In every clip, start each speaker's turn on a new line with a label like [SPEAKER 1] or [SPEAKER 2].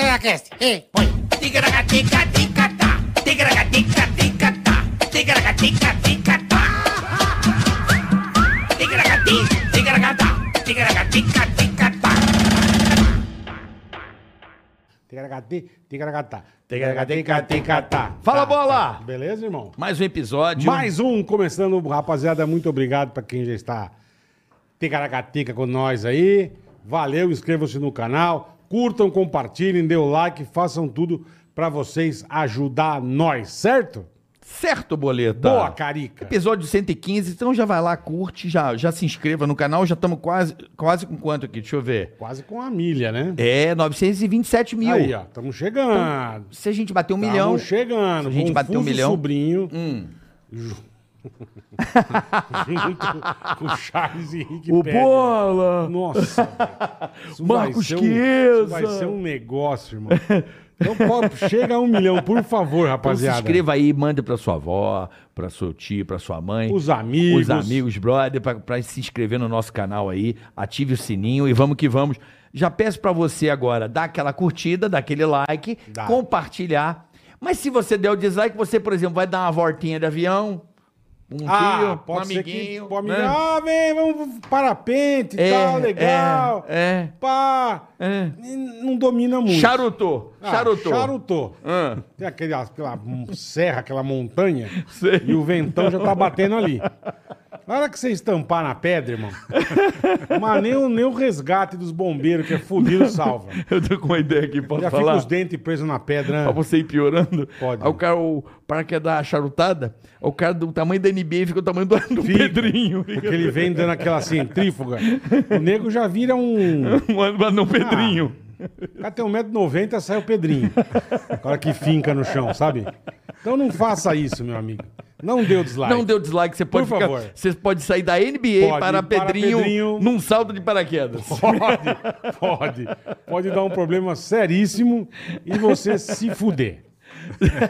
[SPEAKER 1] Ticaracast, ei, põe.
[SPEAKER 2] Ticaracatica-ticatá, ticaracatica-ticatá, ticaracatica-ticatá. Ticaracati, ticaracatá, ticaracatica-ticatá.
[SPEAKER 1] Ticaracati, ticaracatá.
[SPEAKER 3] Ticaracatica-ticatá.
[SPEAKER 4] Fala, bola!
[SPEAKER 1] Tá, Beleza, irmão?
[SPEAKER 4] Mais um episódio.
[SPEAKER 1] Mais um começando, rapaziada. Muito obrigado pra quem já está ticaracatica com nós aí. Valeu, inscrevam-se no canal, curtam, compartilhem, dê o like, façam tudo pra vocês ajudar nós, certo?
[SPEAKER 4] Certo, boleta.
[SPEAKER 1] Boa, Carica.
[SPEAKER 4] Episódio 115, então já vai lá, curte, já, já se inscreva no canal, já estamos quase, quase com quanto aqui? Deixa eu ver.
[SPEAKER 1] Quase com a milha, né?
[SPEAKER 4] É, 927 mil.
[SPEAKER 1] Aí, ó, Tá estamos chegando.
[SPEAKER 4] Se a gente bater um milhão.
[SPEAKER 1] Estamos chegando.
[SPEAKER 4] Se a gente bater um
[SPEAKER 1] Confuso
[SPEAKER 4] milhão.
[SPEAKER 1] sobrinho.
[SPEAKER 4] Hum.
[SPEAKER 1] Ju- Junto com o Charles Henrique
[SPEAKER 4] O
[SPEAKER 1] Pérez.
[SPEAKER 4] Bola!
[SPEAKER 1] Nossa. isso
[SPEAKER 4] Marcos
[SPEAKER 1] vai ser um-
[SPEAKER 4] Chiesa!
[SPEAKER 1] isso vai ser um negócio, irmão. Então, pô, chega a um milhão, por favor,
[SPEAKER 4] Então se
[SPEAKER 1] rapaziada.
[SPEAKER 4] inscreva aí, manda pra sua avó, pra seu tio, pra sua mãe.
[SPEAKER 1] Os amigos.
[SPEAKER 4] Os amigos, brother, pra, pra se inscrever no nosso canal aí. Ative o sininho e vamos que vamos. Já peço pra você agora dar aquela curtida, dar aquele like,
[SPEAKER 1] Dá.
[SPEAKER 4] compartilhar. Mas se você der o dislike, você, por exemplo, vai dar uma voltinha de avião, um
[SPEAKER 1] Ah,
[SPEAKER 4] tio,
[SPEAKER 1] pode
[SPEAKER 4] um
[SPEAKER 1] ser
[SPEAKER 4] amiguinho.
[SPEAKER 1] que... pô, amigo,
[SPEAKER 4] né?
[SPEAKER 1] Ah, vem, vamos pro parapente e
[SPEAKER 4] É,
[SPEAKER 1] tal, legal.
[SPEAKER 4] é, é.
[SPEAKER 1] Pá.
[SPEAKER 4] É.
[SPEAKER 1] Não domina muito.
[SPEAKER 4] Charutou,
[SPEAKER 1] Ah,
[SPEAKER 4] charutou.
[SPEAKER 1] Charutou.
[SPEAKER 4] Ah.
[SPEAKER 1] Tem aquele, aquela serra, aquela montanha, e o ventão já tá batendo ali. Na hora que você estampar na pedra, irmão, mas nem o, nem o resgate dos bombeiros, que é fudido, salva.
[SPEAKER 4] Eu tô com uma ideia aqui, posso
[SPEAKER 1] Já
[SPEAKER 4] falar?
[SPEAKER 1] fica os dentes presos na pedra.
[SPEAKER 4] Pra
[SPEAKER 1] né?
[SPEAKER 4] você ir piorando.
[SPEAKER 1] Pode.
[SPEAKER 4] Aí o cara, o para que dá a charutada, o cara do tamanho da NBA fica o tamanho do, do
[SPEAKER 1] Fica,
[SPEAKER 4] Pedrinho.
[SPEAKER 1] Porque ele vem dando aquela centrífuga. O nego já vira um.
[SPEAKER 4] Mano, não, Pedrinho.
[SPEAKER 1] O cara tem 1,90m, sai o Pedrinho. O cara que finca no chão, sabe? Então não faça isso, meu amigo. Não dê o dislike.
[SPEAKER 4] Não deu dislike, você pode
[SPEAKER 1] Por
[SPEAKER 4] ficar-
[SPEAKER 1] favor.
[SPEAKER 4] Você pode sair da NBA
[SPEAKER 1] Pode, para
[SPEAKER 4] para, Pedrinho,
[SPEAKER 1] Pedrinho.
[SPEAKER 4] num salto de paraquedas.
[SPEAKER 1] Pode, pode. Pode dar um problema seríssimo e você se fuder.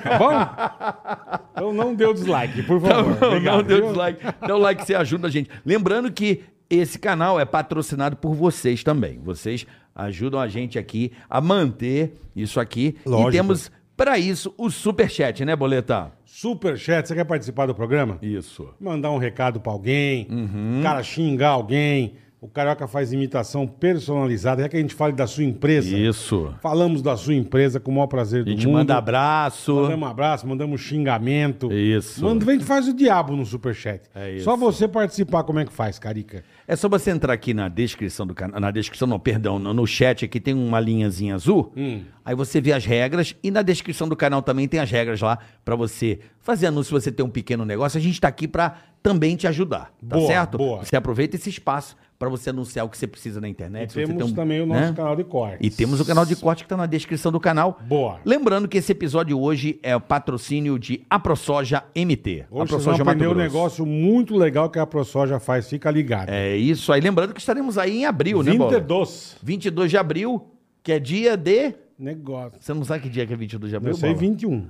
[SPEAKER 1] Tá bom? Então não dê o dislike, por
[SPEAKER 4] Tá
[SPEAKER 1] favor.
[SPEAKER 4] bom,
[SPEAKER 1] Obrigado,
[SPEAKER 4] não deu
[SPEAKER 1] viu?
[SPEAKER 4] dislike. Dá o like, você ajuda a gente. Lembrando que esse canal é patrocinado por vocês também. Vocês ajudam a gente aqui a manter isso aqui.
[SPEAKER 1] Lógico.
[SPEAKER 4] E temos, para isso, o Superchat, né, Boleta?
[SPEAKER 1] Superchat, você quer participar do programa?
[SPEAKER 4] Isso.
[SPEAKER 1] Mandar um recado pra alguém,
[SPEAKER 4] Uhum.
[SPEAKER 1] o cara xingar alguém, o Carioca faz imitação personalizada, quer que a gente fale da sua empresa.
[SPEAKER 4] Isso.
[SPEAKER 1] Falamos da sua empresa com o maior prazer
[SPEAKER 4] A
[SPEAKER 1] do
[SPEAKER 4] gente
[SPEAKER 1] mundo.
[SPEAKER 4] manda abraço.
[SPEAKER 1] Mandamos um abraço, mandamos xingamento.
[SPEAKER 4] Isso.
[SPEAKER 1] Manda, vem que faz o diabo no superchat.
[SPEAKER 4] É isso.
[SPEAKER 1] Só você participar, como é que faz, Carica?
[SPEAKER 4] É só você entrar aqui na descrição do canal. Na descrição, não, perdão. No, no chat aqui tem uma linhazinha azul.
[SPEAKER 1] Hum.
[SPEAKER 4] Aí você vê as regras. E na descrição do canal também tem as regras lá pra você fazer anúncio se você tem um pequeno negócio. A gente tá aqui pra também te ajudar. Tá
[SPEAKER 1] Boa,
[SPEAKER 4] certo?
[SPEAKER 1] boa.
[SPEAKER 4] Você aproveita esse espaço pra você anunciar o que você precisa na internet.
[SPEAKER 1] E
[SPEAKER 4] se você
[SPEAKER 1] temos
[SPEAKER 4] tem um-
[SPEAKER 1] também o nosso
[SPEAKER 4] né?
[SPEAKER 1] canal de cortes.
[SPEAKER 4] E temos o canal de corte que tá na descrição do canal.
[SPEAKER 1] Boa.
[SPEAKER 4] Lembrando que esse episódio hoje é o patrocínio de AproSoja MT.
[SPEAKER 1] Hoje vocês vão aprender um negócio muito legal que a ProSoja faz. Fica ligado.
[SPEAKER 4] É isso aí. Lembrando que estaremos aí em abril, né, Bola?
[SPEAKER 1] 22.
[SPEAKER 4] 22 de abril, que é dia de...
[SPEAKER 1] Negócio.
[SPEAKER 4] Você não sabe que dia que é 22 de abril,
[SPEAKER 1] Eu sei
[SPEAKER 4] Bola?
[SPEAKER 1] 21.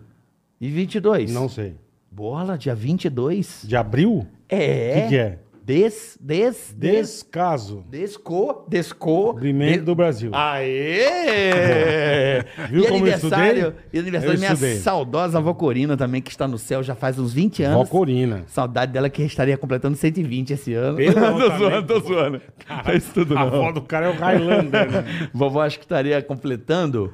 [SPEAKER 4] E 22?
[SPEAKER 1] Não sei.
[SPEAKER 4] Bola, dia 22?
[SPEAKER 1] De abril?
[SPEAKER 4] É.
[SPEAKER 1] Que que é?
[SPEAKER 4] Des, des, des...
[SPEAKER 1] Descaso.
[SPEAKER 4] Desco, desco...
[SPEAKER 1] Primeiro
[SPEAKER 4] de-
[SPEAKER 1] do Brasil.
[SPEAKER 4] Aê!
[SPEAKER 1] Viu
[SPEAKER 4] e
[SPEAKER 1] como eu
[SPEAKER 4] aniversário,
[SPEAKER 1] estudei?
[SPEAKER 4] e aniversário
[SPEAKER 1] Eu
[SPEAKER 4] da minha
[SPEAKER 1] estudei.
[SPEAKER 4] saudosa avó Corina também, que está no céu já faz uns 20 anos.
[SPEAKER 1] Vocorina.
[SPEAKER 4] Saudade dela que estaria completando 120 esse ano.
[SPEAKER 1] Pelo
[SPEAKER 4] tô
[SPEAKER 1] amor
[SPEAKER 4] zoando, tô
[SPEAKER 1] também.
[SPEAKER 4] zoando. Não é isso tudo
[SPEAKER 1] A
[SPEAKER 4] não.
[SPEAKER 1] avó do cara é o Highlander, né?
[SPEAKER 4] Vovó acho que estaria completando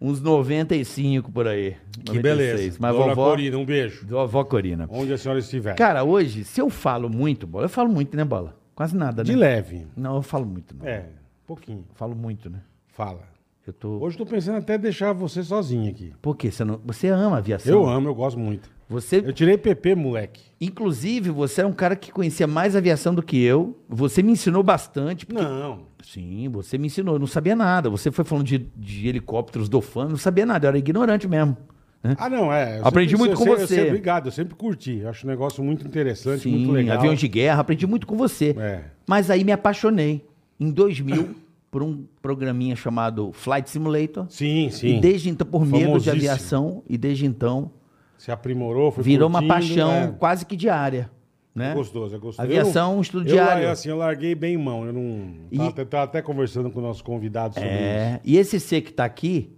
[SPEAKER 4] uns 95 por aí.
[SPEAKER 1] Que
[SPEAKER 4] 96.
[SPEAKER 1] beleza.
[SPEAKER 4] Mas
[SPEAKER 1] Dona
[SPEAKER 4] vovó,
[SPEAKER 1] Corina, um beijo.
[SPEAKER 4] vovó Corina.
[SPEAKER 1] Onde a senhora estiver.
[SPEAKER 4] Cara, hoje, se eu falo muito, bola, eu falo muito, né, bola? Quase nada, né?
[SPEAKER 1] de leve.
[SPEAKER 4] Não, eu falo muito, não.
[SPEAKER 1] É, pouquinho.
[SPEAKER 4] Eu falo muito, né?
[SPEAKER 1] Fala.
[SPEAKER 4] Eu tô.
[SPEAKER 1] Hoje eu tô pensando até deixar você sozinho aqui.
[SPEAKER 4] Por quê? Você, não... você ama a aviação.
[SPEAKER 1] Eu amo, eu gosto muito.
[SPEAKER 4] Você,
[SPEAKER 1] Eu tirei PP, moleque.
[SPEAKER 4] inclusive, você é um cara que conhecia mais aviação do que eu. Você me ensinou bastante. porque-
[SPEAKER 1] Não.
[SPEAKER 4] Sim, você me ensinou, eu não sabia nada. Você foi falando de, de helicópteros do fã, eu não sabia nada, eu era ignorante mesmo. né?
[SPEAKER 1] Ah, não, é. eu
[SPEAKER 4] Aprendi muito
[SPEAKER 1] eu
[SPEAKER 4] com
[SPEAKER 1] sempre- eu
[SPEAKER 4] você.
[SPEAKER 1] sempre- obrigado, eu sempre curti. Eu Acho um negócio muito interessante,
[SPEAKER 4] Sim, um
[SPEAKER 1] muito legal.
[SPEAKER 4] aviões de guerra, aprendi muito com você.
[SPEAKER 1] É.
[SPEAKER 4] Mas aí me apaixonei, em 2000, por um programinha chamado Flight Simulator.
[SPEAKER 1] Sim, sim.
[SPEAKER 4] E desde então, por medo de
[SPEAKER 1] Famosíssimo.
[SPEAKER 4] aviação, e desde então,
[SPEAKER 1] Se aprimorou, foi
[SPEAKER 4] virou uma
[SPEAKER 1] curtindo,
[SPEAKER 4] paixão
[SPEAKER 1] é.
[SPEAKER 4] quase que diária. Né?
[SPEAKER 1] É gostoso, é gostoso.
[SPEAKER 4] Aviação,
[SPEAKER 1] Eu não-
[SPEAKER 4] estudo
[SPEAKER 1] eu,
[SPEAKER 4] diário.
[SPEAKER 1] Eu, assim, eu larguei bem mão. Eu não.
[SPEAKER 4] E-
[SPEAKER 1] Tava, até- tava até conversando com o nosso convidado sobre isso.
[SPEAKER 4] É, e esse É. C que tá aqui,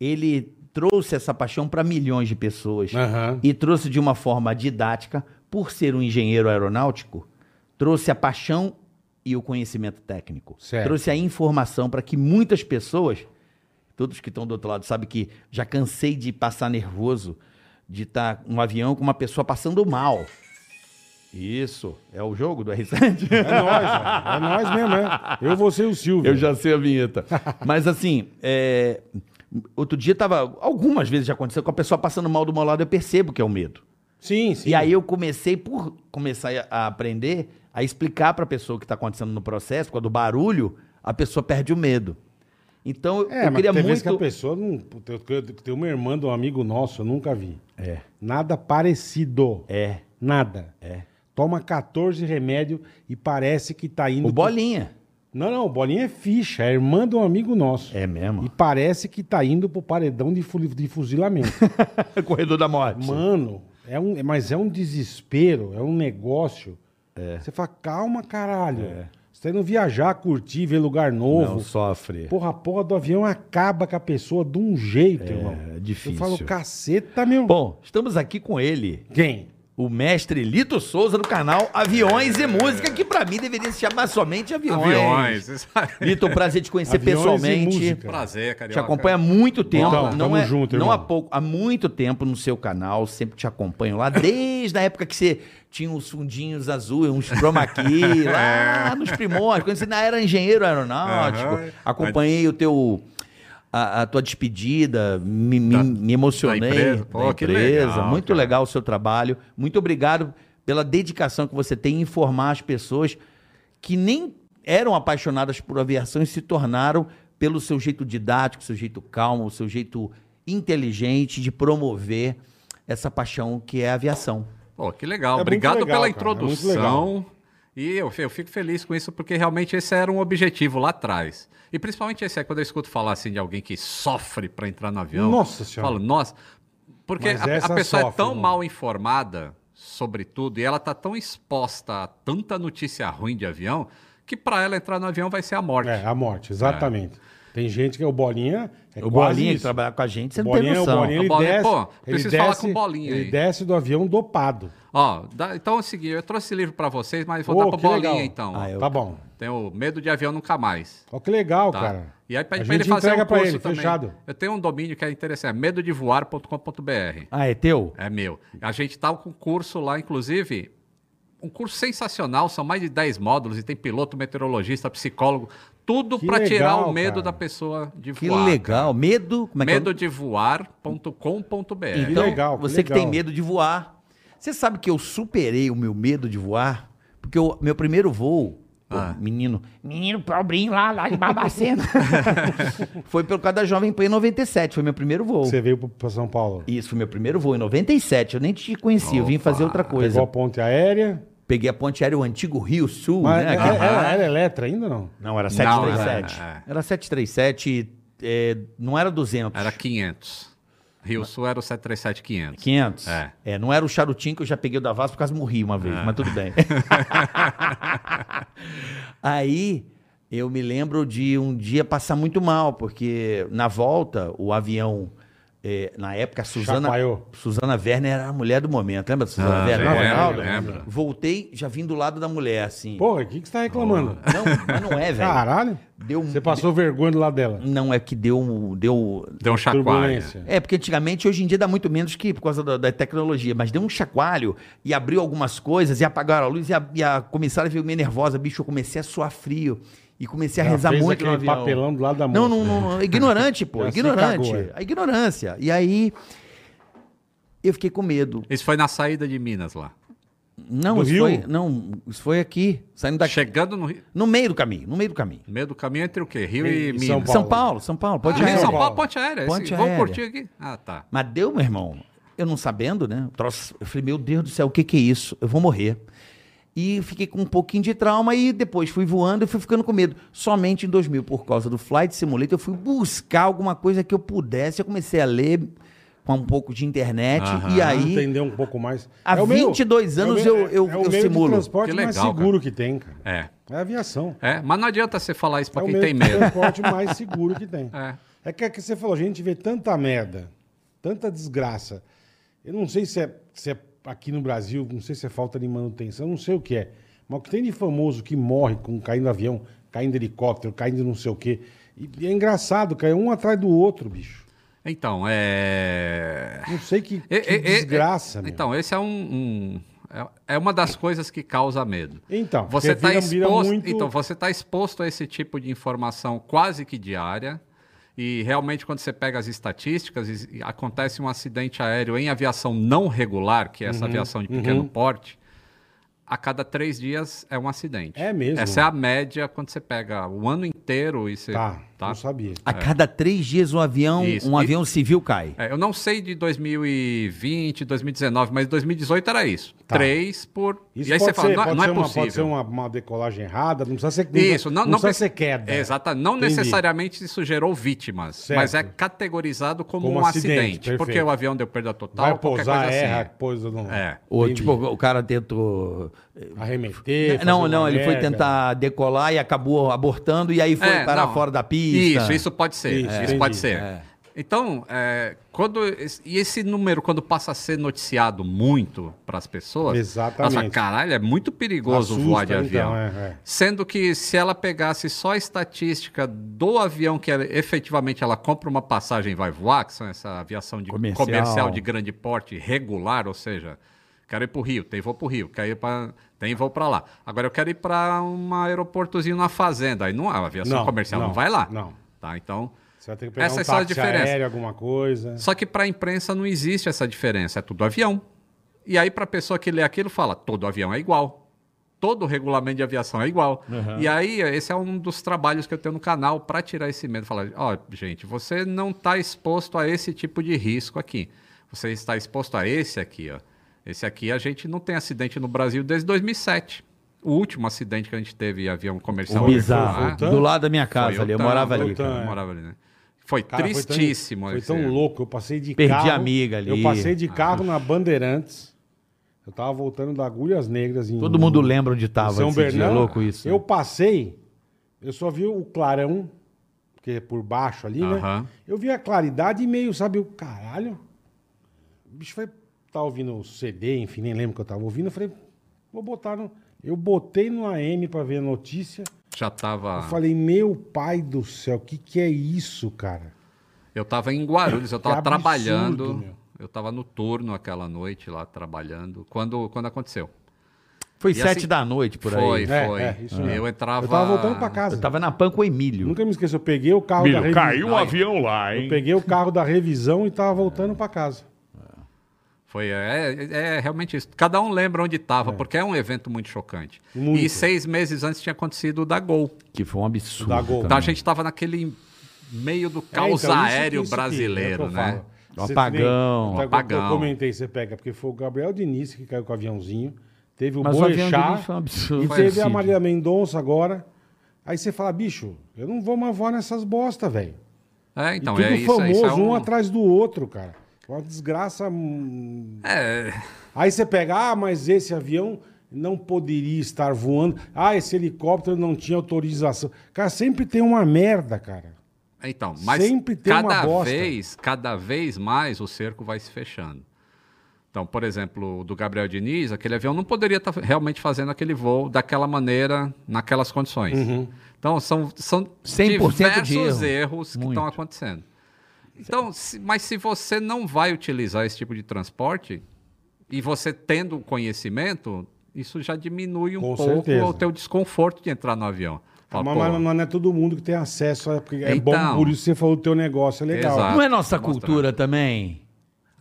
[SPEAKER 4] ele trouxe essa paixão para milhões de pessoas
[SPEAKER 1] Aham.
[SPEAKER 4] e trouxe de uma forma didática, por ser um engenheiro aeronáutico, trouxe a paixão e o conhecimento técnico.
[SPEAKER 1] Certo.
[SPEAKER 4] Trouxe a informação para que muitas pessoas, todos que estão do outro lado, sabem que já cansei de passar nervoso, de estar num avião com uma pessoa passando mal. Isso, é o jogo do R7?
[SPEAKER 1] É nós, ó. é nós mesmo, é. Eu, você e o Silvio.
[SPEAKER 4] Eu já sei a vinheta. Mas assim, é, outro dia tava. Algumas vezes já aconteceu com a pessoa passando mal do meu lado, eu percebo que é o medo.
[SPEAKER 1] Sim, sim.
[SPEAKER 4] E aí eu comecei, por começar a aprender, a explicar pra pessoa o que tá acontecendo no processo, por causa do barulho, a pessoa perde o medo. Então eu-
[SPEAKER 1] É,
[SPEAKER 4] eu
[SPEAKER 1] mas
[SPEAKER 4] queria
[SPEAKER 1] tem
[SPEAKER 4] muito.
[SPEAKER 1] vezes que a pessoa não... Puta, eu- eu- Tem uma irmã de um amigo nosso, eu nunca vi.
[SPEAKER 4] É,
[SPEAKER 1] Nada parecido.
[SPEAKER 4] é.
[SPEAKER 1] Nada. É. Toma 14 remédio e parece que tá indo...
[SPEAKER 4] O bolinha.
[SPEAKER 1] Não, não, bolinha é ficha, é irmã de um amigo nosso.
[SPEAKER 4] É
[SPEAKER 1] E
[SPEAKER 4] mesmo.
[SPEAKER 1] parece que tá indo pro paredão de, fu- de fuzilamento.
[SPEAKER 4] Corredor da morte.
[SPEAKER 1] Mano, é um, mas é um desespero, é um negócio.
[SPEAKER 4] É.
[SPEAKER 1] Você fala, calma, caralho. Você tá indo viajar, curtir, ver lugar novo.
[SPEAKER 4] Não sofre.
[SPEAKER 1] Porra, a porra do avião acaba com a pessoa de um jeito, irmão.
[SPEAKER 4] é difícil.
[SPEAKER 1] Eu falo, caceta, meu.
[SPEAKER 4] Bom, estamos aqui com ele,
[SPEAKER 1] Quem?
[SPEAKER 4] o mestre Lito Souza do canal Aviões e Música, que pra mim deveria se chamar somente Aviões.
[SPEAKER 5] Aviões, você sabe.
[SPEAKER 4] Lito, um prazer te conhecer
[SPEAKER 1] Aviões e
[SPEAKER 4] pessoalmente.
[SPEAKER 1] música.
[SPEAKER 5] Prazer,
[SPEAKER 4] Te
[SPEAKER 5] carioca.
[SPEAKER 4] acompanho há muito tempo.
[SPEAKER 1] Então,
[SPEAKER 4] não
[SPEAKER 1] tamo
[SPEAKER 4] é,
[SPEAKER 1] junto,
[SPEAKER 4] não
[SPEAKER 1] irmão.
[SPEAKER 4] há pouco, há muito tempo no seu canal, sempre te acompanho lá, desde a época que você tinha uns fundinhos azuis, uns chroma key, lá nos primórdios, quando você ainda era engenheiro aeronáutico.
[SPEAKER 5] Aham.
[SPEAKER 4] Acompanhei o teu a, a tua despedida, me, me-
[SPEAKER 1] Tá.
[SPEAKER 5] Da-
[SPEAKER 4] me emocionei.
[SPEAKER 5] da empresa? Pô, que legal,
[SPEAKER 4] muito
[SPEAKER 5] cara.
[SPEAKER 4] legal o seu trabalho. Muito obrigado pela dedicação que você tem em informar as pessoas que nem eram apaixonadas por aviação e se tornaram pelo seu jeito didático, seu jeito calmo, seu jeito inteligente de promover essa paixão que é a aviação.
[SPEAKER 5] Pô, que
[SPEAKER 1] É
[SPEAKER 5] legal.
[SPEAKER 1] muito
[SPEAKER 5] Obrigado
[SPEAKER 1] legal,
[SPEAKER 5] pela
[SPEAKER 1] cara, é muito
[SPEAKER 5] introdução. e eu, eu fico feliz com isso, porque realmente esse era um objetivo lá atrás. E principalmente esse é quando eu escuto falar assim de alguém que sofre para entrar no avião.
[SPEAKER 1] Nossa Senhora.
[SPEAKER 5] Falo, nossa. Porque
[SPEAKER 1] Mas
[SPEAKER 5] a, a
[SPEAKER 1] essa
[SPEAKER 5] pessoa é
[SPEAKER 1] sofre, né?
[SPEAKER 5] tão
[SPEAKER 1] irmão.
[SPEAKER 5] mal informada sobre tudo e ela tá tão exposta a tanta notícia ruim de avião que para ela entrar no avião vai ser a morte.
[SPEAKER 1] É, a morte, exatamente. Tem gente que é o bolinha. É
[SPEAKER 4] o
[SPEAKER 1] quase
[SPEAKER 4] Bolinha que
[SPEAKER 1] isso.
[SPEAKER 4] trabalhar com a gente, você
[SPEAKER 1] O
[SPEAKER 4] não tem
[SPEAKER 1] bolinha, é o
[SPEAKER 4] noção.
[SPEAKER 1] bolinha, ele
[SPEAKER 5] O Bolinha,
[SPEAKER 1] desce,
[SPEAKER 5] pô,
[SPEAKER 1] ele
[SPEAKER 5] preciso
[SPEAKER 1] desce,
[SPEAKER 5] falar com o Bolinha
[SPEAKER 1] Ele
[SPEAKER 5] aí.
[SPEAKER 1] desce do avião dopado.
[SPEAKER 5] Ó, dá- então é o seguinte, eu trouxe livro para vocês, mas vou
[SPEAKER 1] Ô,
[SPEAKER 5] dar para
[SPEAKER 1] que
[SPEAKER 5] bolinha
[SPEAKER 1] legal.
[SPEAKER 5] então.
[SPEAKER 4] Ah, eu-
[SPEAKER 1] Tá bom.
[SPEAKER 5] Tem o medo de avião nunca mais.
[SPEAKER 1] Ó, que legal,
[SPEAKER 5] tá?
[SPEAKER 1] cara.
[SPEAKER 5] E aí pede
[SPEAKER 1] A
[SPEAKER 5] pra ele
[SPEAKER 1] gente
[SPEAKER 5] fazer
[SPEAKER 1] entrega
[SPEAKER 5] um
[SPEAKER 1] pra
[SPEAKER 5] curso
[SPEAKER 1] ele,
[SPEAKER 5] também.
[SPEAKER 1] fechado.
[SPEAKER 5] Eu tenho um domínio que é interessante, é medodevoar.com.br.
[SPEAKER 4] Ah, é teu?
[SPEAKER 5] É meu. A gente tá com um curso lá, inclusive, um curso sensacional, são mais de 10 módulos e tem piloto, meteorologista, psicólogo, tudo
[SPEAKER 1] Que
[SPEAKER 5] para tirar
[SPEAKER 1] legal,
[SPEAKER 5] o medo
[SPEAKER 1] cara.
[SPEAKER 5] da pessoa de
[SPEAKER 4] Que
[SPEAKER 5] voar.
[SPEAKER 4] legal. Medo? Como é que é o-
[SPEAKER 5] Medodevoar.com.br.
[SPEAKER 4] Então,
[SPEAKER 1] legal, que
[SPEAKER 4] você que
[SPEAKER 1] legal.
[SPEAKER 4] tem medo de voar. Você sabe que eu superei o meu medo de voar? Porque o meu primeiro voo, pô,
[SPEAKER 5] Ah.
[SPEAKER 4] menino, menino pobrinho lá, lá de Barbacena, foi pelo causa da Jovem Pan em 97, foi meu primeiro voo.
[SPEAKER 1] Você veio pro- pra São Paulo.
[SPEAKER 4] Isso, foi meu primeiro voo em 97, eu nem te conhecia, eu vim
[SPEAKER 5] Opa.
[SPEAKER 4] fazer outra coisa.
[SPEAKER 1] Pegou a ponte aérea.
[SPEAKER 4] Peguei a ponte aérea, o antigo Rio Sul,
[SPEAKER 1] Mas
[SPEAKER 4] né?
[SPEAKER 1] era,
[SPEAKER 4] aquele-
[SPEAKER 1] era, era Eletra ainda não?
[SPEAKER 4] Não, era
[SPEAKER 5] Não,
[SPEAKER 4] 737.
[SPEAKER 5] era-
[SPEAKER 4] Era 737, é, não era 200.
[SPEAKER 5] Era 500. Rio Sul era o 737-500.
[SPEAKER 4] 500?
[SPEAKER 5] É. Ah.
[SPEAKER 4] não era o charutinho que eu já peguei o da Vaso por causa morri uma vez, mas tudo bem. Aí eu me lembro de um dia passar muito mal, porque na volta o avião. eh, na época, a Suzana,
[SPEAKER 1] Chacoalhou.
[SPEAKER 4] Suzana Werner era a mulher do momento. Lembra da Suzana
[SPEAKER 5] Ah,
[SPEAKER 4] Werner?
[SPEAKER 5] lembro,
[SPEAKER 4] Ronaldo?
[SPEAKER 5] lembro.
[SPEAKER 4] Voltei, já vim do lado da mulher, assim.
[SPEAKER 1] né? Porra, o que, que você tá reclamando?
[SPEAKER 4] Não, mas não é, velho.
[SPEAKER 1] Caralho.
[SPEAKER 4] Deu um-
[SPEAKER 1] Você passou vergonha do lado dela.
[SPEAKER 4] Não, é que deu. um- deu
[SPEAKER 5] Deu um chacoalho.
[SPEAKER 1] Turbulência.
[SPEAKER 4] é, porque antigamente, hoje em dia dá muito menos que por causa da, da tecnologia, mas deu um chacoalho e abriu algumas coisas e apagaram a luz e a, e a comissária veio meio nervosa, bicho, eu comecei a suar frio e comecei a
[SPEAKER 1] Ela
[SPEAKER 4] rezar
[SPEAKER 1] fez
[SPEAKER 4] muito no
[SPEAKER 1] aquele
[SPEAKER 4] avião.
[SPEAKER 1] papelão do lado da
[SPEAKER 4] não,
[SPEAKER 1] moça.
[SPEAKER 4] não, não, não, ignorante, pô,
[SPEAKER 1] Ela se
[SPEAKER 4] ignorante,
[SPEAKER 1] cagou, é.
[SPEAKER 4] a ignorância. E aí, eu fiquei com medo.
[SPEAKER 5] Isso foi na saída de Minas lá.
[SPEAKER 4] Não,
[SPEAKER 1] Do
[SPEAKER 4] isso
[SPEAKER 1] Rio?
[SPEAKER 4] foi, não, isso foi aqui, saindo daqui,
[SPEAKER 5] Chegando no Rio.
[SPEAKER 4] no meio do caminho, no meio do caminho.
[SPEAKER 5] No meio do caminho entre o quê? Rio
[SPEAKER 1] E-
[SPEAKER 5] e,
[SPEAKER 1] e
[SPEAKER 5] Minas.
[SPEAKER 1] São Paulo.
[SPEAKER 4] São Paulo, São Paulo, pode
[SPEAKER 5] ah,
[SPEAKER 1] ir.
[SPEAKER 5] Rio e São
[SPEAKER 1] Paulo.
[SPEAKER 5] Paulo, ponte aérea. Esse-
[SPEAKER 4] Ponte
[SPEAKER 5] Vamos
[SPEAKER 4] aérea.
[SPEAKER 5] curtir aqui. Ah, tá.
[SPEAKER 4] Mas deu, meu irmão. Eu não sabendo, né? Troço- Eu falei, meu Deus do céu, o que, que é isso? Eu vou morrer. E fiquei com um pouquinho de trauma e depois fui voando e fui ficando com medo. Somente em 2000, por causa do Flight Simulator, eu fui buscar alguma coisa que eu pudesse. Eu comecei a ler com um pouco de internet
[SPEAKER 5] Aham.
[SPEAKER 4] e aí...
[SPEAKER 1] Entender um pouco mais.
[SPEAKER 4] Há
[SPEAKER 1] É o meu-
[SPEAKER 4] 22
[SPEAKER 1] é o
[SPEAKER 4] anos
[SPEAKER 1] meu-
[SPEAKER 4] eu- eu-
[SPEAKER 1] é o
[SPEAKER 4] eu
[SPEAKER 1] meio de
[SPEAKER 4] simulo.
[SPEAKER 1] transporte
[SPEAKER 5] Que
[SPEAKER 1] mais
[SPEAKER 5] legal,
[SPEAKER 1] seguro que tem, cara.
[SPEAKER 5] É.
[SPEAKER 1] É aviação.
[SPEAKER 5] É, mas não adianta você falar isso pra
[SPEAKER 1] é o
[SPEAKER 5] quem
[SPEAKER 1] meio
[SPEAKER 5] tem
[SPEAKER 1] de
[SPEAKER 5] medo.
[SPEAKER 1] transporte mais seguro que tem.
[SPEAKER 5] É.
[SPEAKER 1] É que, é que você falou, a gente vê tanta merda, tanta desgraça. Eu não sei se é, se é aqui no Brasil, não sei se é falta de manutenção, não sei o que é. Mas o que tem de famoso que morre com caindo avião, caindo helicóptero, caindo não sei o quê. E, e é engraçado, caiu um atrás do outro, bicho.
[SPEAKER 5] Então, é.
[SPEAKER 1] Não sei que, que
[SPEAKER 5] É, é, é,
[SPEAKER 1] desgraça,
[SPEAKER 5] é,
[SPEAKER 1] meu.
[SPEAKER 5] Então, esse é um. um- é- é uma das coisas que causa medo.
[SPEAKER 1] Então,
[SPEAKER 5] você
[SPEAKER 1] porque
[SPEAKER 5] está
[SPEAKER 1] vira- vira
[SPEAKER 5] exposto,
[SPEAKER 1] muito-
[SPEAKER 5] então você está exposto a esse tipo de informação quase que diária. E realmente quando você pega as estatísticas, is- e acontece um acidente aéreo em aviação não regular, que é
[SPEAKER 1] Uhum,
[SPEAKER 5] essa aviação de pequeno porte, a cada três dias é um acidente.
[SPEAKER 1] É mesmo?
[SPEAKER 5] Essa é a média quando você pega o ano inteiro e você
[SPEAKER 1] Tá, não sabia.
[SPEAKER 4] A cada três dias um avião,
[SPEAKER 5] É. Isso.
[SPEAKER 4] um
[SPEAKER 5] E-
[SPEAKER 4] avião civil cai.
[SPEAKER 5] É, eu não sei de 2020, 2019, mas 2018 era isso.
[SPEAKER 1] Tá.
[SPEAKER 5] Três por.
[SPEAKER 1] Isso
[SPEAKER 5] e aí
[SPEAKER 1] pode
[SPEAKER 5] você fala,
[SPEAKER 1] ser,
[SPEAKER 5] não,
[SPEAKER 1] pode
[SPEAKER 5] não
[SPEAKER 1] ser
[SPEAKER 5] é
[SPEAKER 1] uma,
[SPEAKER 5] possível.
[SPEAKER 1] Pode ser um uma, uma decolagem errada, não precisa ser,
[SPEAKER 5] Isso, não,
[SPEAKER 1] não,
[SPEAKER 5] não
[SPEAKER 1] precisa
[SPEAKER 5] precisa-
[SPEAKER 1] ser queda.
[SPEAKER 5] Exata, não
[SPEAKER 1] Entendi.
[SPEAKER 5] necessariamente isso gerou vítimas,
[SPEAKER 1] Certo.
[SPEAKER 5] mas é categorizado como,
[SPEAKER 1] Como
[SPEAKER 5] um
[SPEAKER 1] acidente,
[SPEAKER 5] acidente,
[SPEAKER 1] perfeito.
[SPEAKER 5] porque o avião deu perda total,
[SPEAKER 1] Vai
[SPEAKER 5] qualquer
[SPEAKER 1] pousar,
[SPEAKER 5] coisa
[SPEAKER 1] erra,
[SPEAKER 5] assim.
[SPEAKER 1] pousa não...
[SPEAKER 5] É.
[SPEAKER 4] Ou,
[SPEAKER 1] Entendi.
[SPEAKER 4] tipo, o cara tentou.
[SPEAKER 1] Arremeter,
[SPEAKER 4] não,
[SPEAKER 1] fazer
[SPEAKER 4] não,
[SPEAKER 1] uma
[SPEAKER 4] ele foi
[SPEAKER 1] merda.
[SPEAKER 4] tentar decolar e acabou abortando e aí foi
[SPEAKER 5] É,
[SPEAKER 4] parar
[SPEAKER 5] não.
[SPEAKER 4] fora da pista.
[SPEAKER 5] Isso, isso pode ser.
[SPEAKER 1] Isso,
[SPEAKER 5] Isso,
[SPEAKER 1] entendi.
[SPEAKER 5] pode ser. Então, é, quando es- e esse número quando passa a ser noticiado muito para as pessoas,
[SPEAKER 1] Exatamente.
[SPEAKER 5] nossa, caralho, é muito perigoso
[SPEAKER 1] Assusta,
[SPEAKER 5] voar de
[SPEAKER 1] então,
[SPEAKER 5] avião.
[SPEAKER 1] é, é.
[SPEAKER 5] Sendo que se ela pegasse só a estatística do avião que ela- efetivamente ela compra uma passagem e vai voar, que são essa aviação de
[SPEAKER 4] Comercial.
[SPEAKER 5] comercial, de grande porte regular, ou seja, quero ir para o Rio, tem voo para o Rio, quero ir para tem voo para lá. Agora eu quero ir para um aeroportozinho na fazenda, aí não é um a aviação
[SPEAKER 1] Não,
[SPEAKER 5] comercial não,
[SPEAKER 1] não,
[SPEAKER 5] vai lá.
[SPEAKER 1] não.
[SPEAKER 5] Tá, então
[SPEAKER 1] Você vai ter que pegar
[SPEAKER 5] Essa
[SPEAKER 1] um
[SPEAKER 5] é só a
[SPEAKER 1] táxi
[SPEAKER 5] diferença.
[SPEAKER 1] aéreo, alguma coisa.
[SPEAKER 5] só que para a imprensa não existe essa diferença, é tudo avião. E aí para a pessoa que lê aquilo fala, todo avião é igual. Todo regulamento de aviação é igual. E aí esse é um dos trabalhos que eu tenho no canal para tirar esse medo, falar, ó, gente, você não está exposto a esse tipo de risco aqui. Você está exposto a esse aqui, ó. Esse aqui a gente não tem acidente no Brasil desde 2007. O último acidente que a gente teve em avião comercial
[SPEAKER 4] O
[SPEAKER 5] regular
[SPEAKER 4] bizarro.
[SPEAKER 1] Voltando.
[SPEAKER 4] Do lado da minha
[SPEAKER 5] foi
[SPEAKER 4] casa ali. Eu
[SPEAKER 5] Otano,
[SPEAKER 4] morava ali.
[SPEAKER 1] Voltando.
[SPEAKER 4] cara.
[SPEAKER 5] Eu morava ali, né? Foi
[SPEAKER 1] é. Cara, foi tão-
[SPEAKER 5] tristíssimo. Ah.
[SPEAKER 1] Foi
[SPEAKER 5] esse-
[SPEAKER 1] tão, louco, eu passei de
[SPEAKER 4] Perdi
[SPEAKER 1] carro.
[SPEAKER 4] a amiga ali.
[SPEAKER 1] Eu passei de carro na Bandeirantes. Eu tava voltando da Agulhas Negras em
[SPEAKER 4] Todo mundo lembra onde tava.
[SPEAKER 1] em São
[SPEAKER 4] esse dia,
[SPEAKER 1] Bernardo.
[SPEAKER 4] louco isso. né?
[SPEAKER 1] Eu passei, eu só vi o clarão, porque é por baixo ali, né?
[SPEAKER 5] Aham.
[SPEAKER 1] Eu vi a claridade e meio, sabe, o caralho. O bicho foi tá ouvindo o CD, enfim, nem lembro o que eu tava ouvindo. Eu falei, vou botar no. Eu botei no AM pra ver a notícia.
[SPEAKER 5] Já tava.
[SPEAKER 4] Ah.
[SPEAKER 1] Eu falei, meu pai do céu, o que, que é isso, cara?
[SPEAKER 5] Eu tava em Guarulhos, eu tava
[SPEAKER 1] absurdo,
[SPEAKER 5] trabalhando.
[SPEAKER 1] meu.
[SPEAKER 5] Eu tava no turno aquela noite lá trabalhando. Quando, quando aconteceu?
[SPEAKER 4] Foi
[SPEAKER 5] E
[SPEAKER 4] sete
[SPEAKER 5] assim-
[SPEAKER 4] da noite por
[SPEAKER 5] foi,
[SPEAKER 4] aí.
[SPEAKER 1] É,
[SPEAKER 5] foi.
[SPEAKER 1] é, isso mesmo.
[SPEAKER 5] eu entrava.
[SPEAKER 1] Eu tava voltando pra casa.
[SPEAKER 4] Eu tava na PAN com o Emílio.
[SPEAKER 1] Nunca me esqueço, eu peguei o carro da revisão.
[SPEAKER 5] um
[SPEAKER 3] avião lá,
[SPEAKER 1] Eu peguei o carro da revisão e tava voltando pra casa.
[SPEAKER 5] Foi, é, é realmente isso. Cada um lembra onde tava, porque é um evento muito chocante.
[SPEAKER 1] Muito. Tá.
[SPEAKER 5] E seis meses antes tinha acontecido o da Gol.
[SPEAKER 4] Que foi um absurdo.
[SPEAKER 1] Da Tá, Gol.
[SPEAKER 4] também.
[SPEAKER 5] Então a gente tava naquele meio do
[SPEAKER 1] É, então,
[SPEAKER 5] caos
[SPEAKER 1] isso-
[SPEAKER 5] aéreo
[SPEAKER 1] isso que-
[SPEAKER 5] brasileiro,
[SPEAKER 1] é o que eu
[SPEAKER 5] né?
[SPEAKER 1] falo.
[SPEAKER 4] O
[SPEAKER 1] Você
[SPEAKER 4] um apagão.
[SPEAKER 1] nem-
[SPEAKER 5] O apagão.
[SPEAKER 1] Eu comentei, você pega, porque foi o Gabriel Diniz que caiu com o aviãozinho. Teve o
[SPEAKER 4] Mas o avião do
[SPEAKER 1] Boechat.
[SPEAKER 4] lixo é um absurdo.
[SPEAKER 1] E
[SPEAKER 5] Foi
[SPEAKER 1] teve a
[SPEAKER 4] absurdo.
[SPEAKER 1] Maria Mendonça agora. Aí você fala, bicho, eu não vou mais voar nessas bosta, velho.
[SPEAKER 5] É, então,
[SPEAKER 1] e tudo
[SPEAKER 5] é isso,
[SPEAKER 1] famoso,
[SPEAKER 5] isso é
[SPEAKER 1] um...
[SPEAKER 5] um-
[SPEAKER 1] atrás do outro, cara. Uma desgraça. hum.
[SPEAKER 5] É,
[SPEAKER 1] Aí você pega, ah, mas esse avião não poderia estar voando. Ah, esse helicóptero não tinha autorização. Cara, sempre tem uma merda, cara.
[SPEAKER 5] Então, mas
[SPEAKER 1] Sempre tem uma
[SPEAKER 5] cada
[SPEAKER 1] bosta.
[SPEAKER 5] vez, cada vez mais o cerco vai se fechando. Então, por exemplo, o do Gabriel Diniz, aquele avião não poderia estar realmente fazendo aquele voo daquela maneira, naquelas condições.
[SPEAKER 1] Uhum.
[SPEAKER 5] Então, são, são
[SPEAKER 4] 100% de
[SPEAKER 5] diversos
[SPEAKER 4] erro.
[SPEAKER 5] erros que
[SPEAKER 4] Muito.
[SPEAKER 5] estão acontecendo. Então, se- mas se você não vai utilizar esse tipo de transporte e você tendo o conhecimento, isso já diminui um
[SPEAKER 1] Com
[SPEAKER 5] pouco
[SPEAKER 1] certeza.
[SPEAKER 5] o teu desconforto de entrar no avião. Fala,
[SPEAKER 1] mas,
[SPEAKER 5] pô,
[SPEAKER 1] mas não é todo mundo que tem acesso. a- porque É bom,
[SPEAKER 5] Então.
[SPEAKER 1] por isso você falou do teu negócio, é legal.
[SPEAKER 5] Exato.
[SPEAKER 4] Não é
[SPEAKER 5] Mostra.
[SPEAKER 4] nossa cultura também?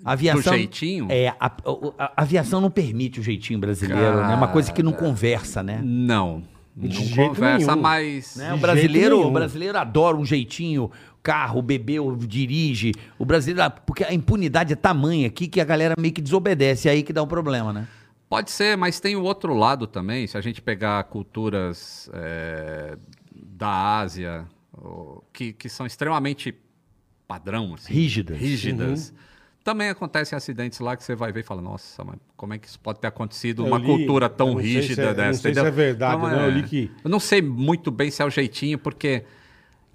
[SPEAKER 4] A Aviação,
[SPEAKER 5] Do jeitinho?
[SPEAKER 4] É, a, o- a- a aviação não permite o jeitinho brasileiro, né? É uma coisa que não conversa, né?
[SPEAKER 5] Não. Não
[SPEAKER 1] jeito
[SPEAKER 5] conversa,
[SPEAKER 1] nenhum.
[SPEAKER 5] mas.
[SPEAKER 4] Né? O
[SPEAKER 1] jeito
[SPEAKER 4] brasileiro, o
[SPEAKER 1] nenhum.
[SPEAKER 4] brasileiro adora um jeitinho, carro, bebeu, dirige. O brasileiro, ah, porque a impunidade é tamanha aqui que a galera meio que desobedece, é aí que dá o problema, né?
[SPEAKER 5] Pode ser, mas tem o outro lado também. Se a gente pegar culturas eh, da Ásia, ou- que, que são extremamente padrão, assim,
[SPEAKER 4] Rígidas.
[SPEAKER 5] rígidas.
[SPEAKER 1] Uhum.
[SPEAKER 5] Também acontecem acidentes lá que você vai ver e fala, nossa, mas como é que isso pode ter acontecido
[SPEAKER 1] Eu
[SPEAKER 5] numa
[SPEAKER 1] li,
[SPEAKER 5] cultura
[SPEAKER 1] eu
[SPEAKER 5] tão
[SPEAKER 1] não sei
[SPEAKER 5] rígida
[SPEAKER 1] se é- eu não
[SPEAKER 5] dessa?
[SPEAKER 1] sei se
[SPEAKER 5] entendeu?
[SPEAKER 1] é verdade,
[SPEAKER 5] Então,
[SPEAKER 1] né? Eu
[SPEAKER 5] é-
[SPEAKER 1] li que-
[SPEAKER 5] Eu não sei muito bem se é o jeitinho, porque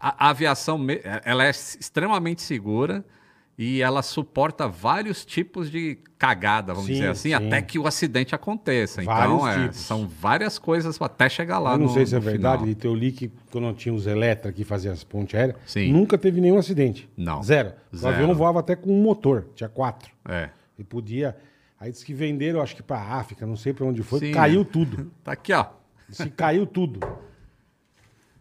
[SPEAKER 5] A, a aviação me- ela é extremamente segura e ela suporta vários tipos de cagada, vamos
[SPEAKER 1] Sim,
[SPEAKER 5] dizer assim,
[SPEAKER 1] sim.
[SPEAKER 5] até que o acidente aconteça.
[SPEAKER 1] Vários
[SPEAKER 5] então, é,
[SPEAKER 1] tipos.
[SPEAKER 5] são várias coisas até chegar lá
[SPEAKER 1] eu não
[SPEAKER 5] no-
[SPEAKER 1] sei se é
[SPEAKER 5] no
[SPEAKER 1] verdade,
[SPEAKER 5] final.
[SPEAKER 1] de eu li que quando tinha os Eletra que fazia as pontes aéreas,
[SPEAKER 5] Sim.
[SPEAKER 1] nunca teve nenhum acidente.
[SPEAKER 5] Não.
[SPEAKER 1] Zero. O
[SPEAKER 5] Zero.
[SPEAKER 1] avião voava até com um motor, tinha quatro.
[SPEAKER 5] É.
[SPEAKER 1] E podia. Aí disse que venderam, acho que pra África, não sei pra onde foi,
[SPEAKER 5] Sim.
[SPEAKER 1] caiu tudo.
[SPEAKER 5] Tá aqui, ó.
[SPEAKER 1] Disse que caiu tudo.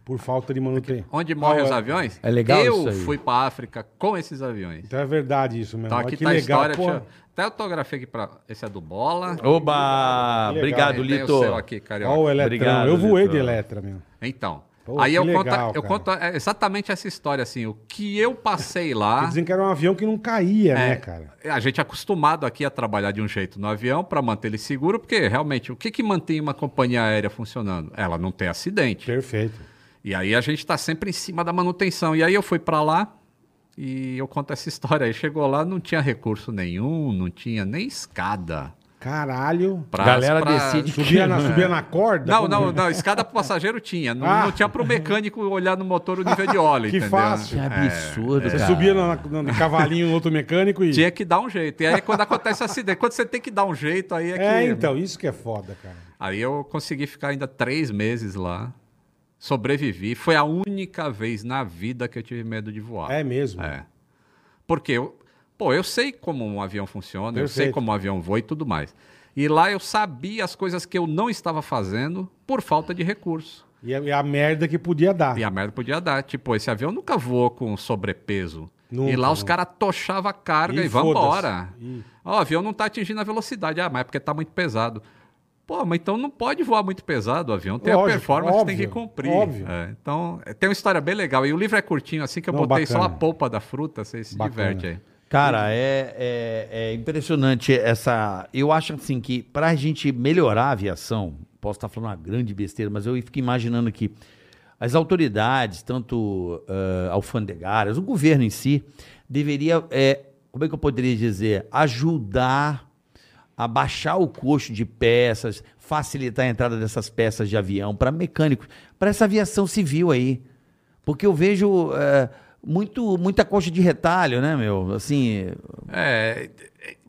[SPEAKER 1] Por falta de manutenção.
[SPEAKER 5] Onde morrem
[SPEAKER 1] Ah,
[SPEAKER 5] os
[SPEAKER 1] é.
[SPEAKER 5] aviões?
[SPEAKER 4] É legal
[SPEAKER 5] Eu
[SPEAKER 4] isso aí.
[SPEAKER 5] fui pra África com esses aviões.
[SPEAKER 1] Então é verdade isso mesmo.
[SPEAKER 5] Então
[SPEAKER 1] Olha
[SPEAKER 5] aqui
[SPEAKER 1] que
[SPEAKER 5] tá a
[SPEAKER 1] legal,
[SPEAKER 5] história.
[SPEAKER 1] pô.
[SPEAKER 5] deixa eu- Até autografei aqui pra. Esse é do Bola.
[SPEAKER 4] Oba! Obrigado,
[SPEAKER 5] Tem o
[SPEAKER 4] Lito.
[SPEAKER 5] seu aqui, carioca.
[SPEAKER 1] Olha o Eletrão.
[SPEAKER 4] Obrigado,
[SPEAKER 1] eu voei
[SPEAKER 4] Vitor.
[SPEAKER 1] de Eletra, meu.
[SPEAKER 5] Então.
[SPEAKER 1] é? Pô,
[SPEAKER 5] aí
[SPEAKER 1] que
[SPEAKER 5] eu,
[SPEAKER 1] legal,
[SPEAKER 5] conto, eu
[SPEAKER 1] cara.
[SPEAKER 5] conto é, exatamente essa história, assim, o que eu passei lá.
[SPEAKER 1] Dizem que era um avião que não caía,
[SPEAKER 5] é,
[SPEAKER 1] né, cara?
[SPEAKER 5] A gente é acostumado aqui a trabalhar de um jeito no avião para manter ele seguro, porque realmente o que, que mantém uma companhia aérea funcionando? Ela não tem acidente.
[SPEAKER 1] Perfeito.
[SPEAKER 5] E aí a gente está sempre em cima da manutenção. E aí eu fui para lá e eu conto essa história. Aí chegou lá, não tinha recurso nenhum, não tinha nem escada.
[SPEAKER 1] Caralho.
[SPEAKER 5] Pra,
[SPEAKER 4] Galera decide
[SPEAKER 1] Subia na, subia na corda?
[SPEAKER 5] Não,
[SPEAKER 1] Como- é?
[SPEAKER 5] não, não, escada pro passageiro tinha. Não,
[SPEAKER 1] Ah.
[SPEAKER 5] não tinha pro mecânico olhar no motor o nível de óleo,
[SPEAKER 1] Que
[SPEAKER 5] entendeu?
[SPEAKER 1] fácil.
[SPEAKER 4] Que absurdo,
[SPEAKER 1] É. Você
[SPEAKER 4] cara.
[SPEAKER 1] subia na- na- no cavalinho no outro mecânico e.
[SPEAKER 5] Tinha que dar um jeito. E aí quando acontece acidente, quando você tem que dar um jeito, aí é que.
[SPEAKER 1] É, então, isso que é foda, cara.
[SPEAKER 5] Aí eu consegui ficar ainda três meses lá. Sobrevivi. Foi a única vez na vida que eu tive medo de voar.
[SPEAKER 1] É mesmo.
[SPEAKER 5] É. Porque eu, pô, eu sei como um avião funciona, eu sei
[SPEAKER 1] Perfeito.
[SPEAKER 5] como um avião voa e tudo mais. E lá eu sabia as coisas que eu não estava fazendo por falta de recurso.
[SPEAKER 1] E, a, e é a merda que podia dar.
[SPEAKER 5] E a merda podia dar. Tipo, esse avião nunca voou com sobrepeso.
[SPEAKER 1] Nunca,
[SPEAKER 5] e lá os
[SPEAKER 1] não.
[SPEAKER 5] caras tochavam a carga
[SPEAKER 1] E
[SPEAKER 5] e, vambora.
[SPEAKER 1] foda-se. E-
[SPEAKER 5] Ó, o avião não tá atingindo a velocidade. Ah, mas é porque tá muito pesado. Pô, mas então não pode voar muito pesado o avião. Tem
[SPEAKER 1] Lógico,
[SPEAKER 5] a performance,
[SPEAKER 1] óbvio,
[SPEAKER 5] tem que cumprir.
[SPEAKER 1] óbvio.
[SPEAKER 5] É, então, é, tem uma história bem legal. E o livro é curtinho, assim que eu
[SPEAKER 1] Não,
[SPEAKER 5] botei só a
[SPEAKER 1] bacana.
[SPEAKER 5] polpa da fruta, você se
[SPEAKER 1] Bacana.
[SPEAKER 5] diverte aí.
[SPEAKER 4] Cara, é, é- é impressionante essa. Eu acho assim que pra gente melhorar a aviação, posso estar falando uma grande besteira, mas eu fico imaginando que as autoridades, tanto ah, alfandegárias, o governo em si, deveria, é, como é que eu poderia dizer, ajudar a baixar o custo de peças, facilitar a entrada dessas peças de avião para mecânicos, para essa aviação civil aí. Porque eu vejo é, muito, muita coxa de retalho, né, meu? Assim,
[SPEAKER 5] É,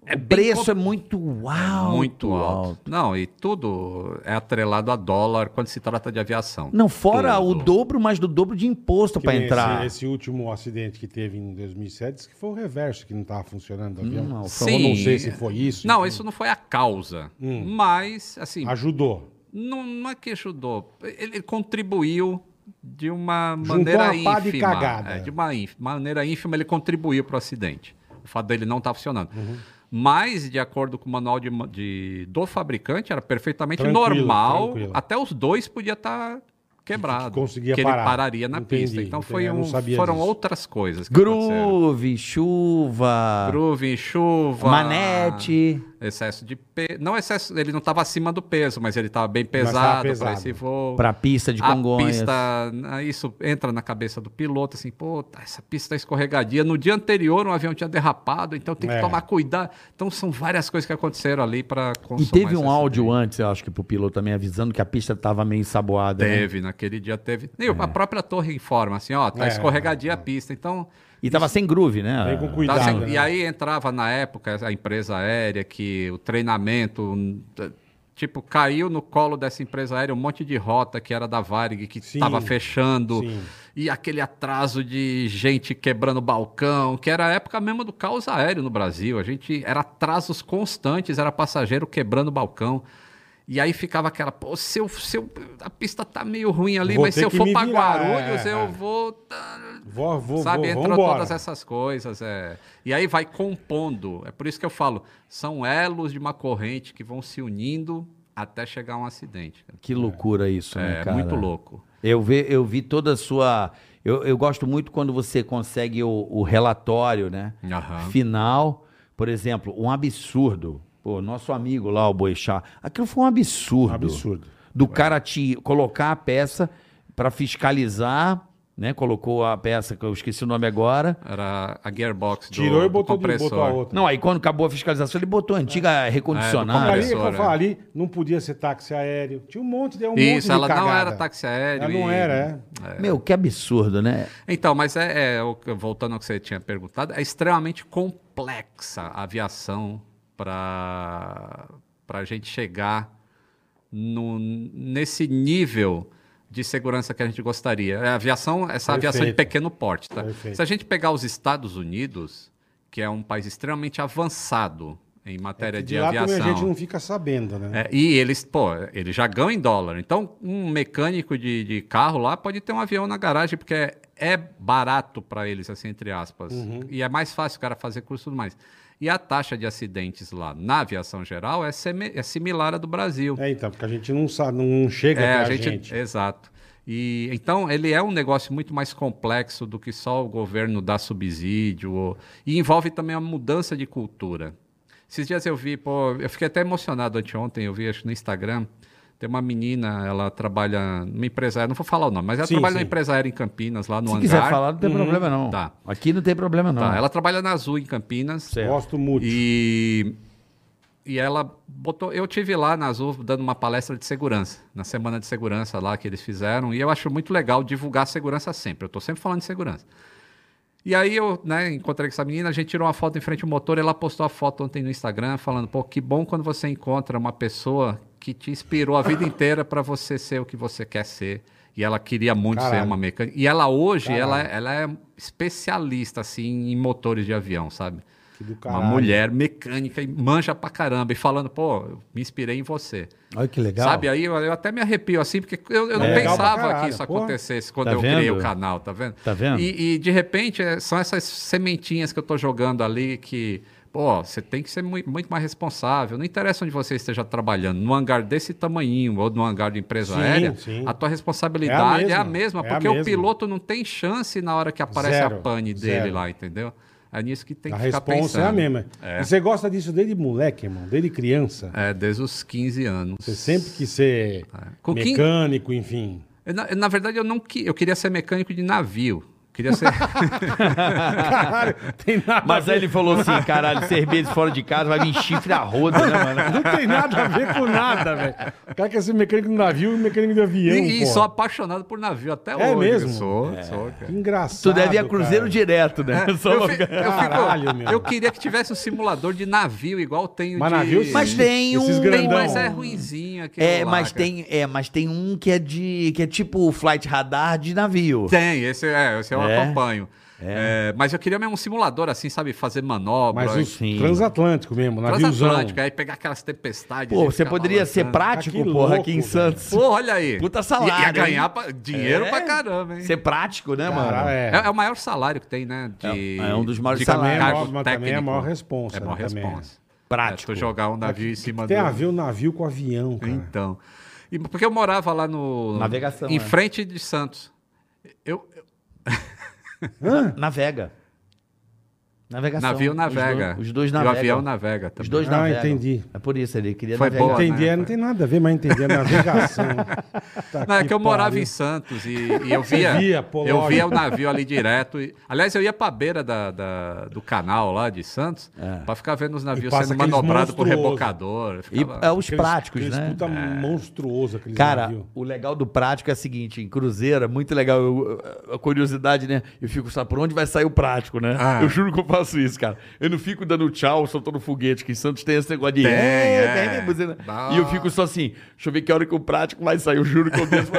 [SPEAKER 5] é
[SPEAKER 4] o
[SPEAKER 5] bem
[SPEAKER 4] preço é muito alto.
[SPEAKER 5] muito alto. Não, e tudo é atrelado a dólar quando se trata de aviação.
[SPEAKER 4] Não, fora
[SPEAKER 5] Tudo.
[SPEAKER 4] o dobro, mas do dobro de imposto
[SPEAKER 1] Que
[SPEAKER 4] para
[SPEAKER 1] nem
[SPEAKER 4] entrar.
[SPEAKER 1] Esse, esse último acidente que teve em 2007 disse que foi o reverso que não estava funcionando o avião.
[SPEAKER 4] Hum,
[SPEAKER 5] Sim.
[SPEAKER 1] Eu não sei se foi isso.
[SPEAKER 5] Não,
[SPEAKER 1] enfim.
[SPEAKER 5] isso não foi a causa.
[SPEAKER 1] Hum.
[SPEAKER 5] Mas, assim,
[SPEAKER 1] Ajudou.
[SPEAKER 5] não, não é que ajudou. Ele ele contribuiu de uma
[SPEAKER 1] Juntou
[SPEAKER 5] maneira
[SPEAKER 1] uma pá de
[SPEAKER 5] ínfima.
[SPEAKER 1] cagada.
[SPEAKER 5] É, de uma ínf- maneira ínfima, ele contribuiu para o acidente. O fato dele não estar funcionando.
[SPEAKER 1] Uhum.
[SPEAKER 5] Mas, de acordo com o manual de, ma- de- do fabricante, era perfeitamente
[SPEAKER 1] Tranquilo,
[SPEAKER 5] normal.
[SPEAKER 1] tranquilo.
[SPEAKER 5] Até os dois podia estar quebrado.
[SPEAKER 1] Que conseguia
[SPEAKER 5] que
[SPEAKER 1] parar.
[SPEAKER 5] ele pararia na
[SPEAKER 1] Entendi,
[SPEAKER 5] pista. Então
[SPEAKER 1] entendi.
[SPEAKER 5] foi
[SPEAKER 1] Eu
[SPEAKER 5] um-
[SPEAKER 1] não sabia
[SPEAKER 5] foram
[SPEAKER 1] disso.
[SPEAKER 5] outras coisas
[SPEAKER 1] tá
[SPEAKER 5] que aconteceram.
[SPEAKER 4] Groove, chuva,
[SPEAKER 5] Groove, chuva.
[SPEAKER 4] manete.
[SPEAKER 5] Excesso de peso. Não excesso, ele não estava acima do peso, mas ele estava bem
[SPEAKER 1] Mas tava
[SPEAKER 5] pesado para
[SPEAKER 1] pesado.
[SPEAKER 5] esse voo.
[SPEAKER 4] Pra pista de
[SPEAKER 5] a
[SPEAKER 4] Congonhas.
[SPEAKER 5] pista, ah, isso entra na cabeça do piloto, assim, pô, tá, essa pista é escorregadia. No dia anterior, um avião tinha derrapado, então tem que
[SPEAKER 1] É.
[SPEAKER 5] tomar cuidado. Então são várias coisas que aconteceram ali para
[SPEAKER 4] E teve um áudio antes, eu acho que pro piloto também, avisando que a pista tava meio ensaboada. né? É.
[SPEAKER 5] Teve, naquele dia teve. E a própria torre informa, assim, ó, tá
[SPEAKER 1] É,
[SPEAKER 5] escorregadia a pista. Então,
[SPEAKER 4] E tava sem groove,
[SPEAKER 1] Vem
[SPEAKER 4] né?
[SPEAKER 1] com
[SPEAKER 5] Tá,
[SPEAKER 1] cuidado.
[SPEAKER 5] assim,
[SPEAKER 1] né?
[SPEAKER 5] E aí entrava na época a empresa aérea que o treinamento, hum, t- tipo, caiu no colo dessa empresa aérea um monte de rota que era da Varig, que
[SPEAKER 1] Sim,
[SPEAKER 5] estava fechando,
[SPEAKER 1] sim.
[SPEAKER 5] e aquele atraso de gente quebrando balcão, que era a época mesmo do caos aéreo no Brasil. A gente era atrasos constantes, era passageiro quebrando balcão. E aí ficava aquela, pô, se eu, se eu- a pista tá meio ruim ali,
[SPEAKER 1] Vou
[SPEAKER 5] mas
[SPEAKER 1] ter
[SPEAKER 5] se eu
[SPEAKER 1] que
[SPEAKER 5] for
[SPEAKER 1] me
[SPEAKER 5] pra
[SPEAKER 1] virar,
[SPEAKER 5] Guarulhos,
[SPEAKER 1] é, é.
[SPEAKER 5] eu vou. tá,
[SPEAKER 1] Vou, vou,
[SPEAKER 5] sabe,
[SPEAKER 1] vou,
[SPEAKER 5] entra
[SPEAKER 1] vambora.
[SPEAKER 5] todas essas coisas. É. E aí vai compondo. É por isso que eu falo, são elos de uma corrente que vão se unindo até chegar a um acidente. cara.
[SPEAKER 4] Que loucura isso, né,
[SPEAKER 5] É,
[SPEAKER 4] cara?
[SPEAKER 5] muito louco.
[SPEAKER 4] Eu vi, eu vi toda a sua. Eu, eu gosto muito quando você consegue o, o relatório, né?
[SPEAKER 5] Aham.
[SPEAKER 4] Final. Por exemplo, um absurdo. Pô, nosso amigo lá, o Boixá. Aquilo foi um absurdo.
[SPEAKER 1] Absurdo.
[SPEAKER 4] Do cara te colocar a peça pra fiscalizar, né? Colocou a peça que eu esqueci o nome agora.
[SPEAKER 5] Era a gearbox do,
[SPEAKER 1] Tirou e
[SPEAKER 5] do
[SPEAKER 1] botou, de-
[SPEAKER 5] compressor.
[SPEAKER 1] botou a outra.
[SPEAKER 4] Não, aí quando acabou a fiscalização, ele botou a antiga
[SPEAKER 5] Ah,
[SPEAKER 4] recondicionada.
[SPEAKER 1] ali,
[SPEAKER 5] olha só,
[SPEAKER 1] pra falar,
[SPEAKER 5] né?
[SPEAKER 1] ali não podia ser táxi aéreo. Tinha um monte de um monte de
[SPEAKER 5] Isso, ela não
[SPEAKER 1] cagada.
[SPEAKER 5] era táxi aéreo.
[SPEAKER 1] Ela não
[SPEAKER 5] e-
[SPEAKER 1] era, é.
[SPEAKER 4] Meu, que absurdo, né?
[SPEAKER 5] Então, mas é, é, o que- voltando ao que você tinha perguntado, é extremamente complexa a aviação para a gente chegar no- nesse nível de segurança que a gente gostaria. É, A aviação, essa aviação de
[SPEAKER 1] Perfeito.
[SPEAKER 5] pequeno porte, tá?
[SPEAKER 1] Perfeito.
[SPEAKER 5] Se a gente pegar os Estados Unidos, que é um país extremamente avançado em matéria
[SPEAKER 1] Que
[SPEAKER 5] de,
[SPEAKER 1] É, de lá também
[SPEAKER 5] aviação.
[SPEAKER 1] a gente não fica sabendo, né?
[SPEAKER 5] É, e eles, pô, eles já ganham em dólar. Então, um mecânico de, de carro lá pode ter um avião na garagem, porque é, é barato para eles, assim, entre aspas. E é mais fácil o cara fazer curso e tudo mais. E a taxa de acidentes lá na aviação geral é, seme- é similar à do Brasil.
[SPEAKER 1] É, então, porque a gente não sabe, não chega
[SPEAKER 5] É,
[SPEAKER 1] até
[SPEAKER 5] a gente, Exato. E, então, ele é um negócio muito mais complexo do que só o governo dar subsídio. ou- e envolve também a mudança de cultura. Esses dias eu vi, pô, eu fiquei até emocionado anteontem, eu vi acho, no Instagram, tem uma menina, ela trabalha numa empresa, não vou falar o nome, mas ela
[SPEAKER 1] Sim,
[SPEAKER 5] trabalha
[SPEAKER 1] sim.
[SPEAKER 5] numa empresa aérea em Campinas, lá no
[SPEAKER 4] Se
[SPEAKER 5] hangar.
[SPEAKER 4] quiser falar, não tem
[SPEAKER 1] Uhum.
[SPEAKER 4] problema não.
[SPEAKER 5] Tá.
[SPEAKER 4] Aqui não tem problema não.
[SPEAKER 5] Tá, ela trabalha na Azul em Campinas.
[SPEAKER 1] Gosto muito.
[SPEAKER 5] é, E, e ela botou. Eu tive lá na Azul dando uma palestra de segurança, na semana de segurança lá que eles fizeram, e eu acho muito legal divulgar segurança sempre. Eu estou sempre falando de segurança. E aí eu né, encontrei com essa menina, a gente tirou uma foto em frente ao motor, ela postou a foto ontem no Instagram falando, pô, que bom quando você encontra uma pessoa que te inspirou a vida inteira para você ser o que você quer ser. E ela queria muito ser
[SPEAKER 1] Caralho.
[SPEAKER 5] uma mecânica. E ela hoje, ela, ela é especialista assim em motores de avião, sabe?
[SPEAKER 1] Que do
[SPEAKER 5] Uma
[SPEAKER 1] caralho.
[SPEAKER 5] mulher mecânica e manja pra caramba. E falando, pô, eu me inspirei em você.
[SPEAKER 4] Olha que legal.
[SPEAKER 5] Sabe, aí eu, eu até me arrepio assim, porque eu, eu não
[SPEAKER 1] É. Legal pra
[SPEAKER 5] pensava
[SPEAKER 1] caralho,
[SPEAKER 5] que isso
[SPEAKER 1] pô.
[SPEAKER 5] acontecesse quando
[SPEAKER 4] Tá
[SPEAKER 5] eu criei
[SPEAKER 4] vendo?
[SPEAKER 5] o canal, tá vendo?
[SPEAKER 4] Tá vendo?
[SPEAKER 5] E, e, de repente é, são essas sementinhas que eu tô jogando ali que, pô, você tem que ser mui- muito, mais responsável. Não interessa onde você esteja trabalhando, num hangar desse tamanhinho ou num hangar de empresa
[SPEAKER 1] Sim,
[SPEAKER 5] aérea,
[SPEAKER 1] sim. É
[SPEAKER 5] a tua responsabilidade é a mesma,
[SPEAKER 1] mesma, é a
[SPEAKER 5] porque
[SPEAKER 1] mesma.
[SPEAKER 5] o piloto não tem chance na hora que aparece
[SPEAKER 1] Zero,
[SPEAKER 5] a pane dele
[SPEAKER 1] zero.
[SPEAKER 5] lá, entendeu? É nisso que tem
[SPEAKER 1] a
[SPEAKER 5] que ficar
[SPEAKER 1] resposta
[SPEAKER 5] pensando.
[SPEAKER 1] é a mesma. E você gosta disso desde moleque, irmão, desde criança.
[SPEAKER 5] É, desde os 15 anos.
[SPEAKER 1] Você sempre quis ser
[SPEAKER 5] Com quin-
[SPEAKER 1] mecânico, enfim.
[SPEAKER 5] Eu, Na, eu, na verdade, eu não que, eu queria ser mecânico de navio. Queria ser.
[SPEAKER 1] Caralho, tem nada
[SPEAKER 4] Mas
[SPEAKER 1] a
[SPEAKER 4] aí
[SPEAKER 1] ver,
[SPEAKER 4] ele falou assim, caralho, cerveja fora de casa, vai vir chifre a roda, né, mano?
[SPEAKER 1] Não tem nada a ver com nada, velho. O cara quer ser mecânico de navio e mecânico de avião,
[SPEAKER 5] e, e
[SPEAKER 1] porra.
[SPEAKER 5] sou apaixonado por navio até hoje.
[SPEAKER 1] É mesmo?
[SPEAKER 5] Sou, sou, cara.
[SPEAKER 1] Que engraçado,
[SPEAKER 4] Tu deve ir a cruzeiro
[SPEAKER 1] cara.
[SPEAKER 4] direto, né? Só
[SPEAKER 5] Eu,
[SPEAKER 4] pra-
[SPEAKER 5] fi- eu fico-
[SPEAKER 1] Caralho, meu.
[SPEAKER 5] eu queria que tivesse um simulador de navio igual tem o
[SPEAKER 1] Mas
[SPEAKER 5] de...
[SPEAKER 1] navio sim.
[SPEAKER 4] Mas tem
[SPEAKER 1] Esses
[SPEAKER 5] Tem,
[SPEAKER 4] um-
[SPEAKER 1] grandão.
[SPEAKER 5] mas é ruinzinho aqui.
[SPEAKER 4] É, mas tem, é, mas tem um que é de que é tipo o flight radar de navio.
[SPEAKER 5] Tem, esse, é, esse eu
[SPEAKER 4] É?
[SPEAKER 5] acompanho. É, mas eu queria mesmo um simulador assim, sabe? Fazer manobra.
[SPEAKER 1] Mas os
[SPEAKER 4] sim.
[SPEAKER 1] transatlântico mesmo, naviozão.
[SPEAKER 5] transatlântico, é. aí pegar aquelas tempestades.
[SPEAKER 4] Pô,
[SPEAKER 5] e
[SPEAKER 4] você
[SPEAKER 5] ficar
[SPEAKER 4] poderia ser
[SPEAKER 5] balançando.
[SPEAKER 4] prático,
[SPEAKER 1] Ah, que
[SPEAKER 4] porra,
[SPEAKER 1] louco,
[SPEAKER 4] aqui em
[SPEAKER 1] velho.
[SPEAKER 4] Santos.
[SPEAKER 5] Pô, olha aí. Ia,
[SPEAKER 4] Puta
[SPEAKER 5] ia
[SPEAKER 4] salário,
[SPEAKER 5] ganhar
[SPEAKER 4] hein?
[SPEAKER 5] pra- dinheiro
[SPEAKER 4] É.
[SPEAKER 5] pra caramba, hein?
[SPEAKER 4] Ser prático, né,
[SPEAKER 1] Caralho,
[SPEAKER 4] mano?
[SPEAKER 1] é.
[SPEAKER 5] É, é o maior salário que tem, né? De,
[SPEAKER 4] É, é um dos maiores
[SPEAKER 5] de
[SPEAKER 4] salários.
[SPEAKER 5] cargo
[SPEAKER 1] Também é maior, mas também é
[SPEAKER 5] técnico.
[SPEAKER 1] maior responsa,
[SPEAKER 5] É maior
[SPEAKER 1] né, também.
[SPEAKER 5] responsa.
[SPEAKER 4] Prático.
[SPEAKER 5] É, tu jogar um navio em cima
[SPEAKER 1] Tem
[SPEAKER 5] do...
[SPEAKER 1] a ver o navio com o avião, cara.
[SPEAKER 5] Então. E porque eu morava lá no...
[SPEAKER 4] Navegação,
[SPEAKER 5] Em
[SPEAKER 4] é.
[SPEAKER 5] frente de Santos. Eu, eu-
[SPEAKER 4] Navega. Navegação.
[SPEAKER 5] navio navega.
[SPEAKER 4] Os
[SPEAKER 5] E
[SPEAKER 4] dois, os dois
[SPEAKER 5] o
[SPEAKER 4] navegam.
[SPEAKER 5] avião navega também.
[SPEAKER 4] Os dois
[SPEAKER 1] Ah,
[SPEAKER 4] navegam.
[SPEAKER 1] entendi.
[SPEAKER 4] É por isso, ele queria
[SPEAKER 5] Foi
[SPEAKER 4] navegar.
[SPEAKER 5] boa, né?
[SPEAKER 1] Entender, não tem nada a ver, mas entender a navegação. Tá
[SPEAKER 5] Não, é que eu morava
[SPEAKER 1] pariu.
[SPEAKER 5] em Santos e, e eu via,
[SPEAKER 1] via, pô,
[SPEAKER 5] eu
[SPEAKER 1] lógico.
[SPEAKER 5] via o navio ali direto. e- aliás, eu ia pra beira da, da- do canal lá de Santos pra ficar vendo os navios
[SPEAKER 1] passa
[SPEAKER 5] sendo
[SPEAKER 1] aqueles
[SPEAKER 5] manobrados por
[SPEAKER 1] monstruosos.
[SPEAKER 5] rebocador. eu
[SPEAKER 4] É. E
[SPEAKER 5] ficava-
[SPEAKER 4] é os
[SPEAKER 1] Aqueles-
[SPEAKER 4] práticos,
[SPEAKER 1] aqueles
[SPEAKER 4] né?
[SPEAKER 1] Puta
[SPEAKER 5] É.
[SPEAKER 1] né, monstruoso aqueles
[SPEAKER 4] Cara,
[SPEAKER 1] navio.
[SPEAKER 4] o legal do prático é o seguinte, em cruzeiro é muito legal, eu- eu- a curiosidade, né? Eu fico, sabe, por onde vai sair o prático, né?
[SPEAKER 5] Ah.
[SPEAKER 4] Eu juro que eu faço isso, cara. Eu não fico dando tchau, soltando foguete, que em Santos tem esse negócio de...
[SPEAKER 5] Tem,
[SPEAKER 4] "É,
[SPEAKER 5] é.
[SPEAKER 4] tem buzina."
[SPEAKER 5] Dá.
[SPEAKER 4] E eu fico só assim, deixa eu ver que hora que o prático vai sair, eu juro que eu desço.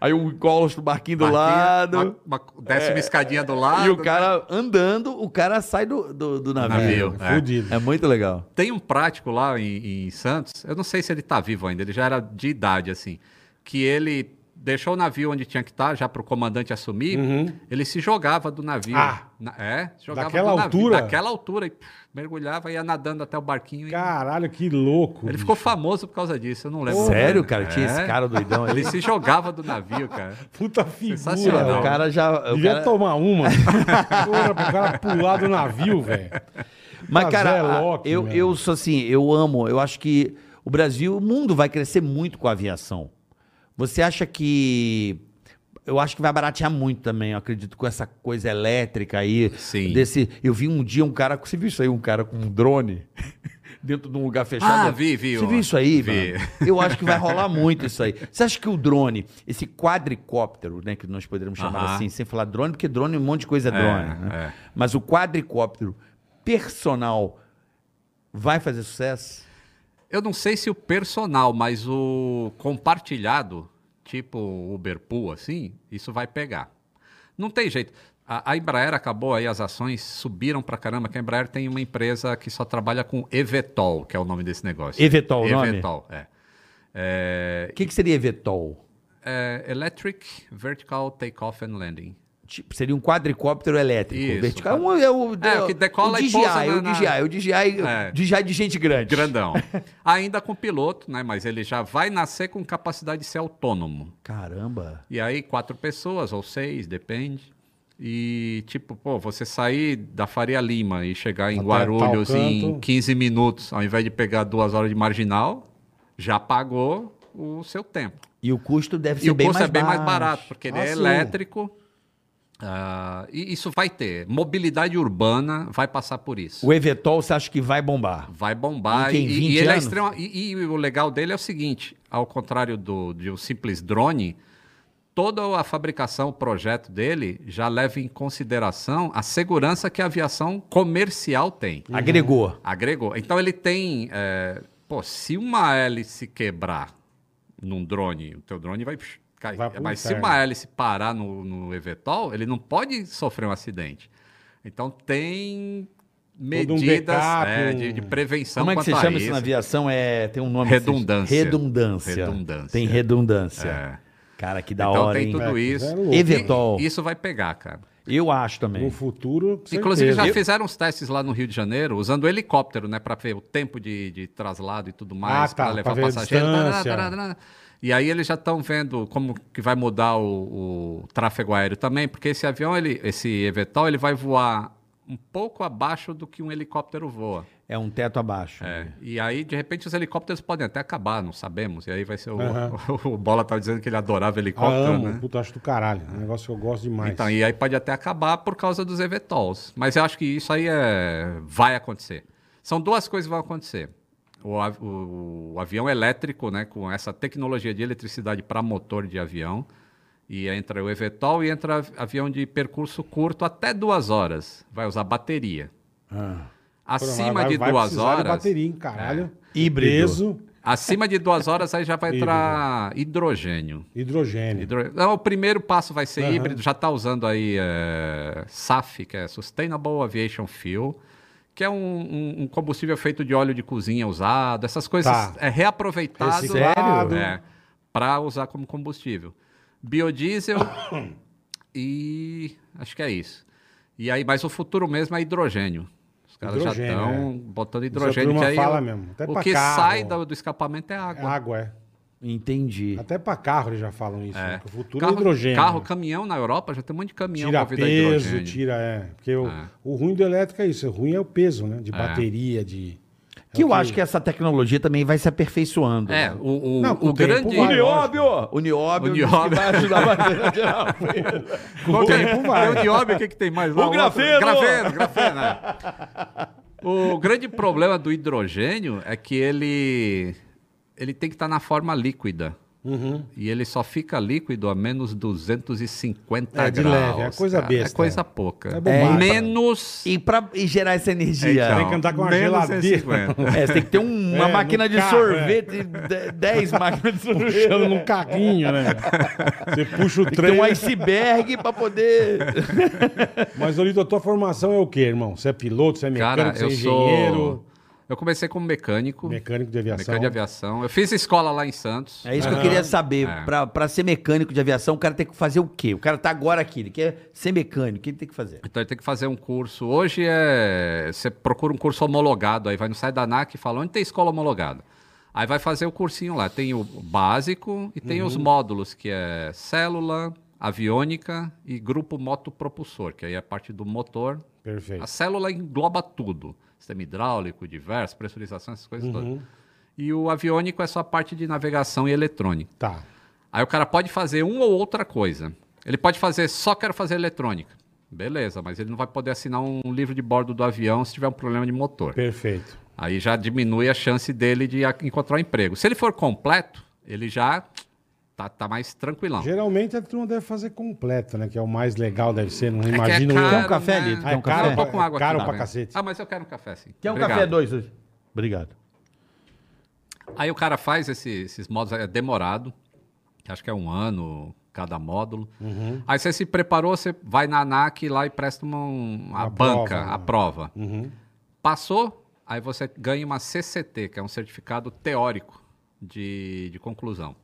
[SPEAKER 4] aí um colos do barquinho do lado... É.
[SPEAKER 5] Barquinha, uma- uma- desce uma escadinha do lado. né?
[SPEAKER 4] E o cara andando, o cara sai do, do, do navio.
[SPEAKER 5] Navio, é.
[SPEAKER 1] Fudido.
[SPEAKER 4] É muito legal.
[SPEAKER 5] Tem um prático lá em, em Santos, eu não sei se ele tá vivo ainda, ele já era de idade, assim, que ele deixou o navio onde tinha que estar, já pro comandante assumir,
[SPEAKER 4] Uhum.
[SPEAKER 5] ele se jogava do navio.
[SPEAKER 1] Ah!
[SPEAKER 5] Na- é, se jogava
[SPEAKER 1] Daquela
[SPEAKER 5] do navio,
[SPEAKER 1] altura?
[SPEAKER 5] Daquela altura, e pff, mergulhava, ia nadando até o barquinho. e-
[SPEAKER 1] Caralho, que louco.
[SPEAKER 5] ele
[SPEAKER 1] bicho.
[SPEAKER 5] ficou famoso por causa disso, eu não lembro.
[SPEAKER 4] Sério,
[SPEAKER 5] É.
[SPEAKER 4] cara? Tinha esse cara doidão ali?
[SPEAKER 5] Ele se jogava do navio, cara.
[SPEAKER 1] Puta figura.
[SPEAKER 5] Sensacional.
[SPEAKER 1] velho.
[SPEAKER 4] o cara já... o
[SPEAKER 1] Devia
[SPEAKER 4] cara-
[SPEAKER 1] tomar uma. Porra, pro cara pular do navio, velho.
[SPEAKER 4] Mas,
[SPEAKER 1] Mas
[SPEAKER 4] cara,
[SPEAKER 1] é Loki,
[SPEAKER 4] eu,
[SPEAKER 1] meu.
[SPEAKER 4] eu sou assim, eu amo. Eu acho que o Brasil, o mundo vai crescer muito com a aviação. Você acha que. eu acho que vai baratear muito também, eu acredito, com essa coisa elétrica aí.
[SPEAKER 5] Sim.
[SPEAKER 4] Desse, eu vi um dia um cara, você viu isso aí, um cara com um drone dentro de um lugar fechado?
[SPEAKER 5] Ah, vi, vi,
[SPEAKER 4] Você
[SPEAKER 5] ó.
[SPEAKER 4] viu isso aí,
[SPEAKER 5] Vi.
[SPEAKER 4] mano? Eu acho que vai rolar muito isso aí. Você acha que o drone, esse quadricóptero, né, que nós poderíamos chamar
[SPEAKER 5] Aham.
[SPEAKER 4] assim, sem falar drone, porque drone, um monte de coisa é drone, né? Mas o quadricóptero personal vai fazer sucesso?
[SPEAKER 5] Eu não sei se o personal, mas o compartilhado, tipo Uber Pool, assim, isso vai pegar. Não tem jeito. A, a Embraer acabou aí, as ações subiram pra caramba, que a Embraer tem uma empresa que só trabalha com Evetol, que é o nome desse negócio.
[SPEAKER 4] Evetol, o nome?
[SPEAKER 5] Evetol, é. É,
[SPEAKER 4] O que, que seria Evetol?
[SPEAKER 5] é Electric Vertical Takeoff and Landing.
[SPEAKER 4] Tipo, seria um quadricóptero elétrico.
[SPEAKER 5] Isso.
[SPEAKER 4] vertical. É, um- é o,
[SPEAKER 5] É, o que decola
[SPEAKER 4] o
[SPEAKER 5] e
[SPEAKER 4] DJI,
[SPEAKER 5] pousa
[SPEAKER 4] é o
[SPEAKER 5] na- na-
[SPEAKER 4] DJI, é o DJI,
[SPEAKER 5] É.
[SPEAKER 4] DJI de gente grande.
[SPEAKER 5] Grandão. Ainda com piloto, né? Mas ele já vai nascer com capacidade de ser autônomo.
[SPEAKER 4] Caramba.
[SPEAKER 5] E aí, quatro pessoas, ou seis, depende. E, tipo, pô, você sair da Faria Lima e chegar em
[SPEAKER 1] Até
[SPEAKER 5] Guarulhos
[SPEAKER 1] tal canto.
[SPEAKER 5] em 15 minutos, ao invés de pegar duas horas de marginal, já pagou o seu tempo.
[SPEAKER 4] E o custo deve
[SPEAKER 5] e
[SPEAKER 4] ser
[SPEAKER 5] o
[SPEAKER 4] bem
[SPEAKER 5] custo
[SPEAKER 4] mais
[SPEAKER 5] é bem mais
[SPEAKER 4] baixo.
[SPEAKER 5] barato, porque ele
[SPEAKER 1] Ah,
[SPEAKER 5] é
[SPEAKER 1] sim.
[SPEAKER 5] elétrico. Ah, e isso vai ter. Mobilidade urbana vai passar por isso.
[SPEAKER 4] O Evetol você acha que vai bombar?
[SPEAKER 5] Vai bombar.
[SPEAKER 4] Em quem,
[SPEAKER 5] e-
[SPEAKER 4] 20
[SPEAKER 5] e, ele é
[SPEAKER 4] anos?
[SPEAKER 5] extrema- e- e o legal dele é o seguinte: ao contrário do, de um simples drone, toda a fabricação, o projeto dele já leva em consideração a segurança que a aviação comercial tem.
[SPEAKER 4] Agregou.
[SPEAKER 5] Agregou. Então ele tem. é, pô, se uma hélice quebrar num drone, o teu drone vai. psh, cair.
[SPEAKER 1] Vai pro
[SPEAKER 5] Mas se
[SPEAKER 1] inferno.
[SPEAKER 5] uma hélice parar no, no Evetol, ele não pode sofrer um acidente. Então tem medidas
[SPEAKER 1] um backup,
[SPEAKER 5] é,
[SPEAKER 1] um-
[SPEAKER 5] de, de prevenção.
[SPEAKER 4] Como é que você
[SPEAKER 5] quanto a
[SPEAKER 4] chama isso na aviação? É, tem um nome. que se-
[SPEAKER 5] Redundância.
[SPEAKER 4] Redundância.
[SPEAKER 5] Redundância.
[SPEAKER 4] Tem redundância.
[SPEAKER 5] É.
[SPEAKER 4] Cara, que da
[SPEAKER 5] Então
[SPEAKER 4] hora,
[SPEAKER 5] tem
[SPEAKER 4] hein?
[SPEAKER 5] tudo
[SPEAKER 1] É,
[SPEAKER 5] isso.
[SPEAKER 1] é
[SPEAKER 5] E-
[SPEAKER 1] louco.
[SPEAKER 4] Evetol.
[SPEAKER 5] Isso vai pegar, cara.
[SPEAKER 4] Eu acho também.
[SPEAKER 1] No futuro, com
[SPEAKER 5] Inclusive, já
[SPEAKER 1] certeza.
[SPEAKER 5] fizeram uns testes lá no Rio de Janeiro, usando helicóptero, né? Pra ver o tempo de, de traslado e tudo mais,
[SPEAKER 1] Ah, tá,
[SPEAKER 5] pra levar
[SPEAKER 1] pra ver a
[SPEAKER 5] passageiro.
[SPEAKER 1] distância.
[SPEAKER 5] E aí eles já estão vendo como que vai mudar o, o tráfego aéreo também, porque esse avião, ele, esse Evetol, ele vai voar um pouco abaixo do que um helicóptero voa.
[SPEAKER 4] É um teto abaixo.
[SPEAKER 5] E aí, de repente, os helicópteros podem até acabar, não sabemos. E aí vai ser o...
[SPEAKER 1] Aham.
[SPEAKER 5] O Bola tava dizendo que ele adorava
[SPEAKER 1] Ah,
[SPEAKER 5] helicóptero,
[SPEAKER 1] amo,
[SPEAKER 5] né?
[SPEAKER 1] puta, acho do caralho. É um negócio que eu gosto demais.
[SPEAKER 5] Então, e aí pode até acabar por causa dos evetols. Mas eu acho que isso aí é... vai acontecer. São duas coisas que vão acontecer. O, av- o- o avião elétrico, né, com essa tecnologia de eletricidade para motor de avião, e entra o evetol e entra av- avião de percurso curto até duas horas. Vai usar bateria. Acima
[SPEAKER 1] Vai-
[SPEAKER 5] de
[SPEAKER 1] Ah. um vai
[SPEAKER 5] duas
[SPEAKER 1] precisar de
[SPEAKER 5] horas.
[SPEAKER 1] bateria, hein, caralho.
[SPEAKER 4] É. Híbrido.
[SPEAKER 1] Preso,
[SPEAKER 5] Acima de duas horas aí já vai entrar hidrogênio.
[SPEAKER 1] hidrogênio.
[SPEAKER 5] Hidro- Não, o primeiro passo vai ser
[SPEAKER 1] Aham.
[SPEAKER 5] híbrido, já está usando aí é, SAF, que é Sustainable Aviation Fuel, que é um, um- um combustível feito de óleo de cozinha usado, essas coisas
[SPEAKER 1] Tá.
[SPEAKER 5] é reaproveitado
[SPEAKER 1] Reciclado.
[SPEAKER 5] para usar como combustível. Biodiesel e acho que é isso. E aí, mas o futuro mesmo é hidrogênio. Os caras
[SPEAKER 1] Hidrogênio, é.
[SPEAKER 5] já estão botando
[SPEAKER 1] a
[SPEAKER 5] hidrogênio.
[SPEAKER 1] turma
[SPEAKER 5] que aí é
[SPEAKER 1] fala
[SPEAKER 5] o,
[SPEAKER 1] mesmo, até
[SPEAKER 5] o
[SPEAKER 1] pra
[SPEAKER 5] que
[SPEAKER 1] carro.
[SPEAKER 5] sai do, do escapamento é
[SPEAKER 1] É
[SPEAKER 5] água.
[SPEAKER 1] água, é.
[SPEAKER 4] Entendi.
[SPEAKER 1] Até pra carro eles já falam isso. né? Que O futuro
[SPEAKER 5] carro,
[SPEAKER 1] é hidrogênio.
[SPEAKER 5] Carro, caminhão na Europa, já tem um monte de caminhão
[SPEAKER 1] tira
[SPEAKER 5] movido a
[SPEAKER 1] peso,
[SPEAKER 5] hidrogênio.
[SPEAKER 1] tira, é. Porque o, o ruim do elétrico é isso. O ruim é o peso, né? De bateria, de. É
[SPEAKER 4] Que eu acho que é essa tecnologia também vai se aperfeiçoando.
[SPEAKER 5] É,
[SPEAKER 4] né?
[SPEAKER 5] o, o,
[SPEAKER 1] Não, com
[SPEAKER 5] o
[SPEAKER 1] o tempo
[SPEAKER 5] grande.
[SPEAKER 1] vai,
[SPEAKER 5] União-
[SPEAKER 4] Nióbio! O Nióbio,
[SPEAKER 5] O
[SPEAKER 4] diz que
[SPEAKER 5] Nióbio.
[SPEAKER 4] vai ajudar bastante.
[SPEAKER 5] Qual que é?
[SPEAKER 1] tempo vai.
[SPEAKER 5] Tem o Nióbio, o que, que tem mais lá? Um
[SPEAKER 4] O
[SPEAKER 5] outro?
[SPEAKER 4] grafeno!
[SPEAKER 5] Grafeno, grafeno, é. O grande problema do hidrogênio é que ele, ele tem que estar na forma líquida.
[SPEAKER 1] Uhum.
[SPEAKER 5] E ele só fica líquido a menos 250
[SPEAKER 1] É, de
[SPEAKER 5] graus.
[SPEAKER 1] leve, é coisa
[SPEAKER 5] cara.
[SPEAKER 1] besta,
[SPEAKER 5] É coisa
[SPEAKER 1] é.
[SPEAKER 5] pouca.
[SPEAKER 1] É bobagem.
[SPEAKER 5] menos. Então,
[SPEAKER 4] E pra e gerar essa energia.
[SPEAKER 5] É,
[SPEAKER 1] Tem que andar com uma
[SPEAKER 5] menos
[SPEAKER 1] geladeira.
[SPEAKER 5] 150.
[SPEAKER 4] É, você tem que ter um- uma
[SPEAKER 1] É,
[SPEAKER 4] máquina
[SPEAKER 1] no
[SPEAKER 4] de
[SPEAKER 1] carro,
[SPEAKER 4] sorvete, de- 10 máquinas de sorvete.
[SPEAKER 1] Puxando num carrinho, né? Você puxa o
[SPEAKER 4] Tem
[SPEAKER 1] trem.
[SPEAKER 4] um iceberg pra poder.
[SPEAKER 1] Mas, Olito, a tua formação é o quê, irmão? Você é piloto, você é mecânico,
[SPEAKER 5] Cara,
[SPEAKER 1] você é
[SPEAKER 5] eu
[SPEAKER 1] engenheiro,
[SPEAKER 5] sou. Eu comecei como mecânico, mecânico
[SPEAKER 1] mecânico de aviação.
[SPEAKER 5] de aviação. Eu fiz escola lá em Santos.
[SPEAKER 4] É isso que eu queria saber. Pra, pra ser mecânico de aviação, o cara tem que fazer o quê? O cara tá agora aqui, ele quer ser mecânico. O que ele tem que fazer?
[SPEAKER 5] Então ele tem que fazer um curso. Hoje é. Você procura um curso homologado, aí vai no site da ANAC e fala: onde tem escola homologada? Aí vai fazer o cursinho lá. Tem o básico e tem os módulos, que é célula, aviônica e grupo motopropulsor, que aí é a parte do motor.
[SPEAKER 1] Perfeito.
[SPEAKER 5] A célula engloba tudo: sistema hidráulico, diverso, pressurização, essas
[SPEAKER 1] Uhum.
[SPEAKER 5] coisas todas. E o aviônico é só a parte de navegação e eletrônica.
[SPEAKER 1] Tá.
[SPEAKER 5] Aí o cara pode fazer uma ou um outra coisa. Ele pode fazer, só quero fazer eletrônica. Beleza, mas ele não vai poder assinar um livro de bordo do avião se tiver um problema de motor.
[SPEAKER 1] Perfeito.
[SPEAKER 5] Aí já diminui a chance dele de a- encontrar um emprego. Se ele for completo, ele já tá, tá mais tranquilão.
[SPEAKER 1] Geralmente a turma deve fazer completa, né? Que é o mais legal, deve ser. Não imagino.
[SPEAKER 5] que é
[SPEAKER 4] Quer
[SPEAKER 1] eu.
[SPEAKER 4] um café, Lito?
[SPEAKER 5] Ah,
[SPEAKER 4] Quer
[SPEAKER 5] é
[SPEAKER 4] um
[SPEAKER 5] caro,
[SPEAKER 4] café?
[SPEAKER 5] Eu tô com água
[SPEAKER 1] Caro
[SPEAKER 5] aqui,
[SPEAKER 1] pra
[SPEAKER 5] vendo?
[SPEAKER 1] cacete.
[SPEAKER 5] Ah, mas eu quero um café sim.
[SPEAKER 4] Quer um
[SPEAKER 5] Obrigado.
[SPEAKER 4] café dois hoje? Obrigado.
[SPEAKER 5] Aí o cara faz esse- esses módulos, é demorado, acho que é um ano cada módulo.
[SPEAKER 1] Uhum,
[SPEAKER 5] Aí você se preparou, você vai na ANAC lá e presta uma, um- a
[SPEAKER 1] Uma
[SPEAKER 5] banca,
[SPEAKER 1] prova,
[SPEAKER 5] a
[SPEAKER 1] né?
[SPEAKER 5] prova.
[SPEAKER 1] Uhum.
[SPEAKER 5] Passou, aí você ganha uma CCT, que é um certificado teórico de, de conclusão.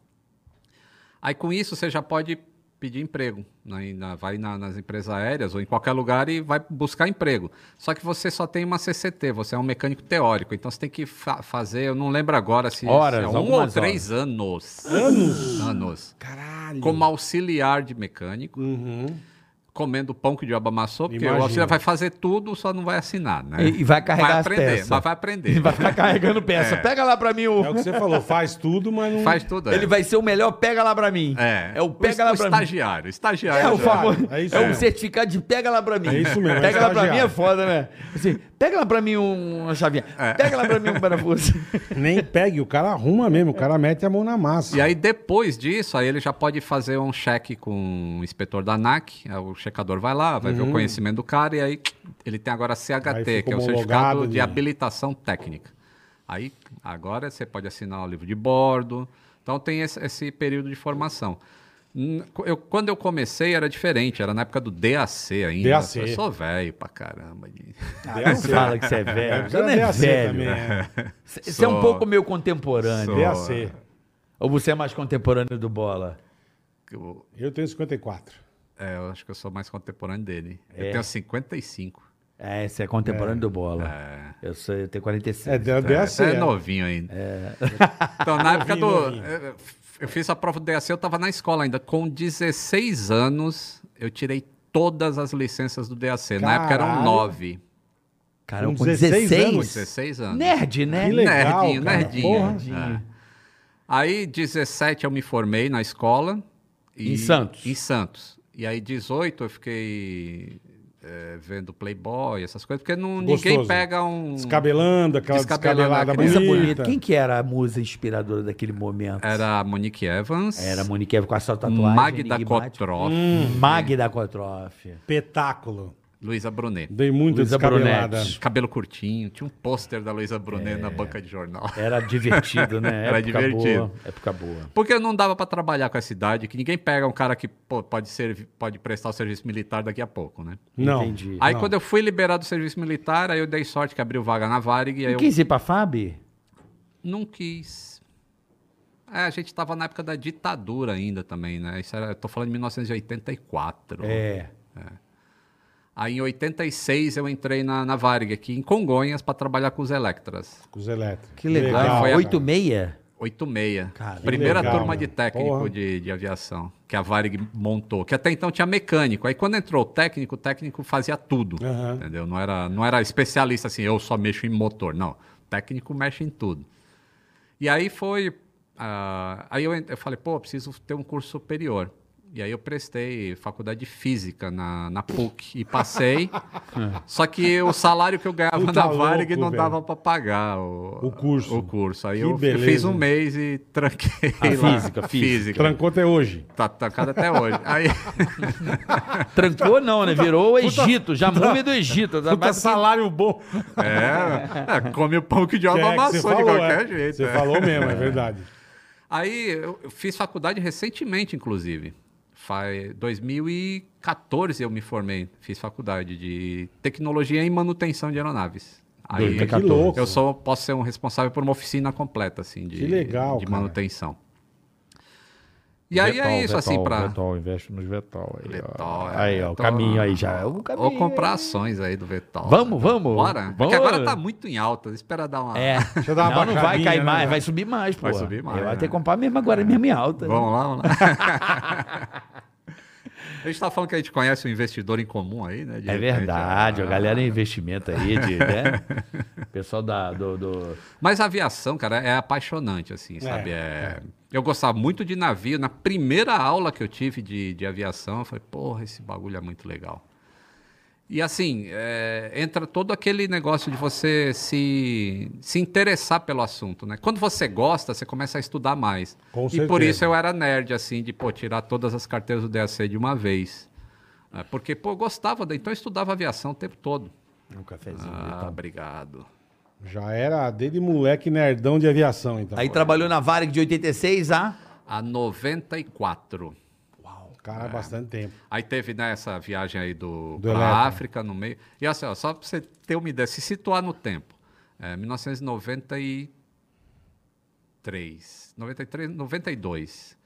[SPEAKER 5] Aí com isso você já pode pedir emprego, né, e na- vai na- nas empresas aéreas ou em qualquer lugar e vai buscar emprego. Só que você só tem uma CCT, você é um mecânico teórico, então você tem que fa- fazer, eu não lembro agora se, se
[SPEAKER 4] Horas,
[SPEAKER 5] é um ou
[SPEAKER 4] algumas
[SPEAKER 5] três anos. Anos? Anos.
[SPEAKER 1] Caralho.
[SPEAKER 5] Como auxiliar de mecânico,
[SPEAKER 1] Uhum.
[SPEAKER 5] comendo pão que o diabo amassou, porque
[SPEAKER 1] Imagina.
[SPEAKER 5] o auxiliar vai fazer tudo, só não vai assinar, né?
[SPEAKER 4] E- e vai carregar as
[SPEAKER 5] aprender,
[SPEAKER 4] peças.
[SPEAKER 5] Mas vai aprender.
[SPEAKER 4] Ele vai ficar carregando peça. Pega lá pra mim o.
[SPEAKER 1] É o que você falou, faz tudo, mas não.
[SPEAKER 5] Faz tudo. é.
[SPEAKER 4] Ele vai ser o melhor pega lá pra mim.
[SPEAKER 5] É.
[SPEAKER 4] É o pega
[SPEAKER 5] o,
[SPEAKER 4] lá
[SPEAKER 5] o
[SPEAKER 4] pra mim.
[SPEAKER 5] estagiário. Estagiário.
[SPEAKER 4] É o
[SPEAKER 5] já.
[SPEAKER 4] famoso.
[SPEAKER 1] É
[SPEAKER 4] É,
[SPEAKER 1] isso
[SPEAKER 4] um
[SPEAKER 1] mesmo.
[SPEAKER 4] certificado de pega lá pra mim.
[SPEAKER 1] É isso mesmo, é
[SPEAKER 4] Pega lá pra mim
[SPEAKER 1] estagiário.
[SPEAKER 4] é foda, né? Assim, pega lá pra mim um- uma chavinha.
[SPEAKER 5] É.
[SPEAKER 4] Pega lá pra mim um parafuso.
[SPEAKER 1] Nem pegue, o cara arruma mesmo, o cara mete a mão na massa.
[SPEAKER 5] E aí, depois disso, aí ele já pode fazer um cheque com o inspetor da ANAC. aí O checador vai lá, vai ver o conhecimento do cara. E aí, ele tem agora a
[SPEAKER 1] Aí
[SPEAKER 5] CHT,
[SPEAKER 1] fica
[SPEAKER 5] que é o
[SPEAKER 1] homologado
[SPEAKER 5] Certificado de...
[SPEAKER 1] de-
[SPEAKER 5] Habilitação Técnica. Aí, agora você pode assinar o livro de bordo. Então, tem esse, esse período de formação. Hum, eu- quando eu comecei era diferente, era na época do DAC ainda.
[SPEAKER 1] DAC.
[SPEAKER 5] Eu sou velho pra caramba. de-
[SPEAKER 4] Não fala que você é velho. Você não é
[SPEAKER 1] DAC
[SPEAKER 4] velho.
[SPEAKER 1] também,
[SPEAKER 5] né?
[SPEAKER 1] é.
[SPEAKER 4] Você você é um
[SPEAKER 5] Sou.
[SPEAKER 4] pouco meio contemporâneo.
[SPEAKER 5] Sou.
[SPEAKER 1] DAC.
[SPEAKER 4] Ou você é mais contemporâneo do Bola?
[SPEAKER 5] Eu,
[SPEAKER 1] Eu tenho 54.
[SPEAKER 5] é, eu acho que eu sou mais contemporâneo dele. Eu tenho 55.
[SPEAKER 4] É, você é contemporâneo do Bola.
[SPEAKER 5] É.
[SPEAKER 4] Eu, sou, eu tenho 46.
[SPEAKER 1] É, da- DAC.
[SPEAKER 5] Você é
[SPEAKER 1] é.
[SPEAKER 5] novinho ainda. Então, na época do.
[SPEAKER 1] Novinho,
[SPEAKER 5] eu- Eu fiz a prova do DAC, eu tava na escola ainda. Com 16 anos, eu tirei todas as licenças do DAC. Na época eram
[SPEAKER 1] Caralho.
[SPEAKER 5] nove.
[SPEAKER 4] Cara, eu
[SPEAKER 1] Com
[SPEAKER 4] com
[SPEAKER 1] 16
[SPEAKER 4] 16,
[SPEAKER 1] anos,
[SPEAKER 5] 16 anos.
[SPEAKER 4] Nerd, né?
[SPEAKER 1] Que legal,
[SPEAKER 5] nerdinho,
[SPEAKER 1] cara.
[SPEAKER 5] nerdinho.
[SPEAKER 1] Porra.
[SPEAKER 5] É. Aí, 17 eu me formei na escola. e-
[SPEAKER 4] Em Santos.
[SPEAKER 5] Em Santos. E aí, 18 eu fiquei é, vendo Playboy, essas coisas, porque não, ninguém
[SPEAKER 1] Gostoso.
[SPEAKER 5] pega um.
[SPEAKER 1] Descabelando, aquela
[SPEAKER 5] Descabelando,
[SPEAKER 1] descabelada
[SPEAKER 5] a
[SPEAKER 4] Coisa
[SPEAKER 1] bonita.
[SPEAKER 5] criança
[SPEAKER 4] bonita. Quem que era a musa inspiradora daquele momento?
[SPEAKER 5] Era a Monique Evans.
[SPEAKER 4] Era a Monique Eva com a sua tatuagem.
[SPEAKER 5] Magda
[SPEAKER 4] enigmática. Hum.
[SPEAKER 5] Kotroff,
[SPEAKER 4] Magda Kotroff.
[SPEAKER 1] Espetáculo.
[SPEAKER 5] Luísa Brunet.
[SPEAKER 1] Dei muita
[SPEAKER 4] Luísa
[SPEAKER 1] descabelada.
[SPEAKER 4] Brunetti.
[SPEAKER 5] Cabelo curtinho, tinha um pôster da Luísa Brunet
[SPEAKER 4] É.
[SPEAKER 5] na banca de jornal.
[SPEAKER 4] Era divertido, né?
[SPEAKER 5] Era
[SPEAKER 4] Época
[SPEAKER 5] divertido.
[SPEAKER 4] Boa. Época boa.
[SPEAKER 5] Porque não dava pra trabalhar com essa idade, que ninguém pega um cara que pô, pode, ser, pode prestar o serviço militar daqui a pouco, né?
[SPEAKER 1] Não.
[SPEAKER 4] Entendi.
[SPEAKER 5] Aí quando eu fui liberado do serviço militar, aí eu dei sorte que abriu vaga na Varig e aí
[SPEAKER 4] E
[SPEAKER 5] eu
[SPEAKER 4] quis ir pra FAB?
[SPEAKER 5] não quis. É, a gente tava na época da ditadura ainda também, né? Isso era, eu tô falando de 1984.
[SPEAKER 4] É.
[SPEAKER 5] Aí em 86 eu entrei na, na Varig aqui em Congonhas pra trabalhar com os Electras.
[SPEAKER 1] Com os elétricos.
[SPEAKER 4] Que legal.
[SPEAKER 5] Legal,
[SPEAKER 1] cara.
[SPEAKER 5] foi a-
[SPEAKER 4] 86?
[SPEAKER 5] 86.
[SPEAKER 4] Cara, que
[SPEAKER 5] Primeira
[SPEAKER 1] legal,
[SPEAKER 5] turma de
[SPEAKER 1] né?
[SPEAKER 5] técnico
[SPEAKER 1] Porra.
[SPEAKER 5] de, de aviação que a Varig montou, que até então tinha mecânico. Aí quando entrou o técnico, o técnico fazia tudo,
[SPEAKER 1] Aham.
[SPEAKER 5] entendeu? Não era, não era especialista assim, eu só mexo em motor. Não, o técnico mexe em tudo. E aí foi... ah, aí eu, en- eu falei, pô, eu preciso ter um curso superior. E aí eu prestei faculdade de física na, na PUC e passei. Só que o salário que eu ganhava
[SPEAKER 1] Puta
[SPEAKER 5] na Varig
[SPEAKER 1] louco,
[SPEAKER 5] não
[SPEAKER 1] velho.
[SPEAKER 5] dava para pagar o,
[SPEAKER 1] O curso.
[SPEAKER 5] O curso. Aí
[SPEAKER 1] Que
[SPEAKER 5] eu
[SPEAKER 1] beleza.
[SPEAKER 5] fiz um mês e tranquei
[SPEAKER 4] Ah,
[SPEAKER 5] lá.
[SPEAKER 4] física, física.
[SPEAKER 1] Trancou até hoje.
[SPEAKER 5] Tá trancado até hoje. Aí,
[SPEAKER 4] Trancou não, né? Virou o Egito. Já múmia do Egito.
[SPEAKER 1] Puta
[SPEAKER 4] Tá
[SPEAKER 5] assim,
[SPEAKER 4] mais
[SPEAKER 1] salário bom.
[SPEAKER 5] é, é, come o pão que o diabo
[SPEAKER 1] É, que você
[SPEAKER 5] amassou de
[SPEAKER 1] falou,
[SPEAKER 5] qualquer
[SPEAKER 1] é.
[SPEAKER 5] jeito.
[SPEAKER 1] Você
[SPEAKER 5] é.
[SPEAKER 1] falou mesmo, é verdade.
[SPEAKER 5] Aí eu eu fiz faculdade recentemente, inclusive. Faz 2014 eu me formei. Fiz faculdade de tecnologia em manutenção de aeronaves. Aí,
[SPEAKER 1] Que louco.
[SPEAKER 5] Eu sou, posso ser um responsável por uma oficina completa, assim, de,
[SPEAKER 1] Que legal,
[SPEAKER 5] de
[SPEAKER 1] cara.
[SPEAKER 5] manutenção. E aí é isso, assim, pra.
[SPEAKER 3] Vetol, investe nos Vetol. Aí,
[SPEAKER 5] Vetol,
[SPEAKER 3] ó.
[SPEAKER 5] é,
[SPEAKER 3] aí ó, o
[SPEAKER 5] Vetol.
[SPEAKER 3] caminho aí já. É o caminho.
[SPEAKER 5] Ou comprar ações aí do Vetal.
[SPEAKER 4] Vamos, vamos.
[SPEAKER 5] Bora.
[SPEAKER 4] Vamos.
[SPEAKER 5] Porque agora tá muito em alta. Espera dar uma.
[SPEAKER 4] É.
[SPEAKER 1] Deixa eu dar uma
[SPEAKER 4] não, não vai
[SPEAKER 1] baixadinha,
[SPEAKER 4] cair
[SPEAKER 1] né?
[SPEAKER 4] mais, vai subir mais, pô.
[SPEAKER 5] Vai subir mais,
[SPEAKER 4] Eu vou
[SPEAKER 5] né?
[SPEAKER 4] ter que comprar mesmo agora, mesmo em alta.
[SPEAKER 5] Vamos lá, vamos lá. A gente tá falando que a gente conhece um investidor em comum aí, né? De
[SPEAKER 4] É
[SPEAKER 5] repente,
[SPEAKER 4] verdade,
[SPEAKER 5] ah,
[SPEAKER 4] a galera é investimento aí, de, né? Pessoal da, do, do-
[SPEAKER 5] Mas a aviação, cara, é apaixonante, assim, sabe? É- Eu gostava muito de navio. Na primeira aula que eu tive de, de aviação, eu falei, porra, esse bagulho é muito legal. E assim, é, entra todo aquele negócio de você se, se interessar pelo assunto, né? Quando você gosta, você começa a estudar mais.
[SPEAKER 1] Com
[SPEAKER 5] e por
[SPEAKER 1] certeza.
[SPEAKER 5] isso eu era nerd, assim, de pô, tirar todas as carteiras do DAC de uma vez. É, Porque, pô, eu gostava, da- então eu estudava aviação o tempo todo.
[SPEAKER 4] Um cafezinho.
[SPEAKER 5] Ah, obrigado.
[SPEAKER 1] Já era desde moleque nerdão de aviação, então.
[SPEAKER 5] tá.
[SPEAKER 4] Aí trabalhou na Varig de 86 a.
[SPEAKER 5] A 94. É.
[SPEAKER 1] Cara, há bastante tempo.
[SPEAKER 5] Aí teve né, essa viagem aí do,
[SPEAKER 1] Do
[SPEAKER 5] pra
[SPEAKER 1] Eletro.
[SPEAKER 5] África no meio. E assim, ó, só pra você ter uma ideia, se situar no tempo. É, 1993. 93, 92.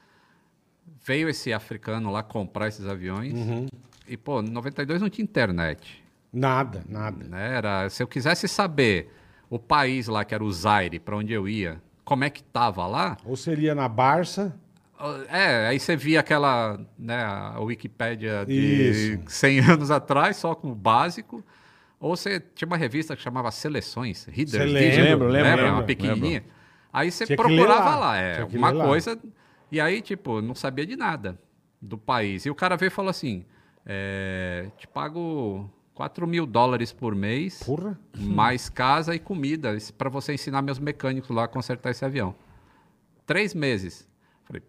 [SPEAKER 5] Veio esse africano lá comprar esses aviões. E, pô, em 92 não tinha internet.
[SPEAKER 1] Nada, nada.
[SPEAKER 5] né? Era, se eu quisesse saber o país lá, que era o Zaire, para onde eu ia, como é que tava lá,
[SPEAKER 1] Ou seria na Barça,
[SPEAKER 5] é, aí você via aquela, né, a Wikipédia de
[SPEAKER 1] Isso.
[SPEAKER 5] 100 anos atrás, só com o básico. Ou você tinha uma revista que chamava Seleções,
[SPEAKER 1] Você
[SPEAKER 5] Reader.
[SPEAKER 1] lembra,
[SPEAKER 3] lembro, lembro,
[SPEAKER 5] Uma
[SPEAKER 1] lembro,
[SPEAKER 5] pequenininha. Aí você
[SPEAKER 1] Tinha que ler
[SPEAKER 5] procurava
[SPEAKER 1] lá,
[SPEAKER 5] lá, é,
[SPEAKER 1] tinha que
[SPEAKER 5] uma
[SPEAKER 1] ler lá.
[SPEAKER 5] coisa. E aí, tipo, não sabia de nada do país. E o cara veio e falou assim, é, te pago 4 mil dólares por mês,
[SPEAKER 1] porra.
[SPEAKER 5] mais casa e comida, para você ensinar meus mecânicos lá a consertar esse avião. Três meses. Falei,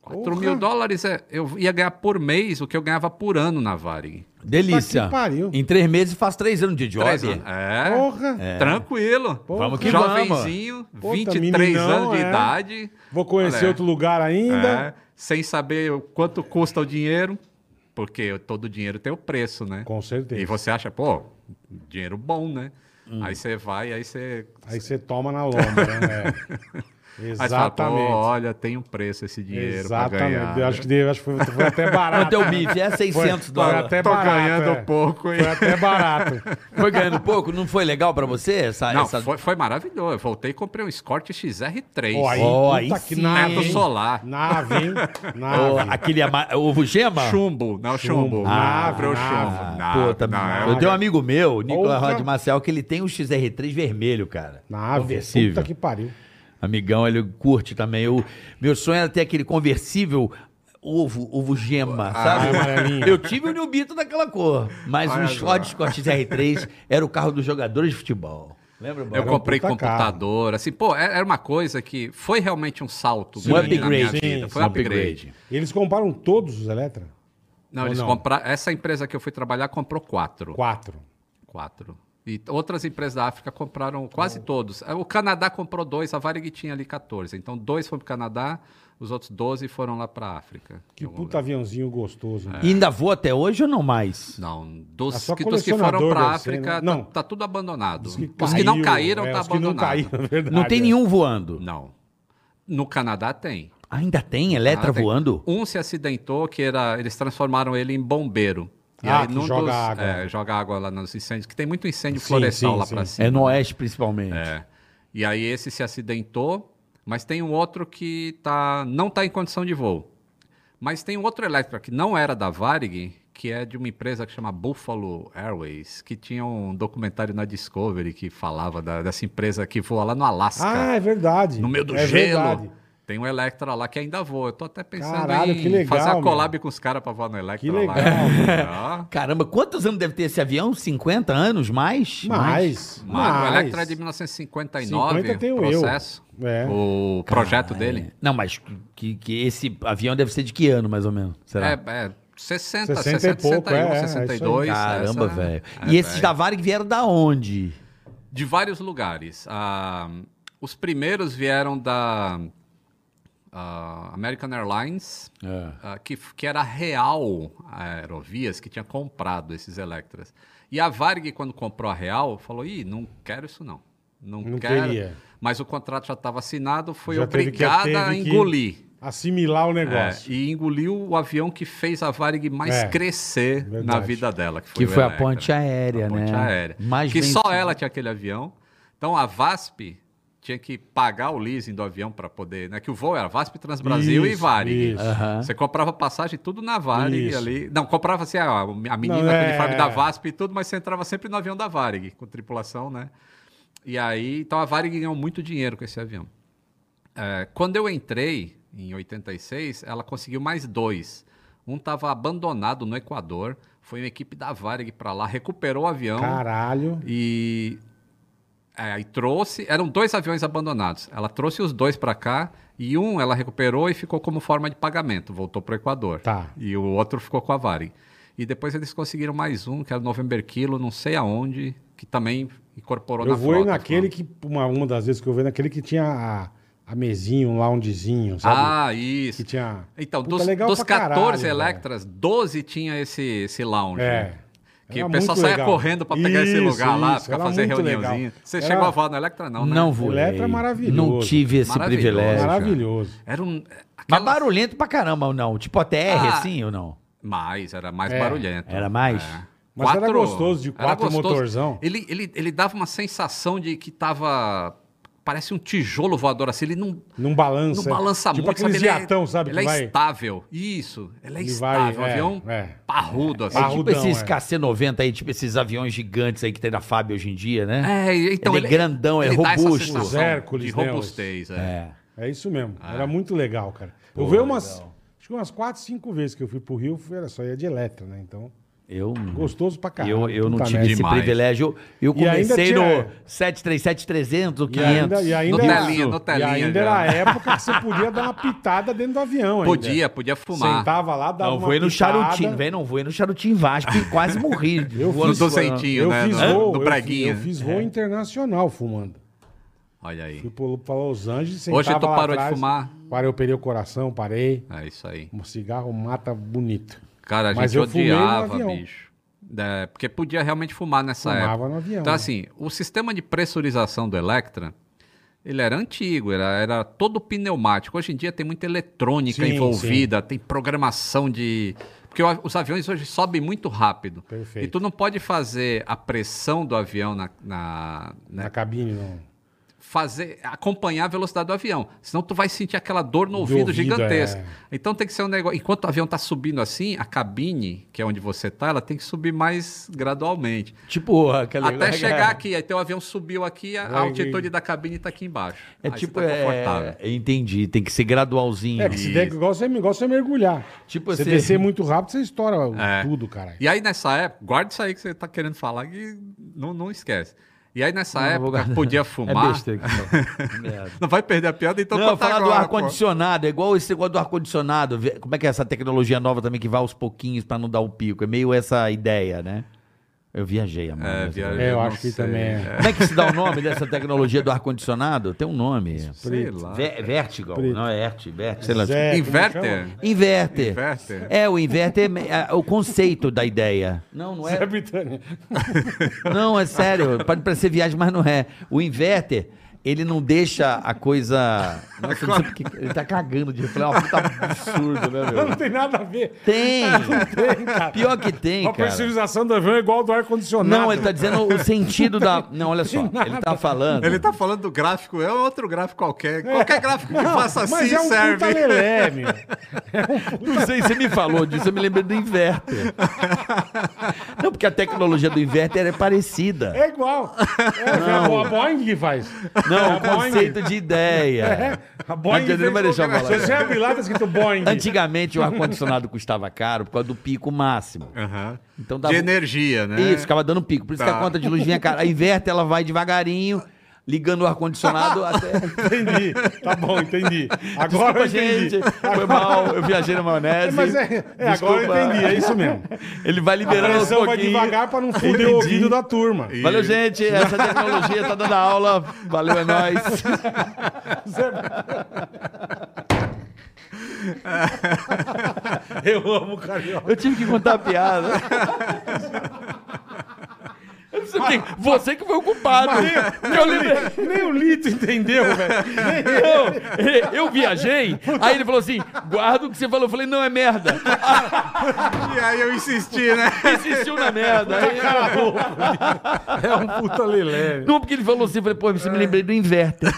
[SPEAKER 5] 4
[SPEAKER 1] Porra.
[SPEAKER 5] mil dólares é, eu ia ganhar por mês o que eu ganhava por ano na Varig.
[SPEAKER 1] Tá
[SPEAKER 4] Delícia.
[SPEAKER 1] que pariu.
[SPEAKER 4] Em três meses faz três anos de job.
[SPEAKER 5] Três anos. É,
[SPEAKER 1] Porra.
[SPEAKER 5] tranquilo.
[SPEAKER 1] Porra.
[SPEAKER 4] Vamos que
[SPEAKER 5] Jovenzinho,
[SPEAKER 1] Puta,
[SPEAKER 5] 23
[SPEAKER 1] meninão,
[SPEAKER 5] anos de
[SPEAKER 1] é.
[SPEAKER 5] idade.
[SPEAKER 1] Vou conhecer
[SPEAKER 5] Olha,
[SPEAKER 1] outro lugar
[SPEAKER 5] é,
[SPEAKER 1] ainda.
[SPEAKER 5] sem saber o quanto custa o dinheiro, porque todo dinheiro tem o preço, né?
[SPEAKER 1] Com certeza.
[SPEAKER 5] E você acha, pô, dinheiro bom, né?
[SPEAKER 4] Hum.
[SPEAKER 5] Aí você vai, aí você
[SPEAKER 1] Aí você toma na lomba, né? É.
[SPEAKER 5] Aí você fala, pô,
[SPEAKER 1] Exatamente.
[SPEAKER 5] olha, tem um preço esse dinheiro pra ganhar. né?"
[SPEAKER 1] Exatamente. Eu Acho que, deu- acho que foi, foi até barato.
[SPEAKER 4] Quanto é o bife? É 600
[SPEAKER 1] foi
[SPEAKER 4] dólares.
[SPEAKER 1] até
[SPEAKER 5] Tô
[SPEAKER 1] barato,
[SPEAKER 5] ganhando um
[SPEAKER 1] é.
[SPEAKER 5] pouco, hein?
[SPEAKER 1] Foi até barato.
[SPEAKER 4] Foi ganhando pouco? Não foi legal pra você? Essa,
[SPEAKER 5] Não,
[SPEAKER 4] essa-
[SPEAKER 5] foi, foi maravilhoso. Eu voltei e comprei um Escort XR3.
[SPEAKER 1] Ó, aí,
[SPEAKER 4] Ó,
[SPEAKER 1] puta
[SPEAKER 4] aí
[SPEAKER 1] que
[SPEAKER 4] sim.
[SPEAKER 1] nave,
[SPEAKER 5] Teto
[SPEAKER 1] hein?
[SPEAKER 5] Ah, solar.
[SPEAKER 1] Nave, hein? Nave.
[SPEAKER 4] O, aquele ama- ovo gema?
[SPEAKER 5] Chumbo, não, chumbo.
[SPEAKER 1] Ah,
[SPEAKER 5] Comprei o
[SPEAKER 1] nave.
[SPEAKER 5] chumbo. Nave,
[SPEAKER 4] Puta,
[SPEAKER 5] não,
[SPEAKER 4] eu
[SPEAKER 5] é-
[SPEAKER 4] tenho um amigo meu, Nicolas
[SPEAKER 1] Outra.
[SPEAKER 4] Rod Marcel, que ele tem um XR3 vermelho, cara.
[SPEAKER 1] Nave.
[SPEAKER 4] Conversível.
[SPEAKER 1] Puta que pariu.
[SPEAKER 4] Amigão, ele curte também. Eu, meu sonho era ter aquele conversível ovo, ovo
[SPEAKER 5] Ah,
[SPEAKER 4] gema, sabe?
[SPEAKER 1] amarelinho.
[SPEAKER 4] Eu tive um Nubito daquela cor, mas um
[SPEAKER 5] Olha
[SPEAKER 4] Ford
[SPEAKER 5] só.
[SPEAKER 4] Scott XR3 era o carro dos jogadores de futebol. Lembra,
[SPEAKER 5] Eu
[SPEAKER 4] Bob?
[SPEAKER 1] Era um
[SPEAKER 5] comprei
[SPEAKER 1] puta carro.
[SPEAKER 5] computador, assim, pô, era era uma coisa que foi realmente um salto
[SPEAKER 4] Um
[SPEAKER 5] grande na minha
[SPEAKER 4] upgrade.
[SPEAKER 5] vida,
[SPEAKER 1] Sim,
[SPEAKER 5] foi um upgrade.
[SPEAKER 1] E eles compraram todos os Eletra?
[SPEAKER 5] Não,
[SPEAKER 1] Ou
[SPEAKER 5] eles
[SPEAKER 1] não?
[SPEAKER 5] compraram, essa empresa que eu fui trabalhar comprou quatro.
[SPEAKER 1] Quatro.
[SPEAKER 5] Quatro. E outras empresas da África compraram quase todos. É, O Canadá comprou dois, a Varig tinha ali 14. Então, dois foram para o Canadá, os outros 12 foram lá para a África.
[SPEAKER 1] Que puta aviãozinho gostoso.
[SPEAKER 5] É.
[SPEAKER 1] né?
[SPEAKER 4] E ainda vou até hoje ou não mais?
[SPEAKER 5] Não,
[SPEAKER 1] É
[SPEAKER 5] dos,
[SPEAKER 1] só
[SPEAKER 5] que, dos que
[SPEAKER 1] colecionador
[SPEAKER 5] foram para
[SPEAKER 1] deve
[SPEAKER 5] a
[SPEAKER 1] ser, né?
[SPEAKER 5] África,
[SPEAKER 1] Não.
[SPEAKER 5] Tá, tá tudo abandonado. Os que,
[SPEAKER 1] caiu,
[SPEAKER 5] não caíram,
[SPEAKER 1] é,
[SPEAKER 5] tá
[SPEAKER 1] os que não
[SPEAKER 5] abandonado.
[SPEAKER 1] caíram, é verdade.
[SPEAKER 4] Não tem
[SPEAKER 1] é.
[SPEAKER 4] nenhum voando.
[SPEAKER 5] Não. No Canadá tem.
[SPEAKER 4] Ainda tem Eletra
[SPEAKER 5] Ah, tem.
[SPEAKER 4] voando?
[SPEAKER 5] Um se acidentou, que era. Eles transformaram ele em bombeiro.
[SPEAKER 1] Ah, que
[SPEAKER 5] num
[SPEAKER 1] joga água.
[SPEAKER 5] é, joga água lá nos incêndios, que tem muito incêndio
[SPEAKER 1] Sim,
[SPEAKER 5] florestal
[SPEAKER 1] sim,
[SPEAKER 5] lá
[SPEAKER 1] sim.
[SPEAKER 5] para cima.
[SPEAKER 4] É no Oeste, principalmente.
[SPEAKER 5] É. E aí esse se acidentou, mas tem um outro que tá, não está em condição de voo. Mas tem um outro Electra que não era da Varig, que é de uma empresa que chama Buffalo Airways, que tinha um documentário na Discovery que falava da- dessa empresa que voa lá no
[SPEAKER 1] Ah,
[SPEAKER 5] Alasca,
[SPEAKER 1] é verdade.
[SPEAKER 5] no meio do
[SPEAKER 1] é
[SPEAKER 5] gelo.
[SPEAKER 1] verdade.
[SPEAKER 5] Tem um Electra lá que ainda voa. Eu tô até pensando
[SPEAKER 1] Caralho,
[SPEAKER 5] em
[SPEAKER 1] que legal,
[SPEAKER 5] fazer a
[SPEAKER 1] meu.
[SPEAKER 5] collab com os caras para voar no Electra
[SPEAKER 1] Que
[SPEAKER 5] lá.
[SPEAKER 1] legal.
[SPEAKER 5] Ó.
[SPEAKER 4] Caramba, quantos anos deve ter esse avião? 50 anos? Mais?
[SPEAKER 1] Mais.
[SPEAKER 5] Mano,
[SPEAKER 1] mais.
[SPEAKER 5] o Electra é de 1959,
[SPEAKER 1] 50 tenho um eu.
[SPEAKER 5] processo,
[SPEAKER 1] É.
[SPEAKER 5] o projeto dele.
[SPEAKER 4] Não, mas que, que esse avião deve ser de que ano, mais ou menos? Será?
[SPEAKER 5] É, é 60,
[SPEAKER 1] 60
[SPEAKER 5] 60,
[SPEAKER 1] e pouco,
[SPEAKER 5] 61,
[SPEAKER 1] é, é, é isso aí.
[SPEAKER 5] 62.
[SPEAKER 4] Caramba,
[SPEAKER 5] essa-
[SPEAKER 4] velho.
[SPEAKER 5] É,
[SPEAKER 4] e esses
[SPEAKER 5] velho.
[SPEAKER 4] da Varig vieram da onde?
[SPEAKER 5] De vários lugares. Ah, os primeiros vieram da ah, American Airlines,
[SPEAKER 1] É.
[SPEAKER 5] ah, que, f- que era a Real ah, Aerovias, que tinha comprado esses Electras. E a Varig, quando comprou a Real, falou, ih, não quero isso não. Não,
[SPEAKER 1] Não
[SPEAKER 5] quero.
[SPEAKER 1] queria.
[SPEAKER 5] Mas o contrato já estava assinado, foi
[SPEAKER 1] Já teve que-
[SPEAKER 5] obrigada a
[SPEAKER 1] teve que-
[SPEAKER 5] engolir.
[SPEAKER 1] Assimilar o
[SPEAKER 5] É,
[SPEAKER 1] negócio.
[SPEAKER 5] e engoliu o avião que fez a Varig mais
[SPEAKER 1] É,
[SPEAKER 5] crescer
[SPEAKER 1] verdade.
[SPEAKER 5] na vida dela.
[SPEAKER 4] Que
[SPEAKER 5] o
[SPEAKER 4] foi a
[SPEAKER 5] Electra.
[SPEAKER 4] ponte aérea,
[SPEAKER 5] A ponte
[SPEAKER 4] né?
[SPEAKER 5] aérea.
[SPEAKER 4] Mais
[SPEAKER 5] que
[SPEAKER 4] bem-
[SPEAKER 5] só ela tinha aquele avião. Então a VASP tinha que pagar o leasing do avião para poder, né? Que o voo era VASP Transbrasil e
[SPEAKER 1] Isso,
[SPEAKER 5] Varig.
[SPEAKER 1] isso.
[SPEAKER 4] Aham.
[SPEAKER 5] Você comprava passagem tudo na Varig
[SPEAKER 1] Isso.
[SPEAKER 5] ali. Não, comprava assim, a, a menina
[SPEAKER 1] Não,
[SPEAKER 5] com o
[SPEAKER 1] é.
[SPEAKER 5] uniforme da VASP e tudo, mas você entrava sempre no avião da Varig, com tripulação, né? E aí, então a Varig ganhou muito dinheiro com esse avião. É, quando eu entrei, em 86, ela conseguiu mais dois. Um estava abandonado no Equador, foi uma equipe da Varig para lá, recuperou o avião.
[SPEAKER 1] Caralho.
[SPEAKER 5] E é, aí trouxe. Eram dois aviões abandonados. Ela trouxe os dois para cá e um ela recuperou e ficou como forma de pagamento. Voltou para o Equador.
[SPEAKER 1] Tá.
[SPEAKER 5] E o outro ficou com a Varig. E depois eles conseguiram mais um, que era o November Kilo, não sei aonde, que também incorporou
[SPEAKER 1] Eu
[SPEAKER 5] na
[SPEAKER 1] vou
[SPEAKER 5] frota.
[SPEAKER 1] naquele
[SPEAKER 5] foi.
[SPEAKER 1] que, uma, uma das vezes que eu vi, naquele que tinha a, a mesinha, um loungezinho, sabe?
[SPEAKER 5] Ah, isso.
[SPEAKER 1] que tinha.
[SPEAKER 5] Então,
[SPEAKER 1] Puta,
[SPEAKER 5] dos,
[SPEAKER 1] legal
[SPEAKER 5] dos
[SPEAKER 1] pra
[SPEAKER 5] 14
[SPEAKER 1] caralho, velho.
[SPEAKER 5] Electras, 12 tinha esse, esse lounge.
[SPEAKER 1] É.
[SPEAKER 5] Que
[SPEAKER 1] Era
[SPEAKER 5] o pessoal
[SPEAKER 1] muito
[SPEAKER 5] saía
[SPEAKER 1] legal.
[SPEAKER 5] correndo pra pegar esse
[SPEAKER 1] Isso,
[SPEAKER 5] lugar lá,
[SPEAKER 1] isso,
[SPEAKER 5] ficar
[SPEAKER 1] era
[SPEAKER 5] fazer
[SPEAKER 1] muito legal.
[SPEAKER 5] reuniãozinha. Você
[SPEAKER 1] Era-
[SPEAKER 5] chegou a voar no Electra, não, né?
[SPEAKER 4] Não vou.
[SPEAKER 1] Eletro é maravilhoso.
[SPEAKER 4] Não tive esse
[SPEAKER 5] Maravilhoso.
[SPEAKER 4] privilégio.
[SPEAKER 1] Maravilhoso.
[SPEAKER 5] Era um.
[SPEAKER 4] Mas
[SPEAKER 5] aquela-
[SPEAKER 4] barulhento pra caramba, ou não? Tipo ATR,
[SPEAKER 5] Ah.
[SPEAKER 4] assim, ou não?
[SPEAKER 5] Mais, era mais
[SPEAKER 1] É.
[SPEAKER 5] barulhento.
[SPEAKER 4] Era mais? É
[SPEAKER 1] Mas era gostoso de
[SPEAKER 5] era
[SPEAKER 1] quatro motorzão.
[SPEAKER 5] Ele, ele, ele dava uma sensação de que tava. Parece um tijolo voador assim. Ele não,
[SPEAKER 1] Não balança.
[SPEAKER 5] não balança
[SPEAKER 1] tipo
[SPEAKER 5] muito.
[SPEAKER 1] Tipo aquele
[SPEAKER 5] sabe? Ele é-
[SPEAKER 1] viatão, sabe?
[SPEAKER 5] Ele
[SPEAKER 1] que
[SPEAKER 5] é
[SPEAKER 1] vai-
[SPEAKER 5] estável. Isso. Ele é
[SPEAKER 1] Ele vai,
[SPEAKER 5] estável. um
[SPEAKER 1] é,
[SPEAKER 5] avião
[SPEAKER 1] é.
[SPEAKER 5] parrudo assim.
[SPEAKER 1] Parrudão,
[SPEAKER 4] tipo esses
[SPEAKER 1] é.
[SPEAKER 4] KC-90 aí, tipo esses aviões gigantes aí que tem na Fábio hoje em dia, né?
[SPEAKER 5] É, então
[SPEAKER 4] Ele é grandão, é
[SPEAKER 5] dá essa
[SPEAKER 4] robusto.
[SPEAKER 5] sensação
[SPEAKER 1] Os Hércules,
[SPEAKER 5] de
[SPEAKER 1] né,
[SPEAKER 5] robustez, é.
[SPEAKER 1] É isso mesmo.
[SPEAKER 5] Ah.
[SPEAKER 1] Era muito legal, cara. eu vi umas. Acho que umas quatro, cinco vezes que eu fui pro Rio, fui- era só ia de Eletro, né? Então,
[SPEAKER 4] Eu,
[SPEAKER 1] gostoso pra caralho.
[SPEAKER 4] eu, eu não
[SPEAKER 1] Puta
[SPEAKER 4] tive
[SPEAKER 1] merda.
[SPEAKER 4] esse
[SPEAKER 5] Demais.
[SPEAKER 4] privilégio. Eu
[SPEAKER 1] E ainda
[SPEAKER 4] comecei
[SPEAKER 1] tinha-
[SPEAKER 4] no 737-300, ou
[SPEAKER 1] E ainda,
[SPEAKER 4] 500.
[SPEAKER 1] e ainda
[SPEAKER 5] No
[SPEAKER 1] era,
[SPEAKER 5] telinha, no
[SPEAKER 1] e
[SPEAKER 5] telinha
[SPEAKER 1] ainda
[SPEAKER 5] já.
[SPEAKER 1] era a época que você podia dar uma pitada dentro do avião. ainda.
[SPEAKER 5] Podia, podia fumar.
[SPEAKER 1] Sentava lá, dava
[SPEAKER 4] Não,
[SPEAKER 1] uma
[SPEAKER 4] voei no
[SPEAKER 1] pitada.
[SPEAKER 4] charutinho, velho, não voei no charutinho Vasco e quase morri.
[SPEAKER 1] Eu
[SPEAKER 4] Voando
[SPEAKER 1] fiz-
[SPEAKER 5] no
[SPEAKER 4] no-
[SPEAKER 5] docentinho,
[SPEAKER 1] Eu
[SPEAKER 5] né?
[SPEAKER 1] fiz
[SPEAKER 5] no,
[SPEAKER 1] voo,
[SPEAKER 5] no
[SPEAKER 1] eu
[SPEAKER 5] Braguinha.
[SPEAKER 1] fiz- Eu fiz voo internacional fumando.
[SPEAKER 5] Olha
[SPEAKER 1] Fui
[SPEAKER 5] aí.
[SPEAKER 1] pro- pra Los Angeles, sentava
[SPEAKER 5] Hoje tu
[SPEAKER 1] lá
[SPEAKER 5] parou de
[SPEAKER 1] atrás,
[SPEAKER 5] fumar.
[SPEAKER 1] Parei, operei o coração, parei.
[SPEAKER 5] É isso aí.
[SPEAKER 1] Um cigarro mata bonito.
[SPEAKER 5] Cara, a
[SPEAKER 1] Mas
[SPEAKER 5] gente
[SPEAKER 1] eu fumei no
[SPEAKER 5] odiava,
[SPEAKER 1] avião.
[SPEAKER 5] bicho. É, porque podia realmente fumar nessa
[SPEAKER 1] Fumava
[SPEAKER 5] época.
[SPEAKER 1] no avião.
[SPEAKER 5] Então, assim, o sistema de pressurização do Electra, ele era antigo, era, era todo pneumático. Hoje em dia tem muita eletrônica
[SPEAKER 1] Sim,
[SPEAKER 5] envolvida, tem programação de. Porque o a- os aviões hoje sobem muito rápido.
[SPEAKER 1] Perfeito.
[SPEAKER 5] E tu não pode fazer a pressão do avião na, na- né,
[SPEAKER 1] Na cabine, não.
[SPEAKER 5] fazer acompanhar a velocidade do avião, senão tu vai sentir aquela dor no
[SPEAKER 1] De
[SPEAKER 5] ouvido,
[SPEAKER 1] ouvido,
[SPEAKER 5] gigantesca.
[SPEAKER 1] é.
[SPEAKER 5] Então tem que ser um negócio, enquanto o avião tá subindo assim, a cabine, que é onde você tá, ela tem que subir mais gradualmente,
[SPEAKER 4] Tipo, aquela...
[SPEAKER 5] até chegar aqui, aí teu avião subiu aqui, a a
[SPEAKER 1] Vai,
[SPEAKER 5] altitude da cabine tá aqui embaixo.
[SPEAKER 4] É
[SPEAKER 5] Aí você
[SPEAKER 4] tipo,
[SPEAKER 5] tá confortável.
[SPEAKER 4] é... entendi, tem que ser gradualzinho.
[SPEAKER 1] É, que se der
[SPEAKER 5] Isso.
[SPEAKER 1] igual você, igual você mergulhar.
[SPEAKER 4] Tipo
[SPEAKER 1] você
[SPEAKER 4] assim-
[SPEAKER 1] descer muito rápido, você estoura
[SPEAKER 5] É.
[SPEAKER 1] tudo, caralho.
[SPEAKER 5] E aí nessa época, guarda isso aí que você tá querendo falar que não, não esquece. E aí nessa
[SPEAKER 4] Não, eu vou
[SPEAKER 5] época
[SPEAKER 4] guardar.
[SPEAKER 5] podia
[SPEAKER 4] É
[SPEAKER 5] fumar.
[SPEAKER 4] besteira que fala. Merda.
[SPEAKER 5] Não vai perder a piada, então
[SPEAKER 4] não,
[SPEAKER 5] conta
[SPEAKER 4] falar do
[SPEAKER 5] agora, pô.
[SPEAKER 4] ar-condicionado, é igual esse negócio do ar-condicionado. vê- Como é que é essa tecnologia nova também que vai aos pouquinhos pra não dar o pico? É meio essa ideia, né? Eu viajei, amor.
[SPEAKER 5] É,
[SPEAKER 4] mas-
[SPEAKER 5] viajei.
[SPEAKER 1] É, eu
[SPEAKER 5] não
[SPEAKER 1] acho que
[SPEAKER 5] sei.
[SPEAKER 1] também é.
[SPEAKER 4] Como é que se dá o nome dessa tecnologia do ar-condicionado? Tem um nome.
[SPEAKER 5] Sei lá.
[SPEAKER 4] Vé- Vertical, não é Ert, Vert, sei lá.
[SPEAKER 1] Zé, como
[SPEAKER 5] Inverter?
[SPEAKER 1] chama?
[SPEAKER 4] Inverter.
[SPEAKER 5] Inverter.
[SPEAKER 4] É, o inverter é me- é o conceito da ideia. Não, é. não
[SPEAKER 1] Zé Britânia.
[SPEAKER 4] Não, é sério. Pode parecer viagem, mas não é. O inverter, ele não deixa a coisa. Nossa, eu não sei porque. Ele tá cagando de reflexo. É uma puta absurdo, né,
[SPEAKER 1] Não
[SPEAKER 4] meu?
[SPEAKER 1] tem nada a ver.
[SPEAKER 4] Tem!
[SPEAKER 1] Tem, cara.
[SPEAKER 4] Pior que tem,
[SPEAKER 1] a
[SPEAKER 4] cara.
[SPEAKER 1] pressurização do avião é igual ao do ar-condicionado.
[SPEAKER 4] Não, ele tá dizendo o sentido da. Não, olha só. Ele tá falando.
[SPEAKER 5] Ele tá falando do gráfico, é outro gráfico qualquer. Qualquer gráfico que faça assim
[SPEAKER 1] É. Mas é um
[SPEAKER 5] serve.
[SPEAKER 1] puta lelé, meu.
[SPEAKER 4] Não sei, você me falou disso, eu me lembrei do inverter. Não, porque a tecnologia do inverter é parecida.
[SPEAKER 1] É igual. É, é a Boeing que faz.
[SPEAKER 4] Não, o
[SPEAKER 1] É a Boeing.
[SPEAKER 4] um conceito de ideia.
[SPEAKER 1] É, a Boeing
[SPEAKER 4] Não, não vai
[SPEAKER 1] fez
[SPEAKER 4] deixar eu falar.
[SPEAKER 1] Se você abrir lá, tá escrito Boeing.
[SPEAKER 4] Antigamente o ar-condicionado custava caro por causa do pico máximo.
[SPEAKER 5] Aham.
[SPEAKER 4] Então dava...
[SPEAKER 5] De energia, né?
[SPEAKER 4] Isso, ficava dando pico. Por isso que
[SPEAKER 5] Tá.
[SPEAKER 4] a conta de luz vinha cara. A inverter, ela vai devagarinho, ligando o ar-condicionado até.
[SPEAKER 1] Entendi. Tá bom, entendi. Agora
[SPEAKER 4] Desculpa,
[SPEAKER 1] eu entendi.
[SPEAKER 4] gente. Foi mal, eu viajei na maionese.
[SPEAKER 1] Mas é, é, agora eu
[SPEAKER 4] Desculpa. um
[SPEAKER 1] entendi, é isso mesmo.
[SPEAKER 4] Ele vai
[SPEAKER 1] A
[SPEAKER 4] liberando aos
[SPEAKER 1] pressão vai
[SPEAKER 4] pouquinhos.
[SPEAKER 1] devagar pra não foder o ouvido da turma.
[SPEAKER 4] Valeu, gente. Essa tecnologia tá dando aula. Valeu, é nóis.
[SPEAKER 1] Eu amo o carioca.
[SPEAKER 4] Eu tive que contar a piada. Eu Você que, você que foi o culpado. eu, liberei-
[SPEAKER 1] Nem o Lito entendeu, velho.
[SPEAKER 4] eu, é, eu viajei, aí ele falou assim: guarda o que você falou. Eu falei: não, é merda.
[SPEAKER 5] E aí eu insisti, né?
[SPEAKER 4] Insistiu na merda. Aí,
[SPEAKER 1] É um puta lelé.
[SPEAKER 4] não, porque ele falou assim: eu falei, pô, você me lembrei do inverter.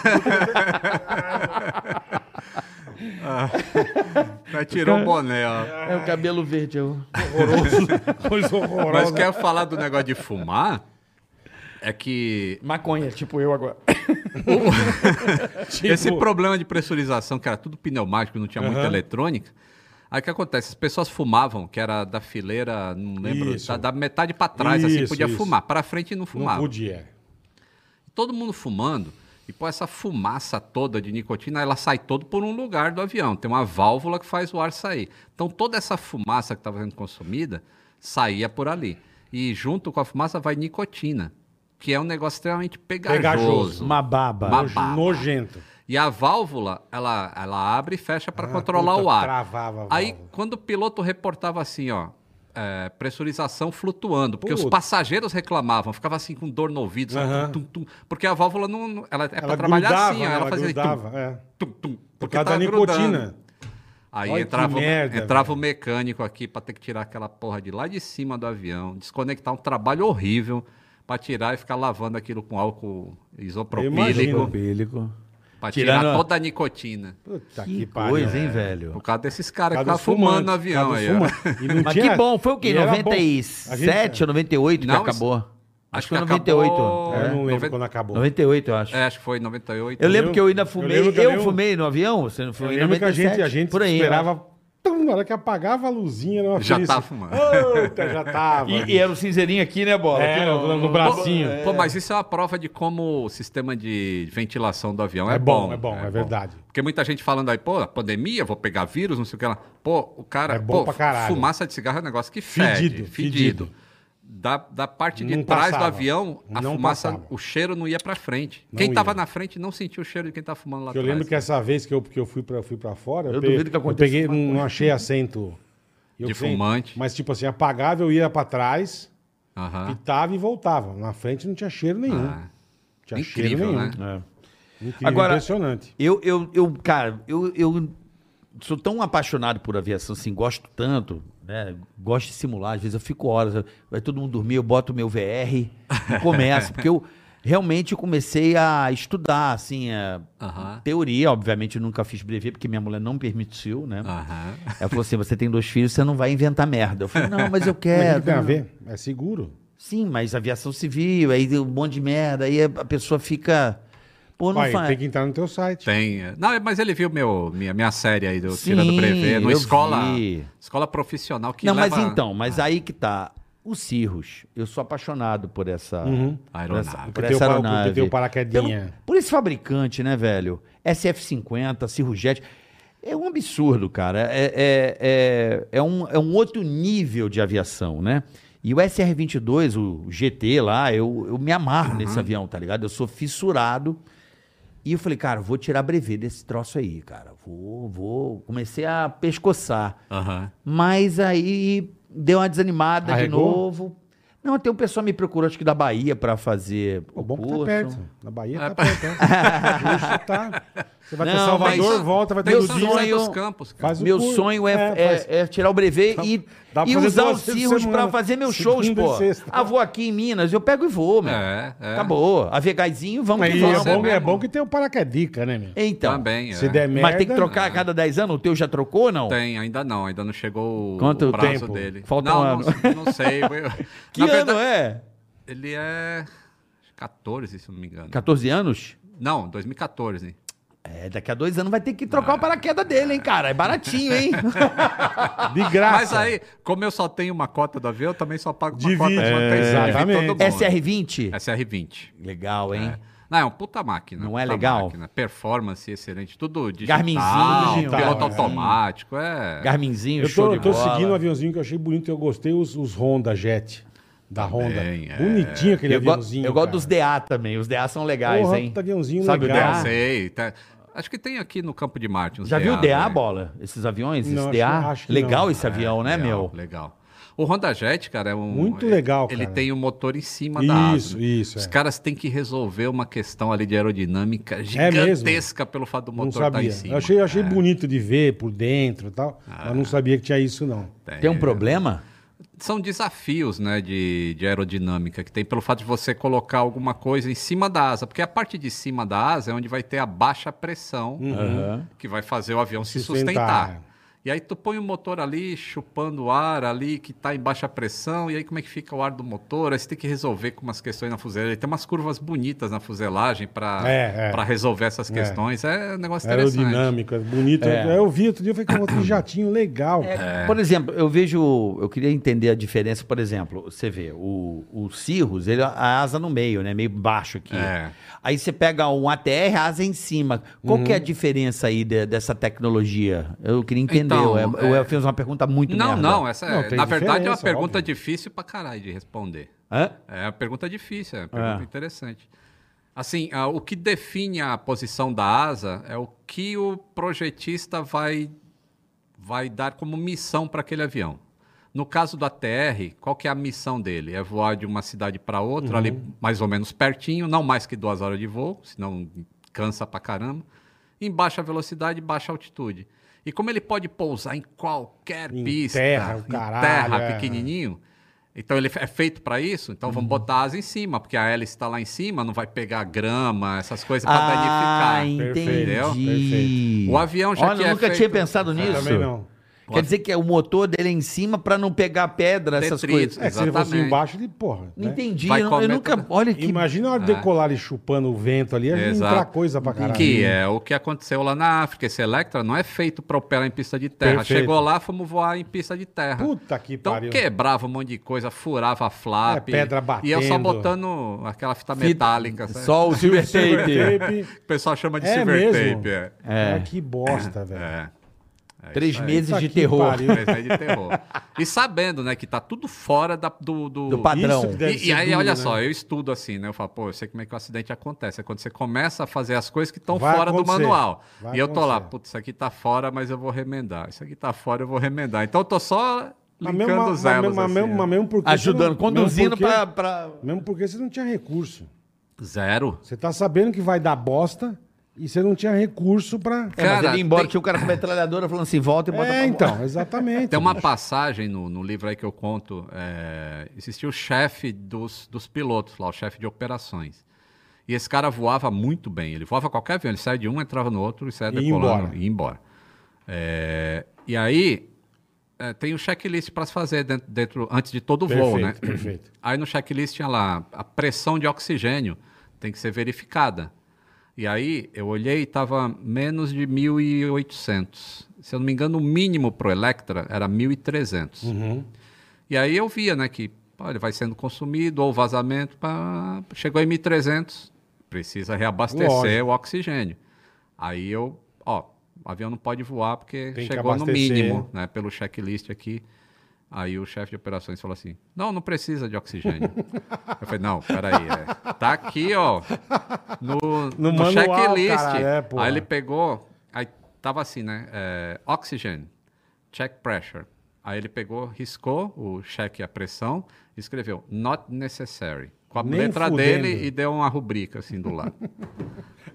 [SPEAKER 5] Aí tirou o boné, ó.
[SPEAKER 4] É o cabelo verde. Eu...
[SPEAKER 1] Coisa
[SPEAKER 5] Mas é
[SPEAKER 1] horrorosa.
[SPEAKER 5] quer falar do negócio de fumar? É que
[SPEAKER 4] Maconha, tipo eu agora.
[SPEAKER 1] Tipo,
[SPEAKER 5] Esse problema de pressurização, que era tudo pneumático, não tinha muita eletrônica. Aí o que acontece? As pessoas fumavam, que era da fileira, não lembro,
[SPEAKER 1] Isso.
[SPEAKER 5] da, da metade pra trás, assim,
[SPEAKER 1] Isso,
[SPEAKER 5] podia
[SPEAKER 1] isso.
[SPEAKER 5] fumar. Pra frente não
[SPEAKER 1] Não
[SPEAKER 5] fumava.
[SPEAKER 1] podia.
[SPEAKER 5] Todo mundo fumando, e pô, essa fumaça toda de nicotina, ela sai todo por um lugar do avião. Tem uma válvula que faz o ar sair. Então toda essa fumaça que estava sendo consumida saía por ali. E junto com a fumaça vai nicotina, que é um negócio extremamente
[SPEAKER 1] Pegajoso.
[SPEAKER 5] pegajoso.
[SPEAKER 3] Uma baba.
[SPEAKER 5] Uma
[SPEAKER 1] Nojo-
[SPEAKER 5] baba.
[SPEAKER 1] Nojento.
[SPEAKER 5] E a válvula, ela, ela abre e fecha para controlar
[SPEAKER 1] Ah, puta,
[SPEAKER 5] o ar.
[SPEAKER 1] travava a
[SPEAKER 5] Aí,
[SPEAKER 1] válvula.
[SPEAKER 5] quando o piloto reportava assim, ó, é, pressurização flutuando, porque os
[SPEAKER 1] Puta.
[SPEAKER 5] passageiros reclamavam, ficava assim com dor no ouvido, sabe?
[SPEAKER 1] Aham.
[SPEAKER 5] Tum, tum, tum. porque a válvula não, não- ela é para
[SPEAKER 1] Ela
[SPEAKER 5] trabalhar
[SPEAKER 1] grudava,
[SPEAKER 5] assim, ó,
[SPEAKER 1] né?
[SPEAKER 5] ela, fazia tum,
[SPEAKER 1] grudava, é.
[SPEAKER 5] tum, tum,
[SPEAKER 1] Por
[SPEAKER 5] porque
[SPEAKER 1] causa da
[SPEAKER 5] tava grudando.
[SPEAKER 1] nicotina.
[SPEAKER 5] Aí
[SPEAKER 1] Olha que
[SPEAKER 5] entrava, o-
[SPEAKER 1] merda,
[SPEAKER 5] entrava o mecânico aqui para ter que tirar aquela porra de lá de cima do avião, desconectar um trabalho horrível para tirar e ficar lavando aquilo com álcool
[SPEAKER 1] imagino.
[SPEAKER 5] isopropílico,
[SPEAKER 4] Bílico.
[SPEAKER 5] para tirar
[SPEAKER 4] Tirando a-
[SPEAKER 5] toda a nicotina.
[SPEAKER 1] Puta que,
[SPEAKER 4] Que
[SPEAKER 1] pariu.
[SPEAKER 4] coisa, hein,
[SPEAKER 1] É.
[SPEAKER 4] velho?
[SPEAKER 5] Por causa desses caras que
[SPEAKER 1] Cada
[SPEAKER 5] estavam fumando no avião
[SPEAKER 1] cada
[SPEAKER 5] aí, ó.
[SPEAKER 1] fumante. E não
[SPEAKER 4] Mas
[SPEAKER 1] tinha-
[SPEAKER 4] que bom, foi o
[SPEAKER 1] e
[SPEAKER 4] quê?
[SPEAKER 1] era bom.
[SPEAKER 4] 97 ou 98
[SPEAKER 5] Não,
[SPEAKER 4] que acabou? Acho, que foi
[SPEAKER 5] que
[SPEAKER 4] 98.
[SPEAKER 5] acabou-
[SPEAKER 4] É.
[SPEAKER 1] Eu não lembro
[SPEAKER 5] Noventa-
[SPEAKER 1] quando acabou.
[SPEAKER 4] 98, eu acho.
[SPEAKER 5] É, acho que foi em 98.
[SPEAKER 4] Eu lembro
[SPEAKER 1] Eu-
[SPEAKER 4] que eu ainda
[SPEAKER 1] eu
[SPEAKER 4] fumei. Eu,
[SPEAKER 1] lembro que eu lembro-
[SPEAKER 4] fumei no avião, você não
[SPEAKER 1] Eu
[SPEAKER 4] fumou em
[SPEAKER 1] lembro que a
[SPEAKER 4] 97.
[SPEAKER 1] gente, a gente
[SPEAKER 4] por aí, né? ó.
[SPEAKER 1] esperava. Tum, na hora que apagava a luzinha, era uma
[SPEAKER 5] Já
[SPEAKER 1] felicidade.
[SPEAKER 5] tá fumando.
[SPEAKER 1] Puta, já tava.
[SPEAKER 4] E, é e era o cinzeirinho aqui, né, Bola?
[SPEAKER 1] É,
[SPEAKER 4] Aqui
[SPEAKER 1] no, no bracinho.
[SPEAKER 5] Pô, pô, mas isso é uma prova de como o sistema de ventilação do avião é,
[SPEAKER 1] É bom, é bom, é verdade.
[SPEAKER 5] Porque muita gente falando aí, pô, pandemia, vou pegar vírus, não sei o que lá. Pô, o cara.
[SPEAKER 1] É bom
[SPEAKER 5] pô,
[SPEAKER 1] pra caralho.
[SPEAKER 5] Fumaça de cigarro é um negócio que fede.
[SPEAKER 1] Fedido,
[SPEAKER 5] Fedido.
[SPEAKER 1] fedido.
[SPEAKER 5] Da, da parte de
[SPEAKER 1] Não
[SPEAKER 5] trás
[SPEAKER 1] passava.
[SPEAKER 5] do avião, a
[SPEAKER 1] Não
[SPEAKER 5] fumaça,
[SPEAKER 1] passava.
[SPEAKER 5] o cheiro não ia pra frente.
[SPEAKER 1] Não
[SPEAKER 5] quem tava
[SPEAKER 1] ia.
[SPEAKER 5] na frente não sentia o cheiro de quem tá fumando lá
[SPEAKER 1] Eu
[SPEAKER 5] atrás.
[SPEAKER 1] lembro que essa vez que eu, que eu fui pra, fui pra fora, eu,
[SPEAKER 4] Eu
[SPEAKER 1] peguei,
[SPEAKER 4] duvido que
[SPEAKER 1] eu
[SPEAKER 4] aconteça
[SPEAKER 1] peguei- não, não achei
[SPEAKER 4] assim.
[SPEAKER 1] assento. Eu
[SPEAKER 5] De
[SPEAKER 1] sei,
[SPEAKER 5] fumante.
[SPEAKER 1] Mas tipo assim, apagava, eu ia pra trás,
[SPEAKER 5] Aham.
[SPEAKER 1] pitava e voltava. Na frente não tinha cheiro nenhum.
[SPEAKER 5] Ah.
[SPEAKER 1] Não tinha cheiro
[SPEAKER 5] Incrível,
[SPEAKER 1] nenhum.
[SPEAKER 5] né?
[SPEAKER 1] Incrível,
[SPEAKER 4] Agora-
[SPEAKER 1] impressionante.
[SPEAKER 4] Eu, eu, eu, cara, eu, eu sou tão apaixonado por aviação, assim, gosto tanto, né? Gosto de simular, às vezes eu fico horas, vai todo mundo dormir, eu boto o meu VR e começo, porque eu realmente comecei a estudar, assim, a
[SPEAKER 5] Aham.
[SPEAKER 4] teoria, obviamente eu nunca fiz brevet, porque minha mulher não permitiu, né?
[SPEAKER 5] Aham.
[SPEAKER 4] Ela falou assim, você tem dois filhos, você não vai inventar merda. Eu falei, não,
[SPEAKER 1] Mas
[SPEAKER 4] mas eu
[SPEAKER 1] o
[SPEAKER 4] quero.
[SPEAKER 1] que tem a ver? É seguro.
[SPEAKER 4] Sim, mas aviação civil, aí deu um monte de merda, aí a pessoa fica... Pô, não
[SPEAKER 1] Vai,
[SPEAKER 4] faz...
[SPEAKER 1] tem que entrar no teu site.
[SPEAKER 5] Tem. é. Não, mas ele viu meu, minha, minha série aí do
[SPEAKER 4] Sim,
[SPEAKER 5] Tirando Prevê, numa
[SPEAKER 4] eu
[SPEAKER 5] escola,
[SPEAKER 4] vi.
[SPEAKER 5] escola profissional que
[SPEAKER 4] não,
[SPEAKER 5] leva...
[SPEAKER 4] mas então, mas aí que tá. O Cirrus, eu sou apaixonado por essa
[SPEAKER 1] Uhum.
[SPEAKER 4] por
[SPEAKER 5] Aeronave.
[SPEAKER 4] essa, por
[SPEAKER 1] Porque tem o
[SPEAKER 4] essa
[SPEAKER 1] pa-
[SPEAKER 4] aeronave.
[SPEAKER 1] porque tem o paraquedinha.
[SPEAKER 4] Pelo- por esse fabricante, né, velho? SF-50, Cirrus Jet. É um absurdo, cara. É, é, é, é um, é um outro nível de aviação, né? E o SR-22, o GT lá, eu, eu me amarro nesse avião, tá ligado? Eu sou fissurado. E eu falei, cara, vou tirar brevet desse troço aí, cara. Vou, vou. Comecei a pescoçar.
[SPEAKER 5] Aham.
[SPEAKER 4] Mas aí deu uma desanimada
[SPEAKER 1] Arregou?
[SPEAKER 4] de novo. Não, até um pessoal me procurou, acho que da Bahia, pra fazer.
[SPEAKER 1] O bom que tá
[SPEAKER 4] curso.
[SPEAKER 1] perto. Na Bahia
[SPEAKER 5] É,
[SPEAKER 1] tá perto. né? Hoje tá. Você vai pra
[SPEAKER 4] Não,
[SPEAKER 1] Salvador,
[SPEAKER 4] mas-
[SPEAKER 1] volta, vai ter
[SPEAKER 4] meu
[SPEAKER 5] Tem
[SPEAKER 1] Luzinho.
[SPEAKER 5] São
[SPEAKER 4] sonho-
[SPEAKER 5] José dos Campos, cara.
[SPEAKER 1] Faz o
[SPEAKER 4] Meu
[SPEAKER 1] curso.
[SPEAKER 4] sonho é, é,
[SPEAKER 1] faz-
[SPEAKER 4] é tirar o brevet
[SPEAKER 1] Dá-
[SPEAKER 4] e,
[SPEAKER 1] dá pra
[SPEAKER 4] e
[SPEAKER 1] fazer
[SPEAKER 4] usar
[SPEAKER 1] duas vezes
[SPEAKER 4] os
[SPEAKER 1] por
[SPEAKER 4] cirros
[SPEAKER 1] semana,
[SPEAKER 4] pra fazer meus shows,
[SPEAKER 1] segunda e
[SPEAKER 4] pô.
[SPEAKER 1] sexta.
[SPEAKER 4] Ah, vou aqui em Minas, eu pego e vou, meu. Tá
[SPEAKER 5] É, é.
[SPEAKER 4] Acabou. Avegazinho, vamos
[SPEAKER 1] Aí
[SPEAKER 4] que
[SPEAKER 1] é
[SPEAKER 4] vamos.
[SPEAKER 1] bom, é
[SPEAKER 5] mesmo.
[SPEAKER 1] bom que tem o paraquedica, né, meu?
[SPEAKER 4] Então,
[SPEAKER 5] Também, é.
[SPEAKER 1] Se der merda...
[SPEAKER 4] mas tem que trocar a cada 10 anos? O teu já trocou ou não?
[SPEAKER 5] Tem, ainda não, ainda não chegou o,
[SPEAKER 4] Quanto
[SPEAKER 5] o prazo
[SPEAKER 1] tempo?
[SPEAKER 5] dele.
[SPEAKER 4] Falta
[SPEAKER 5] não,
[SPEAKER 4] um
[SPEAKER 5] não, não sei. eu-
[SPEAKER 4] Que
[SPEAKER 5] Na
[SPEAKER 4] ano
[SPEAKER 5] verdade,
[SPEAKER 4] é?
[SPEAKER 5] Ele é 14, se eu não me engano.
[SPEAKER 4] 14 anos?
[SPEAKER 5] Não, 2014.
[SPEAKER 4] É, daqui a dois anos vai ter que
[SPEAKER 5] Ah.
[SPEAKER 4] trocar o paraquedas dele, hein, cara? É baratinho, hein?
[SPEAKER 1] De
[SPEAKER 5] Ah,
[SPEAKER 1] graça.
[SPEAKER 5] Mas aí, como eu só tenho uma cota do avião, eu também só pago uma
[SPEAKER 1] Divide.
[SPEAKER 5] cota de
[SPEAKER 1] É,
[SPEAKER 5] manutenção de
[SPEAKER 1] exatamente.
[SPEAKER 5] todo mundo.
[SPEAKER 4] SR20?
[SPEAKER 5] SR20.
[SPEAKER 4] Legal, hein?
[SPEAKER 5] Não, é uma puta máquina.
[SPEAKER 4] Não é
[SPEAKER 5] puta
[SPEAKER 4] legal?
[SPEAKER 5] Máquina, performance excelente, tudo digital.
[SPEAKER 4] Garminzinho,
[SPEAKER 5] piloto
[SPEAKER 1] digital, é.
[SPEAKER 5] automático, é...
[SPEAKER 4] Garminzinho,
[SPEAKER 1] Eu
[SPEAKER 4] show
[SPEAKER 1] tô,
[SPEAKER 4] de
[SPEAKER 1] eu tô
[SPEAKER 4] bola.
[SPEAKER 1] seguindo um aviãozinho que eu achei bonito. Eu gostei os, os Honda Jet. Da Honda.
[SPEAKER 5] é.
[SPEAKER 1] Bonitinho aquele
[SPEAKER 4] Eu, go-
[SPEAKER 1] aviãozinho,
[SPEAKER 4] eu gosto
[SPEAKER 1] cara.
[SPEAKER 4] dos DA também. Os DA são legais,
[SPEAKER 1] Porra,
[SPEAKER 4] hein?
[SPEAKER 1] puta aviãozinho
[SPEAKER 4] Sabe
[SPEAKER 1] legal.
[SPEAKER 4] o DA?
[SPEAKER 5] Sei, tá- acho que tem aqui no campo de Marte. uns
[SPEAKER 4] Já viu o DA,
[SPEAKER 5] né?
[SPEAKER 4] bola? Esses aviões?
[SPEAKER 1] Não,
[SPEAKER 4] Esses
[SPEAKER 1] acho
[SPEAKER 4] DA?
[SPEAKER 1] que- acho que
[SPEAKER 4] legal
[SPEAKER 1] não.
[SPEAKER 4] esse avião, né,
[SPEAKER 5] É, Legal,
[SPEAKER 4] meu?
[SPEAKER 5] Legal. O Honda Jet, cara, é um.
[SPEAKER 1] Muito
[SPEAKER 5] ele-
[SPEAKER 1] legal,
[SPEAKER 5] Ele
[SPEAKER 1] cara.
[SPEAKER 5] tem o motor em cima da asa. né?
[SPEAKER 1] Isso, isso,
[SPEAKER 5] Os
[SPEAKER 1] é.
[SPEAKER 5] caras têm que resolver uma questão ali de aerodinâmica
[SPEAKER 1] mesmo?
[SPEAKER 5] gigantesca pelo fato do
[SPEAKER 1] Não
[SPEAKER 5] motor estar em
[SPEAKER 1] sabia.
[SPEAKER 5] cima. É. Ah.
[SPEAKER 1] Eu achei, eu achei bonito de ver por dentro e tal, mas não sabia que tinha isso, não.
[SPEAKER 4] Tem um problema?
[SPEAKER 5] São desafios, né, de, de aerodinâmica que tem pelo fato de você colocar alguma coisa em cima da asa, porque a parte de cima da asa é onde vai ter a baixa pressão
[SPEAKER 4] Aham.
[SPEAKER 5] que vai fazer o avião se
[SPEAKER 1] Hum. Sustentar.
[SPEAKER 5] sustentar. E aí tu põe o motor ali, chupando o ar ali que está em baixa pressão, e aí como é que fica o ar do motor? Aí você tem que resolver com umas questões na fuselagem. Tem umas curvas bonitas na fuselagem para
[SPEAKER 1] É, é.
[SPEAKER 5] resolver essas questões. É, um negócio interessante.
[SPEAKER 1] Aerodinâmica, bonito.
[SPEAKER 4] É.
[SPEAKER 1] Eu vi outro dia, eu falei, cara, outro jatinho legal.
[SPEAKER 5] É.
[SPEAKER 4] Por exemplo, eu vejo. Eu queria entender a diferença, por exemplo, você vê, o, o Cirrus, ele, a asa no meio, né? Meio baixo aqui.
[SPEAKER 5] É.
[SPEAKER 4] Aí você pega um ATR, a asa em cima. Qual que é a
[SPEAKER 1] Uhum.
[SPEAKER 4] diferença aí de- dessa tecnologia? Eu queria entender.
[SPEAKER 5] Então,
[SPEAKER 4] eu, eu
[SPEAKER 5] é-
[SPEAKER 4] fiz uma pergunta muito
[SPEAKER 5] Não,
[SPEAKER 4] merda.
[SPEAKER 5] não, essa
[SPEAKER 1] Não,
[SPEAKER 5] é,
[SPEAKER 1] tem
[SPEAKER 5] na verdade é uma
[SPEAKER 1] diferença,
[SPEAKER 5] pergunta
[SPEAKER 1] óbvio.
[SPEAKER 5] difícil pra caralho de responder.
[SPEAKER 4] Hã?
[SPEAKER 5] É uma pergunta difícil, é uma pergunta
[SPEAKER 4] É.
[SPEAKER 5] interessante. Assim, ah, o que define a posição da asa é o que o projetista vai, vai dar como missão para aquele avião. No caso do ATR, qual que é a missão dele? É voar de uma cidade para outra, ali
[SPEAKER 1] Uhum.
[SPEAKER 5] mais ou menos pertinho, não mais que duas horas de voo, senão cansa pra caramba. Em baixa velocidade, baixa altitude. E como ele pode pousar em qualquer
[SPEAKER 1] Em
[SPEAKER 5] pista,
[SPEAKER 1] terra, o caralho,
[SPEAKER 5] em
[SPEAKER 1] é.
[SPEAKER 5] terra pequenininho, então ele é feito para isso, então
[SPEAKER 4] Uhum.
[SPEAKER 5] vamos botar a asa em cima, porque a hélice está lá em cima, não vai pegar grama, essas coisas para
[SPEAKER 4] Ah,
[SPEAKER 5] danificar.
[SPEAKER 4] entendi.
[SPEAKER 1] Perfeito, perfeito.
[SPEAKER 5] O avião já
[SPEAKER 4] Olha,
[SPEAKER 5] que
[SPEAKER 4] eu
[SPEAKER 5] é
[SPEAKER 4] nunca tinha
[SPEAKER 5] feito-
[SPEAKER 4] pensado nisso.
[SPEAKER 1] Também não.
[SPEAKER 4] Quer dizer que é o motor dele é em cima pra não pegar pedra, essas
[SPEAKER 5] Detrito.
[SPEAKER 4] coisas.
[SPEAKER 1] É, se ele fosse
[SPEAKER 5] Exatamente.
[SPEAKER 1] embaixo, ele, porra.
[SPEAKER 4] Não
[SPEAKER 1] Né?
[SPEAKER 4] entendi.
[SPEAKER 5] né? Vai
[SPEAKER 4] Eu, eu
[SPEAKER 5] comer
[SPEAKER 4] nunca.
[SPEAKER 5] toda-
[SPEAKER 4] Olha que.
[SPEAKER 1] Imagina a hora de decolar e chupando o vento ali, a gente
[SPEAKER 5] Exato.
[SPEAKER 1] entrar coisa pra caralho.
[SPEAKER 5] Que é o que aconteceu lá na África. Esse Electra não é feito para operar em pista de terra.
[SPEAKER 1] Perfeito.
[SPEAKER 5] Chegou lá, fomos voar em pista de terra.
[SPEAKER 1] Puta que
[SPEAKER 5] então
[SPEAKER 1] pariu.
[SPEAKER 5] quebrava um monte de coisa, furava a flap.
[SPEAKER 1] É, pedra
[SPEAKER 5] E eu só
[SPEAKER 1] batendo.
[SPEAKER 5] botando aquela fita metálica. sabe?
[SPEAKER 4] Só o silver tape.
[SPEAKER 5] O pessoal chama de
[SPEAKER 1] É
[SPEAKER 5] silver
[SPEAKER 1] mesmo?
[SPEAKER 5] tape. É.
[SPEAKER 1] É. que bosta, velho.
[SPEAKER 5] É. É
[SPEAKER 4] Três
[SPEAKER 5] isso aí.
[SPEAKER 4] meses
[SPEAKER 1] Puta
[SPEAKER 4] de
[SPEAKER 1] que
[SPEAKER 4] terror.
[SPEAKER 1] pariu.
[SPEAKER 5] Mas é de terror. E sabendo, né, que tá tudo fora da- do,
[SPEAKER 4] Do padrão.
[SPEAKER 1] Isso que deve
[SPEAKER 5] E, e
[SPEAKER 1] ser
[SPEAKER 5] aí,
[SPEAKER 1] duro,
[SPEAKER 5] olha
[SPEAKER 1] né?
[SPEAKER 5] só, eu estudo assim, né? Eu falo, pô, eu sei como é que o acidente acontece. É quando você começa a fazer as coisas que estão
[SPEAKER 1] Vai
[SPEAKER 5] fora do
[SPEAKER 1] acontecer.
[SPEAKER 5] manual.
[SPEAKER 1] Vai
[SPEAKER 5] e eu tô lá,
[SPEAKER 1] acontecer.
[SPEAKER 5] putz, isso aqui tá fora, mas eu vou remendar. Isso aqui tá fora, eu vou remendar. Então eu tô só
[SPEAKER 1] Mas
[SPEAKER 5] linkando
[SPEAKER 1] mesmo-
[SPEAKER 5] os
[SPEAKER 1] mas
[SPEAKER 5] elos.
[SPEAKER 1] mesmo- mas
[SPEAKER 5] assim,
[SPEAKER 1] mesmo-
[SPEAKER 5] né?
[SPEAKER 1] mas mesmo porque
[SPEAKER 4] Ajudando,
[SPEAKER 1] você não-
[SPEAKER 4] conduzindo
[SPEAKER 1] mesmo porque-
[SPEAKER 4] pra. pra-
[SPEAKER 1] Mesmo porque você não tinha recurso.
[SPEAKER 5] é. Zero.
[SPEAKER 1] Você tá sabendo que vai dar bosta e você não tinha recurso pra.
[SPEAKER 4] É, mas
[SPEAKER 5] Cara,
[SPEAKER 4] ele ia embora,
[SPEAKER 5] tem-
[SPEAKER 4] tinha o cara com a metralhadora falando assim: volta e bota pra-
[SPEAKER 1] É, então, exatamente.
[SPEAKER 5] Tem uma
[SPEAKER 1] bicho.
[SPEAKER 5] passagem no, no livro aí que eu conto. é, existia o chefe dos, dos pilotos lá, o chefe de operações. E esse cara voava muito bem. Ele voava qualquer avião. Ele saía de um, entrava no outro e saía
[SPEAKER 1] E ia
[SPEAKER 5] decolando.
[SPEAKER 1] embora.
[SPEAKER 5] E ia embora. É, e aí é, tem o checklist para se fazer dentro, dentro- antes de todo o
[SPEAKER 1] Perfeito,
[SPEAKER 5] voo, né?
[SPEAKER 1] perfeito.
[SPEAKER 5] Aí no checklist tinha lá a pressão de oxigênio tem que ser verificada. E aí eu olhei e estava menos de 1.800. Se eu não me engano, o mínimo pro Electra era 1.300.
[SPEAKER 1] Uhum.
[SPEAKER 5] E aí eu via, né, que pô, ele vai sendo consumido ou vazamento, pá, chegou em 1.300, precisa reabastecer
[SPEAKER 1] Lógico.
[SPEAKER 5] o oxigênio. Aí eu, ó, o avião não pode voar porque
[SPEAKER 1] Tem que
[SPEAKER 5] chegou no
[SPEAKER 1] abastecer.
[SPEAKER 5] mínimo, né, pelo checklist aqui. Aí o chefe de operações falou assim: não, não precisa de oxigênio. eu falei: não, peraí, é, tá aqui, ó, no, no,
[SPEAKER 1] No manual,
[SPEAKER 5] checklist.
[SPEAKER 1] caralho, é, porra.
[SPEAKER 5] aí ele pegou, aí tava assim, né, é, oxigênio, check pressure. Aí ele pegou, riscou o cheque e a pressão, escreveu not necessary. Com a
[SPEAKER 1] Nem
[SPEAKER 5] letra
[SPEAKER 1] fudendo.
[SPEAKER 5] dele e deu uma rubrica assim do lado.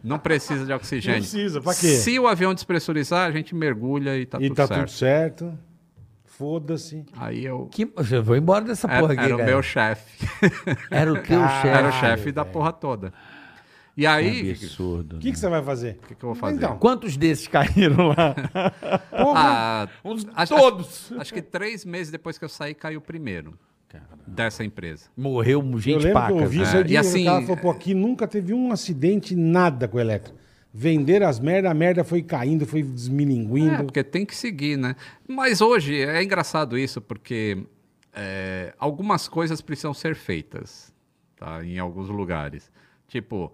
[SPEAKER 5] Não precisa de oxigênio.
[SPEAKER 1] Precisa, pra quê?
[SPEAKER 5] Se o avião despressurizar, a gente mergulha e tá
[SPEAKER 1] E
[SPEAKER 5] tudo
[SPEAKER 1] tá
[SPEAKER 5] certo.
[SPEAKER 1] tudo certo. Foda-se.
[SPEAKER 5] Aí eu.
[SPEAKER 4] Que... Eu vou embora dessa
[SPEAKER 5] Era,
[SPEAKER 4] porra aqui.
[SPEAKER 5] era o
[SPEAKER 4] cara.
[SPEAKER 5] meu chefe.
[SPEAKER 4] Era o teu
[SPEAKER 1] Caralho,
[SPEAKER 4] chefe.
[SPEAKER 5] Era o chefe da porra toda. E aí, o que,
[SPEAKER 4] Absurdo.
[SPEAKER 1] O que, que você vai fazer?
[SPEAKER 5] que eu vou fazer?
[SPEAKER 1] Então,
[SPEAKER 4] Quantos desses caíram lá?
[SPEAKER 5] Ah,
[SPEAKER 4] Uns-
[SPEAKER 5] acho-
[SPEAKER 4] todos.
[SPEAKER 5] Acho, acho que três meses depois que eu saí, caiu o primeiro dessa empresa.
[SPEAKER 4] Morreu
[SPEAKER 1] eu
[SPEAKER 4] gente
[SPEAKER 1] lembro
[SPEAKER 4] paca.
[SPEAKER 1] que eu ouvi isso
[SPEAKER 5] né?
[SPEAKER 1] aí de
[SPEAKER 5] E
[SPEAKER 1] um
[SPEAKER 5] assim,
[SPEAKER 1] cara falou, pô, aqui nunca teve um acidente, nada com o elétrico. Venderam as merda, a merda foi caindo, foi
[SPEAKER 5] É,
[SPEAKER 1] desmilinguindo.
[SPEAKER 5] porque tem que seguir, né? Mas hoje é engraçado isso, porque é, algumas coisas precisam ser feitas tá? em alguns lugares. Tipo,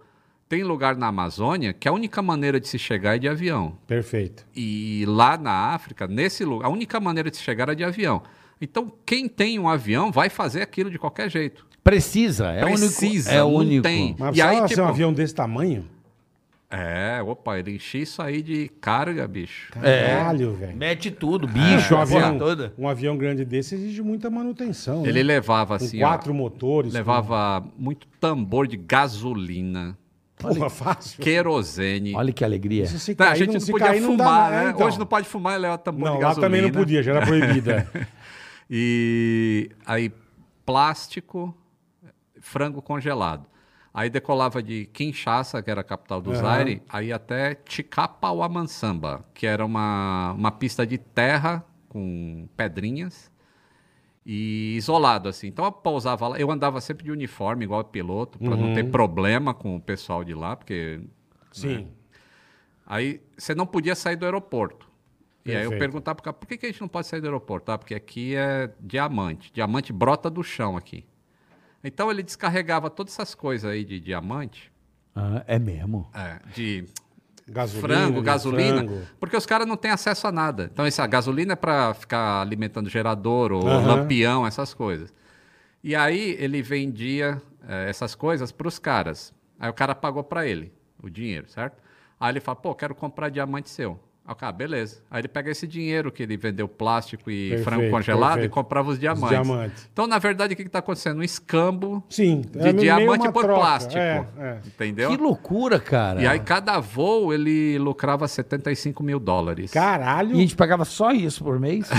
[SPEAKER 5] tem lugar na Amazônia que a única maneira de se chegar é de avião.
[SPEAKER 1] Perfeito.
[SPEAKER 5] E lá na África, nesse lugar, a única maneira de se chegar era de avião. Então, quem tem um avião vai fazer aquilo de qualquer jeito.
[SPEAKER 4] Precisa. É o único.
[SPEAKER 5] Precisa,
[SPEAKER 4] É o
[SPEAKER 5] não
[SPEAKER 4] único.
[SPEAKER 5] tem.
[SPEAKER 1] Mas
[SPEAKER 5] E
[SPEAKER 1] e
[SPEAKER 5] aí,
[SPEAKER 1] ser um
[SPEAKER 5] tipo-
[SPEAKER 1] avião desse tamanho?
[SPEAKER 5] É, opa, ele enchia isso aí de carga, bicho.
[SPEAKER 1] Caralho, velho.
[SPEAKER 4] Mete tudo,
[SPEAKER 1] Bicho,
[SPEAKER 4] bicho,
[SPEAKER 1] um,
[SPEAKER 4] a porra
[SPEAKER 1] avião,
[SPEAKER 4] toda.
[SPEAKER 1] um avião grande desse exige muita manutenção.
[SPEAKER 5] Ele
[SPEAKER 1] né?
[SPEAKER 5] levava
[SPEAKER 1] Com
[SPEAKER 5] assim, ó,
[SPEAKER 1] quatro motores.
[SPEAKER 5] levava muito tambor de gasolina,
[SPEAKER 1] com- Porra, fácil.
[SPEAKER 5] querosene.
[SPEAKER 4] Olha que alegria.
[SPEAKER 1] Isso se
[SPEAKER 5] Tá, a
[SPEAKER 1] cair,
[SPEAKER 5] gente
[SPEAKER 1] não,
[SPEAKER 5] não,
[SPEAKER 1] se
[SPEAKER 5] podia
[SPEAKER 1] cair, não dá,
[SPEAKER 5] fumar,
[SPEAKER 1] né?
[SPEAKER 5] né?
[SPEAKER 1] Então.
[SPEAKER 5] Hoje não pode fumar, leva tambor
[SPEAKER 1] Não,
[SPEAKER 5] de
[SPEAKER 1] lá
[SPEAKER 5] gasolina.
[SPEAKER 1] também não podia, já era proibida.
[SPEAKER 5] E aí plástico, frango congelado. Aí decolava de Kinshasa, que era a capital do Zaire, aí até Ticapauamansamba, que era uma, uma pista de terra com pedrinhas e isolado assim. Então eu pousava lá, eu andava sempre de uniforme igual piloto, para não ter problema com o pessoal de lá, porque
[SPEAKER 1] Sim.
[SPEAKER 5] Aí você não podia sair do aeroporto. E aí eu
[SPEAKER 1] Perfeito.
[SPEAKER 5] perguntava pro cara, por que, que a gente não pode sair do aeroporto? Ah, porque aqui é diamante. Diamante brota do chão aqui. Então ele descarregava todas essas coisas aí de diamante,
[SPEAKER 4] Ah, é mesmo.
[SPEAKER 5] é, de
[SPEAKER 1] Gasolina,
[SPEAKER 5] frango,
[SPEAKER 1] de
[SPEAKER 5] gasolina,
[SPEAKER 1] frango.
[SPEAKER 5] porque os caras não têm acesso a nada. Então essa gasolina é para ficar alimentando gerador ou
[SPEAKER 1] Aham.
[SPEAKER 5] lampião, essas coisas. E aí ele vendia eh, essas coisas para os caras. Aí o cara pagou para ele o dinheiro, certo? Aí ele fala, pô, quero comprar diamante seu. Aí o cara, beleza. Aí ele pega esse dinheiro que ele vendeu plástico e
[SPEAKER 1] Perfeito,
[SPEAKER 5] frango congelado
[SPEAKER 1] perfeito.
[SPEAKER 5] e comprava os diamantes.
[SPEAKER 1] diamantes.
[SPEAKER 5] Então, na verdade, o que está acontecendo? Um escambo
[SPEAKER 1] Sim.
[SPEAKER 5] de
[SPEAKER 1] é meio
[SPEAKER 5] diamante
[SPEAKER 1] uma
[SPEAKER 5] por
[SPEAKER 1] troca,
[SPEAKER 5] plástico.
[SPEAKER 1] é, é.
[SPEAKER 5] Entendeu?
[SPEAKER 4] Que loucura, cara.
[SPEAKER 5] E aí, cada voo, ele lucrava 75 mil dólares.
[SPEAKER 1] Caralho.
[SPEAKER 3] E a gente pagava só isso por mês?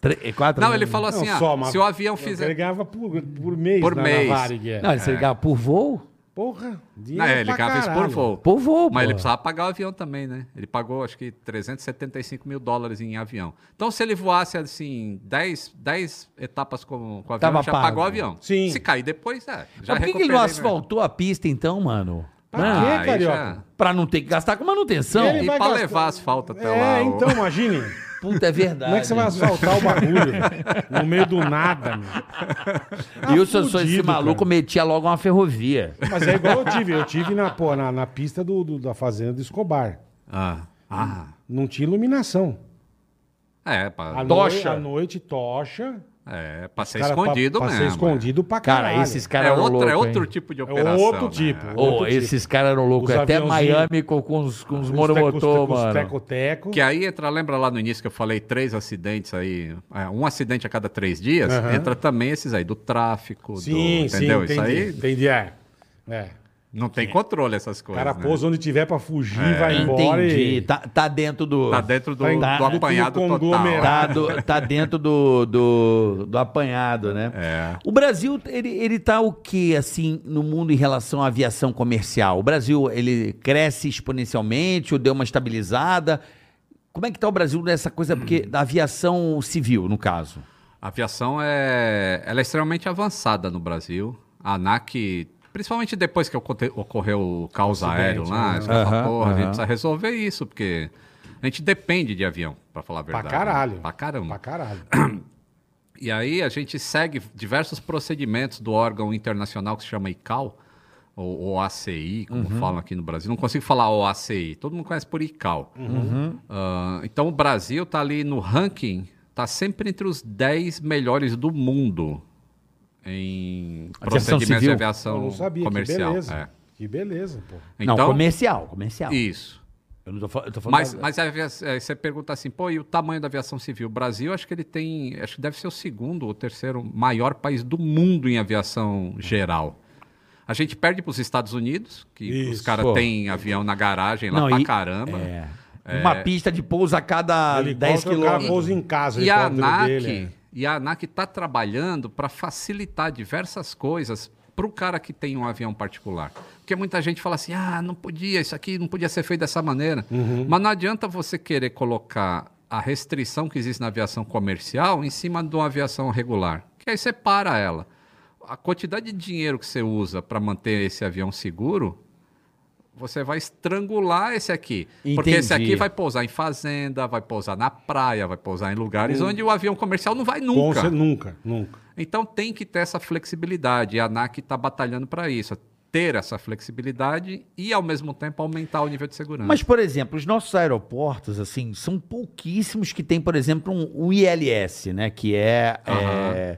[SPEAKER 4] Tre- é, quatro
[SPEAKER 5] É. Não, ele
[SPEAKER 4] mil-
[SPEAKER 5] falou assim,
[SPEAKER 1] Não,
[SPEAKER 5] ah,
[SPEAKER 1] só, mas-
[SPEAKER 5] se o avião
[SPEAKER 1] Ele
[SPEAKER 5] fizer...
[SPEAKER 1] ganhava por, por mês
[SPEAKER 5] Por
[SPEAKER 1] na,
[SPEAKER 5] mês.
[SPEAKER 1] na Varig. é.
[SPEAKER 4] Não, ele, se ele ganhava por voo?
[SPEAKER 1] Porra,
[SPEAKER 5] Não,
[SPEAKER 1] dinheiro
[SPEAKER 5] é, ele
[SPEAKER 1] pra
[SPEAKER 5] ganhava isso por
[SPEAKER 1] caralho.
[SPEAKER 5] voo.
[SPEAKER 4] Por voo,
[SPEAKER 5] Mas
[SPEAKER 4] pô.
[SPEAKER 5] ele precisava pagar o avião também, né? Ele pagou, acho que, 375 mil dólares em avião. Então, se ele voasse, assim, 10, 10 etapas com, com o avião,
[SPEAKER 4] Tava
[SPEAKER 5] ele já
[SPEAKER 4] pago.
[SPEAKER 5] pagou o avião.
[SPEAKER 1] Sim.
[SPEAKER 5] Se cair depois, é, já
[SPEAKER 4] Mas por que que ele
[SPEAKER 5] recuperei,
[SPEAKER 4] não
[SPEAKER 5] né?
[SPEAKER 4] asfaltou a pista, então, mano?
[SPEAKER 1] Pra
[SPEAKER 4] Né?
[SPEAKER 1] quê,
[SPEAKER 5] Ah, aí
[SPEAKER 1] carioca?
[SPEAKER 5] já-
[SPEAKER 4] Pra não ter que gastar com manutenção.
[SPEAKER 5] Ele- e pra levar asfalto até lá,
[SPEAKER 1] É,
[SPEAKER 5] o-
[SPEAKER 1] então, imagine.
[SPEAKER 4] Puta, é verdade.
[SPEAKER 1] Como é que você vai asfaltar o bagulho velho? no meio do nada, meu? Tá
[SPEAKER 4] E o seu sonho, esse
[SPEAKER 1] fudido,
[SPEAKER 4] maluco,
[SPEAKER 1] cara.
[SPEAKER 4] metia logo uma ferrovia.
[SPEAKER 1] Mas é igual eu tive. Eu tive na, pô, na, na pista do, do- da fazenda do Escobar.
[SPEAKER 5] Ah, ah.
[SPEAKER 1] Não tinha iluminação.
[SPEAKER 5] É, pra,
[SPEAKER 1] À
[SPEAKER 4] Tocha.
[SPEAKER 1] Noite, à noite, tocha.
[SPEAKER 5] é, pra ser
[SPEAKER 1] Cara, pra-
[SPEAKER 5] escondido
[SPEAKER 1] pra,
[SPEAKER 5] mesmo.
[SPEAKER 1] ser
[SPEAKER 5] é.
[SPEAKER 1] escondido pra
[SPEAKER 4] Cara,
[SPEAKER 1] caralho.
[SPEAKER 4] esses
[SPEAKER 5] É,
[SPEAKER 4] caras eram
[SPEAKER 5] outro,
[SPEAKER 4] loucos.
[SPEAKER 5] é outro
[SPEAKER 4] hein?
[SPEAKER 5] tipo de
[SPEAKER 1] É
[SPEAKER 5] operação.
[SPEAKER 1] outro
[SPEAKER 5] né?
[SPEAKER 1] tipo.
[SPEAKER 4] Ô,
[SPEAKER 1] outro tipo.
[SPEAKER 4] esses caras eram loucos.
[SPEAKER 1] Os
[SPEAKER 4] Até
[SPEAKER 1] aviãozinhos.
[SPEAKER 4] Miami com, com os, com os
[SPEAKER 1] Os
[SPEAKER 4] monomotor,
[SPEAKER 1] teco- os
[SPEAKER 4] mano.
[SPEAKER 1] teco-teco.
[SPEAKER 5] Que aí entra, lembra lá no início que eu falei três acidentes aí, é, um acidente a cada três dias,
[SPEAKER 1] Aham.
[SPEAKER 5] entra também esses aí, do tráfico,
[SPEAKER 1] Sim,
[SPEAKER 5] do, entendeu?
[SPEAKER 1] sim,
[SPEAKER 5] Isso
[SPEAKER 1] entendi.
[SPEAKER 5] aí
[SPEAKER 1] Entendi, é. É.
[SPEAKER 5] não tem controle essas
[SPEAKER 1] O
[SPEAKER 5] coisas.
[SPEAKER 1] cara
[SPEAKER 5] né?
[SPEAKER 1] pousa onde tiver pra fugir,
[SPEAKER 5] É.
[SPEAKER 1] vai embora
[SPEAKER 4] Entendi.
[SPEAKER 1] e...
[SPEAKER 4] Tá, tá dentro do.
[SPEAKER 5] Tá dentro do,
[SPEAKER 1] Tá em-
[SPEAKER 5] do
[SPEAKER 1] tá dentro do
[SPEAKER 5] apanhado total.
[SPEAKER 1] conglomerado.
[SPEAKER 4] Tá, do- tá dentro do, do, do apanhado, né?
[SPEAKER 5] É.
[SPEAKER 4] O Brasil, ele, ele tá o que, assim, no mundo em relação à aviação comercial? O Brasil, ele cresce exponencialmente ou deu uma estabilizada? Como é que tá o Brasil nessa coisa? Porque da aviação civil, no caso.
[SPEAKER 5] A aviação é, ela é extremamente avançada no Brasil. A ANAC, principalmente depois que ocorre- ocorreu o caos
[SPEAKER 1] Acidente,
[SPEAKER 5] aéreo lá,
[SPEAKER 1] né?
[SPEAKER 5] essa porra,
[SPEAKER 3] Aham,
[SPEAKER 5] a gente
[SPEAKER 3] aham.
[SPEAKER 5] precisa resolver isso, porque a gente depende de avião, pra falar a
[SPEAKER 1] Pra
[SPEAKER 5] verdade. né?
[SPEAKER 1] caralho.
[SPEAKER 5] Pra caramba.
[SPEAKER 1] Pra caralho.
[SPEAKER 5] E aí a gente segue diversos procedimentos do órgão internacional que se chama ICAO, ou OACI, como
[SPEAKER 4] Uhum.
[SPEAKER 5] falam aqui no Brasil. Não consigo falar OACI, todo mundo conhece por ICAO.
[SPEAKER 4] Uhum.
[SPEAKER 5] Ah, então o Brasil está ali no ranking, está sempre entre os 10 melhores do mundo em
[SPEAKER 4] Aviação
[SPEAKER 5] procedimentos de
[SPEAKER 4] civil?
[SPEAKER 1] Eu
[SPEAKER 5] aviação
[SPEAKER 1] não sabia, que
[SPEAKER 5] Então, comercial.
[SPEAKER 1] beleza.
[SPEAKER 5] é.
[SPEAKER 1] Que beleza, pô.
[SPEAKER 5] Então,
[SPEAKER 4] não, comercial, comercial.
[SPEAKER 5] isso.
[SPEAKER 4] Eu não tô, fal- eu tô falando.
[SPEAKER 5] Mas,
[SPEAKER 4] da-
[SPEAKER 5] mas a avia- eh, você pergunta assim, pô, e o tamanho da aviação civil? O Brasil, acho que ele tem, acho que deve ser o segundo ou terceiro maior país do mundo em aviação geral. A gente perde para os Estados Unidos, que os
[SPEAKER 1] Isso,
[SPEAKER 5] caras
[SPEAKER 4] pô.
[SPEAKER 5] têm avião na garagem lá
[SPEAKER 4] Não,
[SPEAKER 5] pra
[SPEAKER 4] e-
[SPEAKER 5] caramba.
[SPEAKER 4] É. Uma pista de pouso a cada 10
[SPEAKER 1] Helicóptero, O cara
[SPEAKER 4] Ah, quilômetros.
[SPEAKER 1] pousa em casa, o
[SPEAKER 5] E a
[SPEAKER 1] helicóptero
[SPEAKER 5] ANAC,
[SPEAKER 1] dele, é.
[SPEAKER 5] e a ANAC está trabalhando para facilitar diversas coisas para o cara que tem um avião particular. Porque muita gente fala assim, ah, não podia, isso aqui não podia ser feito dessa maneira.
[SPEAKER 1] Uhum.
[SPEAKER 5] Mas não adianta você querer colocar a restrição que existe na aviação comercial em cima de uma aviação regular. Que aí você para ela. A quantidade de dinheiro que você usa para manter esse avião seguro, você vai estrangular esse aqui. Porque esse
[SPEAKER 4] Entendi.
[SPEAKER 5] aqui vai pousar em fazenda, vai pousar na praia, vai pousar em lugares onde o avião comercial não vai
[SPEAKER 1] Hum. Com
[SPEAKER 5] nunca.
[SPEAKER 1] cer- nunca, nunca.
[SPEAKER 5] Então tem que ter essa flexibilidade. E a ANAC está batalhando para isso. Ter essa flexibilidade e, ao mesmo tempo, aumentar o nível de segurança.
[SPEAKER 4] Mas, por exemplo, os nossos aeroportos, assim, são pouquíssimos que tem, por exemplo, um, um ILS, né? Que é, é,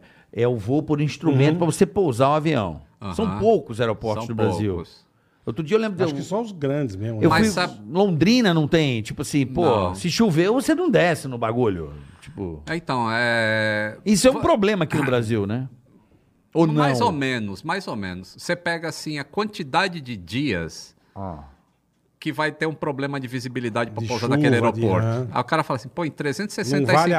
[SPEAKER 1] Uhum.
[SPEAKER 4] é o voo por instrumento para você pousar o avião.
[SPEAKER 5] Aham.
[SPEAKER 4] São poucos aeroportos do Brasil.
[SPEAKER 5] poucos.
[SPEAKER 4] Outro dia eu lembro de
[SPEAKER 1] Acho
[SPEAKER 4] eu-
[SPEAKER 1] que só os grandes mesmo. né?
[SPEAKER 4] Eu
[SPEAKER 5] Mas
[SPEAKER 4] fui,
[SPEAKER 5] sabe-
[SPEAKER 4] Londrina não tem, tipo assim, pô,
[SPEAKER 5] Não.
[SPEAKER 4] se chover você não desce no bagulho. Tipo,
[SPEAKER 5] É, Então, é.
[SPEAKER 4] isso é um problema aqui no Brasil, né? Ou não?
[SPEAKER 5] Mais ou menos, mais ou menos. Você pega assim a quantidade de dias que vai ter um problema de visibilidade para
[SPEAKER 1] Ah. De
[SPEAKER 5] pousar
[SPEAKER 1] chuva,
[SPEAKER 5] naquele
[SPEAKER 1] de-
[SPEAKER 5] aeroporto.
[SPEAKER 1] aham.
[SPEAKER 5] Aí o cara fala assim, pô, em
[SPEAKER 1] Não vale a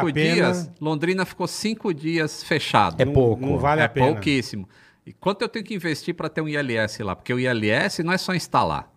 [SPEAKER 5] 365
[SPEAKER 1] pena.
[SPEAKER 5] dias, Londrina ficou cinco dias fechado.
[SPEAKER 4] É
[SPEAKER 1] Não-
[SPEAKER 4] pouco.
[SPEAKER 1] Não vale
[SPEAKER 5] é
[SPEAKER 1] a pena.
[SPEAKER 5] pouquíssimo. E quanto eu tenho que investir para ter um ILS lá? Porque o ILS não é só instalar.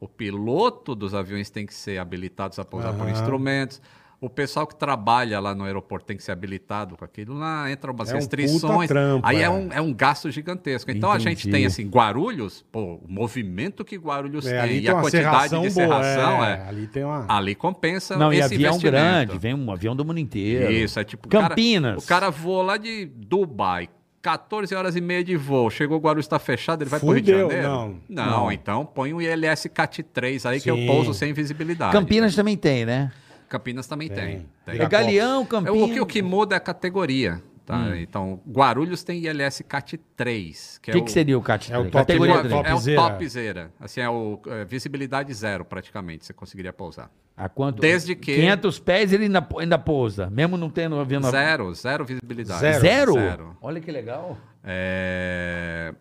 [SPEAKER 5] O piloto dos aviões tem que ser habilitado a pousar por
[SPEAKER 1] Aham.
[SPEAKER 5] instrumentos. O pessoal que trabalha lá no aeroporto tem que ser habilitado com aquilo lá, entram umas
[SPEAKER 1] É um puta
[SPEAKER 5] restrições.
[SPEAKER 1] trampo,
[SPEAKER 5] aí
[SPEAKER 1] é.
[SPEAKER 5] é. um, é um gasto gigantesco. Então a gente
[SPEAKER 4] Entendi.
[SPEAKER 5] tem assim, Guarulhos, pô, o movimento que Guarulhos
[SPEAKER 1] É,
[SPEAKER 5] tem
[SPEAKER 1] ali
[SPEAKER 5] e
[SPEAKER 1] tem
[SPEAKER 5] a
[SPEAKER 1] uma
[SPEAKER 5] quantidade
[SPEAKER 1] serração
[SPEAKER 5] de
[SPEAKER 1] boa.
[SPEAKER 5] serração,
[SPEAKER 1] é,
[SPEAKER 5] é.
[SPEAKER 1] Ali tem uma...
[SPEAKER 5] ali compensa
[SPEAKER 4] Não, e
[SPEAKER 5] esse
[SPEAKER 4] avião
[SPEAKER 5] investimento.
[SPEAKER 4] grande, vem um avião do mundo inteiro.
[SPEAKER 5] Isso, é tipo. o cara-
[SPEAKER 4] Campinas.
[SPEAKER 5] O cara, voou lá de Dubai, 14 horas e meia de voo. Chegou Guarulhos, está fechado, ele vai pro Rio de
[SPEAKER 1] Fudeu,
[SPEAKER 5] Janeiro?
[SPEAKER 1] não.
[SPEAKER 5] Não, então põe o ILS CAT 3 aí que
[SPEAKER 1] Sim.
[SPEAKER 5] eu pouso sem visibilidade.
[SPEAKER 4] Campinas também tem, né?
[SPEAKER 5] Campinas também tem. tem.
[SPEAKER 4] É Galeão,
[SPEAKER 5] É, o,
[SPEAKER 4] Campinas.
[SPEAKER 5] que, o que muda é a categoria. Tá? Então, Guarulhos tem ILS CAT 3.
[SPEAKER 4] Hum. O
[SPEAKER 5] Que,
[SPEAKER 4] que,
[SPEAKER 5] é o,
[SPEAKER 4] que seria o CAT?
[SPEAKER 1] É o top
[SPEAKER 4] Categoria
[SPEAKER 1] one,
[SPEAKER 5] é,
[SPEAKER 4] três.
[SPEAKER 1] top.
[SPEAKER 5] é o
[SPEAKER 1] topzera?
[SPEAKER 5] topzera. Assim, é o é, visibilidade zero praticamente, você conseguiria pousar.
[SPEAKER 4] A quanto?
[SPEAKER 5] Desde que-
[SPEAKER 4] 500 pés ele ainda, ainda pousa, mesmo não tendo avião... na-
[SPEAKER 5] Zero, zero visibilidade.
[SPEAKER 4] Zero?
[SPEAKER 5] Zero.
[SPEAKER 4] Olha que legal.
[SPEAKER 5] É,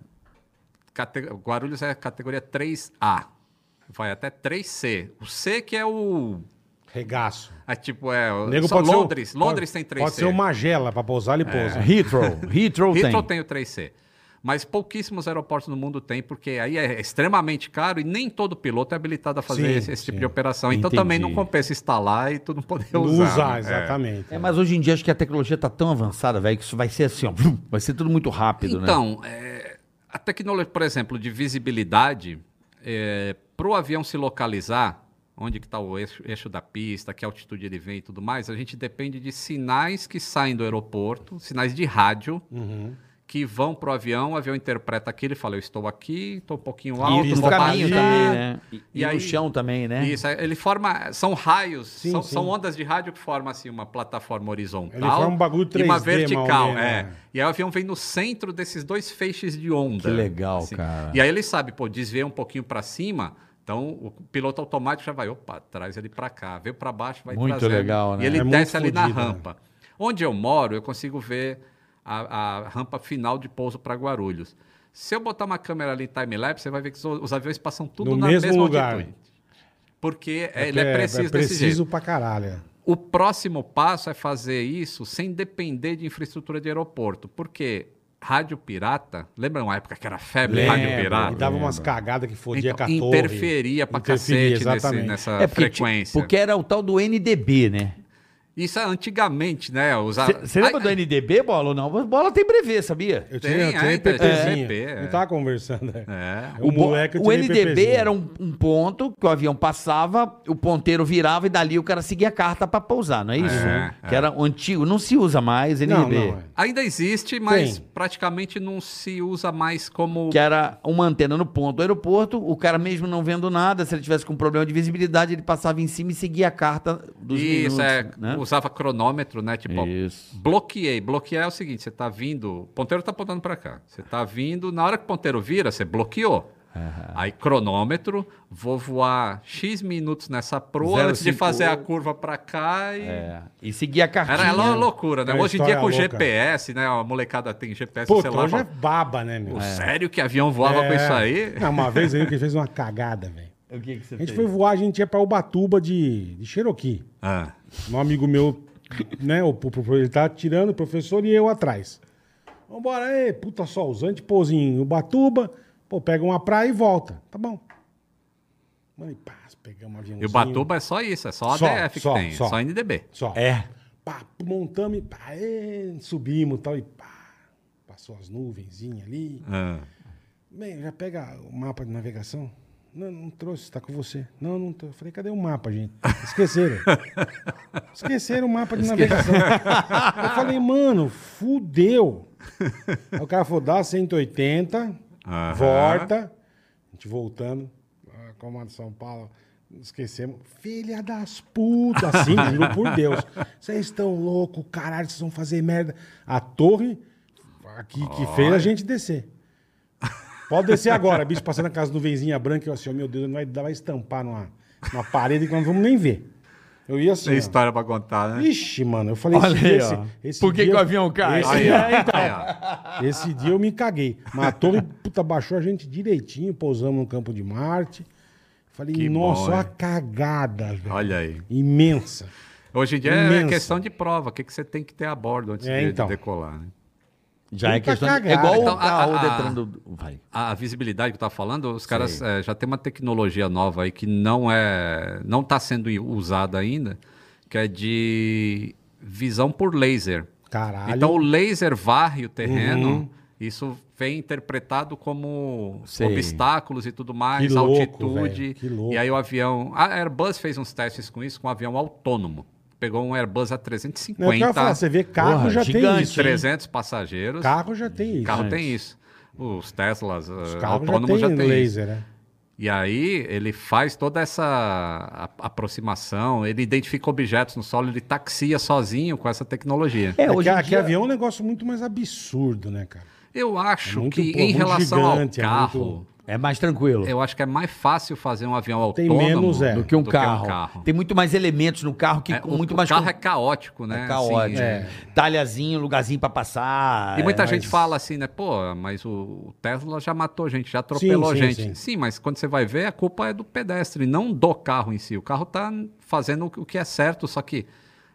[SPEAKER 5] cate- Guarulhos é categoria 3A. Vai até 3C. O C que é o.
[SPEAKER 1] Regaço.
[SPEAKER 5] É tipo, é.
[SPEAKER 1] O nego
[SPEAKER 5] só
[SPEAKER 1] pode ser o-
[SPEAKER 5] Londres. Londres
[SPEAKER 1] pode-
[SPEAKER 5] tem 3C.
[SPEAKER 1] Pode ser o Magela pra pousar, ele pousa.
[SPEAKER 4] Heathrow, Heathrow tem.
[SPEAKER 5] Heathrow tem o 3C. Mas pouquíssimos aeroportos no mundo têm, porque aí é extremamente caro e nem todo piloto é habilitado a fazer
[SPEAKER 1] Sim,
[SPEAKER 5] esse, esse tipo
[SPEAKER 1] sim.
[SPEAKER 5] de operação. Então
[SPEAKER 4] Entendi.
[SPEAKER 5] também não compensa instalar e tu não poder
[SPEAKER 1] Não
[SPEAKER 5] usar.
[SPEAKER 1] usar,
[SPEAKER 5] né?
[SPEAKER 1] exatamente.
[SPEAKER 4] É, mas hoje em dia acho que a tecnologia tá tão avançada, velho, que isso vai ser assim, ó, vum, vai ser tudo muito rápido, né?
[SPEAKER 5] Então, é, a tecnologia, por exemplo, de visibilidade, para o avião se localizar, onde que está o eixo, eixo da pista, que altitude ele vem e tudo mais, a gente depende de sinais que saem do aeroporto, sinais de rádio,
[SPEAKER 1] Uhum.
[SPEAKER 5] que vão para o avião, o avião interpreta aquilo e fala, eu estou aqui, estou um pouquinho
[SPEAKER 4] E
[SPEAKER 5] alto,
[SPEAKER 1] isso
[SPEAKER 4] no
[SPEAKER 5] vou
[SPEAKER 4] caminho
[SPEAKER 5] baixar."
[SPEAKER 4] também, né? E,
[SPEAKER 5] E
[SPEAKER 4] e no
[SPEAKER 5] aí-
[SPEAKER 4] chão também, né?
[SPEAKER 5] Isso, aí ele forma, são raios,
[SPEAKER 1] Sim,
[SPEAKER 5] são,
[SPEAKER 1] sim.
[SPEAKER 5] são ondas de rádio que formam assim uma plataforma horizontal
[SPEAKER 1] Ele forma um bagulho
[SPEAKER 5] e uma
[SPEAKER 1] 3D,
[SPEAKER 5] vertical,
[SPEAKER 1] mal ou menos,
[SPEAKER 5] é.
[SPEAKER 1] né?
[SPEAKER 5] E aí o avião vem no centro desses dois feixes de onda. Assim,
[SPEAKER 4] Que legal, cara.
[SPEAKER 5] E aí ele sabe, pô, desvia um pouquinho para cima, então o piloto automático já vai, opa, traz ele para cá, veio para baixo, vai
[SPEAKER 4] Muito
[SPEAKER 5] trazendo.
[SPEAKER 4] legal, né?
[SPEAKER 5] E ele
[SPEAKER 1] É muito
[SPEAKER 5] desce ali na
[SPEAKER 1] fodido, né?
[SPEAKER 5] rampa. Onde eu moro, eu consigo ver a, a rampa final de pouso para Guarulhos. Se eu botar uma câmera ali em time-lapse, você vai ver que os, os aviões passam tudo
[SPEAKER 1] No
[SPEAKER 5] na
[SPEAKER 1] mesmo
[SPEAKER 5] mesma
[SPEAKER 1] lugar.
[SPEAKER 5] altitude. Porque é, ele é preciso, desse
[SPEAKER 1] preciso
[SPEAKER 5] jeito.
[SPEAKER 1] pra caralho.
[SPEAKER 5] O próximo passo é fazer isso sem depender de infraestrutura de aeroporto, porque rádio pirata, lembra uma época que era febre
[SPEAKER 1] Lembro,
[SPEAKER 5] rádio
[SPEAKER 1] E
[SPEAKER 5] pirata?
[SPEAKER 1] dava umas cagadas que fodia
[SPEAKER 5] Então,
[SPEAKER 1] com a torre.
[SPEAKER 5] interferia pra
[SPEAKER 1] Interferia,
[SPEAKER 5] cacete nesse-
[SPEAKER 1] exatamente.
[SPEAKER 5] nessa
[SPEAKER 4] É porque, ti-
[SPEAKER 5] frequência.
[SPEAKER 4] porque era o tal do NDB, né?
[SPEAKER 5] Isso é antigamente, né? Os a-
[SPEAKER 4] Você lembra
[SPEAKER 5] Ai,
[SPEAKER 4] do NDB, Bola, ou não? Bola tem brevê, sabia?
[SPEAKER 1] Eu
[SPEAKER 5] Tem
[SPEAKER 1] tinha, eu tinha
[SPEAKER 5] ainda,
[SPEAKER 1] PPzinho.
[SPEAKER 5] tem PP, é.
[SPEAKER 1] Não tava conversando. né?
[SPEAKER 5] É.
[SPEAKER 1] O,
[SPEAKER 4] bo-
[SPEAKER 1] moleque eu
[SPEAKER 4] o
[SPEAKER 1] tirei
[SPEAKER 4] NDB
[SPEAKER 1] PPzinho.
[SPEAKER 4] era um, um ponto que o avião passava, o ponteiro virava e dali o cara seguia a carta pra pousar, não é isso?
[SPEAKER 5] É,
[SPEAKER 4] que era o antigo, não se usa mais
[SPEAKER 1] Não,
[SPEAKER 4] NDB.
[SPEAKER 1] não, é.
[SPEAKER 5] Ainda existe, mas
[SPEAKER 1] Tem.
[SPEAKER 5] praticamente não se usa mais como
[SPEAKER 4] Que é era uma antena no ponto do aeroporto, o cara mesmo não vendo nada, se ele tivesse com problema de visibilidade, ele passava em cima e seguia a carta dos
[SPEAKER 5] Isso,
[SPEAKER 4] minutos.
[SPEAKER 5] é,
[SPEAKER 4] né?
[SPEAKER 5] usava cronômetro, né? Tipo, ó,
[SPEAKER 4] Isso.
[SPEAKER 5] bloqueei. Bloquear é o seguinte, você tá vindo, o ponteiro tá apontando para cá. Você tá vindo, na hora que o ponteiro vira, você bloqueou. Aí cronômetro, vou voar X minutos nessa proa
[SPEAKER 4] Zero,
[SPEAKER 5] antes de
[SPEAKER 4] cinco,
[SPEAKER 5] fazer a
[SPEAKER 4] oito.
[SPEAKER 5] curva para cá e...
[SPEAKER 4] É, E seguia a cartinha.
[SPEAKER 5] Era uma loucura, né?
[SPEAKER 1] Era
[SPEAKER 5] Hoje em dia
[SPEAKER 1] história
[SPEAKER 5] com
[SPEAKER 1] louca.
[SPEAKER 5] GPS, né? A molecada tem GPS,
[SPEAKER 1] Puta,
[SPEAKER 5] sei lá.
[SPEAKER 1] hoje é
[SPEAKER 5] fala,
[SPEAKER 1] baba, né, meu?
[SPEAKER 5] "Pô, Sério que avião
[SPEAKER 1] É.
[SPEAKER 5] voava com isso aí?
[SPEAKER 1] Não, uma vez aí que fez uma cagada, velho.
[SPEAKER 4] O que, que você
[SPEAKER 1] A gente foi voar, a gente ia pra Ubatuba de, de Cherokee.
[SPEAKER 5] Ah,
[SPEAKER 1] Um amigo meu, né? O, o- ele tá tirando, o professor, e eu atrás. Vambora, aí, puta solzante, pousa em Ubatuba, pô, pega uma praia e volta. Tá bom. Mano, e pá, pegamos um aviãozinho.
[SPEAKER 5] e o Batuba é só isso, é só,
[SPEAKER 1] Só,
[SPEAKER 5] ADF que
[SPEAKER 1] só,
[SPEAKER 5] tem,
[SPEAKER 1] só.
[SPEAKER 5] só NDB.
[SPEAKER 1] Só.
[SPEAKER 4] É.
[SPEAKER 1] Pá, montamos e pá, é, subimos e tal, e pá. Passou as nuvenzinhas ali.
[SPEAKER 5] Ah.
[SPEAKER 1] Bem, já pega o mapa de navegação? Não, não trouxe, tá com você. Não, não tô. Eu falei, cadê o mapa, gente? Esqueceram. Esqueceram o mapa de navegação. Eu falei, mano, fudeu. Aí o cara falou, dá 180,
[SPEAKER 5] Aham.
[SPEAKER 1] volta. A gente voltando, ah, comando de São Paulo. Esquecemos. Filha das putas, assim, juro por Deus. Vocês estão loucos, caralho, vocês vão fazer merda. A torre aqui que fez a gente descer. Pode descer agora, bicho, passando a casa do Venzinha Branca, eu assim, ó, meu Deus, não vai, dar- vai estampar numa, numa parede que nós não vamos nem ver. Eu ia assim.
[SPEAKER 5] Tem
[SPEAKER 1] ó.
[SPEAKER 5] história pra contar, né?
[SPEAKER 1] Ixi, mano, eu falei
[SPEAKER 4] tá- Olha
[SPEAKER 1] esse,
[SPEAKER 4] aí,
[SPEAKER 1] esse,
[SPEAKER 4] ó.
[SPEAKER 1] esse
[SPEAKER 4] Por que
[SPEAKER 1] dia-
[SPEAKER 4] que o avião cai?
[SPEAKER 1] Esse,
[SPEAKER 5] Aí, ó.
[SPEAKER 1] é, então.
[SPEAKER 5] Aí, ó.
[SPEAKER 1] Esse dia eu me caguei. Matou e puta, baixou a gente direitinho, pousamos no campo de Marte. Falei,
[SPEAKER 5] Que
[SPEAKER 1] nossa,
[SPEAKER 5] bom,
[SPEAKER 1] olha a
[SPEAKER 5] hein?"
[SPEAKER 1] cagada, velho.
[SPEAKER 5] Olha aí.
[SPEAKER 1] Imensa.
[SPEAKER 5] Hoje em dia é
[SPEAKER 1] Imensa.
[SPEAKER 5] questão de prova. O que, que você tem que ter a bordo antes
[SPEAKER 1] É,
[SPEAKER 5] de, de
[SPEAKER 1] então.
[SPEAKER 5] decolar, né?
[SPEAKER 4] Já é
[SPEAKER 1] Puta
[SPEAKER 4] questão. de-
[SPEAKER 1] cagada.
[SPEAKER 4] É igual
[SPEAKER 5] Então,
[SPEAKER 4] o
[SPEAKER 5] a-
[SPEAKER 4] carro
[SPEAKER 5] a-
[SPEAKER 4] Detran do. Vai.
[SPEAKER 5] A visibilidade que eu tava falando, os caras eh, já tem uma tecnologia nova aí que não é, não está sendo usada ainda, que é de visão por laser.
[SPEAKER 1] Caralho.
[SPEAKER 5] Então o laser varre o terreno.
[SPEAKER 1] Uhum.
[SPEAKER 5] Isso vem interpretado como
[SPEAKER 4] Sei.
[SPEAKER 5] obstáculos e tudo mais,
[SPEAKER 1] Que louco, velho,
[SPEAKER 5] altitude.
[SPEAKER 1] que louco.
[SPEAKER 5] E aí o avião. A Airbus fez uns testes com isso, com um avião autônomo. Pegou um Airbus A350,
[SPEAKER 1] Não, eu quero falar, você vê carro
[SPEAKER 4] Porra,
[SPEAKER 1] já tem
[SPEAKER 4] gigante,
[SPEAKER 1] isso.
[SPEAKER 5] 300 passageiros.
[SPEAKER 1] Carro já tem isso.
[SPEAKER 5] carro tem isso. Os Teslas eh,
[SPEAKER 1] Os carros já tem,
[SPEAKER 5] autônomos já tem, isso.
[SPEAKER 1] laser, né?
[SPEAKER 5] E aí ele faz toda essa a- aproximação, ele identifica objetos no solo, ele taxia sozinho com essa tecnologia.
[SPEAKER 1] É, que,
[SPEAKER 4] em
[SPEAKER 1] que avião é um negócio muito mais absurdo, né, cara?
[SPEAKER 5] Eu acho
[SPEAKER 1] É muito,
[SPEAKER 5] que
[SPEAKER 1] pô,
[SPEAKER 5] em
[SPEAKER 1] muito
[SPEAKER 5] relação
[SPEAKER 1] gigante, é
[SPEAKER 5] ao carro,
[SPEAKER 1] muito-
[SPEAKER 4] É mais tranquilo.
[SPEAKER 5] eu acho que é mais fácil fazer um avião
[SPEAKER 1] Tem
[SPEAKER 5] autônomo
[SPEAKER 1] menos, é.
[SPEAKER 4] do que um carro. Tem muito mais elementos no carro que
[SPEAKER 5] É,
[SPEAKER 4] com muito
[SPEAKER 5] o,
[SPEAKER 4] mais
[SPEAKER 5] o carro
[SPEAKER 4] com-
[SPEAKER 5] é caótico, né?
[SPEAKER 4] é caótico.
[SPEAKER 5] Assim,
[SPEAKER 1] é.
[SPEAKER 4] Talhazinho, lugarzinho pra passar.
[SPEAKER 5] E muita
[SPEAKER 4] é,
[SPEAKER 5] gente
[SPEAKER 4] mas-
[SPEAKER 5] fala assim, né? Pô, mas o Tesla já matou gente, já atropelou
[SPEAKER 1] sim,
[SPEAKER 5] gente.
[SPEAKER 1] sim.
[SPEAKER 5] Sim. mas quando você vai ver, a culpa é do pedestre, não do carro em si. O carro tá fazendo o que é certo, só que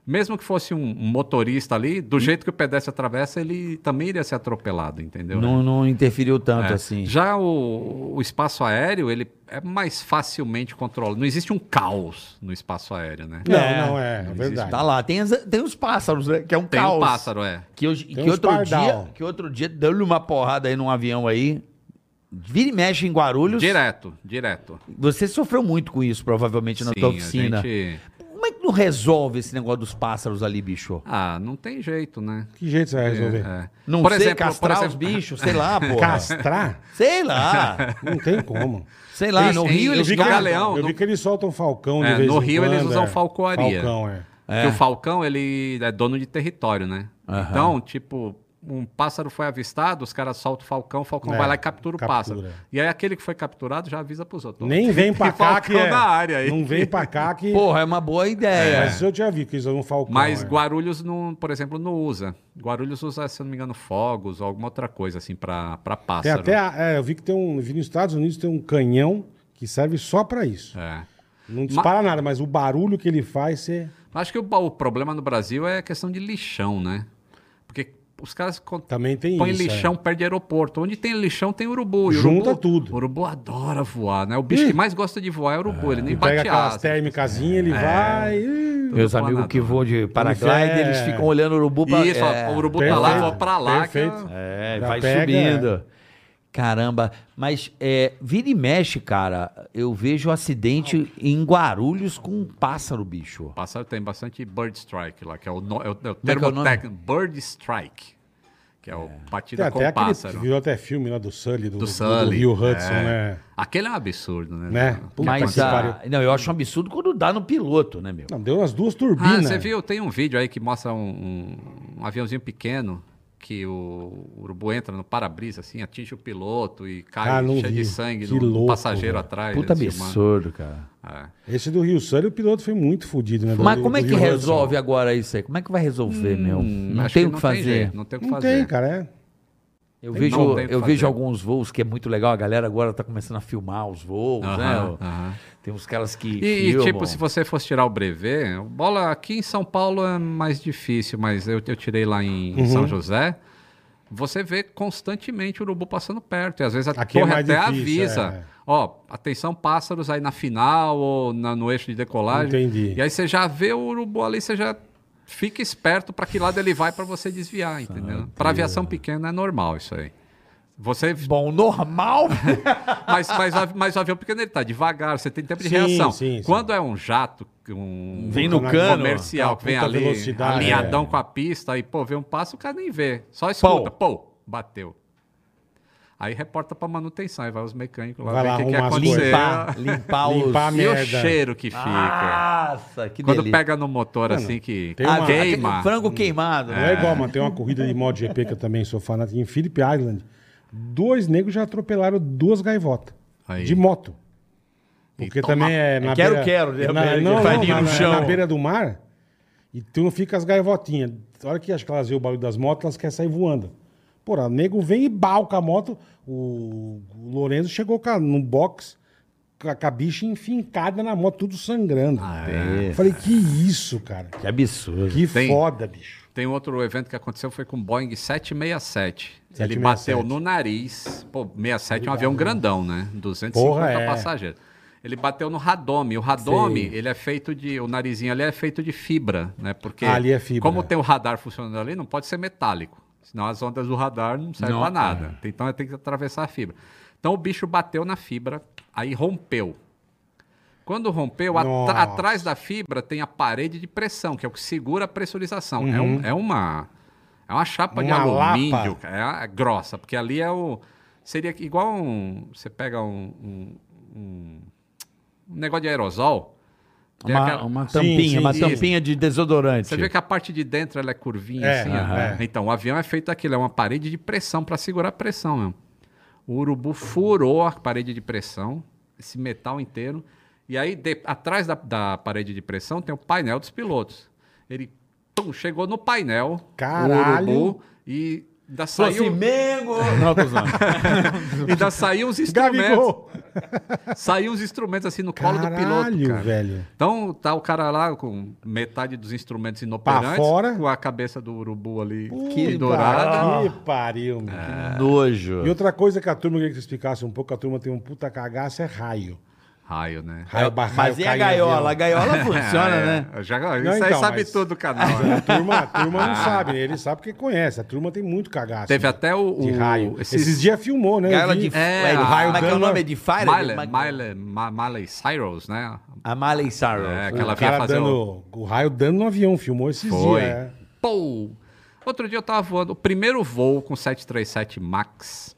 [SPEAKER 5] mesmo que fosse um motorista ali,
[SPEAKER 4] Hum.
[SPEAKER 5] do jeito que o pedestre atravessa, ele também iria ser atropelado, entendeu?
[SPEAKER 4] Não, não interferiu tanto
[SPEAKER 5] né? É.
[SPEAKER 4] assim.
[SPEAKER 5] Já o, o espaço aéreo, ele é mais facilmente controlado. Não existe um caos no espaço aéreo, né?
[SPEAKER 1] Não,
[SPEAKER 4] É.
[SPEAKER 1] não, é, é
[SPEAKER 5] existe.
[SPEAKER 1] verdade.
[SPEAKER 4] Tá lá. Tem, as, tem os pássaros, né? Que é um
[SPEAKER 5] Tem
[SPEAKER 4] caos.
[SPEAKER 5] um pássaro, é.
[SPEAKER 4] Que, hoje, que,
[SPEAKER 1] uns
[SPEAKER 4] outro
[SPEAKER 1] pardal.
[SPEAKER 4] dia, que outro dia deu-lhe uma porrada aí num avião aí. Vira e mexe em Guarulhos.
[SPEAKER 5] Direto, direto.
[SPEAKER 4] Você sofreu muito com isso, provavelmente, na
[SPEAKER 5] Sim,
[SPEAKER 4] tua
[SPEAKER 5] a
[SPEAKER 4] oficina.
[SPEAKER 5] gente-
[SPEAKER 4] Como é que não resolve esse negócio dos pássaros ali, bicho?
[SPEAKER 5] Ah, não tem jeito, né?
[SPEAKER 1] Que jeito você vai resolver?
[SPEAKER 5] É.
[SPEAKER 4] Não
[SPEAKER 5] Por
[SPEAKER 4] sei,
[SPEAKER 5] exemplo,
[SPEAKER 4] castrar
[SPEAKER 5] por exemplo-
[SPEAKER 4] os bichos, sei lá, pô.
[SPEAKER 1] Castrar?
[SPEAKER 4] Sei lá.
[SPEAKER 1] Não tem como.
[SPEAKER 4] Sei lá,
[SPEAKER 5] Eles-
[SPEAKER 4] no Rio
[SPEAKER 5] eles-
[SPEAKER 4] eles
[SPEAKER 1] vi que
[SPEAKER 5] no
[SPEAKER 1] eles-
[SPEAKER 5] Galeão,
[SPEAKER 1] eu
[SPEAKER 5] no-
[SPEAKER 1] vi que eles soltam falcão de
[SPEAKER 5] É,
[SPEAKER 1] vez
[SPEAKER 5] no
[SPEAKER 1] em
[SPEAKER 5] Rio
[SPEAKER 1] quando,
[SPEAKER 5] eles usam
[SPEAKER 1] é.
[SPEAKER 5] falcoaria.
[SPEAKER 1] Falcão, é.
[SPEAKER 5] Porque o falcão, ele é dono de território, né?
[SPEAKER 4] Aham.
[SPEAKER 5] Então, tipo, um pássaro foi avistado, os caras soltam o falcão, o falcão
[SPEAKER 1] É,
[SPEAKER 5] vai lá e captura o
[SPEAKER 1] captura.
[SPEAKER 5] pássaro. E aí aquele que foi capturado já avisa pros outros.
[SPEAKER 1] Nem vem pra
[SPEAKER 5] Tem
[SPEAKER 1] cá que
[SPEAKER 5] falcão
[SPEAKER 1] é.
[SPEAKER 5] na área aí. é.
[SPEAKER 1] Não vem pra cá que...
[SPEAKER 4] Porra, é uma boa ideia.
[SPEAKER 1] Mas isso eu já vi que eles usam falcão.
[SPEAKER 5] Mas
[SPEAKER 1] é.
[SPEAKER 5] Guarulhos, não, por exemplo, não usa. Guarulhos usa, se eu não me engano, fogos ou alguma outra coisa, assim, pra, pra
[SPEAKER 1] Tem
[SPEAKER 5] pássaro.
[SPEAKER 1] até... a- é, eu vi que tem um... Vi nos Estados Unidos tem um canhão que serve só pra isso.
[SPEAKER 5] É.
[SPEAKER 1] Não dispara nada, mas o barulho que ele faz, você...
[SPEAKER 5] Acho que o, ba- o problema no Brasil é a questão de lixão, né? Porque os caras con-
[SPEAKER 1] Também tem
[SPEAKER 5] põem
[SPEAKER 1] isso, é.
[SPEAKER 5] lixão perto de aeroporto. Onde tem lixão, tem urubu. E
[SPEAKER 1] Junta
[SPEAKER 5] urubu,
[SPEAKER 1] tudo.
[SPEAKER 5] urubu adora voar, né? O bicho
[SPEAKER 1] Ih.
[SPEAKER 5] que mais gosta de voar é o urubu. Ele nem
[SPEAKER 1] Ele pega
[SPEAKER 5] bate
[SPEAKER 1] aquelas
[SPEAKER 5] asa.
[SPEAKER 1] térmicazinhas,
[SPEAKER 5] É.
[SPEAKER 1] ele vai... ih,
[SPEAKER 4] Meus
[SPEAKER 5] Tudo
[SPEAKER 4] amigos
[SPEAKER 5] planado,
[SPEAKER 4] que
[SPEAKER 5] né?
[SPEAKER 4] voam de paraglider,
[SPEAKER 1] é-
[SPEAKER 4] eles ficam olhando o urubu pra...
[SPEAKER 5] Isso, ó,
[SPEAKER 4] é,
[SPEAKER 5] o urubu tá lá,
[SPEAKER 1] perfeito,
[SPEAKER 5] voa pra lá.
[SPEAKER 1] perfeito.
[SPEAKER 5] Que é-
[SPEAKER 4] é,
[SPEAKER 1] Já
[SPEAKER 4] vai
[SPEAKER 1] pega,
[SPEAKER 4] subindo. Caramba, mas é, vira e mexe, cara, eu vejo acidente em Guarulhos com um pássaro, bicho.
[SPEAKER 5] Pássaro tem bastante bird strike lá, que é o, no- é o- é o
[SPEAKER 4] é que é o
[SPEAKER 5] termo
[SPEAKER 4] nome?
[SPEAKER 5] técnico. Bird strike. Que é, o
[SPEAKER 1] Tem
[SPEAKER 5] batida com
[SPEAKER 1] até aquele...
[SPEAKER 5] pássaro.
[SPEAKER 1] Virou até filme lá do Sully, do, do,
[SPEAKER 5] Do Sully,
[SPEAKER 1] Rio Hudson,
[SPEAKER 5] é.
[SPEAKER 1] né?
[SPEAKER 5] Aquele é um absurdo, né?
[SPEAKER 1] Né? Puta
[SPEAKER 4] Mas
[SPEAKER 1] que
[SPEAKER 4] a-
[SPEAKER 1] pariu.
[SPEAKER 4] não, eu acho um absurdo quando dá no piloto, né, meu?
[SPEAKER 1] Não, deu umas duas
[SPEAKER 5] Ah,
[SPEAKER 1] turbinas.
[SPEAKER 5] você viu? Tem um vídeo aí que mostra um, um- um aviãozinho pequeno que o urubu entra no para-brisa, assim, atinge o piloto e cai
[SPEAKER 1] Ah, não
[SPEAKER 5] cheio
[SPEAKER 1] vi.
[SPEAKER 5] de sangue
[SPEAKER 1] Que
[SPEAKER 5] no, no
[SPEAKER 1] louco,
[SPEAKER 5] passageiro
[SPEAKER 1] velho.
[SPEAKER 5] atrás.
[SPEAKER 4] Puta
[SPEAKER 5] eles filmando.
[SPEAKER 4] absurdo, cara.
[SPEAKER 5] É.
[SPEAKER 1] Esse do Rio Sully, o piloto foi muito fodido, né? Do-
[SPEAKER 4] Mas
[SPEAKER 1] do-
[SPEAKER 4] como é
[SPEAKER 1] do
[SPEAKER 4] que
[SPEAKER 1] Rio Hudson.
[SPEAKER 4] resolve agora isso aí? Como é que vai resolver, meu? Não
[SPEAKER 5] Acho
[SPEAKER 4] tem o Hum, que
[SPEAKER 5] não
[SPEAKER 4] fazer.
[SPEAKER 5] jeito, não tem o que
[SPEAKER 1] Não
[SPEAKER 5] fazer.
[SPEAKER 1] tem, cara. É.
[SPEAKER 4] Eu
[SPEAKER 5] Tem-
[SPEAKER 4] vejo,
[SPEAKER 5] não tem o que
[SPEAKER 4] eu vejo
[SPEAKER 5] fazer.
[SPEAKER 4] alguns voos que é muito legal. A galera agora tá começando a filmar os voos,
[SPEAKER 5] Aham,
[SPEAKER 4] né?
[SPEAKER 5] aham.
[SPEAKER 4] Tem uns caras que
[SPEAKER 5] E, e,
[SPEAKER 4] filmam.
[SPEAKER 5] tipo, se você fosse tirar o brevet, bola aqui em São Paulo é mais difícil, mas eu, eu tirei lá em
[SPEAKER 1] Uhum.
[SPEAKER 5] São José. Você vê constantemente o urubu passando perto. E às vezes a
[SPEAKER 1] Aqui é
[SPEAKER 5] torre
[SPEAKER 1] mais
[SPEAKER 5] até
[SPEAKER 1] difícil,
[SPEAKER 5] avisa.
[SPEAKER 1] é.
[SPEAKER 5] Ó, atenção, pássaros aí na final ou na- no eixo de decolagem.
[SPEAKER 1] Entendi.
[SPEAKER 5] E aí você já vê o urubu ali, você já fica esperto para que lado ele vai para você desviar,
[SPEAKER 1] Ah,
[SPEAKER 5] entendeu? Para aviação pequena é normal isso aí. Você
[SPEAKER 4] Bom, normal.
[SPEAKER 5] mas, mas, o avi- mas o avião pequeno ele tá devagar, você tem tempo de
[SPEAKER 1] Sim,
[SPEAKER 5] reação.
[SPEAKER 1] sim, sim.
[SPEAKER 5] Quando é um jato, um
[SPEAKER 4] Vem no
[SPEAKER 5] um
[SPEAKER 4] cano,
[SPEAKER 5] comercial
[SPEAKER 1] aquela
[SPEAKER 5] que vem
[SPEAKER 1] Ah, puta
[SPEAKER 5] ali,
[SPEAKER 1] velocidade,
[SPEAKER 5] alinhadão
[SPEAKER 1] é.
[SPEAKER 5] com a pista, e pô, vê um passo, o cara nem vê. Só escuta, pô, bateu. Aí reporta pra manutenção, aí vai os mecânicos lá
[SPEAKER 1] Vai
[SPEAKER 5] ver
[SPEAKER 1] lá
[SPEAKER 5] o que, que
[SPEAKER 1] arrumar as
[SPEAKER 5] aconteceu.
[SPEAKER 4] limpar,
[SPEAKER 5] é.
[SPEAKER 4] limpar os...
[SPEAKER 1] Limpar a
[SPEAKER 5] E o
[SPEAKER 1] merda.
[SPEAKER 5] cheiro que fica.
[SPEAKER 4] Nossa, Ah, que
[SPEAKER 5] Quando
[SPEAKER 4] delícia.
[SPEAKER 5] pega no motor assim que
[SPEAKER 1] tem uma-
[SPEAKER 5] queima.
[SPEAKER 4] Frango queimado.
[SPEAKER 1] é
[SPEAKER 4] né? Ah.
[SPEAKER 1] Não é igual, mano. Tem uma corrida de MotoGP que eu também sou fanático. Em Phillip Island, Dois negros já atropelaram duas gaivotas.
[SPEAKER 5] Aí.
[SPEAKER 1] De moto. Porque também é na
[SPEAKER 4] Quero, quero, né?
[SPEAKER 1] na,
[SPEAKER 4] Ele
[SPEAKER 1] não,
[SPEAKER 4] faz
[SPEAKER 1] não,
[SPEAKER 4] ninho
[SPEAKER 1] na,
[SPEAKER 4] no
[SPEAKER 1] na-
[SPEAKER 4] chão.
[SPEAKER 1] na beira do mar. E tu não fica as gaivotinhas. A hora que acho que elas veem o barulho das motos, elas querem sair voando. Porra, o nego vem e balca a moto. O, o Lourenço chegou com a- no box com a, com a bicha enfincada na moto, tudo sangrando.
[SPEAKER 4] Ah, é.
[SPEAKER 1] Eu Falei, que isso, cara?
[SPEAKER 4] Que absurdo.
[SPEAKER 1] Que
[SPEAKER 5] Tem.
[SPEAKER 1] foda, bicho.
[SPEAKER 5] Tem outro evento que aconteceu, foi com o Boeing 767. Ele
[SPEAKER 1] 767.
[SPEAKER 5] bateu no nariz. Pô, 67 é um avião grandão, né? 250
[SPEAKER 1] Porra, é.
[SPEAKER 5] passageiros. Ele bateu no radome. O radome, ele é feito de... O narizinho ali é feito de fibra, né? Porque
[SPEAKER 1] Ah, ali é fibra,
[SPEAKER 5] como
[SPEAKER 1] é.
[SPEAKER 5] tem o radar funcionando ali, não pode ser metálico. Senão as ondas do radar não servem
[SPEAKER 4] Não,
[SPEAKER 5] pra nada.
[SPEAKER 1] é.
[SPEAKER 5] Então tem que atravessar a fibra. Então o bicho bateu na fibra, aí rompeu. Quando rompeu, atra-
[SPEAKER 1] Nossa.
[SPEAKER 5] atrás da fibra tem a parede de pressão, que é o que segura a pressurização. É, um- é uma é uma chapa de
[SPEAKER 1] Uhum. Uma
[SPEAKER 5] alumínio,
[SPEAKER 1] lapa.
[SPEAKER 5] cara, é a- é grossa, porque ali é o seria que- igual um você pega um, um- um- um negócio de aerosol, tem
[SPEAKER 3] Uma,
[SPEAKER 5] aquela-
[SPEAKER 3] uma
[SPEAKER 1] Sim,
[SPEAKER 4] Tampinha,
[SPEAKER 1] sim,
[SPEAKER 4] uma
[SPEAKER 1] sim.
[SPEAKER 4] tampinha de desodorante.
[SPEAKER 5] você vê que a parte de dentro ela é curvinha
[SPEAKER 1] É,
[SPEAKER 5] assim,
[SPEAKER 1] aham.
[SPEAKER 5] ó. Então, o avião é feito daquilo, é uma parede de pressão para segurar a pressão mesmo. O urubu furou a parede de pressão, esse metal inteiro. E aí, de- atrás da, da parede de pressão, tem o painel dos pilotos. Ele pum, chegou no painel,
[SPEAKER 1] Caralho!
[SPEAKER 5] o urubu, e ainda
[SPEAKER 4] Falou
[SPEAKER 5] saiu,
[SPEAKER 4] assim, Mengo! Não, tô usando.
[SPEAKER 5] ainda saiu os instrumentos.
[SPEAKER 1] Gabigol!
[SPEAKER 5] Saiu os instrumentos assim no colo do piloto,
[SPEAKER 1] Caralho,
[SPEAKER 5] cara.
[SPEAKER 1] velho.
[SPEAKER 5] Então tá o cara lá com metade dos instrumentos inoperantes,
[SPEAKER 1] fora.
[SPEAKER 5] com a cabeça do urubu ali
[SPEAKER 1] Puta
[SPEAKER 5] pendurada.
[SPEAKER 1] Que pariu, meu.
[SPEAKER 4] É. Nojo.
[SPEAKER 1] E outra coisa que a turma queria que você explicasse um pouco, que a turma tem um puta cagaço, é raio.
[SPEAKER 5] Raio, né?
[SPEAKER 1] Raio, ba-
[SPEAKER 4] É, Mas
[SPEAKER 1] raio
[SPEAKER 4] e
[SPEAKER 1] cai
[SPEAKER 4] a
[SPEAKER 1] em avião.
[SPEAKER 4] gaiola? A gaiola
[SPEAKER 5] É,
[SPEAKER 4] funciona, né?
[SPEAKER 5] é, Já, isso
[SPEAKER 1] Tá Não,
[SPEAKER 5] aí
[SPEAKER 1] então,
[SPEAKER 5] sabe
[SPEAKER 1] mas- Assim,
[SPEAKER 5] tudo o canal. né?
[SPEAKER 1] A turma, a turma não sabe, né? ele sabe porque conhece. A turma tem muito cagaço.
[SPEAKER 5] Teve
[SPEAKER 1] né?
[SPEAKER 5] até o.
[SPEAKER 1] De
[SPEAKER 5] o-
[SPEAKER 1] raio. Esses,
[SPEAKER 5] Esses,
[SPEAKER 1] dias filmou, né? Eu
[SPEAKER 4] Gaiola
[SPEAKER 1] vi.
[SPEAKER 4] de...
[SPEAKER 5] É,
[SPEAKER 4] é, de
[SPEAKER 5] a-
[SPEAKER 4] raio Como é que é o
[SPEAKER 1] Dama-
[SPEAKER 4] nome? É de Fire?
[SPEAKER 5] Miley, Miley, Ma- Miley Cyrus, né?
[SPEAKER 4] A Miley Cyrus.
[SPEAKER 5] É,
[SPEAKER 1] O
[SPEAKER 5] aquela vinha
[SPEAKER 1] cara
[SPEAKER 5] fazer
[SPEAKER 1] dando,
[SPEAKER 5] o-
[SPEAKER 1] o raio dando no avião, filmou esses
[SPEAKER 5] Foi.
[SPEAKER 1] dias. é.
[SPEAKER 5] Pou! Outro dia eu tava voando. O primeiro voo com 737 MAX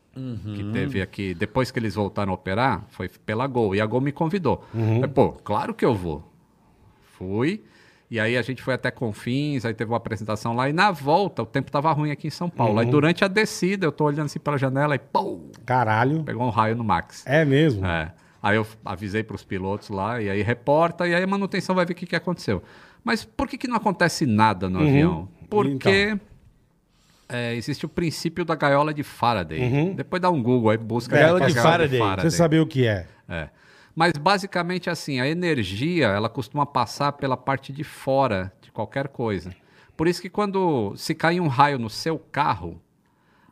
[SPEAKER 5] que teve aqui, depois que eles voltaram a operar, foi pela Gol. E a Gol me convidou. Aí, pô, claro que eu vou. Fui. E aí a gente foi até Confins, aí teve uma apresentação lá. E na volta, o tempo tava ruim aqui em São Paulo. Aí durante a descida, eu tô olhando assim pela janela e pou!
[SPEAKER 1] Caralho.
[SPEAKER 5] Pegou um raio no Max.
[SPEAKER 1] É mesmo.
[SPEAKER 5] É. Aí eu avisei para os pilotos lá, e aí reporta, e aí a manutenção vai ver o que, que aconteceu. Mas por que, que não acontece nada
[SPEAKER 1] Uhum.
[SPEAKER 5] no avião? Porque
[SPEAKER 1] Então.
[SPEAKER 5] é, existe o princípio da gaiola de Faraday.
[SPEAKER 1] Uhum.
[SPEAKER 5] Depois dá um Google aí, busca
[SPEAKER 1] É,
[SPEAKER 5] gaiola
[SPEAKER 1] pra
[SPEAKER 5] de
[SPEAKER 4] Faraday.
[SPEAKER 5] Faraday.
[SPEAKER 1] Você sabia o que é.
[SPEAKER 5] É. Mas basicamente assim, a energia ela costuma passar pela parte de fora de qualquer coisa. Por isso que quando se cai um raio no seu carro,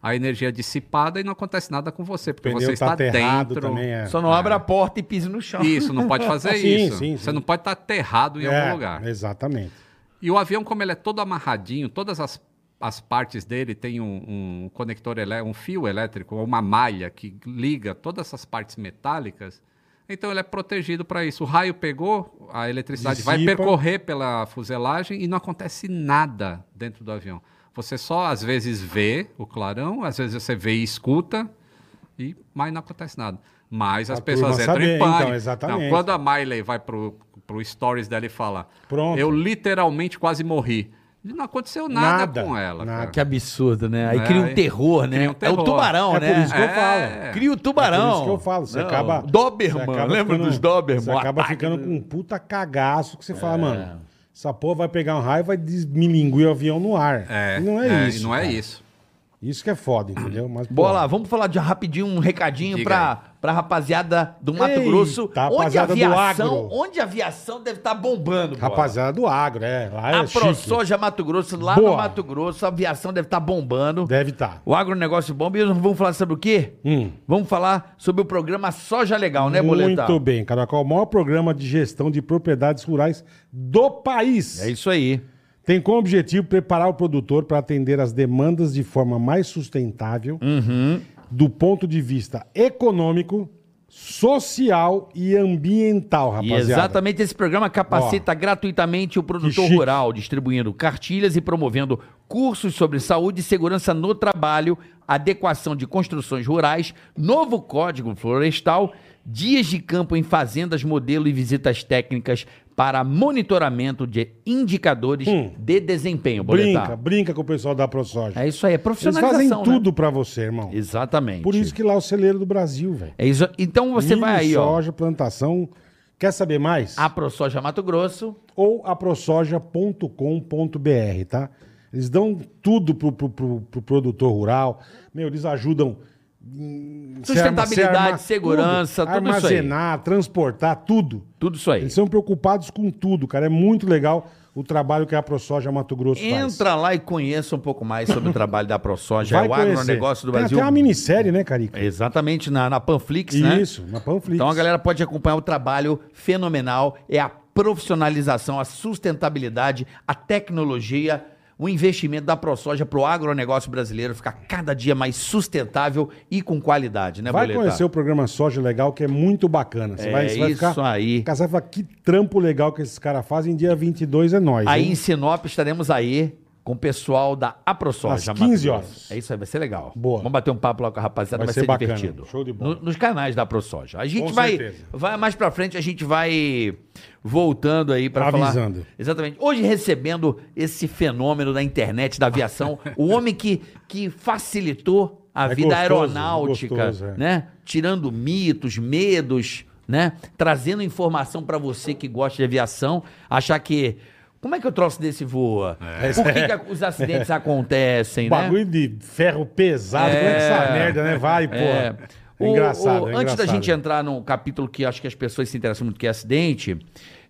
[SPEAKER 5] a energia é dissipada e não acontece nada com você,
[SPEAKER 1] O
[SPEAKER 5] porque
[SPEAKER 1] pneu
[SPEAKER 5] você
[SPEAKER 1] tá
[SPEAKER 5] está
[SPEAKER 1] aterrado
[SPEAKER 5] dentro.
[SPEAKER 1] também. É.
[SPEAKER 4] Só não abre a porta e pise no chão.
[SPEAKER 5] Isso, não pode fazer
[SPEAKER 1] Sim,
[SPEAKER 5] isso.
[SPEAKER 1] sim,
[SPEAKER 5] Você
[SPEAKER 1] sim.
[SPEAKER 5] não pode estar aterrado em
[SPEAKER 1] É,
[SPEAKER 5] algum lugar.
[SPEAKER 1] Exatamente.
[SPEAKER 5] E o avião, como ele é todo amarradinho, todas as, as partes dele tem um, um conector, elé- um fio elétrico, ou uma malha que liga todas essas partes metálicas. Então ele é protegido para isso. O raio pegou, a eletricidade vai
[SPEAKER 1] Dissipa.
[SPEAKER 5] percorrer pela fuselagem e não acontece nada dentro do avião. Você só às vezes vê o clarão, às vezes você vê e escuta, e, mas não acontece nada. Mas as
[SPEAKER 1] A
[SPEAKER 5] pessoas
[SPEAKER 1] turma
[SPEAKER 5] entram
[SPEAKER 1] saber,
[SPEAKER 5] em pânico.
[SPEAKER 1] então, exatamente.
[SPEAKER 5] Não, quando a Miley vai pro, pro stories dela e fala,
[SPEAKER 1] Pronto.
[SPEAKER 5] eu literalmente quase morri. Não aconteceu nada,
[SPEAKER 1] Nada,
[SPEAKER 5] com ela.
[SPEAKER 1] nada.
[SPEAKER 5] cara.
[SPEAKER 4] Que absurdo, né? Aí
[SPEAKER 5] É,
[SPEAKER 4] cria um
[SPEAKER 5] aí-
[SPEAKER 4] terror, né?
[SPEAKER 5] cria um
[SPEAKER 4] É o
[SPEAKER 5] terror.
[SPEAKER 4] tubarão,
[SPEAKER 1] é
[SPEAKER 4] né?
[SPEAKER 1] por isso que eu
[SPEAKER 5] É.
[SPEAKER 1] falo.
[SPEAKER 4] Cria o tubarão.
[SPEAKER 1] É por isso que eu falo, você acaba-
[SPEAKER 4] Doberman,
[SPEAKER 1] Você acaba
[SPEAKER 4] lembra
[SPEAKER 1] ficando-
[SPEAKER 4] dos Doberman?
[SPEAKER 1] Você
[SPEAKER 4] O
[SPEAKER 1] acaba
[SPEAKER 4] ataque
[SPEAKER 1] ficando
[SPEAKER 4] do-
[SPEAKER 1] com um puta cagaço que você fala, mano, essa porra vai pegar um raio e vai desmilinguir o avião no ar.
[SPEAKER 5] É,
[SPEAKER 1] E não é,
[SPEAKER 5] e
[SPEAKER 1] isso.
[SPEAKER 5] Não é
[SPEAKER 1] cara.
[SPEAKER 5] isso.
[SPEAKER 1] Isso que é foda, entendeu? Mas,
[SPEAKER 4] Bora
[SPEAKER 1] porra,
[SPEAKER 4] lá, vamos falar de rapidinho um recadinho
[SPEAKER 5] Diga
[SPEAKER 4] pra, pra rapaziada do Mato
[SPEAKER 1] Eita,
[SPEAKER 4] Grosso. Onde a
[SPEAKER 1] rapaziada do
[SPEAKER 4] aviação,
[SPEAKER 1] agro.
[SPEAKER 4] onde a aviação deve estar bombando, Bola.
[SPEAKER 1] Rapaziada do agro, é. Lá é
[SPEAKER 4] A
[SPEAKER 1] chique.
[SPEAKER 4] ProSoja Mato Grosso, lá
[SPEAKER 1] Boa.
[SPEAKER 4] no Mato Grosso, a aviação deve estar bombando.
[SPEAKER 1] Deve tá. estar.
[SPEAKER 4] O agronegócio bomba. E nós vamos falar sobre o quê?
[SPEAKER 1] Hum.
[SPEAKER 4] Vamos falar sobre o programa Soja Legal, né, Boleta?
[SPEAKER 1] Muito bem, Caracol. O maior programa de gestão de propriedades rurais do país.
[SPEAKER 4] É isso aí.
[SPEAKER 1] Tem como objetivo preparar o produtor para atender às demandas de forma mais sustentável
[SPEAKER 4] Uhum.
[SPEAKER 1] do ponto de vista econômico, social e ambiental,
[SPEAKER 4] E
[SPEAKER 1] rapaziada.
[SPEAKER 4] exatamente esse programa capacita gratuitamente o produtor
[SPEAKER 1] chique.
[SPEAKER 4] rural, distribuindo cartilhas e promovendo cursos sobre saúde e segurança no trabalho, adequação de construções rurais, novo código florestal, dias de campo em fazendas, modelo e visitas técnicas para monitoramento de indicadores
[SPEAKER 1] Hum.
[SPEAKER 4] de desempenho,
[SPEAKER 1] Brinca,
[SPEAKER 4] Boletar.
[SPEAKER 1] brinca com o pessoal da ProSoja.
[SPEAKER 4] É isso aí, é
[SPEAKER 1] Eles
[SPEAKER 4] profissionalização.
[SPEAKER 1] fazem
[SPEAKER 4] né?
[SPEAKER 1] tudo pra você, irmão.
[SPEAKER 4] Exatamente.
[SPEAKER 1] Por isso que lá é o celeiro do Brasil, velho.
[SPEAKER 4] É isso. Então você
[SPEAKER 1] Milho,
[SPEAKER 4] vai aí,
[SPEAKER 1] soja, plantação. Quer saber mais?
[SPEAKER 4] ó. A ProSoja Mato Grosso.
[SPEAKER 1] Ou aprosoja.com.br, tá? Eles dão tudo pro, pro, pro- pro produtor rural. Meu, eles ajudam. em- se arma- se
[SPEAKER 4] Sustentabilidade,
[SPEAKER 1] armar-
[SPEAKER 4] segurança, tudo isso aí.
[SPEAKER 1] Armazenar, transportar, tudo.
[SPEAKER 4] Tudo isso aí.
[SPEAKER 1] Eles são preocupados com tudo, cara. É muito legal o trabalho que a ProSoja Mato Grosso faz.
[SPEAKER 4] Entra lá e conheça um pouco mais sobre o trabalho da ProSoja,
[SPEAKER 1] Vai
[SPEAKER 4] o
[SPEAKER 1] conhecer.
[SPEAKER 4] agronegócio do
[SPEAKER 1] Tem
[SPEAKER 4] Brasil.
[SPEAKER 1] até uma minissérie, né, Carica?
[SPEAKER 4] Exatamente, na, na Panflix, né?
[SPEAKER 1] Isso, na Panflix.
[SPEAKER 4] Então a galera pode acompanhar o trabalho fenomenal, é a profissionalização, a sustentabilidade, a tecnologia, o investimento da ProSoja para o agronegócio brasileiro ficar cada dia mais sustentável e com qualidade, né,
[SPEAKER 1] Vai
[SPEAKER 4] Boleta?
[SPEAKER 1] conhecer o programa Soja Legal, que é muito bacana. Você
[SPEAKER 4] É
[SPEAKER 1] vai, você vai
[SPEAKER 4] isso
[SPEAKER 1] ficar,
[SPEAKER 4] aí.
[SPEAKER 1] Cara, você vai falar, que trampo legal que esses caras fazem. Dia 22 é nós.
[SPEAKER 4] Aí
[SPEAKER 1] hein?
[SPEAKER 4] em Sinop estaremos aí com o pessoal da AproSoja.
[SPEAKER 1] Às
[SPEAKER 4] Mato
[SPEAKER 1] 15
[SPEAKER 4] Grosso.
[SPEAKER 1] horas.
[SPEAKER 4] É isso aí, vai ser legal.
[SPEAKER 1] Boa.
[SPEAKER 4] Vamos bater um papo lá com a rapaziada,
[SPEAKER 1] Vai
[SPEAKER 4] vai,
[SPEAKER 1] ser
[SPEAKER 4] ser,
[SPEAKER 1] bacana.
[SPEAKER 4] divertido.
[SPEAKER 1] Show de bola.
[SPEAKER 4] No- nos canais da AproSoja. A gente
[SPEAKER 1] Com
[SPEAKER 4] vai,
[SPEAKER 1] certeza.
[SPEAKER 4] vai mais pra frente, a gente vai voltando aí pra falar.
[SPEAKER 1] Avisando.
[SPEAKER 4] Exatamente. Hoje recebendo esse fenômeno da internet, da aviação, o homem que, que facilitou a
[SPEAKER 1] É
[SPEAKER 4] vida
[SPEAKER 1] gostoso,
[SPEAKER 4] aeronáutica,
[SPEAKER 1] gostoso, é.
[SPEAKER 4] né? Tirando mitos, medos, né? Trazendo informação pra você que gosta de aviação, achar que como é que eu troço desse voa? Por que, que a- os acidentes acontecem, né?
[SPEAKER 1] É. Bagulho de ferro pesado. Como é que essa merda, né? Vai,
[SPEAKER 4] É.
[SPEAKER 1] porra.
[SPEAKER 4] O-
[SPEAKER 1] É engraçado,
[SPEAKER 4] o-
[SPEAKER 1] é
[SPEAKER 4] antes da
[SPEAKER 1] engraçado.
[SPEAKER 4] gente entrar num capítulo que acho que as pessoas se interessam muito, que é acidente,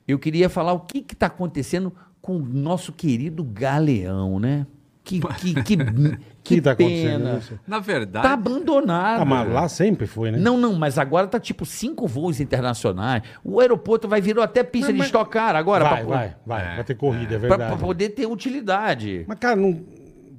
[SPEAKER 4] eu queria falar o que está acontecendo com o nosso querido Galeão, né? Que, que, que, que,
[SPEAKER 1] O que tá acontecendo?
[SPEAKER 4] pena.
[SPEAKER 1] Não sei.
[SPEAKER 5] Na verdade,
[SPEAKER 4] Tá abandonado.
[SPEAKER 1] Ah, mas lá sempre foi, né?
[SPEAKER 4] Não, não, mas agora tá tipo cinco voos internacionais. O aeroporto vai virou até pista de estocar agora.
[SPEAKER 1] vai,
[SPEAKER 4] pra-
[SPEAKER 1] vai, vai. Vai ter corrida, é
[SPEAKER 4] pra-
[SPEAKER 1] verdade.
[SPEAKER 4] pra poder ter utilidade.
[SPEAKER 1] Mas, cara, não... O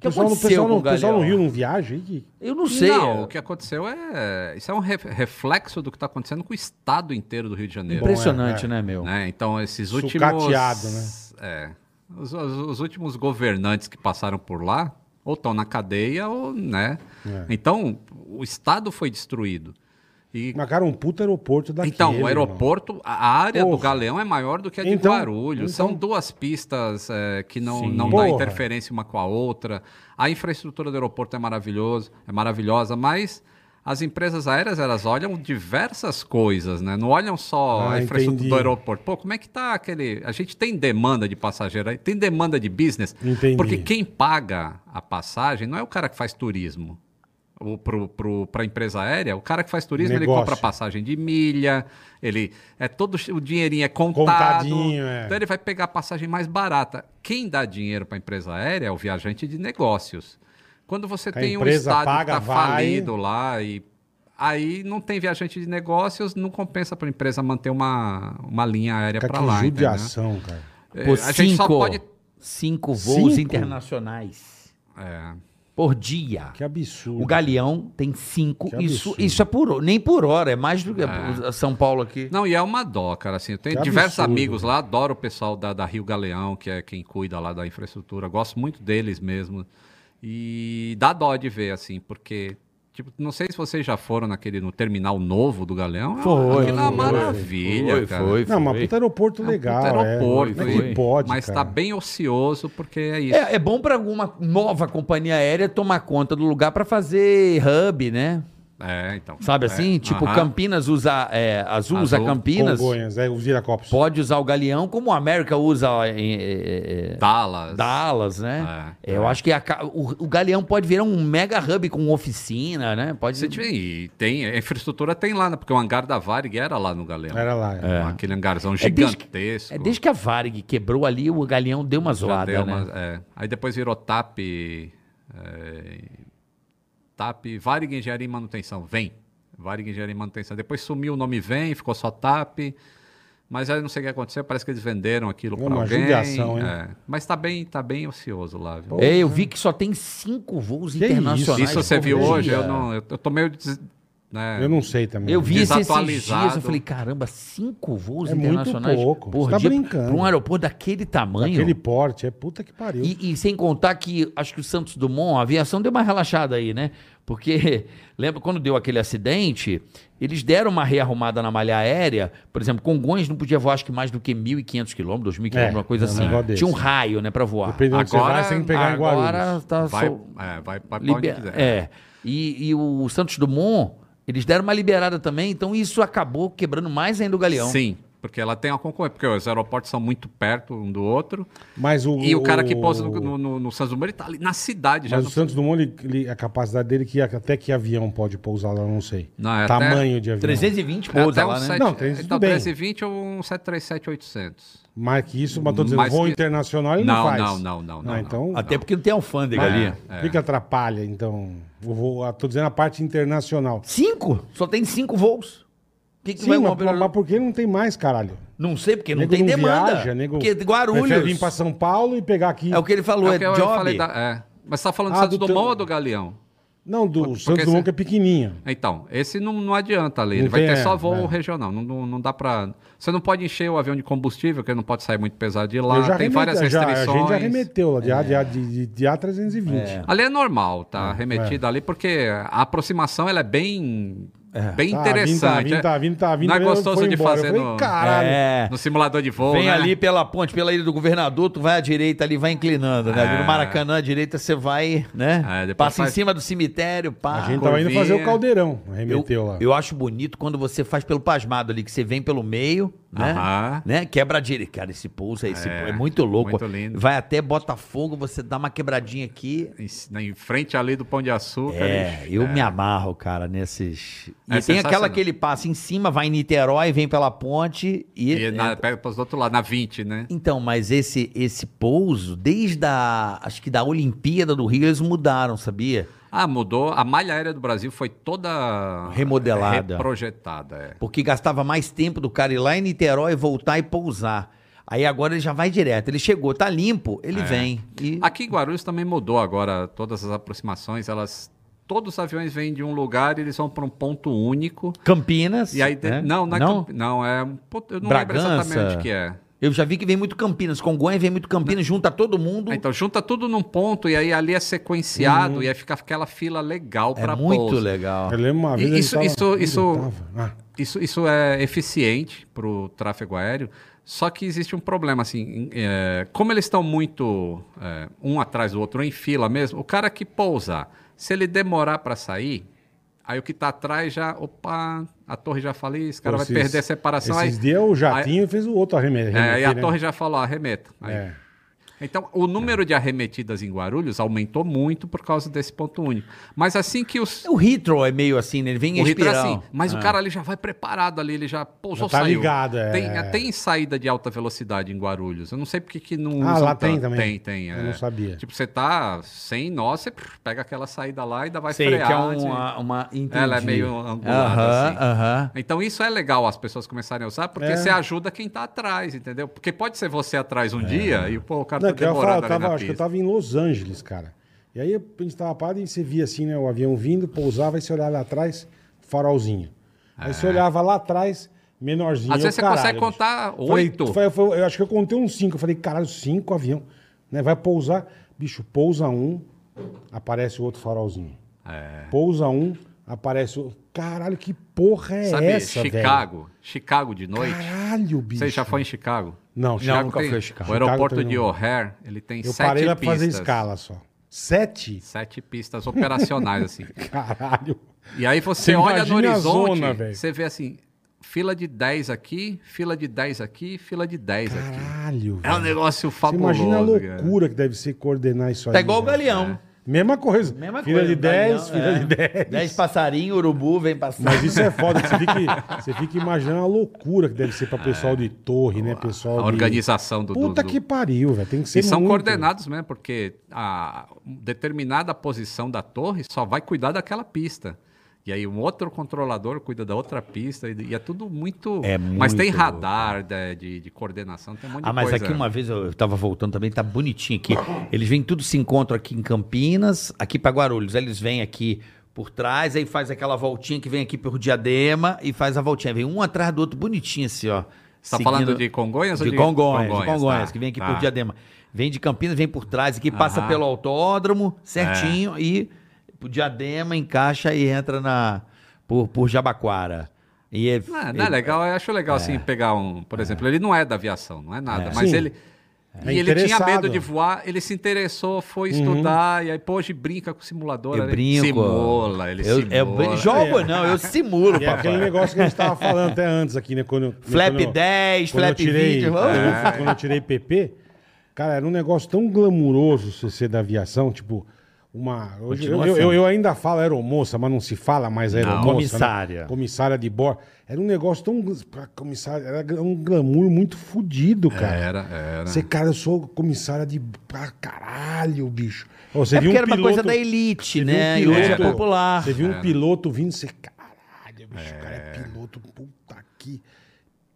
[SPEAKER 1] pessoal, não- o
[SPEAKER 4] aconteceu
[SPEAKER 1] pessoal, não-
[SPEAKER 4] com
[SPEAKER 1] o
[SPEAKER 4] o
[SPEAKER 1] pessoal no
[SPEAKER 4] Galeão?
[SPEAKER 1] Rio não viaja aí? que-
[SPEAKER 4] Eu não sei.
[SPEAKER 5] Não, o que aconteceu é. Isso é um re- reflexo do que está acontecendo com o estado inteiro do Rio de Janeiro.
[SPEAKER 4] Impressionante,
[SPEAKER 1] Bom, é,
[SPEAKER 4] né, meu?
[SPEAKER 5] né? Então, esses últimos.
[SPEAKER 1] Sucateado, né?
[SPEAKER 5] É. Os, os- os últimos governantes que passaram por lá, ou estão na cadeia, ou. né?
[SPEAKER 1] É.
[SPEAKER 5] Então, o estado foi destruído. E,
[SPEAKER 1] Mas, cara, um puta aeroporto daqui.
[SPEAKER 5] então, o aeroporto, a área do
[SPEAKER 1] Porra.
[SPEAKER 5] Galeão é maior do que a de
[SPEAKER 1] Então-
[SPEAKER 5] Guarulhos. São
[SPEAKER 1] então-
[SPEAKER 5] duas pistas é, que não,
[SPEAKER 4] Sim.
[SPEAKER 5] não
[SPEAKER 1] Porra.
[SPEAKER 5] dá interferência uma com a outra. A infraestrutura do aeroporto é maravilhosa, é maravilhosa, mas as empresas aéreas elas olham diversas coisas, né? Não olham só
[SPEAKER 1] Ah,
[SPEAKER 5] a infraestrutura
[SPEAKER 1] entendi.
[SPEAKER 5] do aeroporto. Pô, como é que tá aquele? A gente tem demanda de passageiro, aí, tem demanda de business,
[SPEAKER 1] Entendi.
[SPEAKER 5] porque quem paga a passagem não é o cara que faz turismo. Para a empresa aérea, o cara que faz turismo, ele
[SPEAKER 1] Negócio.
[SPEAKER 5] compra passagem de milha, ele é todo o dinheirinho é contado.
[SPEAKER 1] Contadinho, é.
[SPEAKER 5] Então ele vai pegar a passagem mais barata. Quem dá dinheiro para a empresa aérea é o viajante de negócios. Quando você tem um
[SPEAKER 1] empresa
[SPEAKER 5] estado
[SPEAKER 1] paga,
[SPEAKER 5] que está
[SPEAKER 1] vai.
[SPEAKER 5] falido lá e aí não tem viajante de negócios, não compensa para a empresa manter uma, uma linha
[SPEAKER 4] é
[SPEAKER 5] aérea
[SPEAKER 1] Cara,
[SPEAKER 5] para
[SPEAKER 1] que
[SPEAKER 5] lá. entendeu?
[SPEAKER 1] judiação, cara.
[SPEAKER 5] É,
[SPEAKER 4] Pô,
[SPEAKER 5] a gente só
[SPEAKER 4] cinco-
[SPEAKER 5] pode.
[SPEAKER 4] Cinco voos
[SPEAKER 1] Cinco?
[SPEAKER 4] internacionais
[SPEAKER 5] É,
[SPEAKER 4] por dia.
[SPEAKER 1] Que absurdo.
[SPEAKER 4] O Galeão tem cinco.
[SPEAKER 1] Que
[SPEAKER 4] Isso,
[SPEAKER 1] absurdo.
[SPEAKER 4] isso é por nem por hora, é mais do que
[SPEAKER 5] Ah.
[SPEAKER 4] São Paulo aqui.
[SPEAKER 5] Não, e é uma dó, cara. Assim, eu tenho
[SPEAKER 1] Que
[SPEAKER 5] diversos
[SPEAKER 1] absurdo.
[SPEAKER 5] amigos lá, adoro o pessoal da, da Rio Galeão, que é quem cuida lá da infraestrutura. Gosto muito deles mesmo. E dá dó de ver, assim, porque. Tipo, não sei se vocês já foram naquele no terminal novo do Galeão.
[SPEAKER 4] Foi,
[SPEAKER 5] Aquilo é uma
[SPEAKER 4] foi,
[SPEAKER 5] maravilha, cara.
[SPEAKER 1] Não, mas puta aeroporto legal.
[SPEAKER 5] um Puta
[SPEAKER 1] é.
[SPEAKER 5] aeroporto,
[SPEAKER 1] Como é que
[SPEAKER 5] foi.
[SPEAKER 1] pode,
[SPEAKER 5] mas
[SPEAKER 1] cara?
[SPEAKER 5] tá bem ocioso porque é isso.
[SPEAKER 4] É, é bom pra alguma nova companhia aérea tomar conta do lugar pra fazer hub, né?
[SPEAKER 5] É, então.
[SPEAKER 4] Sabe assim?
[SPEAKER 5] É,
[SPEAKER 4] Tipo,
[SPEAKER 5] aham.
[SPEAKER 4] Campinas usa. É, Azul, usa
[SPEAKER 5] Azul,
[SPEAKER 4] Campinas.
[SPEAKER 1] Congonhas, é, o Viracopos.
[SPEAKER 4] Pode usar o Galeão como a América usa em, é, é,
[SPEAKER 5] Dallas.
[SPEAKER 4] Dallas, né?
[SPEAKER 5] É,
[SPEAKER 4] Eu acho que a ca- o, o Galeão pode virar um mega hub com oficina, né? Pode
[SPEAKER 5] Você tiver, e tem, a infraestrutura tem lá, né? Porque o hangar da Varig era lá no Galeão.
[SPEAKER 1] Era lá. é.
[SPEAKER 5] Aquele hangarzão
[SPEAKER 4] É desde que-
[SPEAKER 5] gigantesco.
[SPEAKER 4] É, desde que a Varig quebrou ali, o Galeão deu uma
[SPEAKER 5] Já
[SPEAKER 4] zoada,
[SPEAKER 5] deu
[SPEAKER 4] né?
[SPEAKER 5] uma- é. Aí depois virou TAP. é, TAP, Varig Engenharia e Manutenção, vem. Varig Engenharia e Manutenção. Depois sumiu o nome Vem, ficou só TAP. Mas aí não sei o que aconteceu, parece que eles venderam aquilo
[SPEAKER 1] É
[SPEAKER 5] para
[SPEAKER 1] uma
[SPEAKER 5] alguém.
[SPEAKER 1] judiação, hein?
[SPEAKER 5] é. Mas tá bem, tá bem ocioso lá, viu?
[SPEAKER 4] É, eu vi que só tem cinco voos
[SPEAKER 1] Que
[SPEAKER 4] internacionais.
[SPEAKER 1] Mas
[SPEAKER 5] Isso você
[SPEAKER 4] por
[SPEAKER 5] viu
[SPEAKER 4] dia.
[SPEAKER 5] hoje, eu, não, eu, eu tô meio des- né, né?
[SPEAKER 1] Eu não sei também.
[SPEAKER 4] Eu vi isso esses dias,
[SPEAKER 5] Desatualizado.
[SPEAKER 4] eu falei, caramba, cinco voos
[SPEAKER 1] É muito
[SPEAKER 4] internacionais
[SPEAKER 1] pouco.
[SPEAKER 4] por
[SPEAKER 1] Você tá
[SPEAKER 4] dia
[SPEAKER 1] brincando.
[SPEAKER 4] pra um aeroporto daquele tamanho.
[SPEAKER 1] Aquele porte, é puta que pariu.
[SPEAKER 4] E, e sem contar que acho que o Santos Dumont, a aviação deu uma relaxada aí, né? Porque lembra quando deu aquele acidente, eles deram uma rearrumada na malha aérea. Por exemplo, Congonhas não podia voar acho que mais do que 1.500 quilômetros, 2.000
[SPEAKER 1] É,
[SPEAKER 4] quilômetros, uma coisa
[SPEAKER 1] é um
[SPEAKER 4] assim.
[SPEAKER 1] negócio desse.
[SPEAKER 4] Tinha um raio, né, pra voar.
[SPEAKER 1] Dependendo de onde você
[SPEAKER 5] Agora-
[SPEAKER 1] vai, você tem que pegar em Guarulhos.
[SPEAKER 4] Agora tá
[SPEAKER 5] Vai,
[SPEAKER 4] sol-
[SPEAKER 5] é, vai, vai pra onde
[SPEAKER 4] Liber-
[SPEAKER 5] quiser.
[SPEAKER 4] É. E, e o Santos Dumont, eles deram uma liberada também, então isso acabou quebrando mais ainda o galeão.
[SPEAKER 5] Sim, porque ela tem uma concorrência, porque os aeroportos são muito perto um do outro.
[SPEAKER 1] Mas o,
[SPEAKER 5] E o cara que pousa no, no, no, no Santos Dumont, ele tá ali na cidade já.
[SPEAKER 1] Mas
[SPEAKER 5] não-
[SPEAKER 1] o Santos Dumont, ele, ele- a capacidade dele, que até que avião pode pousar lá, eu não sei.
[SPEAKER 5] Não, é até-
[SPEAKER 1] Tamanho de avião.
[SPEAKER 4] 320
[SPEAKER 5] é
[SPEAKER 4] pousa
[SPEAKER 5] até um
[SPEAKER 4] lá, né?
[SPEAKER 5] sete-
[SPEAKER 1] tá Não, tem isso
[SPEAKER 5] então,
[SPEAKER 1] tudo bem.
[SPEAKER 5] 320 ou um 737-800.
[SPEAKER 1] Mais que isso, mas tô dizendo,
[SPEAKER 5] Mais
[SPEAKER 1] voo
[SPEAKER 5] que-
[SPEAKER 1] internacional ele não,
[SPEAKER 5] Não,
[SPEAKER 1] faz.
[SPEAKER 5] não, não, não,
[SPEAKER 1] Ah,
[SPEAKER 5] não,
[SPEAKER 1] Então,
[SPEAKER 4] Até porque não tem
[SPEAKER 5] É.
[SPEAKER 4] alfândega ali.
[SPEAKER 1] o que que atrapalha, então? O voo, ah, tô dizendo a parte internacional.
[SPEAKER 4] Cinco? Só tem cinco voos. O que, que
[SPEAKER 1] Sim,
[SPEAKER 4] vai
[SPEAKER 1] mas,
[SPEAKER 4] comprar?
[SPEAKER 1] mas por que não tem mais, caralho?
[SPEAKER 4] Não sei, porque é não
[SPEAKER 1] Nego
[SPEAKER 4] tem demanda.
[SPEAKER 1] viaja, nego
[SPEAKER 4] porque Guarulhos.
[SPEAKER 1] prefere vir pra São Paulo e pegar aqui.
[SPEAKER 4] É o que ele falou, é,
[SPEAKER 5] o que eu
[SPEAKER 4] job.
[SPEAKER 5] falei da- é. Mas você tá falando
[SPEAKER 1] Ah,
[SPEAKER 5] do Santos
[SPEAKER 1] do
[SPEAKER 5] Dumont
[SPEAKER 1] teu-
[SPEAKER 5] ou do Galeão?
[SPEAKER 1] Não, do
[SPEAKER 5] porque
[SPEAKER 1] Santos Dumont
[SPEAKER 5] você-
[SPEAKER 1] que é pequenininha.
[SPEAKER 5] Então, esse não, não adianta ali. Ele
[SPEAKER 1] Não
[SPEAKER 5] vai
[SPEAKER 1] tem,
[SPEAKER 5] ter
[SPEAKER 1] é,
[SPEAKER 5] só voo
[SPEAKER 1] é.
[SPEAKER 5] regional. Não, não, não dá pra. Você não pode encher o avião de combustível, porque ele não pode sair muito pesado de lá. Tem
[SPEAKER 1] arremete-
[SPEAKER 5] várias
[SPEAKER 1] já-
[SPEAKER 5] restrições.
[SPEAKER 1] a gente já arremeteu lá, de, A- de, A- de, de, de A320.
[SPEAKER 5] Ali é normal, tá?
[SPEAKER 1] é.
[SPEAKER 5] Remetida ali, porque a aproximação ela é bem, bem
[SPEAKER 1] Tá
[SPEAKER 5] interessante.
[SPEAKER 1] vindo, tá
[SPEAKER 5] é.
[SPEAKER 1] vindo, tá vindo,
[SPEAKER 5] Não
[SPEAKER 1] tá
[SPEAKER 5] é
[SPEAKER 1] vindo, foi
[SPEAKER 5] gostoso de
[SPEAKER 1] embora.
[SPEAKER 5] fazer
[SPEAKER 1] Eu falei,
[SPEAKER 5] no,
[SPEAKER 1] caralho.
[SPEAKER 4] É.
[SPEAKER 5] no simulador de voo.
[SPEAKER 4] Vem
[SPEAKER 5] né?
[SPEAKER 4] ali pela ponte, pela ilha do governador, tu vai à direita ali, vai inclinando, né? Ali no Maracanã, à direita, você vai,
[SPEAKER 5] É,
[SPEAKER 4] né?
[SPEAKER 5] depois
[SPEAKER 4] Passa em
[SPEAKER 5] faz-
[SPEAKER 4] cima do cemitério, pá.
[SPEAKER 1] A gente tava indo
[SPEAKER 5] Corvinha.
[SPEAKER 1] fazer o caldeirão,
[SPEAKER 4] Eu,
[SPEAKER 1] arremeteu lá.
[SPEAKER 4] eu acho bonito quando você faz pelo pasmado ali, que você vem pelo meio, né?
[SPEAKER 5] Aham.
[SPEAKER 4] né? Quebra a direita. Cara, esse pulso é, esse
[SPEAKER 5] É,
[SPEAKER 4] pulso é muito louco.
[SPEAKER 5] muito lindo.
[SPEAKER 4] Vai até Botafogo, você dá uma quebradinha aqui.
[SPEAKER 5] Em, em frente ali do Pão de Açúcar.
[SPEAKER 4] É,
[SPEAKER 5] ele-
[SPEAKER 4] eu me amarro, cara, nesses. E
[SPEAKER 5] né? É
[SPEAKER 4] tem
[SPEAKER 5] sensacional.
[SPEAKER 4] aquela que ele passa em cima, vai em Niterói, vem pela ponte e.
[SPEAKER 5] E na, pega pros outro lado, na 20, né?
[SPEAKER 4] Então, mas esse esse pouso, desde a. Acho que da Olimpíada do Rio, eles mudaram, sabia?
[SPEAKER 5] Ah, mudou. A malha aérea do Brasil foi toda
[SPEAKER 4] Remodelada.
[SPEAKER 5] Reprojetada, é.
[SPEAKER 4] Porque gastava mais tempo do cara ir lá em Niterói, voltar e pousar. Aí agora ele já vai direto. Ele chegou, tá limpo,
[SPEAKER 5] É.
[SPEAKER 4] ele vem. E...
[SPEAKER 5] Aqui em Guarulhos também mudou agora todas as aproximações, elas todos os aviões vêm de um lugar, e eles vão para um ponto único.
[SPEAKER 4] Campinas.
[SPEAKER 5] E aí de-
[SPEAKER 4] né?
[SPEAKER 5] não, não é, Camp- não é um ponto- eu não lembro
[SPEAKER 4] Bragança.
[SPEAKER 5] exatamente onde que é.
[SPEAKER 4] Eu já vi que vem muito Campinas. Congonha vem muito Campinas, junta todo mundo.
[SPEAKER 5] Ah, Então junta tudo num ponto e aí ali é sequenciado e aí fica aquela fila legal
[SPEAKER 4] Uhum. é
[SPEAKER 5] para
[SPEAKER 4] muito
[SPEAKER 5] pouso.
[SPEAKER 4] legal.
[SPEAKER 1] Eu lembro uma vez. a gente
[SPEAKER 5] Isso-
[SPEAKER 1] tava-
[SPEAKER 5] isso-
[SPEAKER 1] onde eu
[SPEAKER 5] isso-
[SPEAKER 1] tava? Ah,
[SPEAKER 5] Isso, isso é eficiente para o tráfego aéreo, só que existe um problema, assim, em- é, como eles estão muito é, um atrás do outro, em fila mesmo, o cara que pousar, se ele demorar para sair, aí o que está atrás já, opa, a torre já fala, "Ih, esse cara
[SPEAKER 1] esses-
[SPEAKER 5] vai perder a separação.
[SPEAKER 1] Esses
[SPEAKER 5] aí,
[SPEAKER 1] dias o Jatinho fez o outro arremesso.
[SPEAKER 5] é, aí a torre já falou, "Ah, arremeta. Aí-
[SPEAKER 1] É.
[SPEAKER 5] Então, o número de arremetidas em Guarulhos aumentou muito por causa desse ponto único. Mas assim que os...
[SPEAKER 4] O Heathrow é meio assim, né? Ele vem Ah. em
[SPEAKER 5] O Hitler
[SPEAKER 4] espiral.
[SPEAKER 5] assim, mas o cara ali já vai preparado ali, ele já pousou,
[SPEAKER 1] Já tá
[SPEAKER 5] saiu.
[SPEAKER 1] ligado, é.
[SPEAKER 5] Tem, tem saída de alta velocidade em Guarulhos. Eu não sei porque que não
[SPEAKER 1] Ah,
[SPEAKER 5] usam
[SPEAKER 1] lá tem
[SPEAKER 5] tanto.
[SPEAKER 1] também?
[SPEAKER 5] Tem, tem.
[SPEAKER 1] Eu
[SPEAKER 5] é.
[SPEAKER 1] não sabia.
[SPEAKER 5] Tipo, você tá sem nó, você pff, pega aquela saída lá e ainda vai
[SPEAKER 4] Sei,
[SPEAKER 5] frear.
[SPEAKER 4] que é
[SPEAKER 5] antes.
[SPEAKER 4] uma... uma...
[SPEAKER 5] Ela é
[SPEAKER 4] entendi.
[SPEAKER 5] meio angulada,
[SPEAKER 4] Aham,
[SPEAKER 5] assim.
[SPEAKER 4] aham.
[SPEAKER 5] Então isso é legal as pessoas começarem a usar, porque
[SPEAKER 1] É.
[SPEAKER 5] você ajuda quem tá atrás, entendeu? Porque pode ser você atrás um dia e pô, o cara
[SPEAKER 1] Não,
[SPEAKER 5] tá
[SPEAKER 1] que eu, ia falar,
[SPEAKER 5] demorando
[SPEAKER 1] eu
[SPEAKER 5] ali
[SPEAKER 1] tava,
[SPEAKER 5] na
[SPEAKER 1] acho que eu
[SPEAKER 5] pista.
[SPEAKER 1] tava em Los Angeles, cara. E aí a gente tava parado e você via assim, né? O avião vindo, pousava e você olhava lá atrás, farolzinho. Aí você olhava lá atrás, menorzinho.
[SPEAKER 5] É. Às
[SPEAKER 1] eu,
[SPEAKER 5] vezes você
[SPEAKER 1] caralho,
[SPEAKER 5] consegue
[SPEAKER 1] bicho.
[SPEAKER 5] contar
[SPEAKER 1] Falei,
[SPEAKER 5] oito.
[SPEAKER 1] foi- foi- eu acho que eu contei uns cinco. Eu falei, caralho, cinco avião. Né? Vai pousar. Bicho, pousa um, aparece o outro farolzinho.
[SPEAKER 5] É.
[SPEAKER 1] Pousa um, aparece o. Caralho, que porra é
[SPEAKER 5] Sabe,
[SPEAKER 1] essa,
[SPEAKER 5] Chicago. Chicago de noite.
[SPEAKER 1] velho? Caralho, bicho.
[SPEAKER 5] Você já foi em Chicago? Chicago
[SPEAKER 1] Não, Chicago.
[SPEAKER 4] nunca
[SPEAKER 5] tem-
[SPEAKER 4] fui a Chicago.
[SPEAKER 5] O aeroporto
[SPEAKER 1] Chicago
[SPEAKER 5] de
[SPEAKER 1] também não.
[SPEAKER 5] O'Hare, ele tem
[SPEAKER 1] Eu
[SPEAKER 5] sete
[SPEAKER 1] parei pra
[SPEAKER 5] pistas.
[SPEAKER 1] fazer escala só. Sete?
[SPEAKER 5] Sete pistas operacionais, assim.
[SPEAKER 1] Caralho.
[SPEAKER 5] E aí você
[SPEAKER 1] Você
[SPEAKER 5] olha no
[SPEAKER 1] imagina a
[SPEAKER 5] horizonte,
[SPEAKER 1] zona, velho.
[SPEAKER 5] você vê assim, fila de 10 aqui, fila de 10 aqui, fila de 10 aqui.
[SPEAKER 1] Caralho.
[SPEAKER 5] É um
[SPEAKER 1] velho.
[SPEAKER 5] negócio
[SPEAKER 1] Você
[SPEAKER 5] fabuloso.
[SPEAKER 1] imagina a
[SPEAKER 5] cara.
[SPEAKER 1] loucura que deve ser coordenar isso aí.
[SPEAKER 4] Tá igual o
[SPEAKER 1] velho.
[SPEAKER 4] Galeão.
[SPEAKER 1] Mesma coisa.
[SPEAKER 4] Mesma
[SPEAKER 1] fila
[SPEAKER 4] coisa.
[SPEAKER 1] né? de 10,
[SPEAKER 4] Galeão,
[SPEAKER 1] fila
[SPEAKER 4] é.
[SPEAKER 1] de 10.
[SPEAKER 4] 10 passarinho, urubu vem passando.
[SPEAKER 1] Mas isso é foda, que você fica, você fica imaginando a loucura que deve ser pra pessoal de torre, né? Pessoal
[SPEAKER 5] É. A
[SPEAKER 1] de-
[SPEAKER 5] organização do...
[SPEAKER 1] Puta
[SPEAKER 5] do, do...
[SPEAKER 1] que pariu, velho. Tem que ser
[SPEAKER 5] E são
[SPEAKER 1] muito.
[SPEAKER 5] coordenados mesmo, porque a determinada posição da torre só vai cuidar daquela pista. E aí um outro controlador cuida da outra pista. E e é tudo muito.
[SPEAKER 4] É
[SPEAKER 5] mas
[SPEAKER 4] muito
[SPEAKER 5] tem radar né, de, de coordenação, tem um monte de
[SPEAKER 4] Ah, mas
[SPEAKER 5] coisa.
[SPEAKER 4] aqui uma vez eu eu tava voltando também, tá bonitinho aqui. Eles vêm tudo se encontram aqui em Campinas, aqui pra Guarulhos. Aí Eles vêm aqui por trás, aí faz aquela voltinha que vem aqui por diadema e faz a voltinha. Vem um atrás do outro, bonitinho assim, ó.
[SPEAKER 5] Você tá falando de Congonhas
[SPEAKER 4] de,
[SPEAKER 5] ou de-
[SPEAKER 4] Congonhas, de
[SPEAKER 5] Congonhas,
[SPEAKER 4] Congonhas,
[SPEAKER 5] tá,
[SPEAKER 4] que vem aqui
[SPEAKER 5] tá.
[SPEAKER 4] por diadema. Vem de Campinas, vem por trás aqui, passa
[SPEAKER 5] Aham. É.
[SPEAKER 4] pelo autódromo certinho e por diadema encaixa e entra na por, por Jabaquara. E é,
[SPEAKER 5] Não, é- não é
[SPEAKER 4] é-
[SPEAKER 5] legal, eu acho legal assim pegar um, por exemplo, ele não é da aviação, não é nada,
[SPEAKER 4] É.
[SPEAKER 5] mas
[SPEAKER 1] Sim.
[SPEAKER 5] ele
[SPEAKER 1] É
[SPEAKER 5] e ele tinha
[SPEAKER 1] interessado. Uhum.
[SPEAKER 5] medo de voar, ele se interessou, foi estudar e aí pô, hoje brinca com o simulador,
[SPEAKER 4] Eu
[SPEAKER 5] né?
[SPEAKER 4] brinco.
[SPEAKER 5] simula, ele
[SPEAKER 4] Eu, é eu
[SPEAKER 5] simula.
[SPEAKER 4] brin- jogo não, eu simulo,
[SPEAKER 1] E é aquele
[SPEAKER 4] papai.
[SPEAKER 1] negócio que a gente tava falando até antes aqui, né? Quando, eu-
[SPEAKER 4] Flap
[SPEAKER 1] quando eu-
[SPEAKER 4] 10,
[SPEAKER 1] quando eu
[SPEAKER 4] flap
[SPEAKER 1] tirei, é.
[SPEAKER 4] 20.
[SPEAKER 1] quando eu- Quando eu tirei PP, cara, era um negócio tão glamuroso o CC da aviação, tipo, uma. Hoje, eu,
[SPEAKER 4] Continua
[SPEAKER 1] eu-
[SPEAKER 4] sendo.
[SPEAKER 1] eu ainda falo aeromoça, mas não se fala mais aeromoça. né?
[SPEAKER 4] comissária.
[SPEAKER 1] Comissária de bordo. Era um negócio tão. pra Comissária, era um glamour muito fodido, cara.
[SPEAKER 5] Era, era.
[SPEAKER 1] Você, cara, eu sou comissária de. pra caralho, bicho. Ô, Você
[SPEAKER 4] É
[SPEAKER 1] viu um
[SPEAKER 4] porque era uma
[SPEAKER 1] piloto-
[SPEAKER 4] coisa da elite,
[SPEAKER 1] você viu um
[SPEAKER 4] né? E hoje é popular.
[SPEAKER 1] Você viu um piloto vindo, você, caralho, bicho, o cara é piloto, puta que.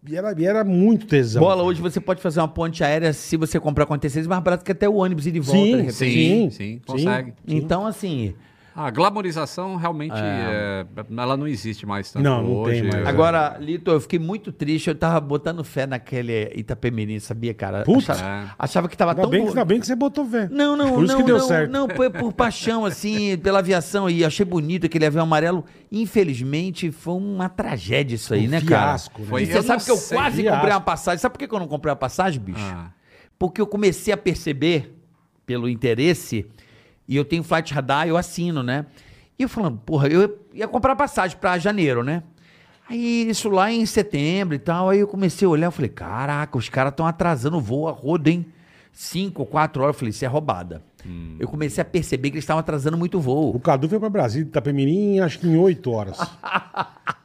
[SPEAKER 1] E era, e era muito tesão.
[SPEAKER 4] Bola, hoje você pode fazer uma ponte aérea se você comprar com antecedência mais barato que até o ônibus ir de volta. de repente.
[SPEAKER 5] Sim, sim, consegue.
[SPEAKER 4] Então, assim.
[SPEAKER 5] A glamorização realmente é, ela não existe mais tanto
[SPEAKER 1] Não, não
[SPEAKER 5] hoje.
[SPEAKER 1] tem mais. É.
[SPEAKER 4] Agora, Lito, eu fiquei muito triste. Eu tava botando fé naquele Itapemirim, sabia, cara?
[SPEAKER 1] Putz.
[SPEAKER 5] É.
[SPEAKER 4] Achava, achava que tava
[SPEAKER 1] Ainda
[SPEAKER 4] tá tão
[SPEAKER 1] bem, que-
[SPEAKER 4] bo-
[SPEAKER 1] ainda bem que você botou fé.
[SPEAKER 4] Não, não,
[SPEAKER 1] Por isso
[SPEAKER 4] não,
[SPEAKER 1] que deu
[SPEAKER 4] não,
[SPEAKER 1] certo.
[SPEAKER 4] não, foi por paixão, assim, pela aviação e achei bonito aquele avião amarelo. Infelizmente, foi uma tragédia isso aí,
[SPEAKER 1] Um
[SPEAKER 4] né,
[SPEAKER 1] fiasco,
[SPEAKER 4] cara?
[SPEAKER 1] né?
[SPEAKER 5] Foi-
[SPEAKER 4] E você
[SPEAKER 5] eu
[SPEAKER 4] sabe
[SPEAKER 5] não
[SPEAKER 4] que eu
[SPEAKER 5] sei.
[SPEAKER 4] quase
[SPEAKER 1] Fiasco.
[SPEAKER 4] comprei uma passagem. Sabe por que que eu não comprei uma passagem, bicho?
[SPEAKER 5] Ah.
[SPEAKER 4] Porque eu comecei a perceber, pelo interesse, e eu tenho flight radar, eu assino, né? E eu falando, porra, eu ia comprar passagem pra janeiro, né? Aí isso lá em setembro e tal, aí eu comecei a olhar, eu falei, caraca, os caras estão atrasando o voo a rodo, hein? Cinco, quatro horas, eu falei, isso é roubada.
[SPEAKER 5] Hum.
[SPEAKER 4] Eu comecei a perceber que eles estavam atrasando muito o
[SPEAKER 1] O
[SPEAKER 4] voo.
[SPEAKER 1] Cadu foi pra Brasília, Itapemirim, acho que em oito horas.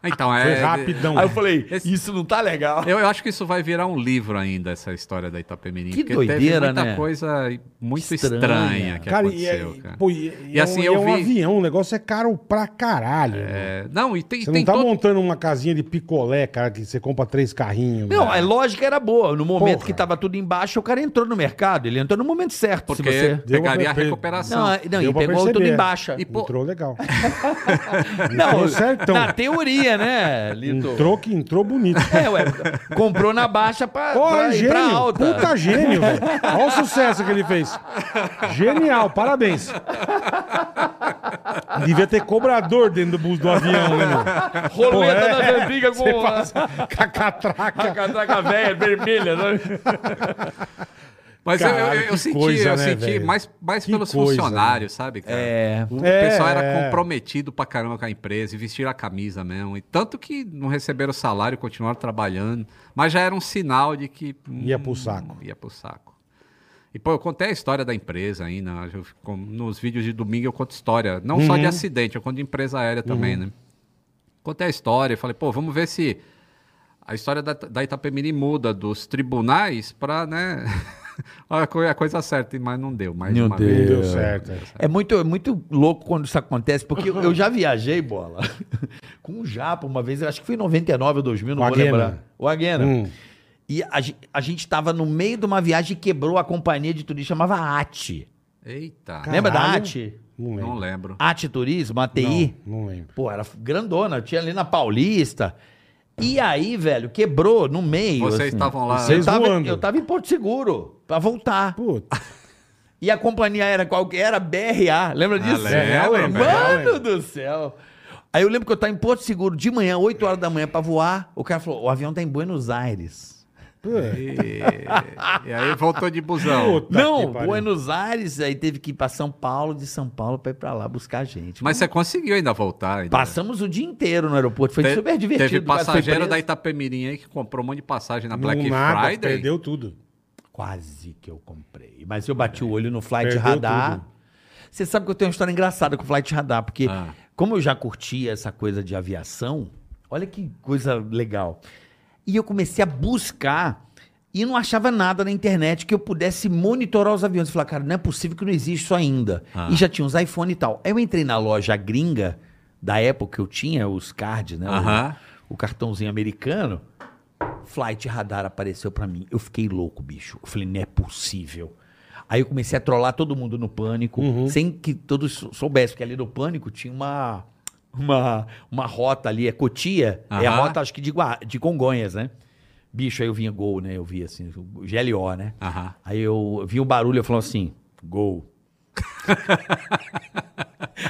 [SPEAKER 5] Então,
[SPEAKER 1] Foi
[SPEAKER 5] é,
[SPEAKER 1] rapidão.
[SPEAKER 4] Aí eu falei,
[SPEAKER 5] Esse- É
[SPEAKER 4] isso não tá legal.
[SPEAKER 5] Eu, eu acho que isso vai virar um livro ainda, essa história da Itapemirim.
[SPEAKER 4] Que
[SPEAKER 5] porque
[SPEAKER 4] doideira,
[SPEAKER 5] teve muita
[SPEAKER 4] né?
[SPEAKER 5] coisa e- muito
[SPEAKER 4] Estranha.
[SPEAKER 5] estranha, que
[SPEAKER 1] Cara, e,
[SPEAKER 5] aconteceu,
[SPEAKER 1] é-
[SPEAKER 5] cara.
[SPEAKER 1] pô, e-
[SPEAKER 5] E assim,
[SPEAKER 1] é
[SPEAKER 5] eu
[SPEAKER 1] um, é um
[SPEAKER 5] vi-
[SPEAKER 1] avião, o negócio é caro pra caralho. né?
[SPEAKER 5] É, não, e tem,
[SPEAKER 1] Você
[SPEAKER 5] tem
[SPEAKER 1] não tá
[SPEAKER 5] todo-
[SPEAKER 1] montando uma casinha de picolé, cara, que você compra três carrinhos.
[SPEAKER 4] Não, é
[SPEAKER 1] né?
[SPEAKER 4] a lógica era boa. No momento
[SPEAKER 1] Porra.
[SPEAKER 4] que tava tudo embaixo, o cara entrou no mercado. Ele entrou no momento certo.
[SPEAKER 5] Porque
[SPEAKER 4] se você...
[SPEAKER 1] Deu pra
[SPEAKER 5] pegaria a
[SPEAKER 1] perceber.
[SPEAKER 5] recuperação.
[SPEAKER 4] Não, é- não
[SPEAKER 1] Deu
[SPEAKER 4] e
[SPEAKER 1] pra
[SPEAKER 4] pegou
[SPEAKER 1] perceber.
[SPEAKER 4] tudo em baixa.
[SPEAKER 5] E pô-
[SPEAKER 1] Entrou legal.
[SPEAKER 4] Não,
[SPEAKER 1] Entrou certão.
[SPEAKER 4] na teoria, né, Lito?
[SPEAKER 1] Entrou que entrou bonito.
[SPEAKER 4] É, ué, comprou na baixa pra,
[SPEAKER 1] Porra,
[SPEAKER 4] pra ir
[SPEAKER 1] gênio.
[SPEAKER 4] pra alta.
[SPEAKER 1] Puta gênio, velho. Olha o sucesso que ele fez. Genial, parabéns. Devia ter cobrador dentro do bus do avião, né, meu?
[SPEAKER 4] Roleta
[SPEAKER 1] Pô, é.
[SPEAKER 4] na verbiga
[SPEAKER 1] Você
[SPEAKER 4] com
[SPEAKER 1] faz
[SPEAKER 4] a,
[SPEAKER 1] com a catraca.
[SPEAKER 4] a catraca velha, vermelha. né? sabe?
[SPEAKER 5] Mas eu- eu, eu,
[SPEAKER 1] Caralho, que
[SPEAKER 5] senti,
[SPEAKER 1] coisa,
[SPEAKER 5] eu
[SPEAKER 1] né,
[SPEAKER 5] senti
[SPEAKER 1] velho?
[SPEAKER 5] mais, mais
[SPEAKER 1] Que
[SPEAKER 5] pelos
[SPEAKER 1] coisa, né?
[SPEAKER 5] funcionários, sabe, cara?
[SPEAKER 4] É.
[SPEAKER 5] O
[SPEAKER 1] É,
[SPEAKER 5] pessoal era
[SPEAKER 1] é.
[SPEAKER 5] comprometido pra caramba com a empresa e vestiram a camisa mesmo. E tanto que não receberam salário, continuaram trabalhando. Mas já era um sinal de que. hum,
[SPEAKER 1] Ia pro saco.
[SPEAKER 5] Ia pro saco. E, pô, eu contei a história da empresa ainda. Eu fico- nos vídeos de domingo eu conto história. Não só
[SPEAKER 1] Uhum.
[SPEAKER 5] de acidente, eu conto de empresa aérea também, né? Contei a história e falei, pô, vamos ver se a história da, da Itapemirim muda dos tribunais pra, né? a co- a coisa certa, mas não deu. Mais
[SPEAKER 4] Meu
[SPEAKER 5] uma
[SPEAKER 4] Deus.
[SPEAKER 5] vez.
[SPEAKER 1] Não deu certo. é.
[SPEAKER 4] É muito, é muito louco quando isso acontece, porque eu, eu já viajei, bola, com um japa uma vez, eu acho que foi em 99 ou 2000, não
[SPEAKER 1] O
[SPEAKER 4] vou
[SPEAKER 1] Aguena.
[SPEAKER 4] lembrar. O Aguena.
[SPEAKER 1] Hum.
[SPEAKER 4] E a, gen- a gente estava no meio de uma viagem e quebrou a companhia de turismo, chamava AT.
[SPEAKER 5] Eita.
[SPEAKER 1] Caralho.
[SPEAKER 4] Lembra da AT?
[SPEAKER 1] Não
[SPEAKER 5] Não
[SPEAKER 1] lembro.
[SPEAKER 5] lembro.
[SPEAKER 4] AT Turismo, ATI.
[SPEAKER 1] Não, não lembro.
[SPEAKER 4] Pô, era grandona, tinha ali na Paulista. E aí, velho, quebrou no meio.
[SPEAKER 5] Vocês
[SPEAKER 4] assim.
[SPEAKER 5] estavam lá.
[SPEAKER 4] Eu
[SPEAKER 1] Vocês
[SPEAKER 4] tava,
[SPEAKER 1] voando.
[SPEAKER 4] eu tava em Porto Seguro, pra voltar.
[SPEAKER 1] Puta.
[SPEAKER 4] E a companhia era qualquer, era BRA. Lembra disso?
[SPEAKER 5] Ah, lembro,
[SPEAKER 1] lembro,
[SPEAKER 4] Mano
[SPEAKER 1] lembro.
[SPEAKER 4] do céu. Aí eu lembro que eu tava em Porto Seguro de manhã, 8 horas da manhã, pra voar. O cara falou: o avião tá em Buenos Aires.
[SPEAKER 1] Puta
[SPEAKER 5] E, e aí voltou de busão.
[SPEAKER 1] que
[SPEAKER 4] Não,
[SPEAKER 1] pariu.
[SPEAKER 4] Buenos Aires, aí teve que ir pra São Paulo, de São Paulo pra ir pra lá buscar a gente.
[SPEAKER 5] Mas você conseguiu ainda voltar. Ainda.
[SPEAKER 4] Passamos o dia inteiro no aeroporto, foi
[SPEAKER 5] Te-
[SPEAKER 4] super divertido.
[SPEAKER 5] Teve
[SPEAKER 4] quase foi
[SPEAKER 5] passageiro
[SPEAKER 4] preso.
[SPEAKER 5] da Itapemirim aí que comprou um monte de passagem na
[SPEAKER 1] Não
[SPEAKER 5] Black
[SPEAKER 1] nada,
[SPEAKER 5] Friday.
[SPEAKER 1] Perdeu tudo.
[SPEAKER 4] Quase que eu comprei. Mas eu bati
[SPEAKER 5] É.
[SPEAKER 4] o olho no Flight
[SPEAKER 1] Perdeu
[SPEAKER 4] Radar.
[SPEAKER 1] tudo.
[SPEAKER 4] Você sabe que eu tenho uma história engraçada com o Flight Radar, porque
[SPEAKER 5] Ah.
[SPEAKER 4] como eu já curtia essa coisa de aviação, olha que coisa legal. E eu comecei a buscar e não achava nada na internet que eu pudesse monitorar os aviões. Eu falava, cara, não é possível que não existe isso ainda.
[SPEAKER 5] Ah.
[SPEAKER 4] E já tinha uns iPhone e tal. Aí eu entrei na loja gringa da época que eu tinha os cards, né? O-
[SPEAKER 5] Aham.
[SPEAKER 4] o cartãozinho americano. Flight Radar apareceu pra mim. Eu fiquei louco, bicho. Eu falei, não é possível. Aí eu comecei a trollar todo mundo no pânico, sem que todos sou- soubessem, porque ali no pânico tinha uma. Uma, uma rota ali, é Cotia, é a
[SPEAKER 5] Aham.
[SPEAKER 4] rota acho que de, Gua- de Congonhas, né? Bicho, aí eu vinha gol, né? Eu vi assim, o GLO, né?
[SPEAKER 5] Aham.
[SPEAKER 4] Aí eu vi o barulho, eu falava assim, gol.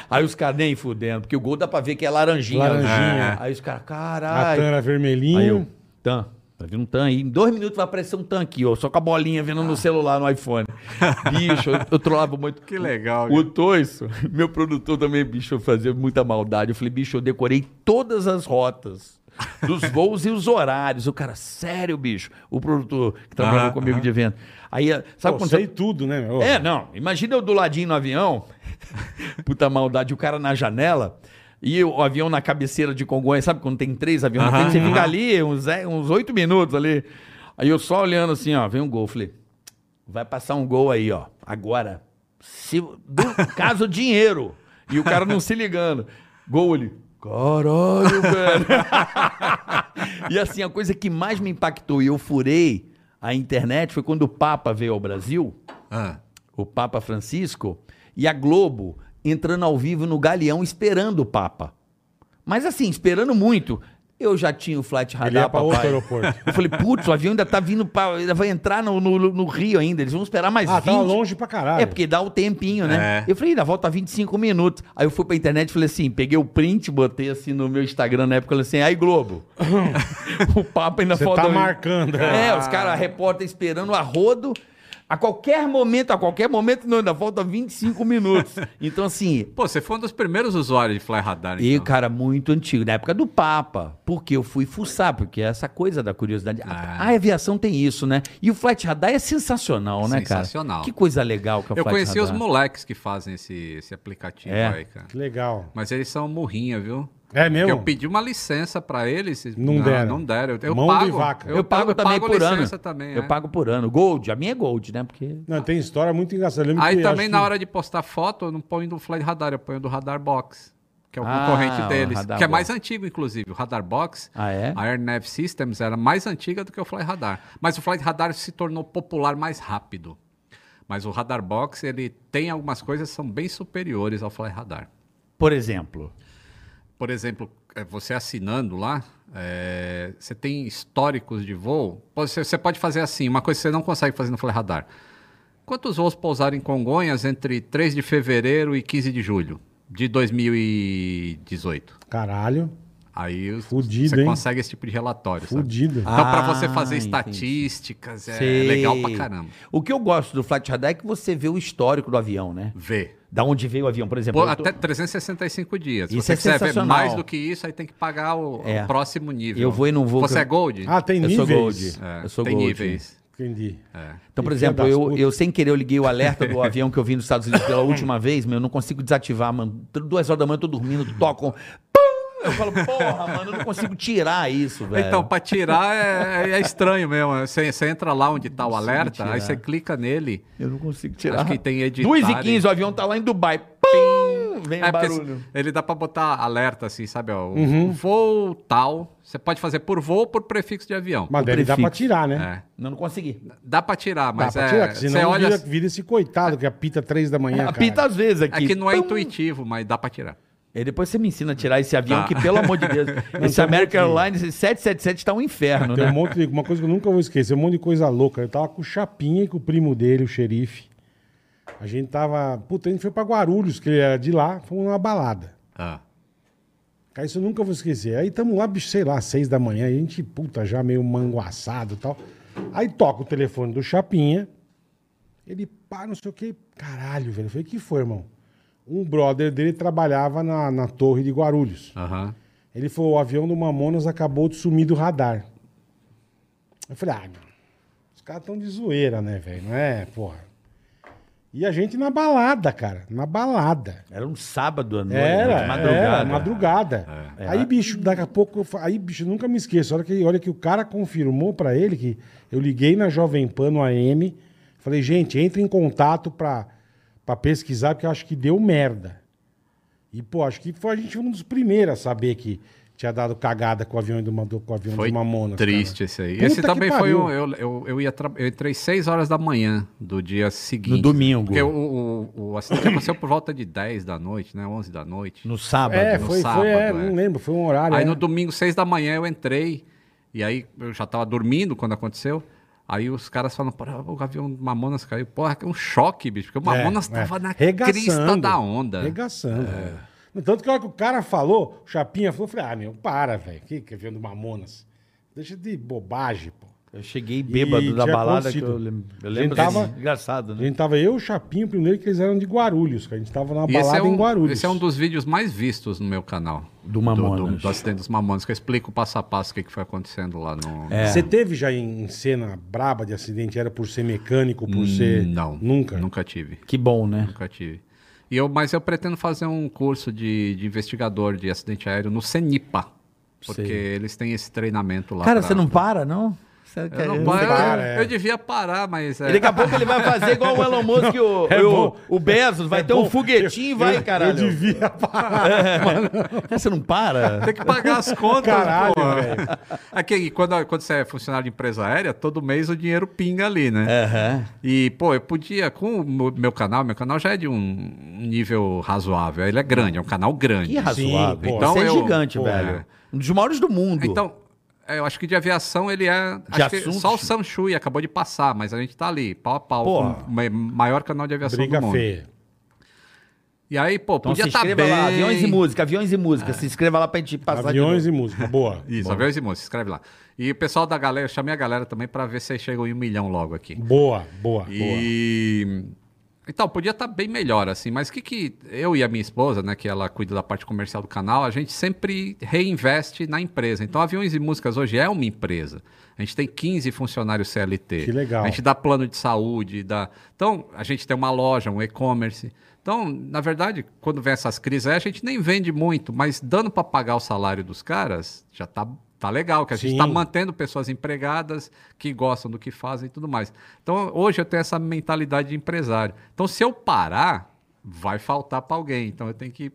[SPEAKER 4] aí os caras nem fudendo, porque o gol dá pra ver que é laranjinha.
[SPEAKER 1] Laranjinha.
[SPEAKER 4] É. Aí os caras,
[SPEAKER 1] A
[SPEAKER 4] caralho.
[SPEAKER 1] Tana
[SPEAKER 4] Aí
[SPEAKER 1] vermelhinho.
[SPEAKER 4] eu, tan, tá vindo um tan aí. Em dois minutos vai aparecer um tan aqui, ó, só com a bolinha vindo no celular, no iPhone. Bicho, eu, eu trollava muito.
[SPEAKER 5] Que legal,
[SPEAKER 4] O,
[SPEAKER 5] cara.
[SPEAKER 4] o Toiço, meu produtor também, bicho, eu fazia muita maldade. Eu falei, bicho, eu decorei todas as rotas. Dos voos e os horários. O cara, sério, bicho? O produtor que trabalhava
[SPEAKER 5] Ah,
[SPEAKER 4] comigo
[SPEAKER 5] ah.
[SPEAKER 4] de evento. Aí, sabe
[SPEAKER 1] Pô,
[SPEAKER 4] quando
[SPEAKER 1] sei
[SPEAKER 4] você-
[SPEAKER 1] tudo, né? meu?
[SPEAKER 4] é, não. Imagina eu do ladinho no avião. Puta maldade, o cara na janela. E o avião na cabeceira de Congonhas, sabe? Quando tem três aviões na
[SPEAKER 5] Aham,
[SPEAKER 4] frente, você fica
[SPEAKER 5] aham.
[SPEAKER 4] ali uns é, uns oito minutos ali. Aí eu só olhando assim, ó, vem um gol. Falei, vai passar um gol aí, ó. Agora. Se, do- caso dinheiro. E o cara não se ligando. Gol ali. Caralho, velho. E assim, a coisa que mais me impactou e eu furei a internet foi quando o Papa veio ao Brasil
[SPEAKER 5] Ah,
[SPEAKER 4] o Papa Francisco, e a Globo entrando ao vivo no Galeão esperando o Papa. Mas assim, esperando muito. Eu já tinha o flight radar,
[SPEAKER 1] Ele ia pra outro
[SPEAKER 4] papai.
[SPEAKER 1] aeroporto.
[SPEAKER 4] Eu falei, putz, o avião ainda tá vindo pra, ainda vai entrar no, no- no Rio ainda, eles vão esperar mais
[SPEAKER 1] Ah,
[SPEAKER 4] 20.
[SPEAKER 1] tava longe pra caralho.
[SPEAKER 4] É, porque dá o tempinho, né?
[SPEAKER 5] É.
[SPEAKER 4] Eu falei, na volta 25 minutos. Aí eu fui pra internet e falei assim, peguei o print, botei assim no meu Instagram na época, falei assim, aí Globo, o Papa ainda
[SPEAKER 1] Você
[SPEAKER 4] falta...
[SPEAKER 1] tá marcando.
[SPEAKER 5] né?
[SPEAKER 4] É, os caras, a repórter esperando a rodo. A qualquer momento, a qualquer momento, não, ainda falta 25 minutos. Então, assim,
[SPEAKER 5] Pô, você foi um dos primeiros usuários de Fly Radar,
[SPEAKER 4] e,
[SPEAKER 5] então.
[SPEAKER 4] cara, muito antigo, na época do Papa, porque eu fui fuçar, porque é essa coisa da curiosidade. A,
[SPEAKER 5] Ah.
[SPEAKER 4] a aviação tem isso, né? E o flight radar é sensacional, né, cara?
[SPEAKER 5] Sensacional.
[SPEAKER 4] Que coisa legal que é o
[SPEAKER 5] Eu
[SPEAKER 4] flight
[SPEAKER 5] conheci os
[SPEAKER 4] radar.
[SPEAKER 5] moleques que fazem esse, esse aplicativo
[SPEAKER 4] É.
[SPEAKER 5] aí, cara.
[SPEAKER 1] Que legal.
[SPEAKER 5] Mas eles são murrinha, viu?
[SPEAKER 1] É mesmo?
[SPEAKER 5] Porque eu pedi uma licença pra eles. e-
[SPEAKER 1] Não deram.
[SPEAKER 5] Não deram. Eu, eu
[SPEAKER 1] Mão de
[SPEAKER 5] pago.
[SPEAKER 1] vaca.
[SPEAKER 4] Eu, pago, também por ano.
[SPEAKER 5] também,
[SPEAKER 4] eu
[SPEAKER 5] é.
[SPEAKER 4] pago por ano. Gold, a minha é gold, né? Porque.
[SPEAKER 1] Não, tem história muito engraçada. Eu lembro
[SPEAKER 5] Aí
[SPEAKER 1] que
[SPEAKER 5] também
[SPEAKER 1] acho
[SPEAKER 5] na
[SPEAKER 1] que-
[SPEAKER 5] hora de postar foto, eu não ponho do Flight Radar, eu ponho do Radar Box, que é o
[SPEAKER 4] Ah, o
[SPEAKER 5] concorrente deles,
[SPEAKER 4] Radar
[SPEAKER 5] que é
[SPEAKER 4] Box.
[SPEAKER 5] mais antigo inclusive. O Radar Box,
[SPEAKER 4] Ah, é?
[SPEAKER 5] a AirNav Systems era mais antiga do que o Flight Radar, mas o Flight Radar se tornou popular mais rápido. Mas o Radar Box, ele tem algumas coisas que são bem superiores ao Flight Radar.
[SPEAKER 4] Por exemplo.
[SPEAKER 5] Por exemplo, eh, você assinando lá, eh, você tem históricos de voo. Você, você pode fazer assim, uma coisa que você não consegue fazer no Fly Radar. Quantos voos pousaram em Congonhas entre 3 de fevereiro e 15 de julho de 2018?
[SPEAKER 1] Caralho,
[SPEAKER 5] Aí os-
[SPEAKER 1] Fudido,
[SPEAKER 5] você
[SPEAKER 1] hein?
[SPEAKER 5] consegue esse tipo de relatório. sabe?
[SPEAKER 1] fudido.
[SPEAKER 5] Então, para
[SPEAKER 4] Ah,
[SPEAKER 5] você fazer
[SPEAKER 4] entendi.
[SPEAKER 5] estatísticas, é
[SPEAKER 4] Sei.
[SPEAKER 5] legal pra caramba.
[SPEAKER 4] O que eu gosto do flight radar é que você vê o histórico do avião, né?
[SPEAKER 5] Vê.
[SPEAKER 4] Da onde veio o avião, por exemplo.
[SPEAKER 5] Pô,
[SPEAKER 4] eu tô-
[SPEAKER 5] até 365 dias. Se
[SPEAKER 4] Isso
[SPEAKER 5] você
[SPEAKER 4] é
[SPEAKER 5] quiser ver
[SPEAKER 4] sensacional.
[SPEAKER 5] mais do que isso, aí tem que pagar o, o
[SPEAKER 4] É.
[SPEAKER 5] próximo nível.
[SPEAKER 4] Eu vou e não vou,
[SPEAKER 5] Você
[SPEAKER 4] que eu-
[SPEAKER 5] é gold?
[SPEAKER 1] Ah, tem
[SPEAKER 4] eu sou
[SPEAKER 1] níveis.
[SPEAKER 4] gold.
[SPEAKER 5] É,
[SPEAKER 4] eu sou
[SPEAKER 5] tem
[SPEAKER 4] gold.
[SPEAKER 5] níveis.
[SPEAKER 1] Entendi.
[SPEAKER 5] É.
[SPEAKER 4] Então, por
[SPEAKER 1] Filho
[SPEAKER 4] exemplo,
[SPEAKER 1] das
[SPEAKER 4] eu,
[SPEAKER 1] putas.
[SPEAKER 4] eu sem querer eu liguei o alerta do avião que eu vi nos Estados Unidos pela última vez, meu, eu não consigo desativar, mano. Tr- Duas horas da manhã eu tô dormindo, tocam. Pum! Eu falo, porra, mano, eu não consigo tirar isso, velho.
[SPEAKER 5] Então, pra tirar é, é estranho mesmo. Você, você entra lá onde tá o
[SPEAKER 4] Consigo
[SPEAKER 5] alerta, aí
[SPEAKER 4] tirar.
[SPEAKER 5] você clica nele.
[SPEAKER 4] eu não consigo tirar.
[SPEAKER 5] Acho que tem editar.
[SPEAKER 4] 2 e 15 o avião tá lá em Dubai. Pum! Vem
[SPEAKER 5] É,
[SPEAKER 4] o
[SPEAKER 5] porque
[SPEAKER 4] um barulho.
[SPEAKER 5] Ele dá pra botar alerta, assim, sabe? Ó, o Voo tal. Você pode fazer por voo ou por prefixo de avião.
[SPEAKER 1] Mas
[SPEAKER 4] O
[SPEAKER 1] deve dar pra
[SPEAKER 4] prefixo.
[SPEAKER 1] tirar,
[SPEAKER 5] É.
[SPEAKER 1] né?
[SPEAKER 4] Não, não consegui.
[SPEAKER 5] Dá pra tirar,
[SPEAKER 1] Dá
[SPEAKER 5] mas
[SPEAKER 1] pra
[SPEAKER 5] é.
[SPEAKER 1] tirar, que
[SPEAKER 5] você
[SPEAKER 1] senão
[SPEAKER 5] olha.
[SPEAKER 1] vira, vira esse coitado que apita três da manhã,
[SPEAKER 4] Apita
[SPEAKER 1] cara.
[SPEAKER 4] às vezes aqui.
[SPEAKER 5] É que não é
[SPEAKER 4] Pum!
[SPEAKER 5] intuitivo, mas dá pra tirar.
[SPEAKER 4] E depois você me ensina a tirar esse avião
[SPEAKER 5] Tá.
[SPEAKER 4] que, pelo amor de Deus, esse
[SPEAKER 1] Ah. tem um
[SPEAKER 4] American
[SPEAKER 1] monte de-
[SPEAKER 4] Airlines esse 777 tá um inferno,
[SPEAKER 1] Tem um
[SPEAKER 4] né?
[SPEAKER 1] monte de... Uma coisa que eu nunca vou esquecer, um monte de coisa louca. Eu tava com o Chapinha e com o primo dele, o xerife. A gente tava... Puta, a gente foi pra Guarulhos, que ele era de lá. Fomos numa balada.
[SPEAKER 5] Ah.
[SPEAKER 1] Cara, isso eu nunca vou esquecer. Aí tamo lá, bicho, sei lá, seis da manhã, a gente, puta, já meio manguaçado e tal. Aí toca o telefone do Chapinha. Ele, pá, não sei o que. Caralho, velho. Eu falei, que foi, irmão? Um brother dele trabalhava na, na torre de Guarulhos.
[SPEAKER 5] Aham.
[SPEAKER 1] Ele falou, o avião do Mamonas acabou de sumir do radar. Eu falei, ah, meu, os caras estão de zoeira, né, velho? Não é, porra. E a gente na balada, cara. Na balada.
[SPEAKER 4] Era um sábado à noite,
[SPEAKER 1] Era, é,
[SPEAKER 4] de
[SPEAKER 1] madrugada.
[SPEAKER 4] madrugada.
[SPEAKER 1] Era, madrugada.
[SPEAKER 5] É.
[SPEAKER 1] Aí, bicho, daqui a pouco, eu fa- aí, bicho, eu nunca me esqueço. A hora que, a hora que o cara confirmou pra ele que eu liguei na Jovem Pan no AM, falei, gente, entre em contato pra, pra pesquisar, porque eu acho que deu merda. E, pô, acho que foi, a gente foi um dos primeiros a saber que tinha dado cagada com o avião do, Mando- com o avião
[SPEAKER 5] Foi
[SPEAKER 1] de Mamonas.
[SPEAKER 5] triste esse aí.
[SPEAKER 1] Puta
[SPEAKER 5] esse
[SPEAKER 1] que
[SPEAKER 5] também foi
[SPEAKER 1] pariu.
[SPEAKER 5] um. Eu, eu, eu, ia tra- eu entrei 6 horas da manhã do dia seguinte.
[SPEAKER 4] No domingo.
[SPEAKER 5] Porque o, o, o acidente aconteceu por volta de 10 da noite, né? 11 da noite.
[SPEAKER 4] No sábado.
[SPEAKER 1] Cara. É,
[SPEAKER 5] No
[SPEAKER 1] foi,
[SPEAKER 5] sábado,
[SPEAKER 1] foi é,
[SPEAKER 5] é.
[SPEAKER 1] não lembro, foi um horário.
[SPEAKER 5] aí
[SPEAKER 1] é.
[SPEAKER 5] no domingo, 6 da manhã, eu entrei. E aí eu já tava dormindo quando aconteceu. Aí os caras falam, "Porra, o avião do Mamonas caiu. Porra, que é um choque, bicho. Porque o Mamonas
[SPEAKER 1] É,
[SPEAKER 5] tava
[SPEAKER 1] é.
[SPEAKER 5] na
[SPEAKER 1] Regaçando.
[SPEAKER 5] crista da onda. É.
[SPEAKER 1] Regaçando. velho. Tanto que a hora que o cara falou, o Chapinha falou, eu falei, ah, meu, para, velho. Que que é avião do Mamonas? Deixa de bobagem, pô.
[SPEAKER 4] Eu cheguei bêbado
[SPEAKER 1] E
[SPEAKER 4] da
[SPEAKER 1] tinha
[SPEAKER 4] balada que
[SPEAKER 1] acontecido.
[SPEAKER 4] eu, lem- eu
[SPEAKER 1] A gente
[SPEAKER 4] lembro.
[SPEAKER 1] tava-
[SPEAKER 4] desse- Engraçado,
[SPEAKER 1] A
[SPEAKER 4] né?
[SPEAKER 1] gente tava eu e o Chapinha primeiro, que eles eram de Guarulhos, que a gente tava numa
[SPEAKER 5] E esse
[SPEAKER 1] balada
[SPEAKER 5] é, um,
[SPEAKER 1] em Guarulhos.
[SPEAKER 5] esse é um dos vídeos mais vistos no meu canal.
[SPEAKER 4] Do Mamonas.
[SPEAKER 5] Do, do, do acidente dos Mamonas, que eu explico passo a passo o que, que foi acontecendo lá no.
[SPEAKER 4] É.
[SPEAKER 1] Você teve já em em cena braba de acidente? Era por ser mecânico, por ser.
[SPEAKER 5] Hum, Não.
[SPEAKER 1] Nunca?
[SPEAKER 5] Nunca tive.
[SPEAKER 4] Que bom, né?
[SPEAKER 5] Nunca tive. E eu, mas eu pretendo fazer um curso de, de investigador de acidente aéreo no CENIPA. Porque
[SPEAKER 4] Sei.
[SPEAKER 5] eles têm esse treinamento lá.
[SPEAKER 4] Cara,
[SPEAKER 5] pra-
[SPEAKER 4] você não para, não? Você quer-
[SPEAKER 5] Eu, não
[SPEAKER 4] você
[SPEAKER 5] paro,
[SPEAKER 4] quer-
[SPEAKER 1] para,
[SPEAKER 5] eu,
[SPEAKER 1] é.
[SPEAKER 5] eu devia parar, mas. é,
[SPEAKER 4] E Daqui a pouco ele vai fazer igual o Elon Musk e o,
[SPEAKER 1] É
[SPEAKER 4] e o-
[SPEAKER 1] bom.
[SPEAKER 4] o Bezos. Vai
[SPEAKER 1] É
[SPEAKER 4] ter
[SPEAKER 1] bom.
[SPEAKER 4] um foguetinho e vai,
[SPEAKER 1] eu,
[SPEAKER 4] caralho.
[SPEAKER 1] Eu devia parar.
[SPEAKER 4] É, você não para?
[SPEAKER 5] Tem que pagar as contas,
[SPEAKER 1] Caralho,
[SPEAKER 5] pô.
[SPEAKER 1] velho.
[SPEAKER 5] Aqui, e quando, quando você é funcionário de empresa aérea, todo mês o dinheiro pinga ali, né?
[SPEAKER 4] É. Aham.
[SPEAKER 5] E, pô, eu podia, com o meu- meu canal, meu canal já é de um nível razoável. Ele é grande, é um canal grande.
[SPEAKER 4] Que razoável.
[SPEAKER 1] pô.
[SPEAKER 4] então,
[SPEAKER 5] Então
[SPEAKER 4] você é
[SPEAKER 5] eu-
[SPEAKER 4] gigante,
[SPEAKER 1] pô,
[SPEAKER 4] velho.
[SPEAKER 5] é.
[SPEAKER 4] Um dos maiores do mundo.
[SPEAKER 5] Então, é, eu acho que de aviação ele é.
[SPEAKER 4] De
[SPEAKER 5] acho que
[SPEAKER 4] assuntos?
[SPEAKER 5] só o Samshui acabou de passar, mas a gente tá ali, pau a pau,
[SPEAKER 4] Porra.
[SPEAKER 5] com o ma- maior canal de aviação
[SPEAKER 1] Briga
[SPEAKER 5] do mundo.
[SPEAKER 1] feia.
[SPEAKER 5] E aí, pô,
[SPEAKER 4] Então
[SPEAKER 5] podia
[SPEAKER 4] se
[SPEAKER 5] estar
[SPEAKER 4] inscreva
[SPEAKER 5] bem. É.
[SPEAKER 4] lá, aviões e música, aviões e música. Se inscreva lá pra gente passar
[SPEAKER 1] Aviões
[SPEAKER 4] de
[SPEAKER 1] e música. Boa.
[SPEAKER 5] Isso, aviões e música, se inscreve lá. E o pessoal da galera, eu chamei a galera também pra ver se vocês chegam em um milhão logo aqui.
[SPEAKER 1] Boa, boa, boa.
[SPEAKER 5] E. Então, podia estar bem melhor, assim, mas o que que eu e a minha esposa, né, que ela cuida da parte comercial do canal, a gente sempre reinveste na empresa. Então, Aviões e Músicas hoje é uma empresa. A gente tem 15 funcionários CLT.
[SPEAKER 1] Que legal.
[SPEAKER 5] A gente dá plano de saúde, dá... Então, a gente tem uma loja, um e-commerce. Então, na verdade, quando vem essas crises aí, a gente nem vende muito, mas dando para pagar o salário dos caras, já tá, tá legal, que a gente
[SPEAKER 1] Sim.
[SPEAKER 5] está mantendo pessoas empregadas que gostam do que fazem e tudo mais. Então, hoje eu tenho essa mentalidade de empresário. Então, se eu parar, vai faltar para alguém. Então, eu tenho que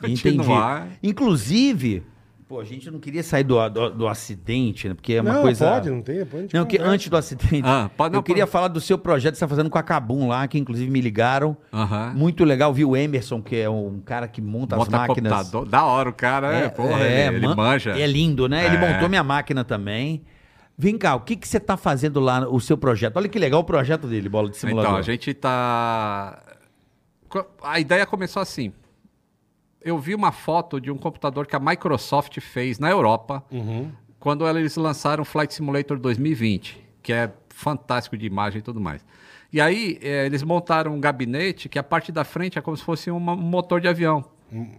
[SPEAKER 4] Entendi.
[SPEAKER 5] continuar.
[SPEAKER 4] Inclusive, pô, a gente não queria sair do, do, do acidente, né? Porque é uma
[SPEAKER 1] não,
[SPEAKER 4] coisa.
[SPEAKER 1] pode, não tem. Depois a gente
[SPEAKER 4] Não, que
[SPEAKER 1] conversa.
[SPEAKER 4] antes do acidente,
[SPEAKER 5] Ah, pode-
[SPEAKER 4] eu
[SPEAKER 5] não,
[SPEAKER 4] queria
[SPEAKER 5] pode-
[SPEAKER 4] falar do seu projeto que você está fazendo com a Cabum lá, que inclusive me ligaram.
[SPEAKER 5] Aham.
[SPEAKER 4] Muito legal, viu o Emerson, que é um cara que monta, as
[SPEAKER 5] Ah. Bota
[SPEAKER 4] máquinas.
[SPEAKER 5] computador. Da hora o cara, é, porra, ele, ele
[SPEAKER 4] man-
[SPEAKER 5] manja.
[SPEAKER 4] É lindo, né? Ele
[SPEAKER 5] É.
[SPEAKER 4] montou minha máquina também. Vem cá, o que, que você está fazendo lá, o seu projeto? Olha que legal o projeto dele, Bola de Simulador.
[SPEAKER 5] Então, a gente tá. Co- A ideia começou assim. Eu vi uma foto de um computador que a Microsoft fez na Europa
[SPEAKER 1] Uhum.
[SPEAKER 5] quando ela- eles lançaram o Flight Simulator 2020, que é fantástico de imagem e tudo mais. E aí, eh, eles montaram um gabinete que a parte da frente é como se fosse uma- um motor de avião.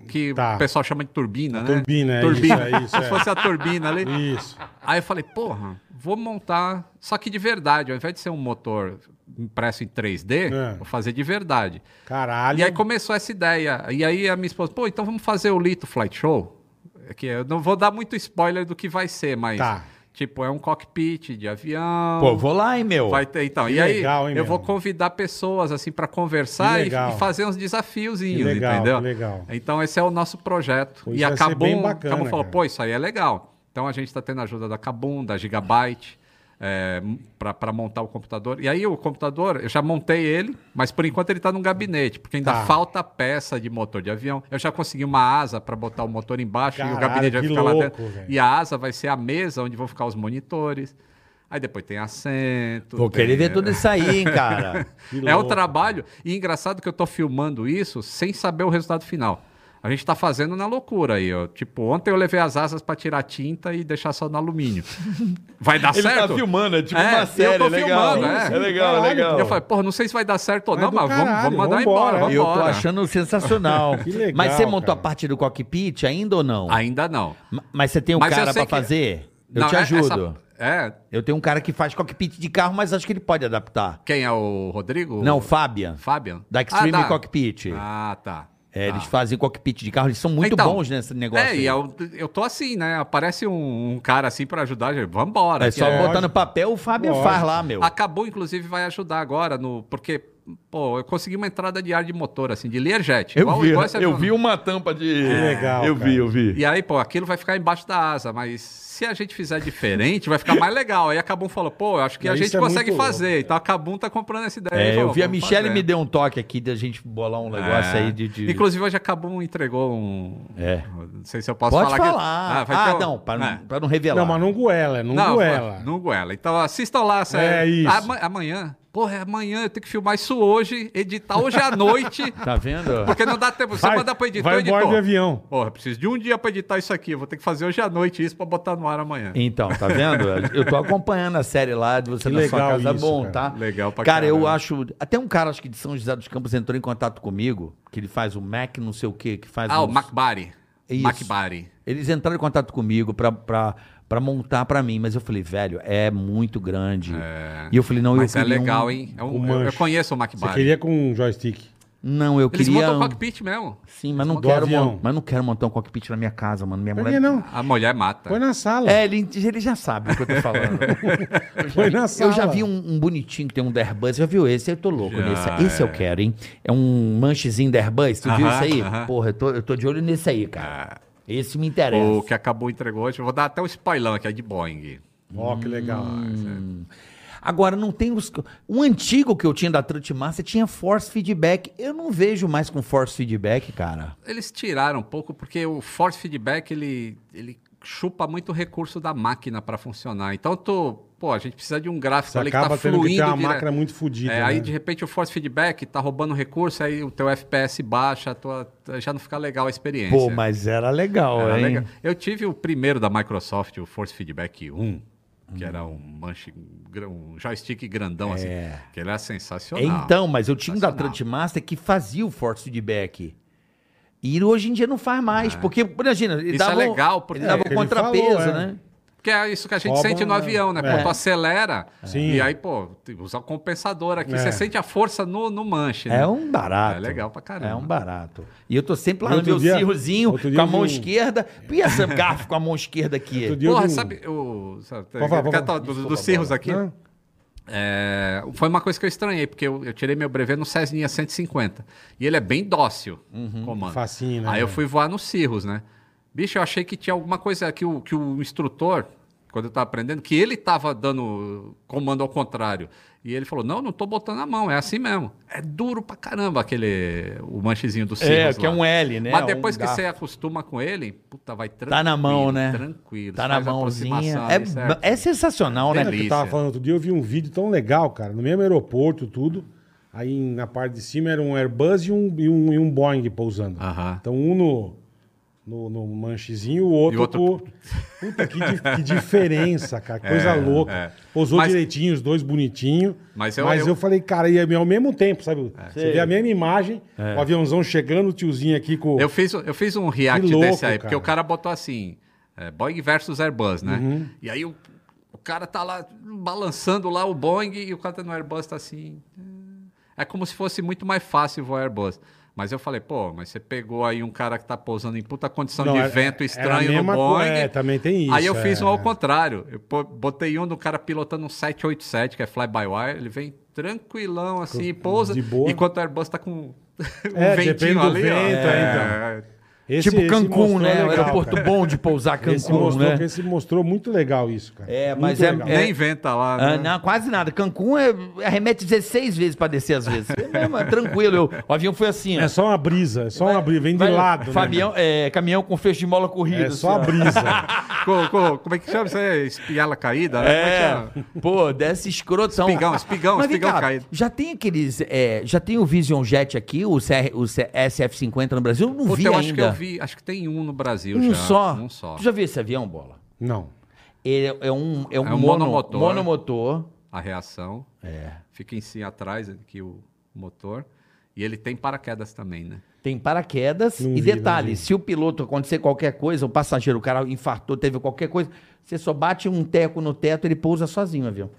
[SPEAKER 5] Que
[SPEAKER 1] tá.
[SPEAKER 5] o pessoal chama de turbina, né?
[SPEAKER 1] turbina, é isso, é isso,
[SPEAKER 5] Como se
[SPEAKER 1] é.
[SPEAKER 5] fosse a turbina ali.
[SPEAKER 1] Isso.
[SPEAKER 5] Aí eu falei, porra, vou montar. Só que de verdade, ao invés de ser um motor impresso em 3D,
[SPEAKER 1] É. um
[SPEAKER 5] vou fazer de verdade.
[SPEAKER 1] Caralho.
[SPEAKER 5] E aí começou essa ideia. E aí a minha esposa, pô, então vamos fazer o Lito Flight Show? É Que eu não vou dar muito spoiler do que vai ser, mas.
[SPEAKER 1] Tá.
[SPEAKER 5] Tipo, é um cockpit de avião.
[SPEAKER 4] Pô, vou lá, hein, meu.
[SPEAKER 5] Vai ter, então.
[SPEAKER 1] Que
[SPEAKER 5] e aí,
[SPEAKER 1] legal, hein,
[SPEAKER 5] eu
[SPEAKER 1] meu?
[SPEAKER 5] vou convidar pessoas, assim, para conversar
[SPEAKER 1] Que
[SPEAKER 5] e,
[SPEAKER 1] legal.
[SPEAKER 5] e fazer uns desafiozinhos,
[SPEAKER 1] Que legal,
[SPEAKER 5] entendeu?
[SPEAKER 1] que legal.
[SPEAKER 5] Então, esse é o nosso projeto.
[SPEAKER 1] Pô,
[SPEAKER 5] e
[SPEAKER 1] isso vai ser
[SPEAKER 5] acabou.
[SPEAKER 1] bem bacana,
[SPEAKER 5] acabou falou,
[SPEAKER 1] cara.
[SPEAKER 5] pô, isso aí é legal. Então, a gente está tendo a ajuda da Kabum, da Gigabyte, é, para montar o computador. E aí, o computador, eu já montei ele, mas por enquanto ele está num gabinete, porque ainda
[SPEAKER 1] Tá.
[SPEAKER 5] falta peça de motor de avião. Eu já consegui uma asa para botar o motor embaixo e o
[SPEAKER 1] Caralho,
[SPEAKER 5] gabinete vai
[SPEAKER 1] que
[SPEAKER 5] ficar lá
[SPEAKER 1] louco,
[SPEAKER 5] dentro.
[SPEAKER 1] velho.
[SPEAKER 5] E a asa vai ser a mesa onde vão ficar os monitores. Aí depois tem assento.
[SPEAKER 4] Vou
[SPEAKER 5] tem-
[SPEAKER 4] querer ver tudo isso aí, hein, cara. Tá
[SPEAKER 1] Que
[SPEAKER 5] É o
[SPEAKER 1] louco.
[SPEAKER 5] trabalho. E engraçado que eu tô filmando isso sem saber o resultado final. A gente tá fazendo na loucura aí, ó. Tipo, ontem eu levei as asas pra tirar tinta e deixar só no alumínio. Vai dar
[SPEAKER 4] Ele
[SPEAKER 5] certo?
[SPEAKER 4] tá filmando, é tipo
[SPEAKER 5] É,
[SPEAKER 4] uma
[SPEAKER 5] eu
[SPEAKER 4] série,
[SPEAKER 5] tô
[SPEAKER 4] legal.
[SPEAKER 5] filmando, é.
[SPEAKER 4] é. legal,
[SPEAKER 1] Caralho,
[SPEAKER 4] legal.
[SPEAKER 5] Eu falei, porra, não sei se vai dar certo ou
[SPEAKER 1] Mas
[SPEAKER 5] não,
[SPEAKER 1] do
[SPEAKER 5] mas vamos,
[SPEAKER 1] caralho,
[SPEAKER 5] vamos mandar
[SPEAKER 1] vambora.
[SPEAKER 5] embora.
[SPEAKER 4] Eu tô
[SPEAKER 5] vambora.
[SPEAKER 4] achando sensacional.
[SPEAKER 1] Que legal,
[SPEAKER 4] Mas você montou
[SPEAKER 1] cara.
[SPEAKER 4] a parte do cockpit ainda ou não?
[SPEAKER 5] Ainda não.
[SPEAKER 4] Ma- Mas você tem um
[SPEAKER 5] Mas eu
[SPEAKER 4] cara
[SPEAKER 5] sei
[SPEAKER 4] pra
[SPEAKER 5] que-
[SPEAKER 4] fazer? Eu
[SPEAKER 5] Não,
[SPEAKER 4] te
[SPEAKER 5] é-
[SPEAKER 4] ajudo.
[SPEAKER 5] essa- É,
[SPEAKER 4] Eu tenho um cara que faz cockpit de carro, mas acho que ele pode adaptar.
[SPEAKER 5] quem é o Rodrigo?
[SPEAKER 4] Não, o Fabian.
[SPEAKER 5] Fabian.
[SPEAKER 4] Da Extreme
[SPEAKER 5] Ah, tá.
[SPEAKER 4] Cockpit.
[SPEAKER 5] Ah, tá.
[SPEAKER 4] É, eles
[SPEAKER 5] Tá.
[SPEAKER 4] fazem cockpit de carro, eles são muito
[SPEAKER 5] Então,
[SPEAKER 4] bons nesse negócio.
[SPEAKER 5] É,
[SPEAKER 4] aí.
[SPEAKER 5] e eu, eu tô assim, né? Aparece um, um cara assim pra ajudar, gente. Vambora.
[SPEAKER 4] É
[SPEAKER 5] que
[SPEAKER 4] só
[SPEAKER 5] é-
[SPEAKER 4] botar no papel, o Fábio
[SPEAKER 1] Lógico.
[SPEAKER 4] faz lá, meu.
[SPEAKER 5] Acabou, inclusive, vai ajudar agora no. Porque Pô, eu consegui uma entrada de ar de motor, assim, de Learjet.
[SPEAKER 6] Eu vi,
[SPEAKER 5] esse
[SPEAKER 6] eu
[SPEAKER 5] avião.
[SPEAKER 6] vi uma tampa de.
[SPEAKER 1] É legal,
[SPEAKER 6] Eu
[SPEAKER 1] cara.
[SPEAKER 6] vi, eu vi.
[SPEAKER 5] E aí, pô, aquilo vai ficar embaixo da asa, mas se a gente fizer diferente, vai ficar mais legal. Aí a Kabum falou, pô, eu acho que a
[SPEAKER 1] Isso
[SPEAKER 5] gente
[SPEAKER 1] é
[SPEAKER 5] consegue
[SPEAKER 1] muito
[SPEAKER 5] fazer. Então a Kabum tá comprando essa ideia.
[SPEAKER 4] É,
[SPEAKER 5] Ele falou,
[SPEAKER 4] eu vi a
[SPEAKER 5] "Vamos
[SPEAKER 4] Michelle
[SPEAKER 5] fazer." É.
[SPEAKER 4] me deu um toque aqui de a gente bolar um negócio aí de. de-
[SPEAKER 5] Inclusive, hoje a Kabum entregou um.
[SPEAKER 4] É.
[SPEAKER 5] Não sei se eu posso
[SPEAKER 4] Pode
[SPEAKER 5] falar.
[SPEAKER 4] falar.
[SPEAKER 5] que-
[SPEAKER 4] Ah,
[SPEAKER 5] vai ter um-
[SPEAKER 4] não, pra,
[SPEAKER 5] É.
[SPEAKER 4] não, pra não revelar.
[SPEAKER 1] Não, mas não goela, é, não,
[SPEAKER 5] Não,
[SPEAKER 1] goela.
[SPEAKER 5] foi- não goela. Então assistam lá. essa-
[SPEAKER 1] É isso.
[SPEAKER 5] ama- amanhã. Porra, é amanhã eu tenho que filmar isso hoje, editar hoje à noite.
[SPEAKER 4] Tá vendo?
[SPEAKER 5] Porque não dá tempo. Você
[SPEAKER 1] Vai-
[SPEAKER 5] manda pro editor,
[SPEAKER 1] vai
[SPEAKER 5] editor.
[SPEAKER 1] embora de avião.
[SPEAKER 5] Porra, eu preciso de um dia pra editar isso aqui. Eu vou ter que fazer hoje à noite isso pra botar no ar amanhã.
[SPEAKER 4] Então, tá vendo? Eu tô acompanhando a série lá de você
[SPEAKER 1] Que
[SPEAKER 4] na sua
[SPEAKER 1] legal
[SPEAKER 4] casa
[SPEAKER 1] isso,
[SPEAKER 4] bom,
[SPEAKER 1] cara.
[SPEAKER 4] tá?
[SPEAKER 5] Legal pra
[SPEAKER 4] Cara, eu
[SPEAKER 5] caramba.
[SPEAKER 4] acho. Até um cara, acho que de São José dos Campos, entrou em contato comigo, que ele faz o Mac, não sei o quê, que faz
[SPEAKER 5] Ah, o
[SPEAKER 4] uns-
[SPEAKER 5] MacBari.
[SPEAKER 4] Isso.
[SPEAKER 5] MacBari.
[SPEAKER 4] Eles entraram em contato comigo pra, pra, pra montar pra mim, mas eu falei, velho, é muito grande. E eu falei, não,
[SPEAKER 5] Mas
[SPEAKER 4] eu
[SPEAKER 5] é
[SPEAKER 4] queria um-
[SPEAKER 5] legal, hein? É um-
[SPEAKER 1] com
[SPEAKER 5] eu, eu
[SPEAKER 1] manche.
[SPEAKER 5] conheço o
[SPEAKER 1] Você
[SPEAKER 5] MacBari.
[SPEAKER 1] queria com um joystick.
[SPEAKER 4] Não, eu
[SPEAKER 5] Eles
[SPEAKER 4] queria.
[SPEAKER 5] montam o
[SPEAKER 4] um-
[SPEAKER 5] cockpit mesmo.
[SPEAKER 4] Sim, mas não,
[SPEAKER 1] Do
[SPEAKER 4] quero
[SPEAKER 1] avião.
[SPEAKER 4] mon- mas não quero montar um cockpit na minha casa, mano. Minha
[SPEAKER 1] Por
[SPEAKER 4] mulher.
[SPEAKER 1] que não?
[SPEAKER 5] A mulher mata.
[SPEAKER 1] Põe na sala.
[SPEAKER 4] É, ele, ele já sabe o que eu tô falando. Eu já-
[SPEAKER 1] Põe na
[SPEAKER 4] Eu já
[SPEAKER 1] sala.
[SPEAKER 4] vi um, um bonitinho que tem um da Airbus. Já viu esse? Eu tô louco
[SPEAKER 5] Já,
[SPEAKER 4] nesse. Esse eu quero, hein? É um manchezinho da Airbus. Tu viu
[SPEAKER 5] Aham,
[SPEAKER 4] isso aí?
[SPEAKER 5] aham. Ah.
[SPEAKER 4] Porra, eu tô, eu tô de olho nesse aí, cara. Esse me interessa.
[SPEAKER 5] O que acabou entregou hoje. Eu vou dar até um spoilão aqui, é de Boeing.
[SPEAKER 1] Ó, que legal.
[SPEAKER 5] Hum,
[SPEAKER 4] Agora, não tem os. O antigo que eu tinha da Trutmassa tinha force feedback. Eu não vejo mais com force feedback, cara.
[SPEAKER 5] Eles tiraram um pouco porque o force feedback ele, ele chupa muito recurso da máquina para funcionar. Então tu, pô, a gente precisa de um gráfico
[SPEAKER 1] Você
[SPEAKER 5] ali que tá
[SPEAKER 1] acaba tendo
[SPEAKER 5] fluindo
[SPEAKER 1] que ter uma
[SPEAKER 5] dire-
[SPEAKER 1] máquina muito fodida.
[SPEAKER 5] É,
[SPEAKER 1] né?
[SPEAKER 5] Aí de repente o force feedback tá roubando recurso, aí o teu FPS baixa, a tua- já não fica legal a experiência.
[SPEAKER 4] Pô, mas era legal,
[SPEAKER 5] Era
[SPEAKER 4] hein?
[SPEAKER 5] legal. Eu tive o primeiro da Microsoft, o Force Feedback 1, que
[SPEAKER 4] Hum.
[SPEAKER 5] era um manche, gra- um joystick grandão assim, que ele era sensacional.
[SPEAKER 4] É. Então, mas eu tinha um da
[SPEAKER 5] Sensacional.
[SPEAKER 4] Trutmaster que fazia o force feedback. E hoje em dia não faz mais, porque, imagina, ele
[SPEAKER 5] É. Isso
[SPEAKER 4] dava,
[SPEAKER 5] é
[SPEAKER 4] um-
[SPEAKER 5] legal, porque-
[SPEAKER 4] ele dava
[SPEAKER 1] É,
[SPEAKER 4] um
[SPEAKER 1] ele
[SPEAKER 4] contrapeso,
[SPEAKER 1] falou, é.
[SPEAKER 4] né?
[SPEAKER 5] Que é isso que a gente
[SPEAKER 1] Rouba,
[SPEAKER 5] sente no
[SPEAKER 1] né?
[SPEAKER 5] avião, né?
[SPEAKER 1] É.
[SPEAKER 5] Pô, tu acelera
[SPEAKER 1] Sim.
[SPEAKER 5] e aí, pô, tu usa o compensador aqui,
[SPEAKER 1] É.
[SPEAKER 5] você sente a força no, no manche, né?
[SPEAKER 4] É um barato.
[SPEAKER 5] É legal pra caramba.
[SPEAKER 4] É um barato. E eu tô sempre lá no
[SPEAKER 1] Outro
[SPEAKER 4] meu
[SPEAKER 1] dia-
[SPEAKER 4] cirrozinho,
[SPEAKER 1] outro dia
[SPEAKER 4] com a
[SPEAKER 1] eu vi
[SPEAKER 4] mão
[SPEAKER 1] um-
[SPEAKER 4] esquerda. Pia esse garfo com a mão esquerda aqui.
[SPEAKER 1] Outro dia eu
[SPEAKER 5] Porra,
[SPEAKER 1] vi um-
[SPEAKER 5] sabe, o, sabe
[SPEAKER 1] Pode falar, pode
[SPEAKER 5] tá-
[SPEAKER 1] falar.
[SPEAKER 5] do- dos cirros aqui,
[SPEAKER 1] Não?
[SPEAKER 5] é, foi uma coisa que eu estranhei, porque eu, eu tirei meu brevet no Cessninha 150, e ele é bem dócil,
[SPEAKER 4] Uhum.
[SPEAKER 5] o comando.
[SPEAKER 1] Facinho, né?
[SPEAKER 5] Aí eu fui voar nos cirros, né? Bicho, eu achei que tinha alguma coisa que o, que o instrutor, quando eu tava aprendendo, que ele tava dando comando ao contrário. E ele falou: não, não tô botando a mão, é assim mesmo. É duro pra caramba aquele o manchezinho do cirros.
[SPEAKER 4] É, que é
[SPEAKER 5] lá.
[SPEAKER 4] um L, né?
[SPEAKER 5] Mas depois
[SPEAKER 4] Um
[SPEAKER 5] que
[SPEAKER 4] garfo.
[SPEAKER 5] você acostuma com ele, puta, vai tranquilo.
[SPEAKER 4] Tá na mão, né?
[SPEAKER 5] Tranquilo.
[SPEAKER 4] Tá
[SPEAKER 5] Você
[SPEAKER 4] na
[SPEAKER 5] faz a
[SPEAKER 4] mãozinha.
[SPEAKER 5] aproximação,
[SPEAKER 4] É,
[SPEAKER 5] ali
[SPEAKER 4] ba- é
[SPEAKER 5] certo.
[SPEAKER 4] sensacional, né?
[SPEAKER 1] Lembra que eu
[SPEAKER 5] Delícia.
[SPEAKER 1] tava falando outro dia, eu vi um vídeo tão legal, cara, no mesmo aeroporto, tudo. Aí na parte de cima era um Airbus e um, e um, e um Boeing pousando.
[SPEAKER 5] Aham.
[SPEAKER 1] Então um no, no, no manchezinho o outro,
[SPEAKER 5] E o outro-
[SPEAKER 1] pro- Puta, que, di- que diferença, cara, que coisa louca.
[SPEAKER 5] é.
[SPEAKER 1] Pousou
[SPEAKER 5] Mas-
[SPEAKER 1] direitinho, os dois bonitinho.
[SPEAKER 5] Mas eu-
[SPEAKER 1] eu...
[SPEAKER 5] eu- É.
[SPEAKER 1] falei, cara, e é ao mesmo tempo, sabe? Você vê a mesma imagem,
[SPEAKER 4] É.
[SPEAKER 1] o aviãozão chegando, o tiozinho aqui com...
[SPEAKER 5] Eu fiz, eu fiz um react
[SPEAKER 1] Que louco,
[SPEAKER 5] desse aí, porque
[SPEAKER 1] cara.
[SPEAKER 5] o cara botou assim, é, Boeing versus Airbus, né?
[SPEAKER 1] Uhum.
[SPEAKER 5] E aí o, o cara tá lá balançando lá o Boeing e o cara tá no Airbus tá assim... É como se fosse muito mais fácil voar Airbus. Mas eu falei, pô, mas você pegou aí um cara que tá pousando em puta condição
[SPEAKER 1] Não,
[SPEAKER 5] de
[SPEAKER 1] era-
[SPEAKER 5] vento
[SPEAKER 1] era a
[SPEAKER 5] estranho no
[SPEAKER 1] mesma co-
[SPEAKER 5] Boeing.
[SPEAKER 1] é, também tem
[SPEAKER 5] Aí
[SPEAKER 1] isso,
[SPEAKER 5] eu fiz um
[SPEAKER 1] é.
[SPEAKER 5] ao contrário. Eu pô- botei um do cara pilotando um 787, que é fly-by-wire. Ele vem tranquilão assim, pousa.
[SPEAKER 1] de boa.
[SPEAKER 5] Enquanto o Airbus tá com um
[SPEAKER 1] É, depende do
[SPEAKER 5] ventinho ali, ó.
[SPEAKER 1] vento, é, então.
[SPEAKER 5] É,
[SPEAKER 1] Esse-
[SPEAKER 4] tipo
[SPEAKER 1] esse
[SPEAKER 4] Cancún,
[SPEAKER 1] mostrou
[SPEAKER 4] né?
[SPEAKER 1] legal,
[SPEAKER 4] o aeroporto
[SPEAKER 1] cara.
[SPEAKER 4] bom de pousar
[SPEAKER 1] esse
[SPEAKER 4] Cancún,
[SPEAKER 1] mostrou, é
[SPEAKER 4] né?
[SPEAKER 1] Esse mostrou muito legal isso, cara.
[SPEAKER 4] É,
[SPEAKER 1] Muito
[SPEAKER 4] mas é-
[SPEAKER 1] legal.
[SPEAKER 5] Nem inventa lá,
[SPEAKER 4] Ah,
[SPEAKER 5] né?
[SPEAKER 4] não, quase nada. Cancún é, arremete 16 vezes pra descer às vezes. É, mas tranquilo, eu- o avião foi assim. ó.
[SPEAKER 1] É só uma brisa, é só uma brisa, vem de
[SPEAKER 4] Vai-
[SPEAKER 1] lado. né?
[SPEAKER 4] Fabião, é, caminhão com feixe de mola corrida.
[SPEAKER 1] É só a
[SPEAKER 4] assim, ó.
[SPEAKER 1] brisa.
[SPEAKER 5] Co- co- como é que chama isso aí? Espiala caída? né? Como que chama?
[SPEAKER 4] É, pô, desce escrotão.
[SPEAKER 5] Espigão, espigão,
[SPEAKER 4] Mas vem
[SPEAKER 5] espigão
[SPEAKER 4] cá,
[SPEAKER 5] caído.
[SPEAKER 4] Já tem aqueles. é, já tem o Vision Jet aqui, o, CR, o C- SF50 no Brasil? Eu não
[SPEAKER 5] Puta,
[SPEAKER 4] vi
[SPEAKER 5] eu
[SPEAKER 4] ainda.
[SPEAKER 5] acho que eu vi, acho que tem um no Brasil
[SPEAKER 4] Um
[SPEAKER 5] já.
[SPEAKER 4] só.
[SPEAKER 5] Um só.
[SPEAKER 4] Tu já viu esse avião, bola?
[SPEAKER 1] Não.
[SPEAKER 4] Ele é, é um, é um,
[SPEAKER 5] É um
[SPEAKER 4] mono-
[SPEAKER 5] monomotor.
[SPEAKER 4] monomotor.
[SPEAKER 5] A reação
[SPEAKER 4] É.
[SPEAKER 5] fica em cima atrás aqui o motor. E ele tem paraquedas também, né?
[SPEAKER 4] Tem paraquedas
[SPEAKER 1] Não
[SPEAKER 4] e
[SPEAKER 1] vi,
[SPEAKER 4] detalhe,
[SPEAKER 1] não vi.
[SPEAKER 4] se o piloto acontecer qualquer coisa, o passageiro, o cara infartou, teve qualquer coisa, você só bate um teco no teto, ele pousa sozinho o avião.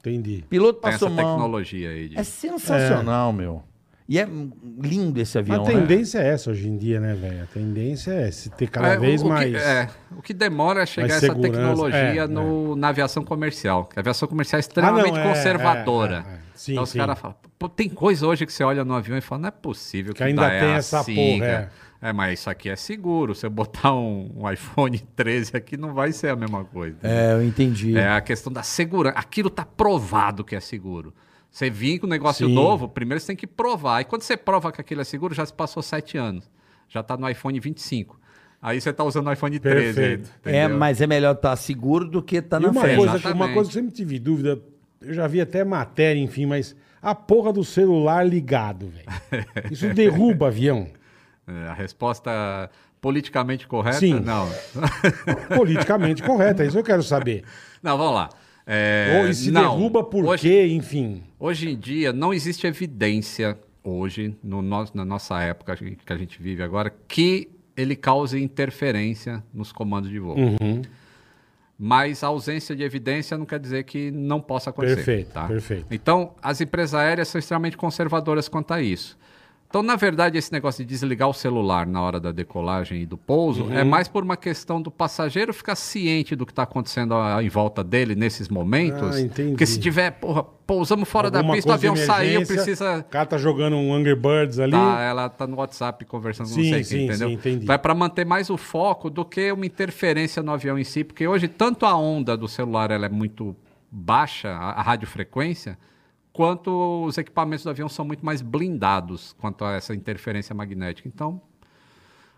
[SPEAKER 1] Entendi.
[SPEAKER 4] Piloto
[SPEAKER 5] Tem
[SPEAKER 4] passou
[SPEAKER 5] essa
[SPEAKER 4] mão.
[SPEAKER 5] tecnologia aí. De...
[SPEAKER 4] É sensacional, meu. E é hum, lindo esse avião.
[SPEAKER 1] a
[SPEAKER 4] né?
[SPEAKER 1] tendência é essa hoje em dia, né, velho? A tendência é se ter cada
[SPEAKER 5] É, o-
[SPEAKER 1] vez
[SPEAKER 5] o, que-
[SPEAKER 1] mais. Ah,
[SPEAKER 5] é, o que demora é chegar essa
[SPEAKER 1] segurança,
[SPEAKER 5] tecnologia
[SPEAKER 1] é,
[SPEAKER 5] no- na aviação comercial. que A aviação comercial é extremamente
[SPEAKER 1] é,
[SPEAKER 5] conservadora.
[SPEAKER 1] é, é, é. Sim,
[SPEAKER 5] então os
[SPEAKER 1] sim.
[SPEAKER 5] caras falam, "Pô, tem coisa hoje que você olha no avião e fala, não é possível que,
[SPEAKER 1] Que ainda
[SPEAKER 5] dá- é
[SPEAKER 1] tem
[SPEAKER 5] a
[SPEAKER 1] essa
[SPEAKER 5] siga."
[SPEAKER 1] porra, é.
[SPEAKER 5] É, mas isso aqui é seguro. Se eu botar um, um iPhone 13 aqui, não vai ser a mesma coisa.
[SPEAKER 4] É, eu entendi.
[SPEAKER 5] É a questão da segurança. Aquilo tá provado que é seguro. Você vir com um negócio
[SPEAKER 1] Sim.
[SPEAKER 5] novo, primeiro você tem que provar. E quando você prova que aquilo é seguro, já se passou sete anos. Já tá no iPhone 25. Aí você tá usando o iPhone 13.
[SPEAKER 1] Perfeito.
[SPEAKER 4] É,
[SPEAKER 5] entendeu?
[SPEAKER 4] mas é melhor estar seguro do que estar
[SPEAKER 1] E
[SPEAKER 4] na
[SPEAKER 1] uma
[SPEAKER 4] frente.
[SPEAKER 1] coisa, que- uma
[SPEAKER 5] Exatamente.
[SPEAKER 1] coisa que eu sempre tive dúvida, eu já vi até matéria, enfim, mas a porra do celular ligado, velho. Isso derruba avião.
[SPEAKER 5] É, a resposta politicamente correta?
[SPEAKER 1] Sim.
[SPEAKER 5] Não.
[SPEAKER 1] Politicamente correta, é isso eu quero saber.
[SPEAKER 5] não, vamos lá. É,
[SPEAKER 1] Ou e se
[SPEAKER 5] não.
[SPEAKER 1] derruba por
[SPEAKER 5] Hoje-
[SPEAKER 1] quê, enfim.
[SPEAKER 5] Hoje em dia não existe evidência hoje no nosso- na nossa época que que a gente vive agora que ele cause interferência nos comandos de voo.
[SPEAKER 1] Uhum.
[SPEAKER 5] Mas a ausência de evidência não quer dizer que não possa acontecer.
[SPEAKER 1] Perfeito,
[SPEAKER 5] tá?
[SPEAKER 1] perfeito.
[SPEAKER 5] Então, as empresas aéreas são extremamente conservadoras quanto a isso. Então, na verdade, esse negócio de desligar o celular na hora da decolagem e do pouso é
[SPEAKER 1] Uhum.
[SPEAKER 5] mais por uma questão do passageiro ficar ciente do que está acontecendo ah, em volta dele nesses momentos.
[SPEAKER 1] Ah, entendi.
[SPEAKER 5] Porque se tiver, porra, pousamos fora da
[SPEAKER 1] Alguma
[SPEAKER 5] pista, o
[SPEAKER 1] coisa de
[SPEAKER 5] avião saiu,
[SPEAKER 1] emergência,
[SPEAKER 5] precisa.
[SPEAKER 1] O cara tá jogando um Angry Birds ali.
[SPEAKER 5] Tá, ela tá no WhatsApp conversando com
[SPEAKER 1] Sim,
[SPEAKER 5] não sei
[SPEAKER 1] sim,
[SPEAKER 5] quem, entendeu?
[SPEAKER 1] sim, entendi.
[SPEAKER 5] Então é para manter mais o foco do que uma interferência no avião em si, porque hoje tanto a onda do celular ela é muito baixa, a, a radiofrequência, quanto os equipamentos do avião são muito mais blindados quanto a essa interferência magnética. Então,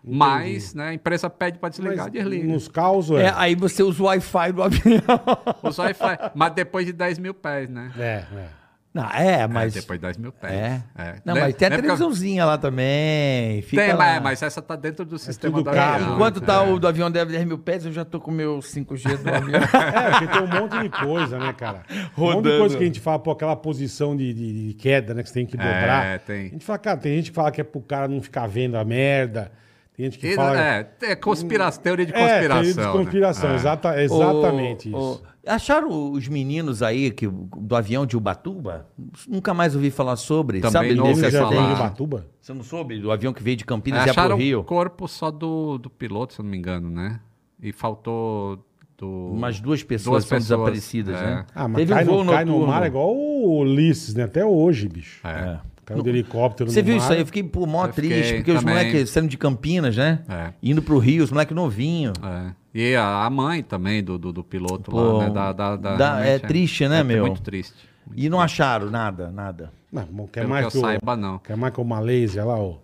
[SPEAKER 5] mas né, a empresa pede para
[SPEAKER 1] mas
[SPEAKER 5] desligar, desliga.
[SPEAKER 1] nos causos
[SPEAKER 4] É,
[SPEAKER 1] é.
[SPEAKER 4] aí você usa o Wi-Fi do avião.
[SPEAKER 5] Os Wi-Fi, mas depois de 10 mil pés, né?
[SPEAKER 1] É, é.
[SPEAKER 4] Não, é, mas.
[SPEAKER 5] É, depois de 10 mil pés.
[SPEAKER 4] É.
[SPEAKER 5] É.
[SPEAKER 4] Não,
[SPEAKER 5] Le-
[SPEAKER 4] mas tem a
[SPEAKER 5] lembra que eu-
[SPEAKER 4] televisãozinha lá também. Fica
[SPEAKER 5] Tem,
[SPEAKER 4] lá.
[SPEAKER 5] mas, mas essa tá dentro do sistema
[SPEAKER 1] é tudo
[SPEAKER 5] do
[SPEAKER 1] caro,
[SPEAKER 5] avião.
[SPEAKER 4] Enquanto
[SPEAKER 5] né?
[SPEAKER 4] tá o do avião deve 10 mil pés, eu já tô com o meu 5G do avião.
[SPEAKER 1] É, porque tem um monte de coisa, né, cara? Um monte de
[SPEAKER 4] Rodando.
[SPEAKER 1] coisa que a gente fala, pô, aquela posição de, de- de queda, né, que você tem que dobrar.
[SPEAKER 5] É, tem.
[SPEAKER 1] A gente fala, cara, tem gente que fala que é pro cara não ficar vendo a merda. Tem gente que
[SPEAKER 5] E-
[SPEAKER 1] fala.
[SPEAKER 5] é, é conspira... teoria de
[SPEAKER 1] É,
[SPEAKER 5] conspiração.
[SPEAKER 1] teoria de
[SPEAKER 5] né?
[SPEAKER 1] conspiração,
[SPEAKER 5] É.
[SPEAKER 1] exata- exatamente
[SPEAKER 4] O-
[SPEAKER 1] isso.
[SPEAKER 4] o- acharam os meninos aí que, do avião de Ubatuba? Nunca mais ouvi falar sobre.
[SPEAKER 5] Também
[SPEAKER 4] sabe
[SPEAKER 5] não
[SPEAKER 1] Ele
[SPEAKER 5] ouvi
[SPEAKER 4] desse
[SPEAKER 5] você
[SPEAKER 1] já
[SPEAKER 5] falar.
[SPEAKER 1] veio
[SPEAKER 4] acidente?
[SPEAKER 1] de Batuba?
[SPEAKER 4] Você não soube do avião que veio de Campinas já pro
[SPEAKER 5] Acharam
[SPEAKER 4] Rio?
[SPEAKER 5] o corpo só do, do piloto, se eu não me engano, né? E faltou do...
[SPEAKER 4] Umas duas
[SPEAKER 5] Duas
[SPEAKER 4] pessoas são
[SPEAKER 5] pessoas,
[SPEAKER 4] desaparecidas,
[SPEAKER 5] é.
[SPEAKER 4] né?
[SPEAKER 1] Ah, mas cai, no, cai no mar é igual o Ulisses, né? Até hoje, bicho.
[SPEAKER 5] É.
[SPEAKER 1] Caiu do helicóptero
[SPEAKER 4] Você
[SPEAKER 1] no
[SPEAKER 4] viu
[SPEAKER 1] mar.
[SPEAKER 4] isso aí? Eu fiquei pô, mó
[SPEAKER 5] Eu
[SPEAKER 4] triste,
[SPEAKER 5] fiquei
[SPEAKER 4] porque os
[SPEAKER 5] também.
[SPEAKER 4] moleques saindo de Campinas, né?
[SPEAKER 5] É.
[SPEAKER 4] Indo pro Rio, os moleques novinhos.
[SPEAKER 5] É. E a, a mãe também do, do, do piloto
[SPEAKER 4] Pô,
[SPEAKER 5] lá, né? Da, da, da-
[SPEAKER 4] dá- é
[SPEAKER 5] realmente
[SPEAKER 4] triste, né, meu?
[SPEAKER 5] Muito triste.
[SPEAKER 4] E não acharam nada, nada.
[SPEAKER 1] Não, bom, quer
[SPEAKER 5] Pelo
[SPEAKER 1] mais
[SPEAKER 5] que eu saiba, não.
[SPEAKER 1] Quer mais que o Malaysia lá, ó.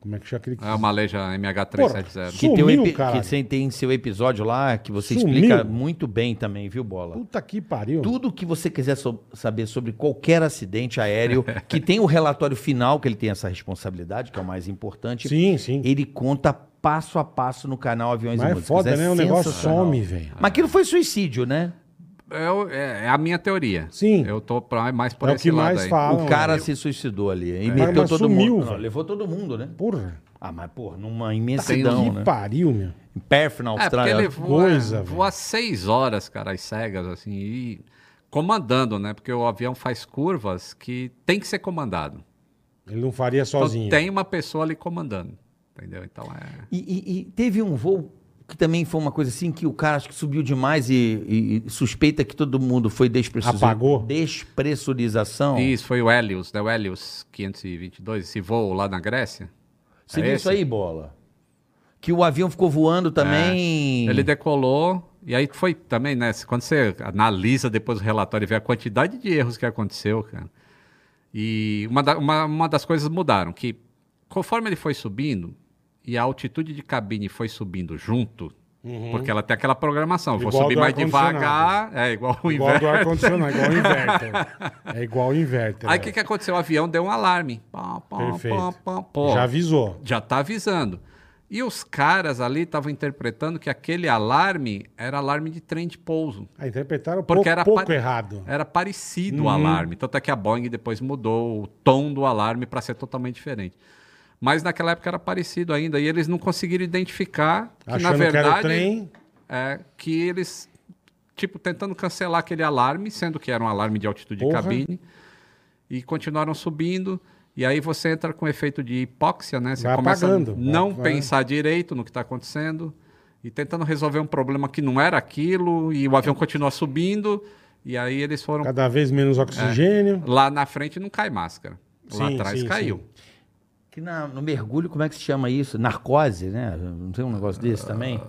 [SPEAKER 1] Como é que chama aquele que...
[SPEAKER 5] É uma leja MH370.
[SPEAKER 1] Porra,
[SPEAKER 4] Que, tem, um
[SPEAKER 1] Sumiu,
[SPEAKER 4] epi-
[SPEAKER 1] caralho.
[SPEAKER 4] que você tem seu episódio lá que você
[SPEAKER 1] Sumiu.
[SPEAKER 4] explica muito bem também, viu, Bola?
[SPEAKER 1] Puta que pariu.
[SPEAKER 4] Tudo que você quiser so- saber sobre qualquer acidente aéreo, que tem o relatório final, que ele tem essa responsabilidade, que é o mais importante,
[SPEAKER 1] Sim, sim.
[SPEAKER 4] ele conta passo a passo no canal Aviões e
[SPEAKER 1] Mas é
[SPEAKER 4] Músicas.
[SPEAKER 1] foda, né? O negócio
[SPEAKER 4] sensacional.
[SPEAKER 1] some, velho.
[SPEAKER 4] Mas aquilo foi suicídio, né?
[SPEAKER 5] Eu- é, é a minha teoria.
[SPEAKER 1] Sim.
[SPEAKER 5] Eu tô pra, mais por
[SPEAKER 1] É o
[SPEAKER 5] esse
[SPEAKER 1] que
[SPEAKER 5] lado
[SPEAKER 1] mais
[SPEAKER 5] aí.
[SPEAKER 1] fala. Ah,
[SPEAKER 4] o
[SPEAKER 1] não,
[SPEAKER 4] cara
[SPEAKER 1] eu-
[SPEAKER 4] se suicidou ali.
[SPEAKER 5] É.
[SPEAKER 4] E
[SPEAKER 1] Mas-
[SPEAKER 4] meteu
[SPEAKER 1] mas
[SPEAKER 4] todo
[SPEAKER 1] sumiu,
[SPEAKER 4] mundo. Não,
[SPEAKER 1] velho.
[SPEAKER 4] levou todo mundo, né?
[SPEAKER 1] Porra,
[SPEAKER 4] Ah, mas, pô, numa
[SPEAKER 1] que
[SPEAKER 4] imensidão, né?
[SPEAKER 1] pariu, meu.
[SPEAKER 4] Em Perth,
[SPEAKER 5] Tá
[SPEAKER 4] na
[SPEAKER 5] É, porque
[SPEAKER 4] Austrália.
[SPEAKER 5] ele voa,
[SPEAKER 1] coisa, velho.
[SPEAKER 5] voa seis horas, cara, às cegas, assim, e comandando, né? Porque o avião faz curvas que tem que ser comandado.
[SPEAKER 1] Ele não faria
[SPEAKER 5] Então,
[SPEAKER 1] sozinho.
[SPEAKER 5] tem uma pessoa ali comandando, entendeu? Então é...
[SPEAKER 4] E, e- e teve um voo que também foi uma coisa assim que o cara acho que subiu demais e, e- e suspeita que todo mundo foi despressurização.
[SPEAKER 1] Apagou?
[SPEAKER 4] Despressurização.
[SPEAKER 5] Isso, foi o Helios, né? O Helios 522, esse voo lá na Grécia.
[SPEAKER 4] Você
[SPEAKER 5] É
[SPEAKER 4] viu
[SPEAKER 5] esse?
[SPEAKER 4] isso aí, bola? Que o avião ficou voando também.
[SPEAKER 5] É. Ele decolou, e aí foi também, né? Quando você analisa depois o relatório e vê a quantidade de erros que aconteceu, cara. E uma, da- uma, uma das coisas mudaram, que conforme ele foi subindo e a altitude de cabine foi subindo junto, porque ela tem aquela programação, eu vou
[SPEAKER 1] Uhum. Igual
[SPEAKER 5] subir
[SPEAKER 1] do
[SPEAKER 5] mais
[SPEAKER 1] ar-condicionado.
[SPEAKER 5] devagar, é igual o
[SPEAKER 1] Igual do
[SPEAKER 5] inverno.
[SPEAKER 1] ar-condicionado, igual o inverter. É igual o
[SPEAKER 5] Aí o
[SPEAKER 1] inverter. velho.
[SPEAKER 5] que, que aconteceu? O avião deu um alarme. Pá, pá,
[SPEAKER 1] Perfeito.
[SPEAKER 5] pá, pá, pá.
[SPEAKER 1] Já avisou.
[SPEAKER 5] já tá avisando. E os caras ali estavam interpretando que aquele alarme era alarme de trem de pouso.
[SPEAKER 1] Ah, interpretaram
[SPEAKER 5] Porque
[SPEAKER 1] pouco,
[SPEAKER 5] era
[SPEAKER 1] pouco
[SPEAKER 5] pare-
[SPEAKER 1] errado.
[SPEAKER 5] Era parecido o
[SPEAKER 1] Uhum.
[SPEAKER 5] alarme. Tanto é que a Boeing depois mudou o tom do alarme para ser totalmente diferente. Mas naquela época era parecido ainda. E eles não conseguiram identificar que,
[SPEAKER 1] Achando
[SPEAKER 5] na verdade,
[SPEAKER 1] que era o trem.
[SPEAKER 5] é, que eles, tipo, tentando cancelar aquele alarme, sendo que era um alarme de altitude de
[SPEAKER 1] Porra.
[SPEAKER 5] cabine, e continuaram subindo. E aí você entra com efeito de hipóxia, né? Você
[SPEAKER 1] Vai
[SPEAKER 5] começa
[SPEAKER 1] apagando.
[SPEAKER 5] a não
[SPEAKER 1] Vai-
[SPEAKER 5] pensar direito no que está acontecendo e tentando resolver um problema que não era aquilo e o avião continua subindo e aí eles foram
[SPEAKER 1] Cada vez menos oxigênio.
[SPEAKER 5] lá na frente não cai máscara. Lá
[SPEAKER 1] Sim,
[SPEAKER 5] atrás
[SPEAKER 1] sim,
[SPEAKER 5] caiu.
[SPEAKER 1] sim.
[SPEAKER 4] Que na- no mergulho, como é que se chama isso? Narcose, né? Não tem um negócio desse
[SPEAKER 5] Ah,
[SPEAKER 4] também?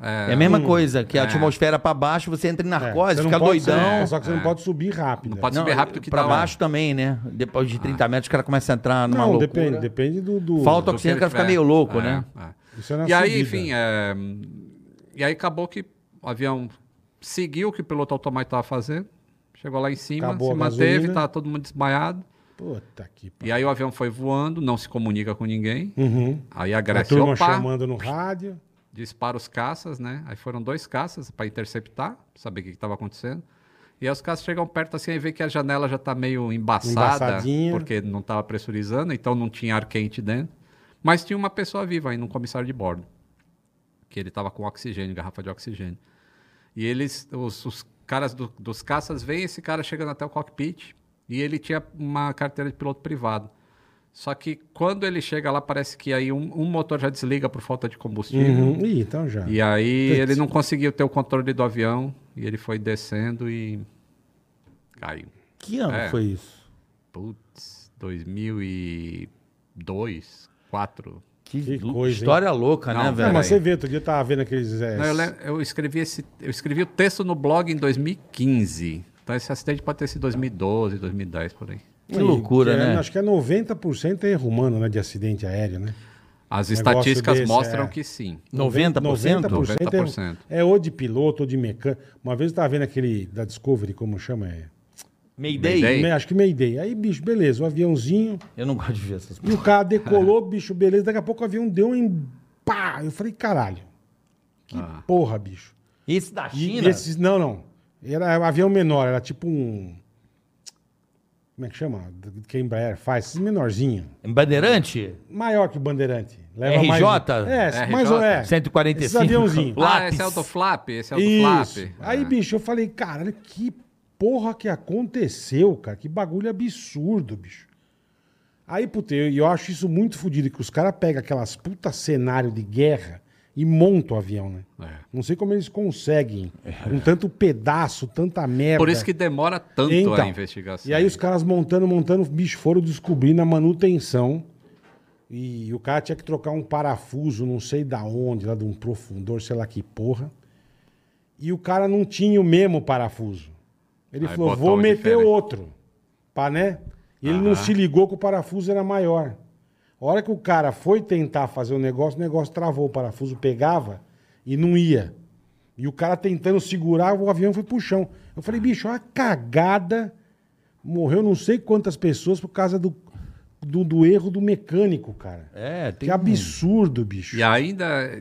[SPEAKER 4] É, a mesma coisa, que a atmosfera pra baixo, você entra em narcose,
[SPEAKER 1] É, você não
[SPEAKER 4] fica
[SPEAKER 1] pode
[SPEAKER 4] doidão. É.
[SPEAKER 1] subir, só que você não pode subir rápido.
[SPEAKER 5] É. Não pode
[SPEAKER 4] Não,
[SPEAKER 5] subir rápido que
[SPEAKER 4] pra
[SPEAKER 5] dá Ah. um-
[SPEAKER 4] baixo também, né? Depois de 30 metros, o cara começa a entrar numa
[SPEAKER 1] Não,
[SPEAKER 4] loucura.
[SPEAKER 1] depende, depende do. do-
[SPEAKER 4] Falta
[SPEAKER 5] do que
[SPEAKER 4] oxigênio, o
[SPEAKER 5] ele
[SPEAKER 4] cara fica
[SPEAKER 5] tiver.
[SPEAKER 4] meio louco,
[SPEAKER 5] É,
[SPEAKER 4] né?
[SPEAKER 5] é.
[SPEAKER 1] Isso é na
[SPEAKER 5] E aí,
[SPEAKER 1] subida.
[SPEAKER 5] enfim, é, e aí acabou que o avião seguiu o que o piloto automático estava fazendo, chegou lá em cima,
[SPEAKER 1] Acabou
[SPEAKER 5] se
[SPEAKER 1] a
[SPEAKER 5] manteve,
[SPEAKER 1] gasolina.
[SPEAKER 5] estava todo mundo desmaiado.
[SPEAKER 1] Puta que pariu.
[SPEAKER 5] E aí o avião foi voando, não se comunica com ninguém.
[SPEAKER 1] Uhum.
[SPEAKER 5] Aí a
[SPEAKER 1] A
[SPEAKER 5] Grécia,
[SPEAKER 1] turma
[SPEAKER 5] opa,
[SPEAKER 1] chamando no rádio.
[SPEAKER 5] dispara os caças, né? Aí foram dois caças para interceptar, saber o que estava acontecendo. E aí os caças chegam perto assim e vê que a janela já está meio embaçada,
[SPEAKER 1] Embaçadinha.
[SPEAKER 5] porque não estava pressurizando, então não tinha ar quente dentro. Mas tinha uma pessoa viva ainda, um comissário de bordo, que ele estava com oxigênio, garrafa de oxigênio. E eles, os, os caras do- dos caças veem esse cara chegando até o cockpit e ele tinha uma carteira de piloto privado. Só que quando ele chega lá, parece que aí um, um motor já desliga por falta de combustível.
[SPEAKER 1] Uhum. Ih, então já.
[SPEAKER 5] E aí ele não conseguiu ter o controle do avião e ele foi descendo e caiu.
[SPEAKER 4] Que ano
[SPEAKER 5] É.
[SPEAKER 4] foi isso?
[SPEAKER 5] Putz, 2002, 4.
[SPEAKER 1] Que
[SPEAKER 4] Que, lu-
[SPEAKER 1] coisa, hein?
[SPEAKER 4] história louca,
[SPEAKER 5] Não,
[SPEAKER 4] né,
[SPEAKER 5] não,
[SPEAKER 1] Não,
[SPEAKER 4] velho?
[SPEAKER 1] mas você vê, outro dia eu tava vendo aqueles. é,
[SPEAKER 5] Não, eu, lem- eu escrevi esse, eu escrevi o texto no blog em 2015. Então esse acidente pode ter sido 2012, 2010 por aí.
[SPEAKER 4] Que loucura,
[SPEAKER 1] que é-
[SPEAKER 4] né?
[SPEAKER 1] Acho que é 90% é erro humano, né? De acidente aéreo, né?
[SPEAKER 5] As
[SPEAKER 1] Negócio
[SPEAKER 5] estatísticas
[SPEAKER 1] desse,
[SPEAKER 5] mostram
[SPEAKER 1] é.
[SPEAKER 5] que sim.
[SPEAKER 4] 90%?
[SPEAKER 1] 90% é, é ou de piloto ou de mecânico. Uma vez eu tava vendo aquele da Discovery, como chama? É,
[SPEAKER 4] Mayday?
[SPEAKER 5] Mayday. Ei.
[SPEAKER 1] Me- Acho que Mayday. Aí, bicho, beleza, o aviãozinho.
[SPEAKER 4] Eu não gosto de ver essas
[SPEAKER 1] E o cara decolou, bicho, beleza. Daqui a pouco o avião deu um. Pá! Eu falei, caralho. Que
[SPEAKER 5] Ah.
[SPEAKER 1] porra, bicho.
[SPEAKER 4] Esse da
[SPEAKER 1] E
[SPEAKER 4] China?
[SPEAKER 1] esses- não, não. Era um avião menor, era tipo um. Como é que chama? Do- Que a Embraer faz? Esses menorzinho.
[SPEAKER 4] Bandeirante?
[SPEAKER 1] Maior que o Bandeirante.
[SPEAKER 4] RJ?
[SPEAKER 1] Mais... É, mais ou é.
[SPEAKER 4] 145.
[SPEAKER 1] Esses aviãozinho.
[SPEAKER 5] Ah, esse é o do flap, esse é o do
[SPEAKER 1] Isso.
[SPEAKER 5] flap.
[SPEAKER 1] Aí,
[SPEAKER 5] É.
[SPEAKER 1] bicho, eu falei, caralho, que porra que aconteceu, cara? Que bagulho absurdo, bicho. Aí, puta, eu, eu acho isso muito fodido, que os caras pegam aquelas puta cenário de guerra e montam o avião, né?
[SPEAKER 5] É.
[SPEAKER 1] Não sei como eles conseguem. Com tanto pedaço, tanta merda.
[SPEAKER 5] É. Por isso que demora tanto a investigação.
[SPEAKER 1] Então, E aí os caras montando, montando, bicho, foram descobrindo a manutenção. E o cara tinha que trocar um parafuso, não sei da onde, lá de um profundor, sei lá que porra. E o cara não tinha o mesmo parafuso. Ele
[SPEAKER 5] Aí
[SPEAKER 1] falou,
[SPEAKER 5] botou
[SPEAKER 1] vou
[SPEAKER 5] o
[SPEAKER 1] meter
[SPEAKER 5] diferente."
[SPEAKER 1] outro. Pá, né? E ele não se ligou que o parafuso era maior. A hora que o cara foi tentar fazer o negócio, o negócio travou. O parafuso pegava e não ia. E o cara tentando segurar, o avião foi pro chão. Eu falei, bicho, olha a cagada. Morreu não sei quantas pessoas por causa do, do, do erro do mecânico, cara.
[SPEAKER 4] É, tem
[SPEAKER 5] um
[SPEAKER 1] que absurdo, bicho.
[SPEAKER 5] E ainda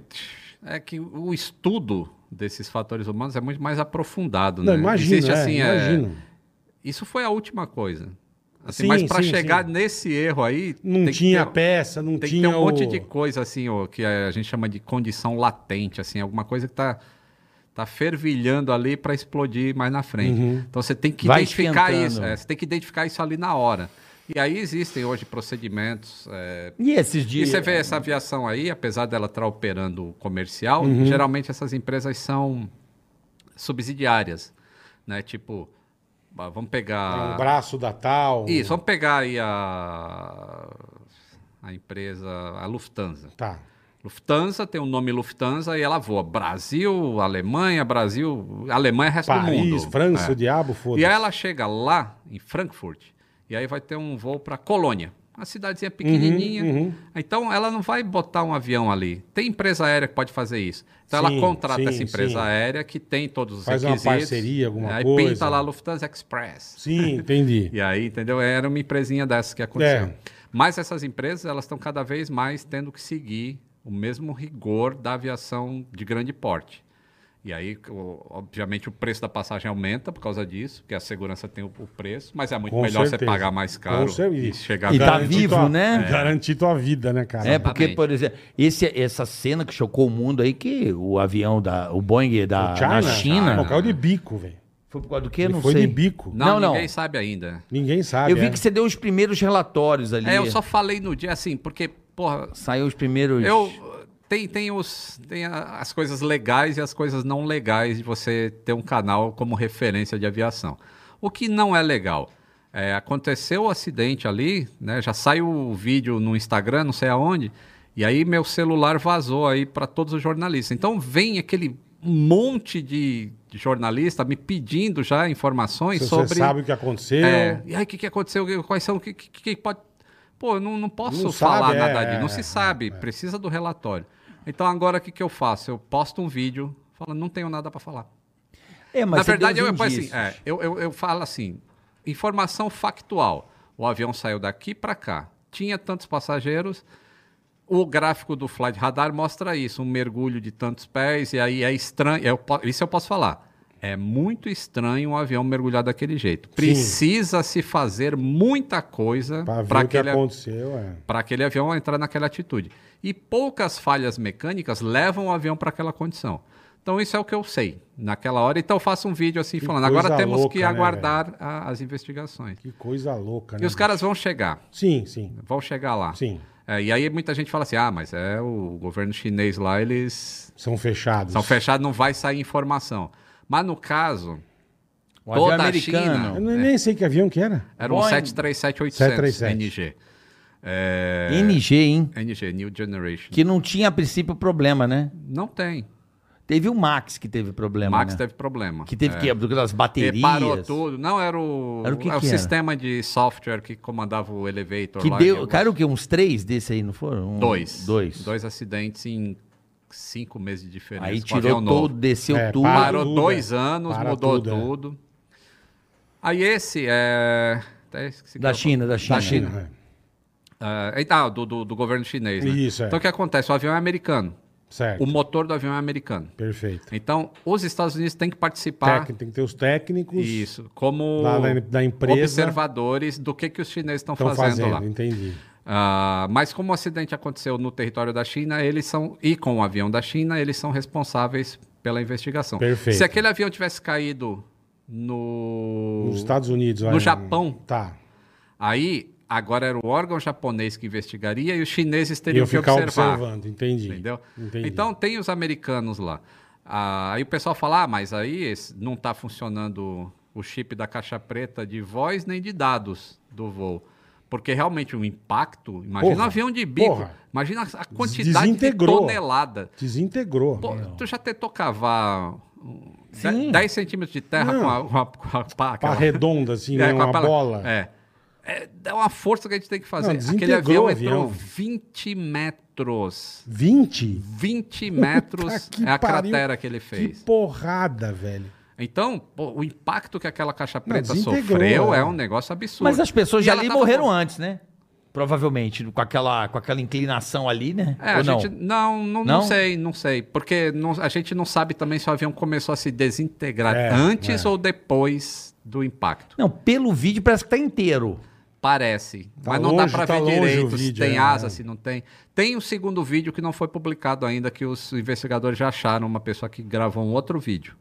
[SPEAKER 5] é que o estudo desses fatores humanos é muito mais aprofundado,
[SPEAKER 1] Não,
[SPEAKER 5] né?
[SPEAKER 1] imagina,
[SPEAKER 5] Existe,
[SPEAKER 1] é,
[SPEAKER 5] assim, é,
[SPEAKER 1] imagina.
[SPEAKER 5] Isso foi a última coisa. Assim,
[SPEAKER 1] Sim,
[SPEAKER 5] mas para
[SPEAKER 1] sim,
[SPEAKER 5] chegar
[SPEAKER 1] sim.
[SPEAKER 5] nesse erro aí,
[SPEAKER 1] Não
[SPEAKER 5] tem que
[SPEAKER 1] tinha
[SPEAKER 5] ter- um-
[SPEAKER 1] peça, não
[SPEAKER 5] tem que
[SPEAKER 1] tinha
[SPEAKER 5] ter um monte
[SPEAKER 1] o-
[SPEAKER 5] de coisa assim, ó, que a gente chama de condição latente, assim, alguma coisa que tá tá fervilhando ali para explodir mais na frente.
[SPEAKER 1] Uhum.
[SPEAKER 5] Então você tem que
[SPEAKER 4] Vai
[SPEAKER 5] identificar
[SPEAKER 4] esquentando.
[SPEAKER 5] isso, é, você tem que identificar isso ali na hora. E aí existem hoje procedimentos é,
[SPEAKER 4] E esses
[SPEAKER 5] e
[SPEAKER 4] dias?
[SPEAKER 5] você
[SPEAKER 1] é
[SPEAKER 5] vê
[SPEAKER 1] um
[SPEAKER 5] essa aviação aí, apesar dela estar operando comercial,
[SPEAKER 1] Uhum.
[SPEAKER 5] geralmente essas empresas são subsidiárias, né? Tipo, ah, vamos
[SPEAKER 1] O
[SPEAKER 5] pegar...
[SPEAKER 1] braço da tal.
[SPEAKER 5] Isso, vamos pegar aí a, a empresa, a Lufthansa.
[SPEAKER 1] Tá.
[SPEAKER 5] Lufthansa tem o nome Lufthansa e ela voa Brasil, Alemanha, Brasil... Alemanha é resto do
[SPEAKER 1] Paris,
[SPEAKER 5] mundo. é.
[SPEAKER 1] França, o diabo, foda-se.
[SPEAKER 5] E aí ela chega lá em Frankfurt, e aí vai ter um voo para Colônia, uma cidadezinha
[SPEAKER 1] Uhum,
[SPEAKER 5] é pequenininha. Então ela não vai botar um avião ali. Tem empresa aérea que pode fazer isso. Então
[SPEAKER 1] Sim,
[SPEAKER 5] ela contrata
[SPEAKER 1] sim,
[SPEAKER 5] essa empresa
[SPEAKER 1] sim.
[SPEAKER 5] aérea que tem todos os
[SPEAKER 1] Faz uma
[SPEAKER 5] requisitos.
[SPEAKER 1] parceria, alguma
[SPEAKER 5] aí Aí
[SPEAKER 1] coisa.
[SPEAKER 5] pinta lá Lufthansa Express.
[SPEAKER 1] Sim, entendi.
[SPEAKER 5] E aí, entendeu? Era uma empresinha dessas que aconteceu.
[SPEAKER 1] É.
[SPEAKER 5] Mas essas empresas, elas estão cada vez mais tendo que seguir o mesmo rigor da aviação de grande porte. E aí, o- obviamente, o preço da passagem aumenta por causa disso, porque a segurança tem o, o preço, mas é muito
[SPEAKER 1] Com
[SPEAKER 5] melhor você
[SPEAKER 1] certeza.
[SPEAKER 5] pagar mais
[SPEAKER 1] Com
[SPEAKER 5] caro
[SPEAKER 1] certeza.
[SPEAKER 5] e chegar
[SPEAKER 4] E tá
[SPEAKER 5] garantido.
[SPEAKER 1] Garantir
[SPEAKER 4] vivo,
[SPEAKER 1] tua-
[SPEAKER 4] né?
[SPEAKER 1] É. Garantir tua vida, né, cara?
[SPEAKER 4] É, porque,
[SPEAKER 5] Exatamente.
[SPEAKER 4] por exemplo, esse, essa cena que chocou o mundo aí, que o avião da. O Boeing da
[SPEAKER 1] China?
[SPEAKER 4] na China
[SPEAKER 1] Não, caiu de bico, velho.
[SPEAKER 4] Foi por causa do quê?
[SPEAKER 1] Ele
[SPEAKER 4] não
[SPEAKER 1] foi de
[SPEAKER 4] sei.
[SPEAKER 1] bico.
[SPEAKER 4] Não,
[SPEAKER 5] Não,
[SPEAKER 4] não.
[SPEAKER 5] ninguém sabe ainda.
[SPEAKER 1] Ninguém sabe.
[SPEAKER 4] Eu vi
[SPEAKER 1] é.
[SPEAKER 4] que você deu os primeiros relatórios ali.
[SPEAKER 5] É, eu só falei no dia assim, porque, porra,
[SPEAKER 4] Saiu os primeiros.
[SPEAKER 5] eu. Tem, tem, os, tem a- as coisas legais e as coisas não legais de você ter um canal como referência de aviação. O que não é legal. é, aconteceu o acidente ali, né? Já saiu o vídeo no Instagram, não sei aonde, e aí meu celular vazou aí para todos os jornalistas. Então vem aquele monte de de jornalista me pedindo já informações
[SPEAKER 1] Se
[SPEAKER 5] sobre
[SPEAKER 1] Você sabe o que aconteceu.
[SPEAKER 5] é, e aí, o que, que aconteceu? Quais são? O que, que, que pode. Pô, eu não, não posso
[SPEAKER 1] Não
[SPEAKER 5] falar
[SPEAKER 1] sabe,
[SPEAKER 5] nada
[SPEAKER 1] é,
[SPEAKER 5] disso. Não
[SPEAKER 1] é,
[SPEAKER 5] se sabe. Precisa do relatório. Então, agora, o que, que eu faço? Eu posto um vídeo falando, não tenho nada para falar.
[SPEAKER 4] É,
[SPEAKER 5] Na
[SPEAKER 4] você deu
[SPEAKER 5] verdade,
[SPEAKER 4] os
[SPEAKER 5] eu, eu, assim,
[SPEAKER 4] indícios.
[SPEAKER 5] é, eu, eu, eu falo assim: informação factual. O avião saiu daqui para cá. Tinha tantos passageiros. O gráfico do flight radar mostra isso, um mergulho de tantos pés, e aí é estranho. eu po- isso eu posso falar. É muito estranho um avião mergulhar daquele jeito. Precisa se fazer muita coisa
[SPEAKER 1] Pra ver
[SPEAKER 5] para
[SPEAKER 1] o que
[SPEAKER 5] aquele, a-
[SPEAKER 1] aconteceu, é.
[SPEAKER 5] pra aquele avião entrar naquela atitude. E poucas falhas mecânicas levam o avião para aquela condição. Então, isso é o que eu sei naquela hora. Então, eu faço um vídeo assim,
[SPEAKER 1] Que
[SPEAKER 5] falando: agora
[SPEAKER 1] coisa
[SPEAKER 5] temos
[SPEAKER 1] louca,
[SPEAKER 5] que
[SPEAKER 1] né,
[SPEAKER 5] aguardar a- as investigações.
[SPEAKER 1] Que coisa louca, né?
[SPEAKER 5] E os caras vão chegar,
[SPEAKER 1] Sim, sim.
[SPEAKER 5] vão chegar lá.
[SPEAKER 1] Sim.
[SPEAKER 5] É, e aí muita gente fala assim: ah, mas é o governo chinês lá, eles
[SPEAKER 1] São fechados.
[SPEAKER 5] são fechados, não vai sair informação. Mas no caso,
[SPEAKER 4] Um
[SPEAKER 5] toda
[SPEAKER 4] avião
[SPEAKER 5] a
[SPEAKER 4] americano.
[SPEAKER 1] Eu
[SPEAKER 5] China
[SPEAKER 1] nem- nem sei que avião que era.
[SPEAKER 5] era um
[SPEAKER 4] Boeing.
[SPEAKER 5] 737-800 NG.
[SPEAKER 4] NG, é. hein?
[SPEAKER 5] NG, É, New Generation.
[SPEAKER 4] Que não tinha a princípio problema, né?
[SPEAKER 5] Não tem.
[SPEAKER 4] Teve o Max que teve problema.
[SPEAKER 5] Max
[SPEAKER 4] né?
[SPEAKER 5] teve problema.
[SPEAKER 4] Que teve quebra das
[SPEAKER 5] E
[SPEAKER 4] baterias.
[SPEAKER 5] parou tudo. Não, era o,
[SPEAKER 4] Era o que
[SPEAKER 5] é
[SPEAKER 4] que era?
[SPEAKER 5] sistema de software que comandava o elevator
[SPEAKER 4] Que
[SPEAKER 5] lá.
[SPEAKER 4] deu.
[SPEAKER 5] Eu-
[SPEAKER 4] Cara, o quê? Uns três desse aí, não foram? Um-
[SPEAKER 5] dois.
[SPEAKER 4] Dois.
[SPEAKER 5] Dois acidentes em cinco meses de diferença.
[SPEAKER 4] Aí
[SPEAKER 5] com
[SPEAKER 4] tirou
[SPEAKER 5] avião
[SPEAKER 4] todo,
[SPEAKER 5] novo.
[SPEAKER 4] desceu
[SPEAKER 1] É,
[SPEAKER 4] tudo.
[SPEAKER 1] parou.
[SPEAKER 5] Parou
[SPEAKER 1] tudo,
[SPEAKER 5] dois
[SPEAKER 1] é.
[SPEAKER 5] anos,
[SPEAKER 1] Para
[SPEAKER 5] mudou
[SPEAKER 1] tudo,
[SPEAKER 5] tudo.
[SPEAKER 1] é.
[SPEAKER 5] Aí esse é... até esqueci
[SPEAKER 4] Da
[SPEAKER 5] que eu-
[SPEAKER 4] China, da China.
[SPEAKER 5] Da China.
[SPEAKER 1] É,
[SPEAKER 5] Ah, e tá, do, do, do governo chinês, né?
[SPEAKER 1] Isso, é.
[SPEAKER 5] Então o que acontece? O avião é americano.
[SPEAKER 1] É, Certo.
[SPEAKER 5] O motor do avião é americano.
[SPEAKER 1] Perfeito.
[SPEAKER 5] Então, os Estados Unidos têm que participar...
[SPEAKER 1] Técnico, tem que ter os técnicos.
[SPEAKER 5] Isso, como
[SPEAKER 1] Lá da- da empresa.
[SPEAKER 5] observadores do que, que os chineses estão
[SPEAKER 1] Estão
[SPEAKER 5] fazendo,
[SPEAKER 1] fazendo,
[SPEAKER 5] lá.
[SPEAKER 1] entendi.
[SPEAKER 5] Ah, mas como o acidente aconteceu no território da China, eles são e com o avião da China, eles são responsáveis pela investigação.
[SPEAKER 1] Perfeito.
[SPEAKER 5] Se aquele avião tivesse caído no
[SPEAKER 1] Nos Estados Unidos. lá
[SPEAKER 5] No
[SPEAKER 1] em-
[SPEAKER 5] Japão.
[SPEAKER 1] Tá.
[SPEAKER 5] aí agora era o órgão japonês que investigaria e os chineses
[SPEAKER 1] E
[SPEAKER 5] teriam
[SPEAKER 1] eu
[SPEAKER 5] que
[SPEAKER 1] ficar
[SPEAKER 5] observar.
[SPEAKER 1] observando, entendi.
[SPEAKER 5] Entendeu?
[SPEAKER 1] Entendi.
[SPEAKER 5] Então tem os americanos lá. Ah, aí o pessoal fala, ah, mas aí esse- não está funcionando o chip da caixa preta de voz nem de dados do voo. Porque realmente o impacto, imagina
[SPEAKER 1] Porra,
[SPEAKER 5] um avião de bico,
[SPEAKER 1] porra.
[SPEAKER 5] imagina a quantidade de
[SPEAKER 1] Desintegrou.
[SPEAKER 5] tonelada.
[SPEAKER 1] Desintegrou.
[SPEAKER 5] Pô, tu já tentou cavar um,
[SPEAKER 4] Sim.
[SPEAKER 5] 10 centímetros de terra
[SPEAKER 1] Não.
[SPEAKER 5] com a, com a, com a pá,
[SPEAKER 1] Pá
[SPEAKER 5] aquela-
[SPEAKER 1] redonda, assim,
[SPEAKER 5] é,
[SPEAKER 1] né?
[SPEAKER 5] com a
[SPEAKER 1] uma
[SPEAKER 5] pala-
[SPEAKER 1] bola.
[SPEAKER 5] É. É, é uma força que a gente tem que fazer.
[SPEAKER 1] Não,
[SPEAKER 5] Aquele avião
[SPEAKER 1] desintegrou o
[SPEAKER 5] entrou
[SPEAKER 1] avião.
[SPEAKER 5] 20 metros.
[SPEAKER 1] 20?
[SPEAKER 5] 20
[SPEAKER 1] Puta
[SPEAKER 5] metros
[SPEAKER 1] Tá, que
[SPEAKER 5] é a
[SPEAKER 1] pariu.
[SPEAKER 5] cratera que ele fez.
[SPEAKER 1] Que porrada, velho.
[SPEAKER 5] Então, pô, o impacto que aquela caixa preta
[SPEAKER 1] desintegrou,
[SPEAKER 5] sofreu
[SPEAKER 1] é.
[SPEAKER 5] é um negócio absurdo.
[SPEAKER 4] Mas as pessoas
[SPEAKER 5] E
[SPEAKER 4] já
[SPEAKER 5] ela
[SPEAKER 4] ali
[SPEAKER 5] tava
[SPEAKER 4] morreram
[SPEAKER 5] com-
[SPEAKER 4] antes, né? Provavelmente, com aquela, com aquela inclinação ali, né?
[SPEAKER 5] É, a
[SPEAKER 4] Ou não?
[SPEAKER 5] gente não? Não, não,
[SPEAKER 4] Não?
[SPEAKER 5] sei, não sei. Porque não- a gente não sabe também se o avião começou a se desintegrar
[SPEAKER 1] É,
[SPEAKER 5] antes
[SPEAKER 1] é.
[SPEAKER 5] ou depois do impacto.
[SPEAKER 4] Não, pelo vídeo parece que tá inteiro.
[SPEAKER 5] Parece.
[SPEAKER 1] Tá
[SPEAKER 5] mas não
[SPEAKER 1] longe,
[SPEAKER 5] dá pra
[SPEAKER 1] tá
[SPEAKER 5] ver
[SPEAKER 1] longe o
[SPEAKER 5] direito se
[SPEAKER 1] vídeo,
[SPEAKER 5] tem
[SPEAKER 1] é.
[SPEAKER 5] asa, se não tem. Tem um segundo vídeo que não foi publicado ainda, que os investigadores já acharam uma pessoa que gravou um outro vídeo.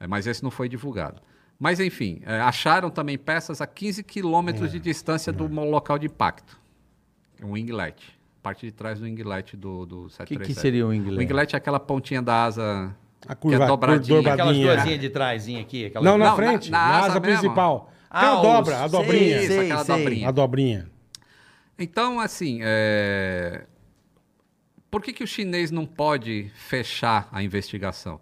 [SPEAKER 5] É, mas esse não foi divulgado. Mas, enfim, é, acharam também peças a 15
[SPEAKER 1] É,
[SPEAKER 5] quilômetros de distância do mo- local de impacto. Um inglete. Parte de trás do inglete do, do
[SPEAKER 4] O que,
[SPEAKER 5] 737.
[SPEAKER 4] que seria o
[SPEAKER 5] É O
[SPEAKER 4] inglês?
[SPEAKER 5] inglete é aquela pontinha da asa
[SPEAKER 1] A curva,
[SPEAKER 5] que é dobradinha.
[SPEAKER 1] cur-
[SPEAKER 4] Aquelas
[SPEAKER 1] dobradinha.
[SPEAKER 4] duasinhas de trásinha aqui. Aquelas...
[SPEAKER 1] Não, na
[SPEAKER 5] Não, na-
[SPEAKER 1] frente, na,
[SPEAKER 5] na
[SPEAKER 1] asa,
[SPEAKER 5] asa mesmo.
[SPEAKER 1] principal. Tem
[SPEAKER 4] Ah,
[SPEAKER 1] a
[SPEAKER 4] o-
[SPEAKER 1] dobra, a
[SPEAKER 4] sei,
[SPEAKER 1] dobrinha.
[SPEAKER 4] sei,
[SPEAKER 5] Aquela
[SPEAKER 4] sei.
[SPEAKER 5] dobrinha.
[SPEAKER 1] A dobrinha.
[SPEAKER 5] Então, assim, é, por que, que o chinês não pode fechar a investigação?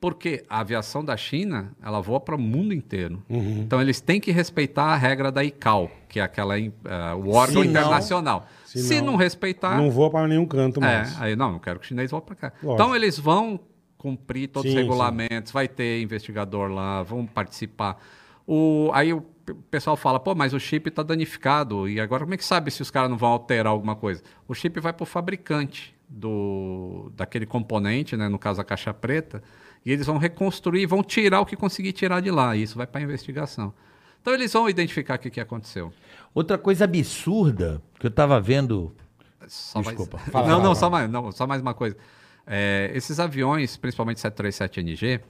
[SPEAKER 5] Porque a aviação da China, ela voa para o mundo inteiro.
[SPEAKER 1] Uhum.
[SPEAKER 5] Então, eles têm que respeitar a regra da ICAO, que é aquela, em- é, o órgão
[SPEAKER 4] não-
[SPEAKER 5] internacional.
[SPEAKER 1] se
[SPEAKER 5] Se,
[SPEAKER 1] não-
[SPEAKER 5] não, respeitar,
[SPEAKER 1] Não vou para nenhum canto
[SPEAKER 5] Tá. é,
[SPEAKER 1] mais.
[SPEAKER 5] aí não, não quero que o chinês volte para cá.
[SPEAKER 1] Lógico.
[SPEAKER 5] Então eles vão cumprir todos
[SPEAKER 1] Sim,
[SPEAKER 5] os regulamentos, vai ter investigador lá, vão participar. O, aí o p- pessoal fala, pô, mas o chip está danificado e agora como é que sabe se os caras não vão alterar alguma coisa? O chip vai para o fabricante do daquele componente, né, no caso a caixa preta, e eles vão reconstruir, vão tirar o que conseguir tirar de lá. E isso vai para investigação. Então eles vão identificar o que, que aconteceu.
[SPEAKER 4] Outra coisa absurda que eu tava vendo.
[SPEAKER 5] Só
[SPEAKER 4] Desculpa.
[SPEAKER 5] Mais...
[SPEAKER 1] Fala,
[SPEAKER 5] não, não,
[SPEAKER 1] fala, fala.
[SPEAKER 5] só mais, não, só mais uma coisa. É, esses aviões, principalmente 737NG,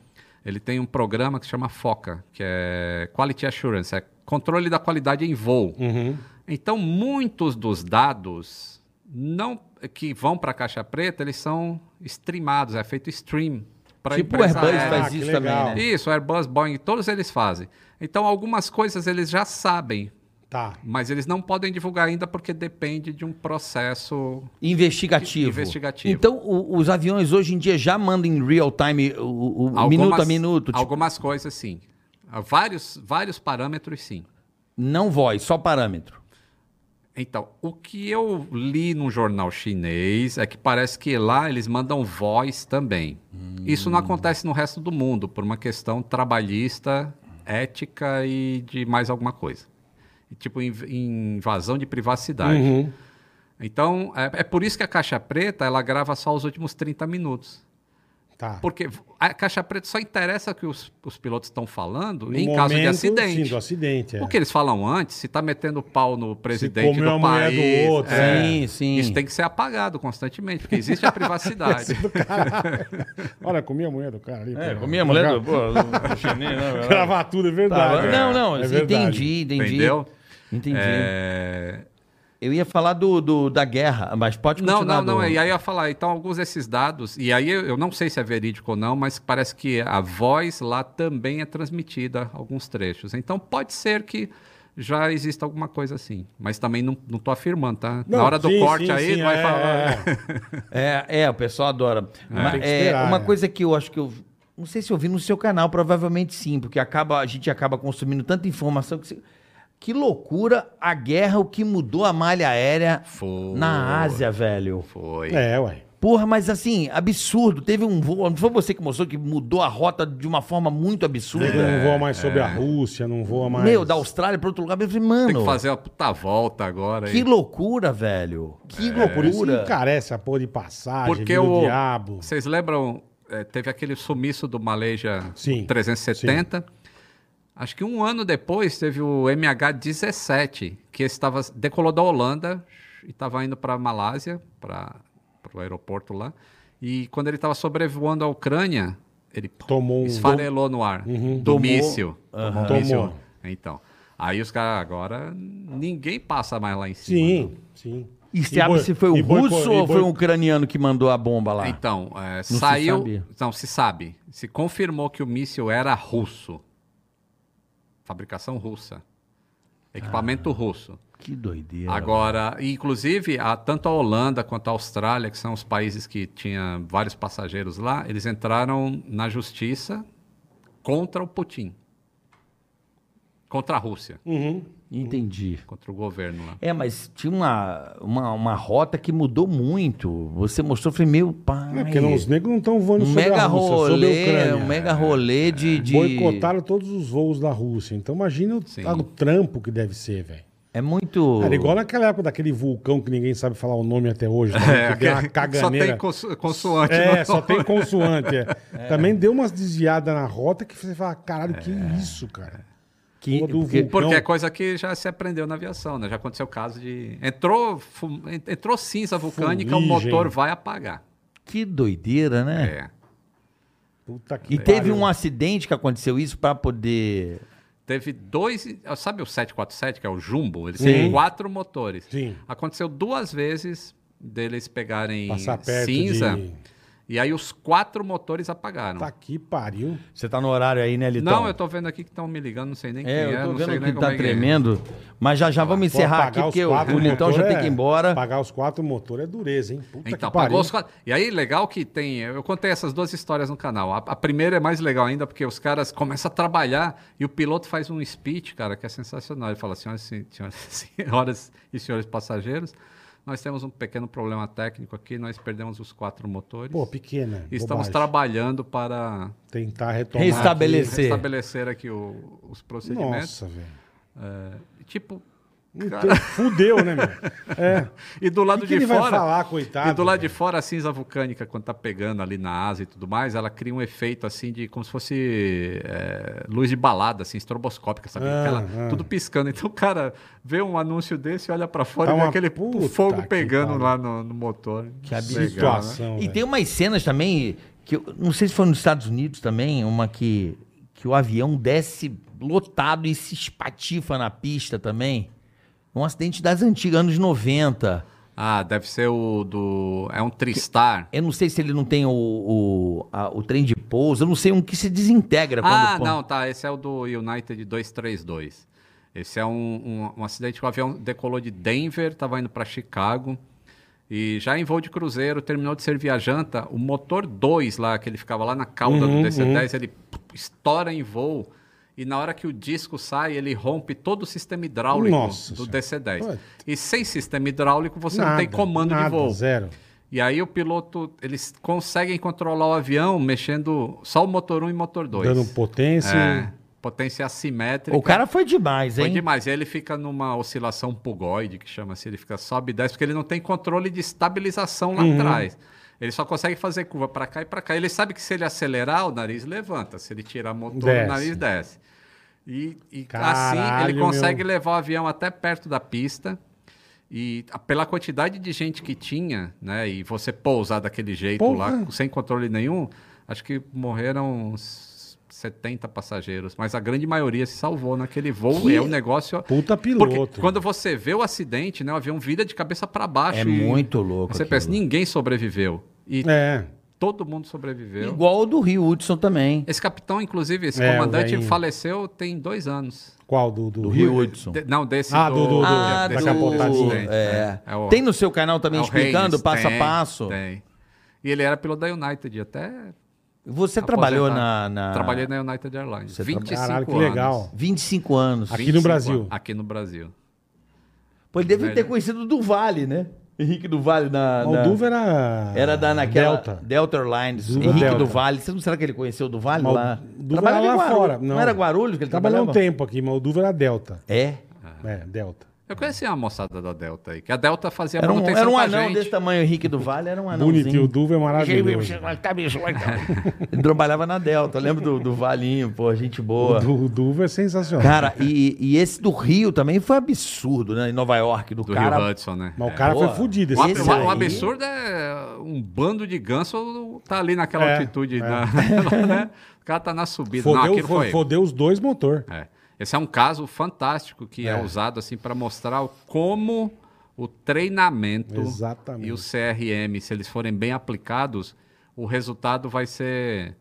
[SPEAKER 5] Ele tem um programa que chama FOCA, que é Quality Assurance, é controle da qualidade em voo.
[SPEAKER 1] Uhum.
[SPEAKER 5] Então, muitos dos dados não que vão para a caixa preta, eles são streamados, é feito stream. pra é. Ah,
[SPEAKER 4] Tipo o
[SPEAKER 5] empresa
[SPEAKER 4] Airbus
[SPEAKER 5] aérea.
[SPEAKER 4] faz
[SPEAKER 1] que
[SPEAKER 4] isso
[SPEAKER 1] legal.
[SPEAKER 4] também, né?
[SPEAKER 5] Isso, Airbus, Boeing, todos eles fazem. Então, algumas coisas eles já sabem,
[SPEAKER 1] Tá.
[SPEAKER 5] mas eles não podem divulgar ainda porque depende de um processo
[SPEAKER 4] Investigativo.
[SPEAKER 5] Investigativo.
[SPEAKER 4] Então, o- os aviões hoje em dia já mandam em real time, o, o- o
[SPEAKER 5] Algumas-
[SPEAKER 4] minuto a minuto. tipo,
[SPEAKER 5] Algumas coisas, sim. Há Vários, vários parâmetros, sim.
[SPEAKER 4] Não voz, só parâmetro.
[SPEAKER 5] Então, o que eu li num jornal chinês é que parece que lá eles mandam voz também.
[SPEAKER 1] Hum.
[SPEAKER 5] Isso não acontece no resto do mundo, por uma questão trabalhista, ética e de mais alguma coisa. E, Tipo, inv- invasão de privacidade.
[SPEAKER 1] Uhum.
[SPEAKER 5] Então, é, é por isso que a caixa preta ela grava só os últimos 30 minutos.
[SPEAKER 1] Tá.
[SPEAKER 5] Porque a caixa preta só interessa o que os, os pilotos estão falando
[SPEAKER 1] No
[SPEAKER 5] em caso de
[SPEAKER 1] momento,
[SPEAKER 5] acidente.
[SPEAKER 1] Sim, do acidente. é.
[SPEAKER 5] O que eles falam antes, se tá metendo pau no presidente
[SPEAKER 1] comeu a
[SPEAKER 5] do
[SPEAKER 1] mulher do
[SPEAKER 5] país,
[SPEAKER 1] outro,
[SPEAKER 5] é,
[SPEAKER 4] Sim, sim.
[SPEAKER 5] isso tem que ser apagado constantemente, porque existe a privacidade.
[SPEAKER 1] Olha, comi a mulher do cara ali.
[SPEAKER 6] É,
[SPEAKER 1] pô.
[SPEAKER 6] comia a mulher do, pô, do, do chinês, né? velho?
[SPEAKER 1] Gravatura, é verdade.
[SPEAKER 4] Tá, não, não,
[SPEAKER 1] É
[SPEAKER 4] assim,
[SPEAKER 1] verdade.
[SPEAKER 4] entendi, entendi.
[SPEAKER 5] entendeu?
[SPEAKER 4] Entendi.
[SPEAKER 5] É,
[SPEAKER 4] Eu ia falar do, do- da guerra, mas pode
[SPEAKER 5] Não,
[SPEAKER 4] continuar.
[SPEAKER 5] não, não.
[SPEAKER 4] do-
[SPEAKER 5] E aí eu ia falar, então, alguns desses dados, e aí eu eu não sei se é verídico ou não, mas parece que a voz lá também é transmitida, alguns trechos. Então pode ser que já exista alguma coisa assim. Mas também não, não tô afirmando, tá?
[SPEAKER 1] Não,
[SPEAKER 5] Na hora do
[SPEAKER 1] sim,
[SPEAKER 5] corte
[SPEAKER 1] sim,
[SPEAKER 5] aí,
[SPEAKER 1] sim,
[SPEAKER 5] não vai
[SPEAKER 1] é,
[SPEAKER 5] falar.
[SPEAKER 1] é, é.
[SPEAKER 4] É, é, o pessoal adora. Mas,
[SPEAKER 1] Tem que
[SPEAKER 4] é,
[SPEAKER 1] esperar,
[SPEAKER 4] uma
[SPEAKER 1] né?
[SPEAKER 4] coisa que eu acho que eu. Não sei se eu vi no seu canal, provavelmente sim, porque acaba, a gente acaba consumindo tanta informação que. se- Que loucura a guerra, o que mudou a malha aérea
[SPEAKER 5] Foi.
[SPEAKER 4] na Ásia, velho.
[SPEAKER 5] Foi.
[SPEAKER 1] É, ué.
[SPEAKER 4] Porra, mas assim, absurdo. Teve um voo. Não foi você que mostrou que mudou a rota de uma forma muito
[SPEAKER 1] Nego
[SPEAKER 4] absurda?
[SPEAKER 5] É.
[SPEAKER 1] não voa mais sobre a Rússia, não voa mais.
[SPEAKER 4] é,
[SPEAKER 1] É,
[SPEAKER 4] Meu, da Austrália pra outro lugar. Eu falei, mano,
[SPEAKER 5] Tem que fazer uma puta volta agora.
[SPEAKER 4] que
[SPEAKER 5] hein?
[SPEAKER 4] loucura, velho. Que loucura.
[SPEAKER 1] Por isso que encarece a porra de passagem,
[SPEAKER 5] Porque
[SPEAKER 1] vira
[SPEAKER 5] o.
[SPEAKER 1] diabo.
[SPEAKER 5] Vocês lembram? eh, teve aquele sumiço do Malaysia
[SPEAKER 1] Sim,
[SPEAKER 5] 370. Acho que um ano depois teve o MH17, que estava decolou da Holanda e estava indo para Malásia, para o aeroporto lá. E quando ele estava sobrevoando a Ucrânia, ele pô,
[SPEAKER 1] Tomou um-
[SPEAKER 5] esfarelou no ar do
[SPEAKER 4] Tomou-
[SPEAKER 5] míssil.
[SPEAKER 1] Aham.
[SPEAKER 5] Do míssil.
[SPEAKER 1] Tomou.
[SPEAKER 5] Então, aí os caras agora ninguém passa mais lá em cima. né?
[SPEAKER 1] Sim, sim.
[SPEAKER 4] E sabe
[SPEAKER 1] boi-
[SPEAKER 4] se foi um
[SPEAKER 1] e boi-
[SPEAKER 4] russo
[SPEAKER 1] e
[SPEAKER 4] ou
[SPEAKER 1] boi-
[SPEAKER 4] foi um ucraniano que mandou a bomba lá?
[SPEAKER 5] Então, é,
[SPEAKER 4] se
[SPEAKER 5] saiu.
[SPEAKER 4] sabe.
[SPEAKER 5] não, se sabe. Se confirmou que o míssil era russo. Fabricação russa. Equipamento russo.
[SPEAKER 4] que doideira.
[SPEAKER 5] Agora, e, inclusive, a- tanto a Holanda quanto a Austrália, que são os países que tinham vários passageiros lá, eles entraram na justiça contra o Putin. Contra a Rússia.
[SPEAKER 1] Uhum.
[SPEAKER 4] Entendi.
[SPEAKER 5] Contra o governo lá.
[SPEAKER 4] É, mas tinha uma, uma, uma rota que mudou muito. Você mostrou, eu falei, meu pai.
[SPEAKER 1] É porque não, os negros não estão voando
[SPEAKER 4] um
[SPEAKER 1] sobre
[SPEAKER 4] mega
[SPEAKER 1] a Rússia, sobre a
[SPEAKER 4] rolê,
[SPEAKER 1] Ucrânia. É,
[SPEAKER 4] um mega rolê de. de...
[SPEAKER 1] Boicotaram todos os voos da Rússia. Então imagina o,
[SPEAKER 5] Sim.
[SPEAKER 1] o trampo que deve ser, velho.
[SPEAKER 4] É muito.
[SPEAKER 1] Era igual naquela época daquele vulcão que ninguém sabe falar o nome até hoje. né? que deu uma
[SPEAKER 5] É, Só
[SPEAKER 1] caganeira.
[SPEAKER 5] tem conso- consoante.
[SPEAKER 1] É,
[SPEAKER 5] no-
[SPEAKER 1] só tem consoante. é. Também deu umas desviadas na rota que você fala, caralho, que isso, cara?
[SPEAKER 4] que,
[SPEAKER 1] Porra do
[SPEAKER 4] porque-
[SPEAKER 1] vulcão.
[SPEAKER 5] Porque é coisa que já se aprendeu na aviação, né? Já aconteceu o caso de. Entrou, fu- en- entrou cinza vulcânica, o
[SPEAKER 1] Fuligem.
[SPEAKER 5] motor vai apagar.
[SPEAKER 4] que doideira, né?
[SPEAKER 5] É.
[SPEAKER 1] Puta que
[SPEAKER 4] E teve
[SPEAKER 1] pariu.
[SPEAKER 4] um acidente que aconteceu isso pra poder.
[SPEAKER 5] Teve dois. Sabe o 747, que é o jumbo? Eles têm quatro motores.
[SPEAKER 1] Sim.
[SPEAKER 5] Aconteceu duas vezes deles pegarem
[SPEAKER 1] Passar perto
[SPEAKER 5] cinza.
[SPEAKER 1] de-
[SPEAKER 5] E aí os quatro motores apagaram.
[SPEAKER 1] Tá que pariu.
[SPEAKER 4] Você tá no horário aí, né, Litão?
[SPEAKER 5] Não, eu tô vendo aqui que estão me ligando, não sei nem
[SPEAKER 4] É,
[SPEAKER 5] quem é,
[SPEAKER 4] eu tô
[SPEAKER 5] não sei nem
[SPEAKER 4] vendo que
[SPEAKER 5] como
[SPEAKER 4] tá
[SPEAKER 5] é que é.
[SPEAKER 4] tremendo. Mas já já vamos
[SPEAKER 1] Pô,
[SPEAKER 4] encerrar
[SPEAKER 1] apagar
[SPEAKER 4] aqui,
[SPEAKER 1] os
[SPEAKER 4] porque o,
[SPEAKER 1] quatro
[SPEAKER 4] o Litão já
[SPEAKER 1] motor
[SPEAKER 4] tem
[SPEAKER 1] é-
[SPEAKER 4] que ir embora.
[SPEAKER 1] Pagar os quatro motores é dureza, hein? Puta
[SPEAKER 5] Então,
[SPEAKER 1] que pariu.
[SPEAKER 5] pagou os quatro. E aí, legal que tem. Eu contei essas duas histórias no canal. A, a primeira é mais legal ainda, porque os caras começam a trabalhar e o piloto faz um speech, cara, que é sensacional. Ele fala: senhoras, e sen- senhoras, senhoras e senhores passageiros, nós temos um pequeno problema técnico aqui, nós perdemos os quatro motores.
[SPEAKER 1] Pô, pequena.
[SPEAKER 5] Estamos
[SPEAKER 1] bobagem.
[SPEAKER 5] trabalhando para
[SPEAKER 1] Tentar retomar.
[SPEAKER 4] Restabelecer. Sim.
[SPEAKER 5] restabelecer aqui o- os
[SPEAKER 1] aqui.
[SPEAKER 5] procedimentos.
[SPEAKER 1] Nossa, velho.
[SPEAKER 5] Tipo,
[SPEAKER 1] Não tem- Fudeu, né, meu? É.
[SPEAKER 5] E do lado
[SPEAKER 1] que
[SPEAKER 5] de
[SPEAKER 1] ele vai
[SPEAKER 5] fora.
[SPEAKER 1] falar, coitado,
[SPEAKER 5] E do lado
[SPEAKER 1] velho?
[SPEAKER 5] de fora, a cinza vulcânica, quando tá pegando ali na asa e tudo mais, ela cria um efeito assim de como se fosse é, luz de balada, assim, estroboscópica, sabe?
[SPEAKER 1] Ah,
[SPEAKER 5] Aquela-
[SPEAKER 1] ah.
[SPEAKER 5] Tudo piscando. Então o cara vê um anúncio desse, olha pra fora
[SPEAKER 1] Tá
[SPEAKER 5] e vê
[SPEAKER 1] uma
[SPEAKER 5] aquele
[SPEAKER 1] puta
[SPEAKER 5] fogo
[SPEAKER 1] que
[SPEAKER 5] pegando
[SPEAKER 1] pariu.
[SPEAKER 5] lá no, no motor.
[SPEAKER 4] Que absurdo.
[SPEAKER 5] Legal, né?
[SPEAKER 1] Situação.
[SPEAKER 4] E
[SPEAKER 1] velho.
[SPEAKER 4] tem umas cenas também que eu, não sei se foi nos Estados Unidos também, uma que, que o avião desce lotado e se espatifa na pista também. Um acidente das antigas, anos 90.
[SPEAKER 5] Ah, deve ser o do. É um Tristar.
[SPEAKER 4] Eu não sei se ele não tem o, o, a- o trem de pouso, eu não sei um que se desintegra quando
[SPEAKER 5] Ah,
[SPEAKER 4] põe.
[SPEAKER 5] não, tá. Esse é o do United 232. Esse é um, um, um acidente que o avião decolou de Denver, estava indo para Chicago. E já em voo de cruzeiro, terminou de servir a janta, o motor 2 lá, que ele ficava lá na cauda
[SPEAKER 1] Uhum,
[SPEAKER 5] do DC-10, ele pum, estoura em voo. E na hora que o disco sai, ele rompe todo o sistema hidráulico
[SPEAKER 1] Nossa
[SPEAKER 5] do
[SPEAKER 1] Senhora.
[SPEAKER 5] DC-10.
[SPEAKER 1] Puta.
[SPEAKER 5] E sem sistema hidráulico, um- você não tem
[SPEAKER 1] Nada,
[SPEAKER 5] comando
[SPEAKER 1] nada,
[SPEAKER 5] de voo.
[SPEAKER 1] Zero.
[SPEAKER 5] E aí o piloto, eles conseguem controlar o avião mexendo só o motor 1 e motor 2.
[SPEAKER 1] Dando potência.
[SPEAKER 5] É, potência assimétrica.
[SPEAKER 4] O cara foi demais,
[SPEAKER 5] Foi
[SPEAKER 4] hein?
[SPEAKER 5] demais. E Ele fica numa oscilação pugoide, que chama assim, ele fica sobe e desce, porque ele não tem controle de estabilização lá atrás. Ele só consegue fazer curva para cá e para cá. Ele sabe que se ele acelerar, o nariz levanta. Se ele tirar motor,
[SPEAKER 1] Desce.
[SPEAKER 5] o nariz desce. E, e assim
[SPEAKER 1] Caralho,
[SPEAKER 5] ele consegue
[SPEAKER 1] meu.
[SPEAKER 5] levar o avião até perto da pista. E a- pela quantidade de gente que tinha, né? E você pousar daquele jeito
[SPEAKER 1] Porra.
[SPEAKER 5] lá, Tipo, sem controle nenhum, acho que morreram uns 70 passageiros. Mas a grande maioria se salvou naquele voo.
[SPEAKER 4] Que
[SPEAKER 5] É um negócio.
[SPEAKER 1] Puta
[SPEAKER 5] Porque
[SPEAKER 1] piloto.
[SPEAKER 5] quando você vê o acidente, né? O avião vira de cabeça para baixo.
[SPEAKER 4] É
[SPEAKER 5] e
[SPEAKER 4] muito louco.
[SPEAKER 5] Você
[SPEAKER 4] aquilo.
[SPEAKER 5] pensa, ninguém sobreviveu. E
[SPEAKER 1] É.
[SPEAKER 5] todo mundo sobreviveu.
[SPEAKER 4] Igual o do Rio Hudson também.
[SPEAKER 5] Esse capitão, inclusive, esse
[SPEAKER 1] É, o
[SPEAKER 5] comandante
[SPEAKER 1] velhinho.
[SPEAKER 5] faleceu tem dois anos.
[SPEAKER 1] Qual? Do, do,
[SPEAKER 4] Do Rio Hudson.
[SPEAKER 5] De- não, desse
[SPEAKER 1] Ah, do- do- do-
[SPEAKER 4] Ah,
[SPEAKER 1] da
[SPEAKER 5] desse
[SPEAKER 1] capotadinha.
[SPEAKER 5] acidente,
[SPEAKER 4] É.
[SPEAKER 5] É o-
[SPEAKER 4] Tem no seu canal também
[SPEAKER 5] é o
[SPEAKER 4] explicando
[SPEAKER 5] Reis,
[SPEAKER 4] passo
[SPEAKER 5] tem,
[SPEAKER 4] a passo.
[SPEAKER 5] Tem. E ele era piloto da United até.
[SPEAKER 4] Você trabalhou na,
[SPEAKER 5] aposentar.
[SPEAKER 4] na
[SPEAKER 5] Trabalhei na United Airlines.
[SPEAKER 4] Ah. Você traba-
[SPEAKER 5] 25
[SPEAKER 1] Caralho, que
[SPEAKER 5] anos.
[SPEAKER 1] legal.
[SPEAKER 4] 25 anos.
[SPEAKER 1] Aqui no
[SPEAKER 5] 25
[SPEAKER 1] Brasil.
[SPEAKER 5] anos. Aqui no Brasil.
[SPEAKER 4] Pô, ele deve
[SPEAKER 5] Velho.
[SPEAKER 4] ter conhecido o Duvalle, né? Henrique Duvalle na.
[SPEAKER 1] Mas
[SPEAKER 4] na-
[SPEAKER 1] O Duva era.
[SPEAKER 4] Era da naquela
[SPEAKER 1] Delta.
[SPEAKER 4] Delta, Airlines,
[SPEAKER 1] Duva
[SPEAKER 4] Henrique
[SPEAKER 1] Delta.
[SPEAKER 4] Duvalle. Você não será que ele conheceu o Duvalle
[SPEAKER 1] Mas o
[SPEAKER 4] lá?
[SPEAKER 1] Duva
[SPEAKER 4] Trabalhava
[SPEAKER 1] era
[SPEAKER 4] em
[SPEAKER 1] lá
[SPEAKER 4] Guarulhos.
[SPEAKER 1] fora.
[SPEAKER 4] Não.
[SPEAKER 1] Não.
[SPEAKER 4] era Guarulhos que ele
[SPEAKER 1] Trabalhou
[SPEAKER 4] trabalhava?
[SPEAKER 1] um tempo aqui, mas o Duva era Delta.
[SPEAKER 4] É.
[SPEAKER 1] É, Delta.
[SPEAKER 5] Eu conheci uma moçada da Delta aí, que a Delta fazia
[SPEAKER 4] Era um,
[SPEAKER 5] manutenção
[SPEAKER 4] era um
[SPEAKER 5] pra
[SPEAKER 4] anão
[SPEAKER 5] gente.
[SPEAKER 4] desse tamanho, Henrique Duvalle era um anãozinho.
[SPEAKER 1] Bonitinho, o Duva é maravilhoso.
[SPEAKER 4] tá então. Ele trabalhava na Delta, eu lembro do, do Valinho, pô, gente boa.
[SPEAKER 1] O Du- O Duva é sensacional.
[SPEAKER 4] Cara, e, e esse do Rio também foi absurdo, né? Em Nova York, do,
[SPEAKER 5] Do
[SPEAKER 4] cara.
[SPEAKER 5] Rio Hudson, né?
[SPEAKER 1] mas
[SPEAKER 5] É.
[SPEAKER 1] o cara
[SPEAKER 4] boa. Um
[SPEAKER 1] foi fudido.
[SPEAKER 5] O, ab-
[SPEAKER 4] Esse
[SPEAKER 5] o- o
[SPEAKER 4] aí-
[SPEAKER 5] absurdo é um bando de ganso tá ali naquela
[SPEAKER 1] É,
[SPEAKER 5] altitude.
[SPEAKER 1] é.
[SPEAKER 5] na- né? O cara tá na subida. Não,
[SPEAKER 1] Fodeu,
[SPEAKER 5] aquilo
[SPEAKER 1] fo-
[SPEAKER 5] foi.
[SPEAKER 1] fodeu os dois motor.
[SPEAKER 5] É. Esse é um caso fantástico que é,
[SPEAKER 1] É.
[SPEAKER 5] usado assim para mostrar o- como o treinamento
[SPEAKER 1] Exatamente.
[SPEAKER 5] e o CRM, se eles forem bem aplicados, o resultado vai ser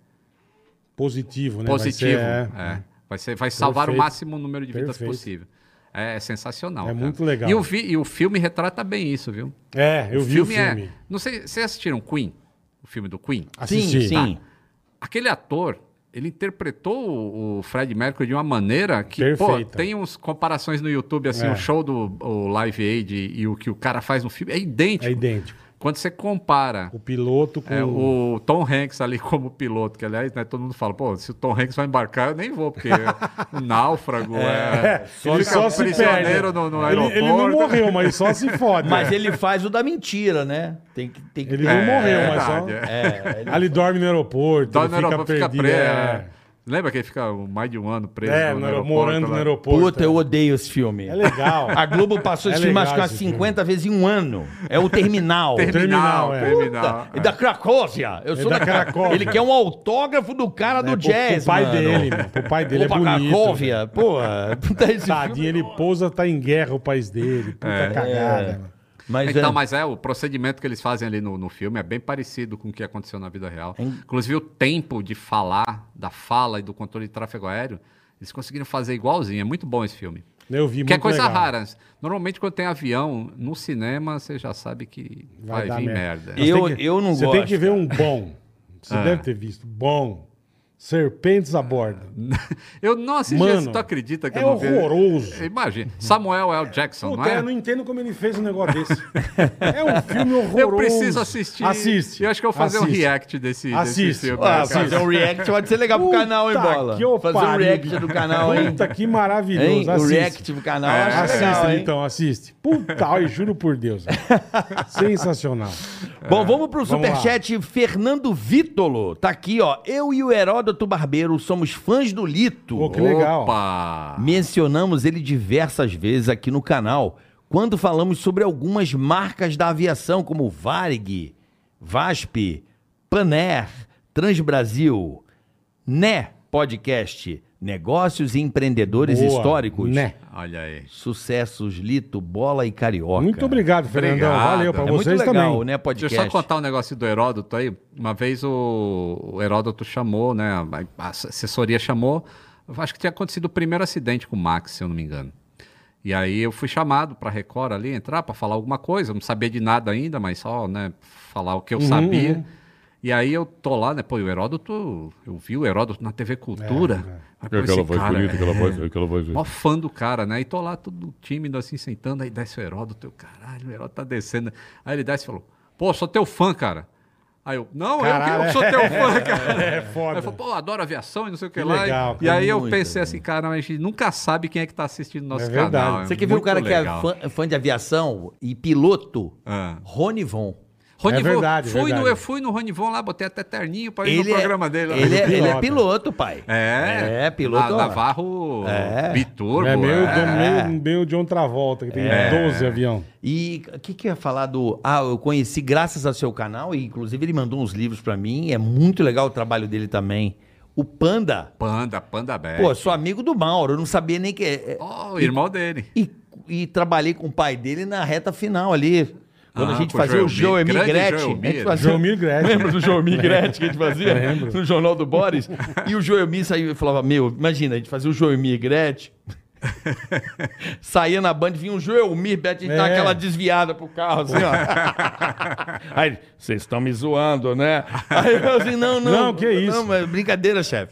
[SPEAKER 1] Positivo, né? Vai
[SPEAKER 5] positivo.
[SPEAKER 1] ser- é.
[SPEAKER 5] É. Vai, ser, vai salvar o
[SPEAKER 1] Perfeito.
[SPEAKER 5] máximo número de vidas
[SPEAKER 1] Perfeito.
[SPEAKER 5] possível. É, sensacional.
[SPEAKER 1] É
[SPEAKER 5] cara.
[SPEAKER 1] muito legal.
[SPEAKER 5] E o, vi- e o filme retrata bem isso, viu?
[SPEAKER 1] É, eu vi o filme.
[SPEAKER 5] É, não sei, vocês assistiram Queen? O filme do Queen?
[SPEAKER 1] Assisti.
[SPEAKER 4] sim.
[SPEAKER 5] aquele ator, ele interpretou o- o Fred Mercury de uma maneira que, pô,
[SPEAKER 1] Perfeita.
[SPEAKER 5] tem uns comparações no YouTube, assim,
[SPEAKER 1] É.
[SPEAKER 5] o show do o Live Aid e o que o cara faz no filme é idêntico.
[SPEAKER 1] É idêntico.
[SPEAKER 5] Quando você compara
[SPEAKER 1] O piloto com.
[SPEAKER 5] é, o Tom Hanks ali como piloto, que aliás, né, todo mundo fala, pô, se o Tom Hanks vai embarcar, eu nem vou, porque é um náufrago, é,
[SPEAKER 1] Ele só se
[SPEAKER 5] prisioneiro
[SPEAKER 1] perde.
[SPEAKER 5] no, no
[SPEAKER 1] ele,
[SPEAKER 5] aeroporto.
[SPEAKER 1] ele não morreu, mas ele só se fode. É.
[SPEAKER 4] Mas ele faz o da mentira, né? Tem que. Tem que... um
[SPEAKER 1] Ele não morreu, mas só.
[SPEAKER 5] verdade, é.
[SPEAKER 4] É, ele-
[SPEAKER 1] Ali dorme no aeroporto,
[SPEAKER 5] Dói
[SPEAKER 1] ele
[SPEAKER 5] no
[SPEAKER 1] fica
[SPEAKER 5] aeroporto, fica
[SPEAKER 1] perdido.
[SPEAKER 5] preso.
[SPEAKER 1] é.
[SPEAKER 5] Lembra que ele fica mais de um ano preso
[SPEAKER 1] É,
[SPEAKER 5] no
[SPEAKER 1] no aer-
[SPEAKER 5] aeroporto?
[SPEAKER 1] morando no
[SPEAKER 5] lá?
[SPEAKER 1] aeroporto.
[SPEAKER 4] Puta, eu odeio esse filme.
[SPEAKER 1] É legal.
[SPEAKER 4] A Globo passou
[SPEAKER 1] É
[SPEAKER 4] esse filme
[SPEAKER 1] legal
[SPEAKER 4] acho que umas
[SPEAKER 1] esse filme.
[SPEAKER 4] 50 vezes em um ano. É o Terminal.
[SPEAKER 5] Terminal,
[SPEAKER 1] Terminal, é.
[SPEAKER 5] terminal.
[SPEAKER 4] É da Cracóvia. Eu sou
[SPEAKER 1] da
[SPEAKER 4] da,
[SPEAKER 1] Cracóvia. É,
[SPEAKER 4] Cracóvia. Ele quer um autógrafo do cara do
[SPEAKER 1] pro- pro
[SPEAKER 4] jazz,
[SPEAKER 1] pai
[SPEAKER 4] mano.
[SPEAKER 1] dele, mano. Pro pai dele é
[SPEAKER 4] Opa,
[SPEAKER 1] bonito.
[SPEAKER 4] Cracóvia. Pô, puta esse
[SPEAKER 1] Tadinho,
[SPEAKER 4] filme.
[SPEAKER 1] ele pousa, tá em guerra o país dele. Puta
[SPEAKER 5] É.
[SPEAKER 1] cagada, mano.
[SPEAKER 4] Mas,
[SPEAKER 5] Então,
[SPEAKER 4] é,
[SPEAKER 5] mas é, o procedimento que eles fazem ali no, no filme é bem parecido com o que aconteceu na vida real.
[SPEAKER 4] Hein?
[SPEAKER 5] Inclusive, o tempo de falar, da fala e do controle de tráfego aéreo, eles conseguiram fazer igualzinho. É muito bom esse filme.
[SPEAKER 1] Eu vi
[SPEAKER 5] que é
[SPEAKER 1] muito
[SPEAKER 5] coisa
[SPEAKER 1] legal.
[SPEAKER 5] rara. Normalmente, quando tem avião no cinema, você já sabe que vai,
[SPEAKER 1] Vai dar
[SPEAKER 5] vir merda.
[SPEAKER 1] merda.
[SPEAKER 5] Ah.
[SPEAKER 4] E- Eu- eu não
[SPEAKER 1] Você tem
[SPEAKER 4] gosto,
[SPEAKER 1] que ver
[SPEAKER 4] cara.
[SPEAKER 1] um bom. Você deve ter visto. Bom. Serpentes a bordo.
[SPEAKER 5] Eu não assisti
[SPEAKER 1] Mano,
[SPEAKER 5] esse, tu acredita que
[SPEAKER 1] é
[SPEAKER 5] eu não vi?
[SPEAKER 1] horroroso.
[SPEAKER 5] Imagina. Samuel L. Jackson,
[SPEAKER 1] Puta,
[SPEAKER 5] não é?
[SPEAKER 1] eu não entendo como ele fez um negócio desse. é um filme horroroso.
[SPEAKER 5] Eu preciso assistir.
[SPEAKER 1] Assiste.
[SPEAKER 5] Eu acho que eu vou fazer um
[SPEAKER 1] Assiste.
[SPEAKER 5] react desse,
[SPEAKER 1] Assiste.
[SPEAKER 5] desse filme.
[SPEAKER 1] Ah,
[SPEAKER 5] né,
[SPEAKER 4] Ah,
[SPEAKER 5] cara?
[SPEAKER 1] assiste.
[SPEAKER 4] fazer um react pode ser legal pro
[SPEAKER 1] Puta
[SPEAKER 4] canal, hein, Bola?
[SPEAKER 1] que eu
[SPEAKER 4] fazer um
[SPEAKER 1] pariu,
[SPEAKER 4] react
[SPEAKER 1] bicho.
[SPEAKER 4] do canal, hein?
[SPEAKER 1] Puta, que maravilhoso.
[SPEAKER 4] Hein? O
[SPEAKER 1] Assiste.
[SPEAKER 4] react do canal.
[SPEAKER 5] É,
[SPEAKER 4] acho
[SPEAKER 1] Assiste,
[SPEAKER 4] legal, hein?
[SPEAKER 1] então, assiste. Puta, ai, juro por Deus. Sensacional.
[SPEAKER 4] Bom, vamos pro
[SPEAKER 1] É, Vamos lá.
[SPEAKER 4] superchat. Fernando Vítolo. Tá aqui, ó. Eu e o Heródoto Barbeiro somos fãs do Lito.
[SPEAKER 1] Pô, que legal.
[SPEAKER 5] Opa!
[SPEAKER 4] Mencionamos ele diversas vezes aqui no canal, quando falamos sobre algumas marcas da aviação, como Varig, VASP, Paner, Transbrasil, Né Podcast, Negócios e Empreendedores
[SPEAKER 1] Boa,
[SPEAKER 4] Históricos,
[SPEAKER 1] né?
[SPEAKER 5] Olha aí.
[SPEAKER 4] Sucessos Lito, Bola e Carioca.
[SPEAKER 1] Muito obrigado, Fernandão.
[SPEAKER 5] Obrigado.
[SPEAKER 1] Valeu pra
[SPEAKER 4] É muito
[SPEAKER 1] vocês
[SPEAKER 4] legal,
[SPEAKER 1] também.
[SPEAKER 4] né, podcast.
[SPEAKER 5] Deixa eu só contar um negócio do Heródoto aí. Uma vez o, o Heródoto chamou, né? a- A assessoria chamou. Eu Acho que tinha acontecido o primeiro acidente com o Max, se eu não me engano. E aí eu fui chamado para Record ali entrar para falar alguma coisa. Eu não sabia de nada ainda, mas só né, falar o que eu sabia. E aí eu tô lá, né? Pô, e o Heródoto, eu vi o Heródoto na TV Cultura. Mas, pô,
[SPEAKER 6] Aquela
[SPEAKER 5] esse
[SPEAKER 6] voz
[SPEAKER 5] cara
[SPEAKER 6] bonita, aquela
[SPEAKER 5] é-
[SPEAKER 6] voz, aquela voz.
[SPEAKER 4] Hum.
[SPEAKER 5] Mó fã do cara, né? E tô lá todo tímido, assim, sentando. Aí desce o Heródoto. Eu, caralho, o Heródoto tá descendo. Aí ele desce e falou, pô, sou teu fã, cara. Aí eu, não,
[SPEAKER 1] Caralho,
[SPEAKER 5] eu que eu sou teu fã, cara.
[SPEAKER 1] É
[SPEAKER 5] Aí
[SPEAKER 1] foda.
[SPEAKER 5] ele falou, pô, adoro aviação e não sei o que,
[SPEAKER 1] Que
[SPEAKER 5] lá. E-
[SPEAKER 1] legal,
[SPEAKER 5] e
[SPEAKER 1] cara,
[SPEAKER 5] aí eu
[SPEAKER 4] muito,
[SPEAKER 5] pensei assim, cara, mas a gente nunca sabe quem é que tá assistindo o nosso
[SPEAKER 1] É verdade.
[SPEAKER 5] canal.
[SPEAKER 4] Você quer ver o cara que é fã, fã de aviação e piloto?
[SPEAKER 5] Ah.
[SPEAKER 4] Rony Von.
[SPEAKER 5] Rony
[SPEAKER 1] É
[SPEAKER 5] Von,
[SPEAKER 1] verdade,
[SPEAKER 5] fui
[SPEAKER 1] verdade.
[SPEAKER 5] No, eu fui no Ronivon lá, botei até terninho pra ir Tá no programa dele. lá.
[SPEAKER 4] Ele, é,
[SPEAKER 1] Piloto.
[SPEAKER 4] ele é piloto, pai.
[SPEAKER 5] É,
[SPEAKER 4] É, piloto.
[SPEAKER 5] Na- Navarro
[SPEAKER 4] É.
[SPEAKER 5] Biturbo.
[SPEAKER 1] É meio,
[SPEAKER 5] é.
[SPEAKER 1] do- meio, meio John Travolta, que tem 12 avião.
[SPEAKER 4] E o que, que eu ia falar do. Ah, eu conheci graças ao seu canal, e inclusive ele mandou uns livros pra mim. É muito legal o trabalho dele também. O Panda.
[SPEAKER 5] Panda, Panda Bear.
[SPEAKER 4] Pô, sou amigo do Mauro, eu não sabia nem que. é-
[SPEAKER 5] Ó, o irmão dele.
[SPEAKER 4] E, e trabalhei com o pai dele na reta final ali. Quando a
[SPEAKER 5] Ah,
[SPEAKER 4] gente
[SPEAKER 5] com o
[SPEAKER 4] fazia o
[SPEAKER 5] Joelmir, grande né?
[SPEAKER 4] Joemir Gretchen.
[SPEAKER 5] Joelmir.
[SPEAKER 4] a gente fazia-
[SPEAKER 1] Jomir Gretchen.
[SPEAKER 6] Lembra do Jomim Gretchen que a gente fazia? No Jornal do Boris?
[SPEAKER 4] E o Joemir saiu e falava: Meu, imagina, a gente fazia o Joemir Gretchen. Saía na banda, vinha um Joelmir, Beth, a gente dava
[SPEAKER 1] É.
[SPEAKER 4] aquela desviada pro carro, assim, ó.
[SPEAKER 6] Aí, ele, vocês estão me zoando, né?
[SPEAKER 4] Aí eu assim, não, não.
[SPEAKER 1] Não, que isso.
[SPEAKER 4] Não, mas brincadeira, chefe.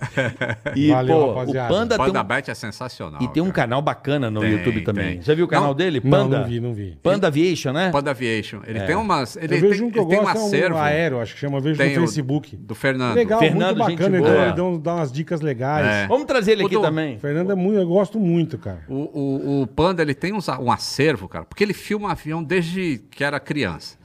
[SPEAKER 4] E,
[SPEAKER 1] Valeu,
[SPEAKER 4] pô,
[SPEAKER 1] rapaziada.
[SPEAKER 4] o Panda tem
[SPEAKER 5] Panda
[SPEAKER 4] um,
[SPEAKER 5] Bet é sensacional.
[SPEAKER 4] e tem um
[SPEAKER 5] cara.
[SPEAKER 4] canal bacana no
[SPEAKER 5] Tem,
[SPEAKER 4] YouTube
[SPEAKER 5] tem.
[SPEAKER 4] também. Já viu o canal
[SPEAKER 5] Não.
[SPEAKER 4] dele?
[SPEAKER 1] Não,
[SPEAKER 4] Panda.
[SPEAKER 1] não vi, não vi.
[SPEAKER 4] Panda Aviation, né?
[SPEAKER 5] Panda Aviation. Ele tem umas. Ele
[SPEAKER 1] eu vejo
[SPEAKER 5] tem,
[SPEAKER 1] um que eu
[SPEAKER 5] ele tem um
[SPEAKER 1] gosto, é um
[SPEAKER 5] acervo.
[SPEAKER 1] aéreo, acho que chama. Eu vejo
[SPEAKER 5] Tem
[SPEAKER 1] no
[SPEAKER 5] o
[SPEAKER 1] Facebook.
[SPEAKER 5] do Fernando.
[SPEAKER 1] Legal,
[SPEAKER 4] Fernando, É.
[SPEAKER 1] muito
[SPEAKER 4] gente
[SPEAKER 1] bacana. Ele,
[SPEAKER 4] boa.
[SPEAKER 1] dá- ele dá, uns- dá umas dicas
[SPEAKER 5] é.
[SPEAKER 1] legais.
[SPEAKER 4] Vamos trazer ele
[SPEAKER 5] O
[SPEAKER 4] aqui
[SPEAKER 5] do-
[SPEAKER 1] O
[SPEAKER 4] também.
[SPEAKER 1] Fernando é muito, eu gosto muito, cara.
[SPEAKER 5] O, o- o Panda ele tem uns a- um acervo, cara, porque ele filma avião desde que era criança.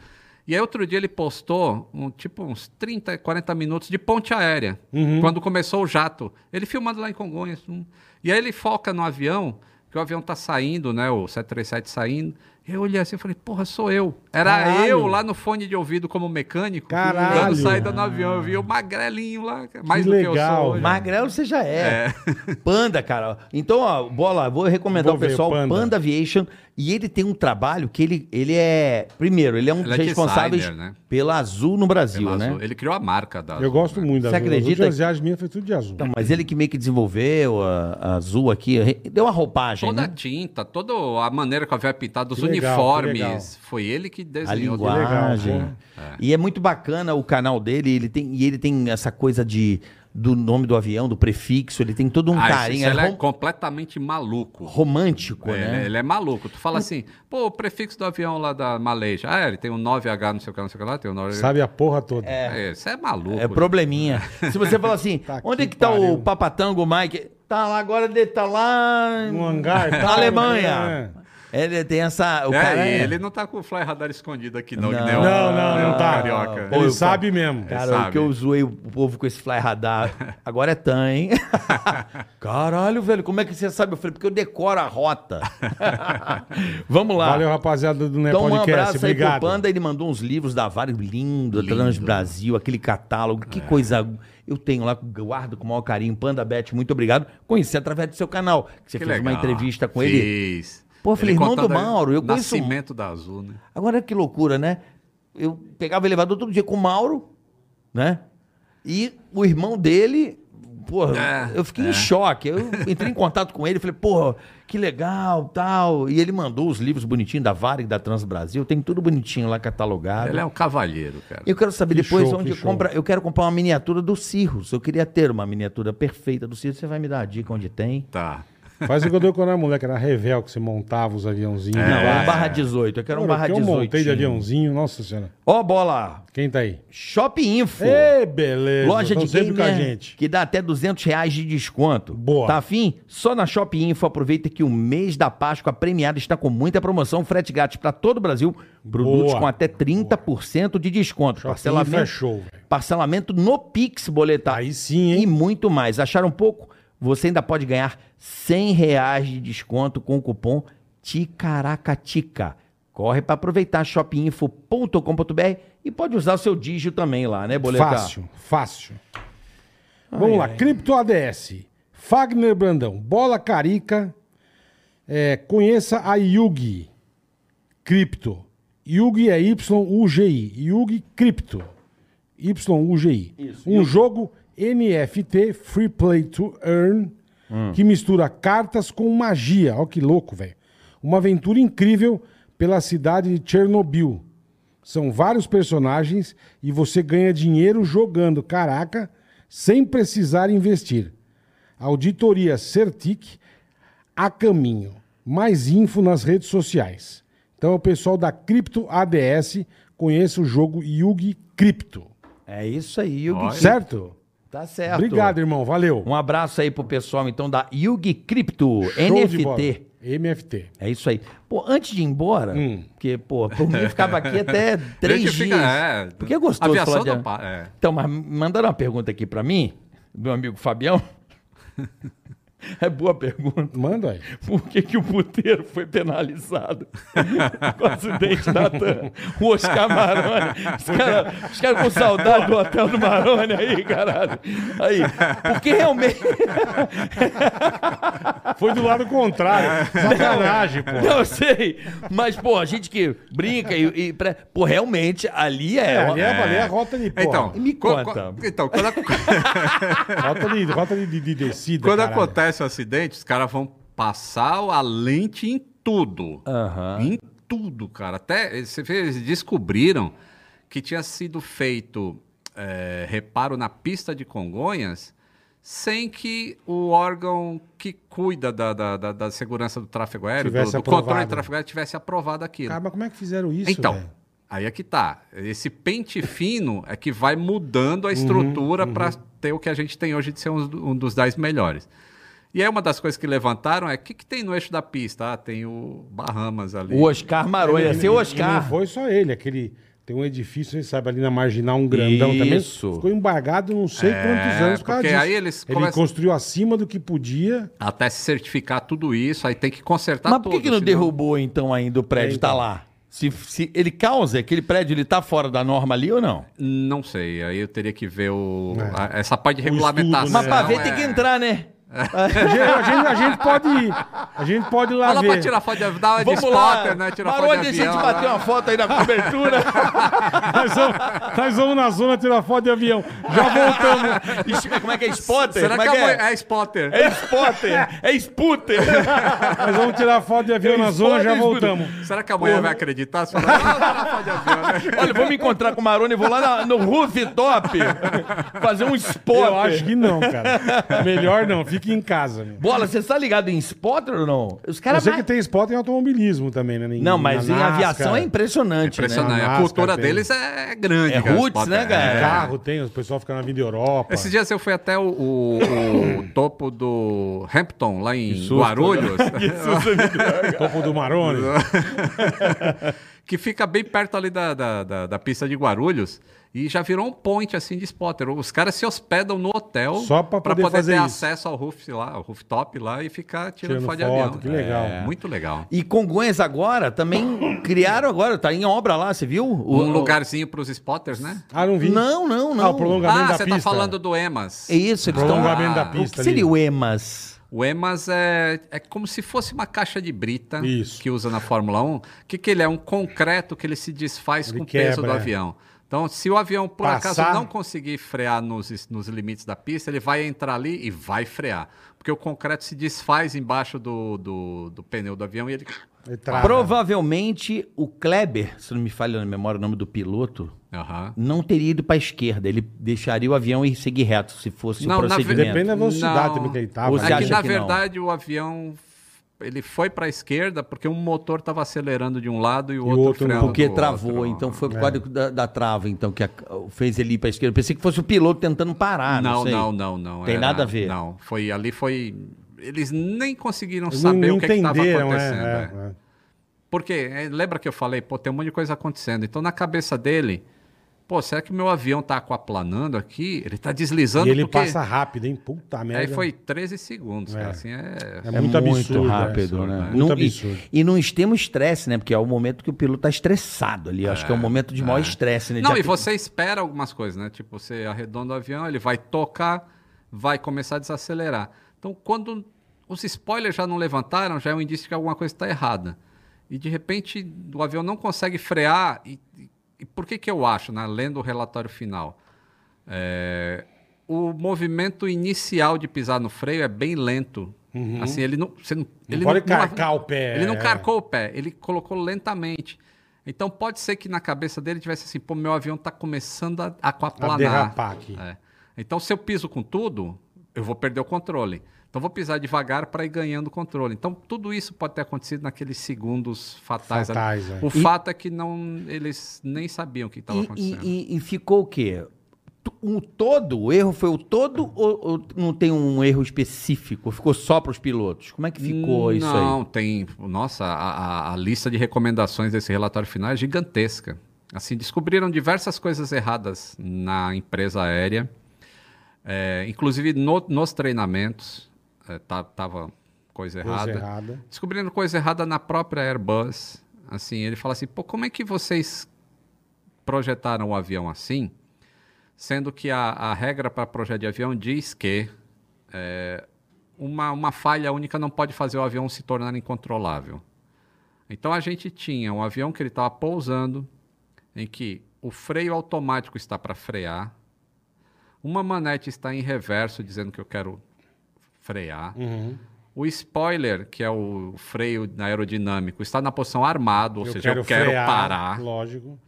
[SPEAKER 5] E aí outro dia ele postou um, tipo uns 30, 40 minutos de ponte aérea,
[SPEAKER 1] Uhum.
[SPEAKER 5] quando começou o jato. Ele filmando lá em Congonhas. hum. E aí ele foca no avião, que o avião tá saindo, né? O 737 saindo. Eu olhei assim e falei, porra, sou eu. Era
[SPEAKER 1] Caralho.
[SPEAKER 5] eu lá no fone de ouvido como mecânico,
[SPEAKER 1] Caralho.
[SPEAKER 5] dando saída no avião. Eu vi o magrelinho lá, cara, mais
[SPEAKER 1] Que
[SPEAKER 5] do que eu
[SPEAKER 1] legal,
[SPEAKER 5] sou. hoje.
[SPEAKER 4] Magrelo você já é. Panda, cara. Então, ó, bola, vou recomendar
[SPEAKER 1] Vou
[SPEAKER 4] ao
[SPEAKER 1] ver,
[SPEAKER 4] pessoal
[SPEAKER 1] Panda.
[SPEAKER 4] Panda. Aviation. E ele tem um trabalho que ele, ele é. Primeiro, ele é um
[SPEAKER 5] Ele
[SPEAKER 4] dos
[SPEAKER 5] é
[SPEAKER 4] responsáveis
[SPEAKER 5] designer, né?
[SPEAKER 4] pela Azul no Brasil,
[SPEAKER 5] Pela
[SPEAKER 4] né?
[SPEAKER 5] Azul. Ele criou a marca da
[SPEAKER 1] Eu
[SPEAKER 5] Azul,
[SPEAKER 1] gosto
[SPEAKER 5] né?
[SPEAKER 1] muito das
[SPEAKER 4] Você
[SPEAKER 1] duas. As
[SPEAKER 4] acredita
[SPEAKER 1] últimas
[SPEAKER 4] que-
[SPEAKER 1] viagens minhas foi tudo de azul.
[SPEAKER 4] Então, mas ele que meio que desenvolveu a, a Azul aqui, re- deu uma roupagem,
[SPEAKER 5] Toda a
[SPEAKER 4] né?
[SPEAKER 5] tinta, toda a maneira que havia pintado os
[SPEAKER 1] Que legal,
[SPEAKER 5] uniformes,
[SPEAKER 1] que legal.
[SPEAKER 5] foi ele que né?
[SPEAKER 4] A
[SPEAKER 5] desenhou.
[SPEAKER 4] linguagem.
[SPEAKER 1] legal,
[SPEAKER 4] E é muito bacana o canal dele, ele tem, e ele tem essa coisa de do nome do avião, do prefixo, ele tem todo um
[SPEAKER 5] Ah, esse-
[SPEAKER 4] carinho
[SPEAKER 5] esse ele
[SPEAKER 4] é
[SPEAKER 5] é
[SPEAKER 4] rom-
[SPEAKER 5] completamente maluco.
[SPEAKER 4] romântico,
[SPEAKER 5] É,
[SPEAKER 4] né?
[SPEAKER 5] Ele, ele é maluco. Tu fala assim, pô, o prefixo do avião lá da Maleja. Ah, ele tem um 9H, não sei o que, não sei o que lá, tem um 9
[SPEAKER 1] Sabe a porra toda.
[SPEAKER 5] É, isso é maluco.
[SPEAKER 4] É probleminha. Se você falar assim,
[SPEAKER 1] Tá
[SPEAKER 4] onde é
[SPEAKER 1] que
[SPEAKER 4] que tá
[SPEAKER 1] pariu.
[SPEAKER 4] o Papatango Mike? Tá lá agora, ele tá lá em-
[SPEAKER 1] No hangar,
[SPEAKER 4] na
[SPEAKER 1] tá?
[SPEAKER 4] Alemanha. Ele tem essa. O
[SPEAKER 5] É,
[SPEAKER 4] cara
[SPEAKER 5] e
[SPEAKER 4] é-
[SPEAKER 5] ele não tá com o fly radar escondido aqui, não.
[SPEAKER 4] Não.
[SPEAKER 5] que nem o-
[SPEAKER 1] Não,
[SPEAKER 4] é
[SPEAKER 1] não, não
[SPEAKER 5] o
[SPEAKER 1] tá.
[SPEAKER 5] Carioca.
[SPEAKER 1] Ele
[SPEAKER 4] eu- É.
[SPEAKER 1] sabe mesmo.
[SPEAKER 4] Cara,
[SPEAKER 5] É, sabe.
[SPEAKER 4] o que eu zoei o povo com esse fly radar. Agora é tan, hein? Caralho, velho, como é que você sabe? Eu falei, porque eu decoro a rota. Vamos lá.
[SPEAKER 1] Valeu, rapaziada do Né
[SPEAKER 4] Então, um
[SPEAKER 1] Podcast.
[SPEAKER 4] abraço aí
[SPEAKER 1] Obrigado.
[SPEAKER 4] pro Panda. Ele mandou uns livros da Vale, lindo, Transbrasil, aquele catálogo.
[SPEAKER 5] É.
[SPEAKER 4] Que coisa eu tenho lá, guardo com o maior carinho. Panda Bet, muito obrigado. Conheci através do seu canal. que você
[SPEAKER 5] Que
[SPEAKER 4] fez uma
[SPEAKER 5] legal.
[SPEAKER 4] entrevista com ele.
[SPEAKER 5] Fiz.
[SPEAKER 4] Pô, eu falei, irmão do
[SPEAKER 5] contando aí
[SPEAKER 4] Mauro, eu
[SPEAKER 5] o
[SPEAKER 4] conheço-
[SPEAKER 5] Nascimento da Azul, né?
[SPEAKER 4] Agora que loucura, né? Eu pegava o elevador todo dia com o Mauro, né? E o irmão dele, porra,
[SPEAKER 5] É,
[SPEAKER 4] eu fiquei em choque. Eu entrei em contato com ele, falei, porra, que legal, tal. E ele mandou os livros bonitinhos da Varig, da Transbrasil, tem tudo bonitinho lá catalogado.
[SPEAKER 5] Ele é um cavalheiro, cara.
[SPEAKER 4] Eu quero saber
[SPEAKER 1] Que
[SPEAKER 4] depois
[SPEAKER 1] show,
[SPEAKER 4] onde
[SPEAKER 1] que show.
[SPEAKER 4] compra. Eu quero comprar uma miniatura do Cirrus. Eu queria ter uma miniatura perfeita do Cirrus. Você vai me dar a dica onde tem?
[SPEAKER 5] Tá.
[SPEAKER 1] Faz o que eu dei quando eu era moleque. Era revel que você montava os aviãozinhos.
[SPEAKER 4] Não,
[SPEAKER 1] Lá.
[SPEAKER 4] é um barra 18. Eu quero
[SPEAKER 1] Cara, o
[SPEAKER 4] um barra
[SPEAKER 1] que
[SPEAKER 4] 18.
[SPEAKER 1] Eu montei de um. aviãozinho. Nossa senhora.
[SPEAKER 4] Ó, bola!
[SPEAKER 1] Quem tá aí?
[SPEAKER 4] Shopping Info.
[SPEAKER 1] Ei, beleza.
[SPEAKER 4] Loja
[SPEAKER 1] Tão
[SPEAKER 4] de
[SPEAKER 1] Então sempre
[SPEAKER 4] gamer
[SPEAKER 1] com a gente.
[SPEAKER 4] que dá até 200 reais de desconto.
[SPEAKER 1] Boa.
[SPEAKER 4] Tá afim? Só na Shop Info aproveita que o mês da Páscoa premiada está com muita promoção, frete grátis para todo o Brasil, produtos
[SPEAKER 1] Boa.
[SPEAKER 4] com até 30% de desconto.
[SPEAKER 1] Shopping
[SPEAKER 4] parcelamento,
[SPEAKER 1] Info é show, velho.
[SPEAKER 4] parcelamento no Pix Boletar.
[SPEAKER 1] Aí sim, hein?
[SPEAKER 4] E muito mais. Acharam pouco? Você ainda pode ganhar 100 reais de desconto com o cupom TICARACATICA. Corre para aproveitar shopinfo.com.br e E pode usar o seu dígito também lá, né, Boletar?
[SPEAKER 1] Fácil, fácil. Vamos lá, Cripto ADS. Fagner Brandão, bola carica. É, conheça a Yugi Cripto. Yugi é Y-U-G-I. Yugi Cripto. Y-U-G-I. Um jogo NFT, Free Play to Earn, que mistura cartas com magia. Olha que louco, velho. Uma aventura incrível pela cidade de Chernobyl. São vários personagens e você ganha dinheiro jogando, caraca, sem precisar investir. Auditoria Certic a caminho. Mais info nas redes sociais. Então, o pessoal da Cripto ADS conheça o jogo Yugi Cripto.
[SPEAKER 4] É isso aí, Yugi.
[SPEAKER 5] Olha.
[SPEAKER 1] Certo?
[SPEAKER 4] Tá certo.
[SPEAKER 1] Obrigado, irmão. Valeu.
[SPEAKER 4] Um abraço aí pro pessoal, então, da Yugi Crypto,
[SPEAKER 1] Show de bola. Hum.
[SPEAKER 4] NFT.
[SPEAKER 1] MFT.
[SPEAKER 4] É isso aí. Pô, antes de ir embora, porque, pô, por mim eu ficava aqui até três
[SPEAKER 5] Deixa eu
[SPEAKER 4] dias.
[SPEAKER 5] ficar- é.
[SPEAKER 4] porque é gostoso
[SPEAKER 5] Aviação
[SPEAKER 4] falar de...
[SPEAKER 5] não pa- é.
[SPEAKER 4] Então, mas mandaram uma pergunta aqui pra mim, do meu amigo Fabião. É boa pergunta.
[SPEAKER 1] Manda aí.
[SPEAKER 6] Por que, que o puteiro foi penalizado com o acidente da TAM? O Oscar Maroni. Os caras os caras com saudade do hotel do Maroni aí, caralho.
[SPEAKER 4] Aí, porque realmente.
[SPEAKER 1] Foi do lado contrário.
[SPEAKER 5] É.
[SPEAKER 1] Sacanagem, pô.
[SPEAKER 4] Não, eu sei. Mas, pô, a gente que brinca e. e pra- Pô, realmente, ali é.
[SPEAKER 1] É, ali é, ali é a rota de porra.
[SPEAKER 5] Então,
[SPEAKER 4] me
[SPEAKER 5] co-
[SPEAKER 4] conta.
[SPEAKER 5] co- então, quando, a-
[SPEAKER 1] Rota de, rota de, de, de descida,
[SPEAKER 5] Quando
[SPEAKER 1] caralho.
[SPEAKER 5] acontece o acidente, os caras vão passar a lente em tudo.
[SPEAKER 4] Aham.
[SPEAKER 5] Em tudo, cara. Até você vê, eles descobriram que tinha sido feito é, reparo na pista de Congonhas sem que o órgão que cuida da, da, da- da segurança do tráfego aéreo, do,
[SPEAKER 1] Tivesse
[SPEAKER 5] do controle
[SPEAKER 1] aprovado.
[SPEAKER 5] de tráfego aéreo, tivesse aprovado aquilo.
[SPEAKER 1] Cara, mas como é que fizeram isso,
[SPEAKER 5] Então,
[SPEAKER 1] velho?
[SPEAKER 5] aí é que tá. Esse pente fino é que vai mudando
[SPEAKER 4] Uhum,
[SPEAKER 5] a estrutura pra para ter o que a gente tem hoje de ser uns- um, dos 10 melhores. E aí uma das coisas que levantaram é o que, que tem no eixo da pista? Ah, tem o Bahamas ali.
[SPEAKER 4] O Oscar Maroni, ia ser o
[SPEAKER 1] E
[SPEAKER 4] Oscar.
[SPEAKER 1] não foi só ele, aquele. Tem um edifício, você sabe, ali na marginal, um grandão também.
[SPEAKER 4] Isso.
[SPEAKER 1] Ficou embargado não sei quantos anos por causa
[SPEAKER 5] É, porque
[SPEAKER 1] disso.
[SPEAKER 5] aí eles
[SPEAKER 1] Ele
[SPEAKER 5] começam-
[SPEAKER 1] construiu acima do que podia.
[SPEAKER 5] Até se certificar tudo isso, aí tem que consertar
[SPEAKER 4] Mas por
[SPEAKER 5] tudo.
[SPEAKER 4] que, que não
[SPEAKER 5] senão-
[SPEAKER 4] derrubou, então, ainda o prédio?
[SPEAKER 1] É, então.
[SPEAKER 4] Tá lá. Se, se ele causa, aquele prédio, ele tá fora da norma ali ou não?
[SPEAKER 5] Não sei, aí eu teria que ver o,
[SPEAKER 1] É.
[SPEAKER 5] a- essa parte de
[SPEAKER 1] O
[SPEAKER 5] regulamentação.
[SPEAKER 1] estudo, né?
[SPEAKER 4] Mas pra ver
[SPEAKER 5] é-
[SPEAKER 4] tem que entrar, né?
[SPEAKER 1] A gente, a gente- a gente pode ir. A gente pode ir lá
[SPEAKER 5] Fala
[SPEAKER 1] ver.
[SPEAKER 5] pra tirar foto de, dar uma de
[SPEAKER 4] Vamos
[SPEAKER 5] spotter,
[SPEAKER 4] lá.
[SPEAKER 5] né? Tirar foto
[SPEAKER 4] Maroni,
[SPEAKER 5] de
[SPEAKER 4] deixa a gente
[SPEAKER 5] avião,
[SPEAKER 4] bater
[SPEAKER 5] né?
[SPEAKER 4] uma foto aí na cobertura.
[SPEAKER 1] Nós, vamos, nós vamos na zona tirar foto de avião. Já voltamos.
[SPEAKER 4] Es- Como é que é? Spotter?
[SPEAKER 5] Será
[SPEAKER 4] Como
[SPEAKER 5] que
[SPEAKER 4] é que
[SPEAKER 5] é,
[SPEAKER 4] é?
[SPEAKER 5] é spotter?
[SPEAKER 4] É spotter. É sputter.
[SPEAKER 1] Nós vamos tirar foto de avião na zona, já voltamos.
[SPEAKER 5] Será que a mulher vai acreditar? Você fala, não, não, não, pode haver, né?
[SPEAKER 4] Olha, vou me encontrar com o Maroni, vou lá na- no rooftop fazer um spotter.
[SPEAKER 1] Eu acho que não, cara. Melhor não, fique em casa. Meu.
[SPEAKER 4] Bola, você tá ligado em spotter ou não? Os
[SPEAKER 1] Eu
[SPEAKER 4] caras...
[SPEAKER 1] sei que
[SPEAKER 4] mais-
[SPEAKER 1] tem esporte em automobilismo também, né? Em-
[SPEAKER 4] Não, mas
[SPEAKER 1] na
[SPEAKER 4] em
[SPEAKER 1] NASCAR.
[SPEAKER 4] aviação é impressionante, né?
[SPEAKER 5] Impressionante.
[SPEAKER 1] Nascar
[SPEAKER 5] a cultura
[SPEAKER 1] tem.
[SPEAKER 5] deles é grande.
[SPEAKER 4] É
[SPEAKER 5] cara, É.
[SPEAKER 4] roots,
[SPEAKER 5] esporte,
[SPEAKER 4] né,
[SPEAKER 5] é.
[SPEAKER 4] cara?
[SPEAKER 1] Carro tem, o pessoal fica na Vida Europa.
[SPEAKER 5] Esses dias eu fui até o, o- o topo do Hampton, lá em
[SPEAKER 1] né?
[SPEAKER 5] Guarulhos,
[SPEAKER 1] é Topo do Marone.
[SPEAKER 5] que fica bem perto ali da, da, da- da pista de Guarulhos, e já virou um ponte assim de spotter. Os caras se hospedam no hotel
[SPEAKER 1] Só pra
[SPEAKER 5] pra
[SPEAKER 1] poder fazer
[SPEAKER 5] ter
[SPEAKER 1] isso.
[SPEAKER 5] acesso ao roof lá, ao rooftop lá e ficar tirando,
[SPEAKER 1] Tirando
[SPEAKER 5] foto de
[SPEAKER 1] foto,
[SPEAKER 5] avião.
[SPEAKER 1] que legal.
[SPEAKER 5] É, muito legal.
[SPEAKER 4] E Congonhas agora também criaram agora, tá em obra lá, você viu? O-
[SPEAKER 5] Um lugarzinho pros spotters, né?
[SPEAKER 1] Ah, não vi.
[SPEAKER 4] Não, não, não.
[SPEAKER 1] Ah, o prolongamento
[SPEAKER 5] Ah,
[SPEAKER 1] da
[SPEAKER 5] você
[SPEAKER 1] pista.
[SPEAKER 5] tá falando do EMAS.
[SPEAKER 4] É isso, eles estão.
[SPEAKER 1] Prolongamento
[SPEAKER 5] Ah,
[SPEAKER 1] da
[SPEAKER 5] o
[SPEAKER 4] O que
[SPEAKER 1] pista ali.
[SPEAKER 4] seria o EMAS?
[SPEAKER 5] O EMAS é, é como se fosse uma caixa de brita
[SPEAKER 1] Isso.
[SPEAKER 5] que usa na Fórmula 1. O que, que ele é? Um concreto que ele se desfaz
[SPEAKER 1] Ele
[SPEAKER 5] com o peso do
[SPEAKER 1] quebra, é.
[SPEAKER 5] avião. Então, se o avião, por
[SPEAKER 1] Passar.
[SPEAKER 5] acaso, não conseguir frear nos, nos limites da pista, ele vai entrar ali e vai frear. Porque o concreto se desfaz embaixo do, do, do pneu do avião e ele.
[SPEAKER 1] Ele trava.
[SPEAKER 4] Provavelmente o Kleber, se não me falha na memória o nome do piloto,
[SPEAKER 5] Aham.
[SPEAKER 4] não teria ido para esquerda. Ele deixaria o avião e seguir reto, se fosse
[SPEAKER 5] Não,
[SPEAKER 4] o
[SPEAKER 5] na ve-
[SPEAKER 4] procedimento.
[SPEAKER 1] Depende da velocidade
[SPEAKER 5] Não.
[SPEAKER 1] também que ele tava.
[SPEAKER 4] Ou
[SPEAKER 1] né?
[SPEAKER 4] você
[SPEAKER 5] é
[SPEAKER 4] acha
[SPEAKER 5] que, na
[SPEAKER 4] que não?
[SPEAKER 5] verdade, o avião. Ele foi para a esquerda porque um motor estava acelerando de um lado e o outro, né?
[SPEAKER 1] outro não.
[SPEAKER 5] freando
[SPEAKER 4] Porque
[SPEAKER 5] do
[SPEAKER 4] travou,
[SPEAKER 5] outro.
[SPEAKER 4] então foi por causa da, da trava, então, que a- fez ele ir para esquerda. Eu pensei que fosse o piloto tentando parar, não,
[SPEAKER 5] Ah, não,
[SPEAKER 4] sei.
[SPEAKER 5] não, não, não.
[SPEAKER 4] Tem nada a ver.
[SPEAKER 5] Não, foi ali foi. Eles nem conseguiram
[SPEAKER 1] Eles não
[SPEAKER 5] saber o que estava
[SPEAKER 1] entenderam,
[SPEAKER 5] acontecendo.
[SPEAKER 1] né?
[SPEAKER 5] é.
[SPEAKER 1] É, é.
[SPEAKER 5] Porque é, lembra que eu falei, pô, tem um monte de coisa acontecendo. Então na cabeça dele Pô, será que meu avião tá aquaplanando aqui? Ele tá deslizando
[SPEAKER 1] E ele
[SPEAKER 5] porque...
[SPEAKER 1] passa rápido, hein? Puta merda.
[SPEAKER 5] Aí foi 13 segundos, cara.
[SPEAKER 1] É.
[SPEAKER 5] Assim, é...
[SPEAKER 1] É muito absurdo. é.
[SPEAKER 4] rápido, né?
[SPEAKER 1] Muito
[SPEAKER 4] Não- e-
[SPEAKER 1] absurdo.
[SPEAKER 4] E, não extremo estresse, né? Porque é o momento que o piloto tá estressado ali. Eu Acho que é o momento de maior estresse, né?
[SPEAKER 5] Não,
[SPEAKER 4] Já
[SPEAKER 5] e
[SPEAKER 4] que-
[SPEAKER 5] você espera algumas coisas, né? Tipo, você arredonda o avião, ele vai tocar, vai começar a desacelerar. Então, quando os spoilers já não levantaram, já é um indício que alguma coisa está errada. E de repente o avião não consegue frear. E, e- e por que que eu acho, né? Lendo o relatório final, É, o movimento inicial de pisar no freio é bem lento. Assim, ele não, você não, ele
[SPEAKER 1] pode carcar o pé,
[SPEAKER 5] Ele não
[SPEAKER 1] é.
[SPEAKER 5] carcou colocou o pé, ele colocou lentamente. Então pode ser que na cabeça dele tivesse assim, pô, meu avião tá começando a aquaplanar.
[SPEAKER 1] A derrapar aqui.
[SPEAKER 5] É. Então se eu piso com tudo, eu vou perder o controle. Então vou pisar devagar para ir ganhando controle. Então tudo isso pode ter acontecido naqueles segundos fatais. ali.
[SPEAKER 1] Fatais, é.
[SPEAKER 5] O fato é que não eles nem sabiam o que estava
[SPEAKER 4] E- e,
[SPEAKER 5] acontecendo.
[SPEAKER 4] e- e ficou o quê? T- O todo? O erro foi o todo ou, ou não tem um erro específico? Ficou só para os pilotos? Como é que ficou isso aí?
[SPEAKER 5] Hum, Não, tem. Nossa, a, a- a lista de recomendações desse relatório final é gigantesca. Assim, descobriram diversas coisas erradas na empresa aérea, é, inclusive no- nos treinamentos, é, tá- tava coisa
[SPEAKER 1] Coisa
[SPEAKER 5] errada
[SPEAKER 1] errada.
[SPEAKER 5] descobrindo coisa errada na própria Airbus. Assim, ele fala assim, pô, como é que vocês projetaram o avião assim? Sendo que a, a regra para projeto de avião diz que é, uma, uma falha única não pode fazer o avião se tornar incontrolável. Então a gente tinha um avião que ele estava pousando, em que o freio automático está para frear, uma manete está em reverso dizendo que eu quero frear,
[SPEAKER 1] Uhum.
[SPEAKER 5] o spoiler, que é o freio aerodinâmico, está na posição armado, ou seja, eu quero
[SPEAKER 1] frear,
[SPEAKER 5] parar.
[SPEAKER 1] Lógico.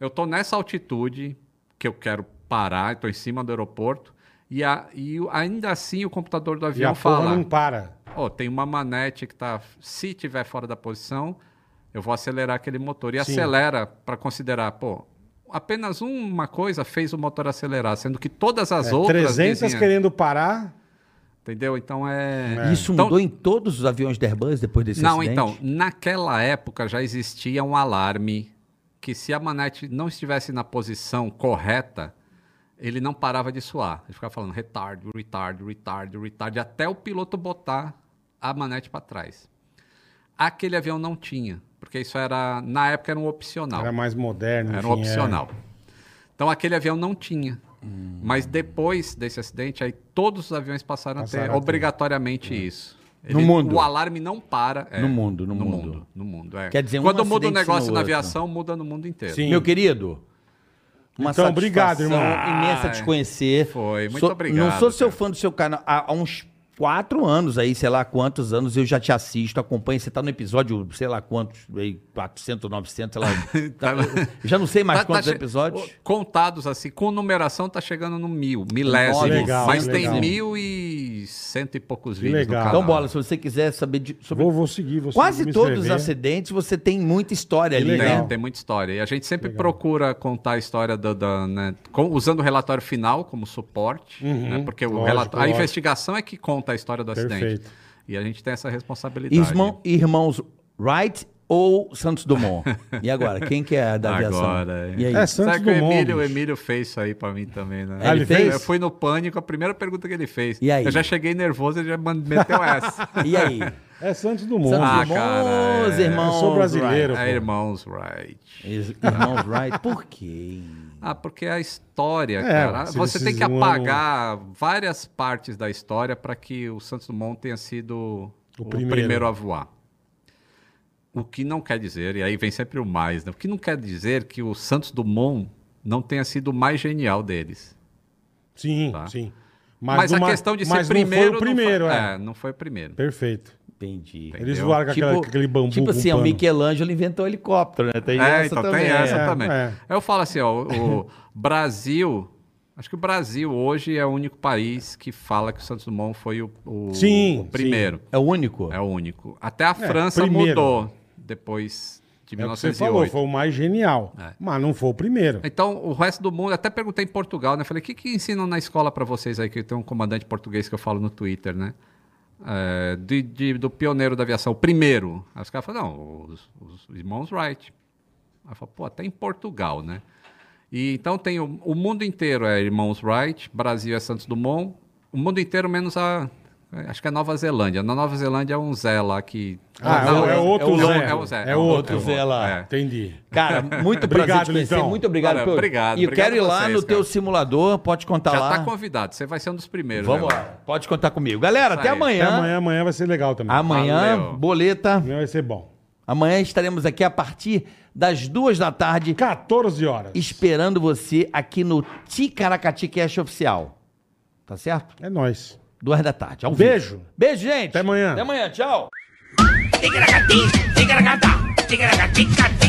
[SPEAKER 5] Eu estou nessa altitude que eu quero parar, estou em cima do aeroporto, e, a- e o- ainda assim o computador do
[SPEAKER 1] E a
[SPEAKER 5] avião
[SPEAKER 1] porra
[SPEAKER 5] fala:
[SPEAKER 1] não para.
[SPEAKER 5] "Ó, tem uma manete que está, se tiver fora da posição, eu vou acelerar aquele motor. E
[SPEAKER 1] Sim.
[SPEAKER 5] acelera para considerar, pô, apenas uma coisa fez o motor acelerar, sendo que todas as
[SPEAKER 1] É,
[SPEAKER 5] outras.
[SPEAKER 1] 300
[SPEAKER 5] diziam-
[SPEAKER 1] querendo parar.
[SPEAKER 5] Entendeu? Então é.
[SPEAKER 4] Isso
[SPEAKER 5] Então-
[SPEAKER 4] mudou em todos os aviões da Airbus depois desse
[SPEAKER 5] Não,
[SPEAKER 4] acidente?
[SPEAKER 5] então, naquela época já existia um alarme que se a manete não estivesse na posição correta, ele não parava de suar. Ele ficava falando retard, retard, retard, retard, até o piloto botar a manete para trás. Aquele avião não tinha, porque isso era, na época era um opcional.
[SPEAKER 1] Era mais moderno.
[SPEAKER 5] Era um
[SPEAKER 1] enfim, é.
[SPEAKER 5] opcional. Então aquele avião não tinha.
[SPEAKER 4] Hum.
[SPEAKER 5] Mas depois desse acidente, aí todos os aviões passaram,
[SPEAKER 1] Passaram
[SPEAKER 5] a
[SPEAKER 1] a
[SPEAKER 5] ter
[SPEAKER 1] ter.
[SPEAKER 5] obrigatoriamente isso.
[SPEAKER 4] É. No mundo.
[SPEAKER 5] O alarme não para. é,
[SPEAKER 4] No mundo, no mundo.
[SPEAKER 5] No mundo, é.
[SPEAKER 4] Quer dizer, um
[SPEAKER 5] Quando muda o
[SPEAKER 4] acidente
[SPEAKER 5] negócio
[SPEAKER 4] no
[SPEAKER 5] na
[SPEAKER 4] outro.
[SPEAKER 5] aviação, muda no mundo inteiro. Tá-
[SPEAKER 1] Sim.
[SPEAKER 4] Meu querido, uma
[SPEAKER 1] Então,
[SPEAKER 4] satisfação
[SPEAKER 1] obrigado, irmão.
[SPEAKER 4] imensa te conhecer.
[SPEAKER 5] Foi, muito
[SPEAKER 4] Sou-
[SPEAKER 5] obrigado,
[SPEAKER 4] Não sou seu
[SPEAKER 5] cara.
[SPEAKER 4] fã do seu canal há, há uns quatro anos aí, sei lá quantos anos, eu já te assisto, acompanho. Você tá no episódio, sei lá quantos, aí, 400, 900, sei lá.
[SPEAKER 5] Tá-
[SPEAKER 4] já não sei mais
[SPEAKER 5] tá- tá
[SPEAKER 4] quantos
[SPEAKER 5] che-
[SPEAKER 4] episódios.
[SPEAKER 5] o- Contados assim, com numeração, tá chegando no mil, milésimo.
[SPEAKER 1] Legal,
[SPEAKER 5] mas
[SPEAKER 1] legal.
[SPEAKER 5] tem mil e cento e poucos
[SPEAKER 1] Que
[SPEAKER 5] vídeos.
[SPEAKER 1] legal.
[SPEAKER 5] No canal.
[SPEAKER 4] Então, bola, se você quiser saber de- sobre
[SPEAKER 1] Vou, vou seguir. Vou
[SPEAKER 4] quase
[SPEAKER 1] me
[SPEAKER 4] todos os
[SPEAKER 1] inscrever.
[SPEAKER 4] acidentes, você tem muita história
[SPEAKER 1] Que
[SPEAKER 4] ali,
[SPEAKER 1] legal.
[SPEAKER 5] Tem,
[SPEAKER 4] né?
[SPEAKER 5] tem muita história. E a gente sempre procura contar a história da. da, né, com- usando o relatório final como suporte,
[SPEAKER 1] Uhum.
[SPEAKER 5] né, porque o
[SPEAKER 1] Lógico,
[SPEAKER 5] relato- a
[SPEAKER 1] lógico.
[SPEAKER 5] investigação é que conta a história do acidente.
[SPEAKER 1] Perfeito.
[SPEAKER 5] E a gente tem essa responsabilidade.
[SPEAKER 4] Irmão- irmãos Wright ou Santos Dumont? E agora, quem que é da aviação?
[SPEAKER 5] Agora, é.
[SPEAKER 4] E aí?
[SPEAKER 1] É,
[SPEAKER 5] Sabe
[SPEAKER 1] Santos
[SPEAKER 5] que o
[SPEAKER 1] Dumont.
[SPEAKER 5] Emílio, o
[SPEAKER 1] bicho.
[SPEAKER 5] Emílio fez isso aí pra mim também, né?
[SPEAKER 4] Ah, ele
[SPEAKER 5] Eu
[SPEAKER 4] fez?
[SPEAKER 5] Eu fui no pânico, a primeira pergunta que ele fez.
[SPEAKER 4] E aí?
[SPEAKER 5] Eu já cheguei nervoso, ele já man- meteu essa.
[SPEAKER 4] E aí?
[SPEAKER 1] É Santos Dumont.
[SPEAKER 4] Santos
[SPEAKER 5] Ah,
[SPEAKER 4] Dumont,
[SPEAKER 5] cara,
[SPEAKER 4] os
[SPEAKER 5] é.
[SPEAKER 4] irmãos
[SPEAKER 1] Eu sou brasileiro.
[SPEAKER 5] É,
[SPEAKER 1] pô.
[SPEAKER 5] irmãos, right.
[SPEAKER 4] Wright. Irmãos Wright. Por quê?
[SPEAKER 5] Ah, porque a história,
[SPEAKER 1] É,
[SPEAKER 5] cara.
[SPEAKER 1] se
[SPEAKER 5] Você tem
[SPEAKER 1] vocês
[SPEAKER 5] que
[SPEAKER 1] não-
[SPEAKER 5] apagar várias partes da história para que o Santos Dumont tenha sido
[SPEAKER 1] O
[SPEAKER 5] o,
[SPEAKER 1] primeiro.
[SPEAKER 5] primeiro. a voar. O que não quer dizer, e aí vem sempre o mais, né? O que não quer dizer que o Santos Dumont não tenha sido o mais genial deles.
[SPEAKER 1] Sim,
[SPEAKER 5] Tá.
[SPEAKER 1] sim.
[SPEAKER 5] Mas,
[SPEAKER 1] uma-
[SPEAKER 5] a questão de
[SPEAKER 1] mas
[SPEAKER 5] ser primeiro.
[SPEAKER 1] Não foi o primeiro,
[SPEAKER 5] não foi,
[SPEAKER 1] é.
[SPEAKER 5] é, não foi o primeiro.
[SPEAKER 1] Perfeito.
[SPEAKER 4] Entendi.
[SPEAKER 1] Eles
[SPEAKER 5] Entendeu?
[SPEAKER 1] voaram com aquela- aquele bambu.
[SPEAKER 4] tipo
[SPEAKER 1] com
[SPEAKER 4] assim, o
[SPEAKER 1] pano.
[SPEAKER 4] Michelangelo inventou helicóptero, né? Tem
[SPEAKER 5] é,
[SPEAKER 4] essa
[SPEAKER 5] então
[SPEAKER 4] também.
[SPEAKER 5] tem essa
[SPEAKER 1] é,
[SPEAKER 5] também.
[SPEAKER 1] é.
[SPEAKER 5] Eu falo assim, ó, o Brasil. Acho que o Brasil hoje é o único país que fala que o Santos Dumont foi o, o-
[SPEAKER 1] Sim,
[SPEAKER 5] o primeiro.
[SPEAKER 4] É o único?
[SPEAKER 5] É o único. Até a França
[SPEAKER 1] primeiro.
[SPEAKER 5] mudou depois de
[SPEAKER 1] É o que você falou,
[SPEAKER 5] 1908.
[SPEAKER 1] foi o mais genial.
[SPEAKER 5] É.
[SPEAKER 1] Mas não foi o primeiro.
[SPEAKER 5] Então, o resto do mundo, até perguntei em Portugal, né? Falei, o que, que ensinam na escola pra vocês aí? Que tem um comandante português que eu falo no Twitter, né? É, de- de- do pioneiro da aviação, o primeiro. Aí os caras falam, não, os, os irmãos Wright. Aí eu falo, pô, até em Portugal, né? E então tem o, o mundo inteiro é Irmãos Wright, Brasil é Santos Dumont, o mundo inteiro menos a acho que é Nova Zelândia. Na Nova Zelândia é um Zé lá que
[SPEAKER 1] Ah, é o- é outro
[SPEAKER 5] é o-
[SPEAKER 1] Zé.
[SPEAKER 5] é o Zé.
[SPEAKER 1] É outro
[SPEAKER 5] é
[SPEAKER 1] Zé
[SPEAKER 6] lá.
[SPEAKER 5] é.
[SPEAKER 1] Entendi.
[SPEAKER 4] Cara, muito prazer
[SPEAKER 1] Obrigado,
[SPEAKER 4] te conhecer.
[SPEAKER 1] Litão.
[SPEAKER 4] Muito obrigado.
[SPEAKER 5] Olha,
[SPEAKER 4] pelo-
[SPEAKER 5] obrigado,
[SPEAKER 4] E eu
[SPEAKER 5] obrigado
[SPEAKER 4] quero ir lá
[SPEAKER 5] vocês,
[SPEAKER 4] no
[SPEAKER 5] cara.
[SPEAKER 4] teu simulador, pode contar
[SPEAKER 5] Já
[SPEAKER 4] lá.
[SPEAKER 5] tá convidado, você vai ser um dos primeiros.
[SPEAKER 4] Vamos
[SPEAKER 5] né,
[SPEAKER 4] lá,
[SPEAKER 5] Léo?
[SPEAKER 4] pode contar comigo. Galera, até
[SPEAKER 5] Isso aí.
[SPEAKER 1] Até
[SPEAKER 4] amanhã.
[SPEAKER 1] amanhã, amanhã vai ser legal também.
[SPEAKER 4] Amanhã,
[SPEAKER 5] Valeu.
[SPEAKER 4] boleta.
[SPEAKER 1] Amanhã vai ser bom.
[SPEAKER 4] Amanhã estaremos aqui a partir das duas da tarde,
[SPEAKER 1] 14 horas.
[SPEAKER 4] esperando você aqui no Ticaracati Cash Oficial. Tá certo?
[SPEAKER 1] É nóis.
[SPEAKER 4] Duas da tarde. Ao
[SPEAKER 1] Beijo.
[SPEAKER 4] vivo. Beijo, gente.
[SPEAKER 1] Até amanhã.
[SPEAKER 4] Até amanhã. Tchau.
[SPEAKER 2] Ticaracati, ticaracatá, ticaracati,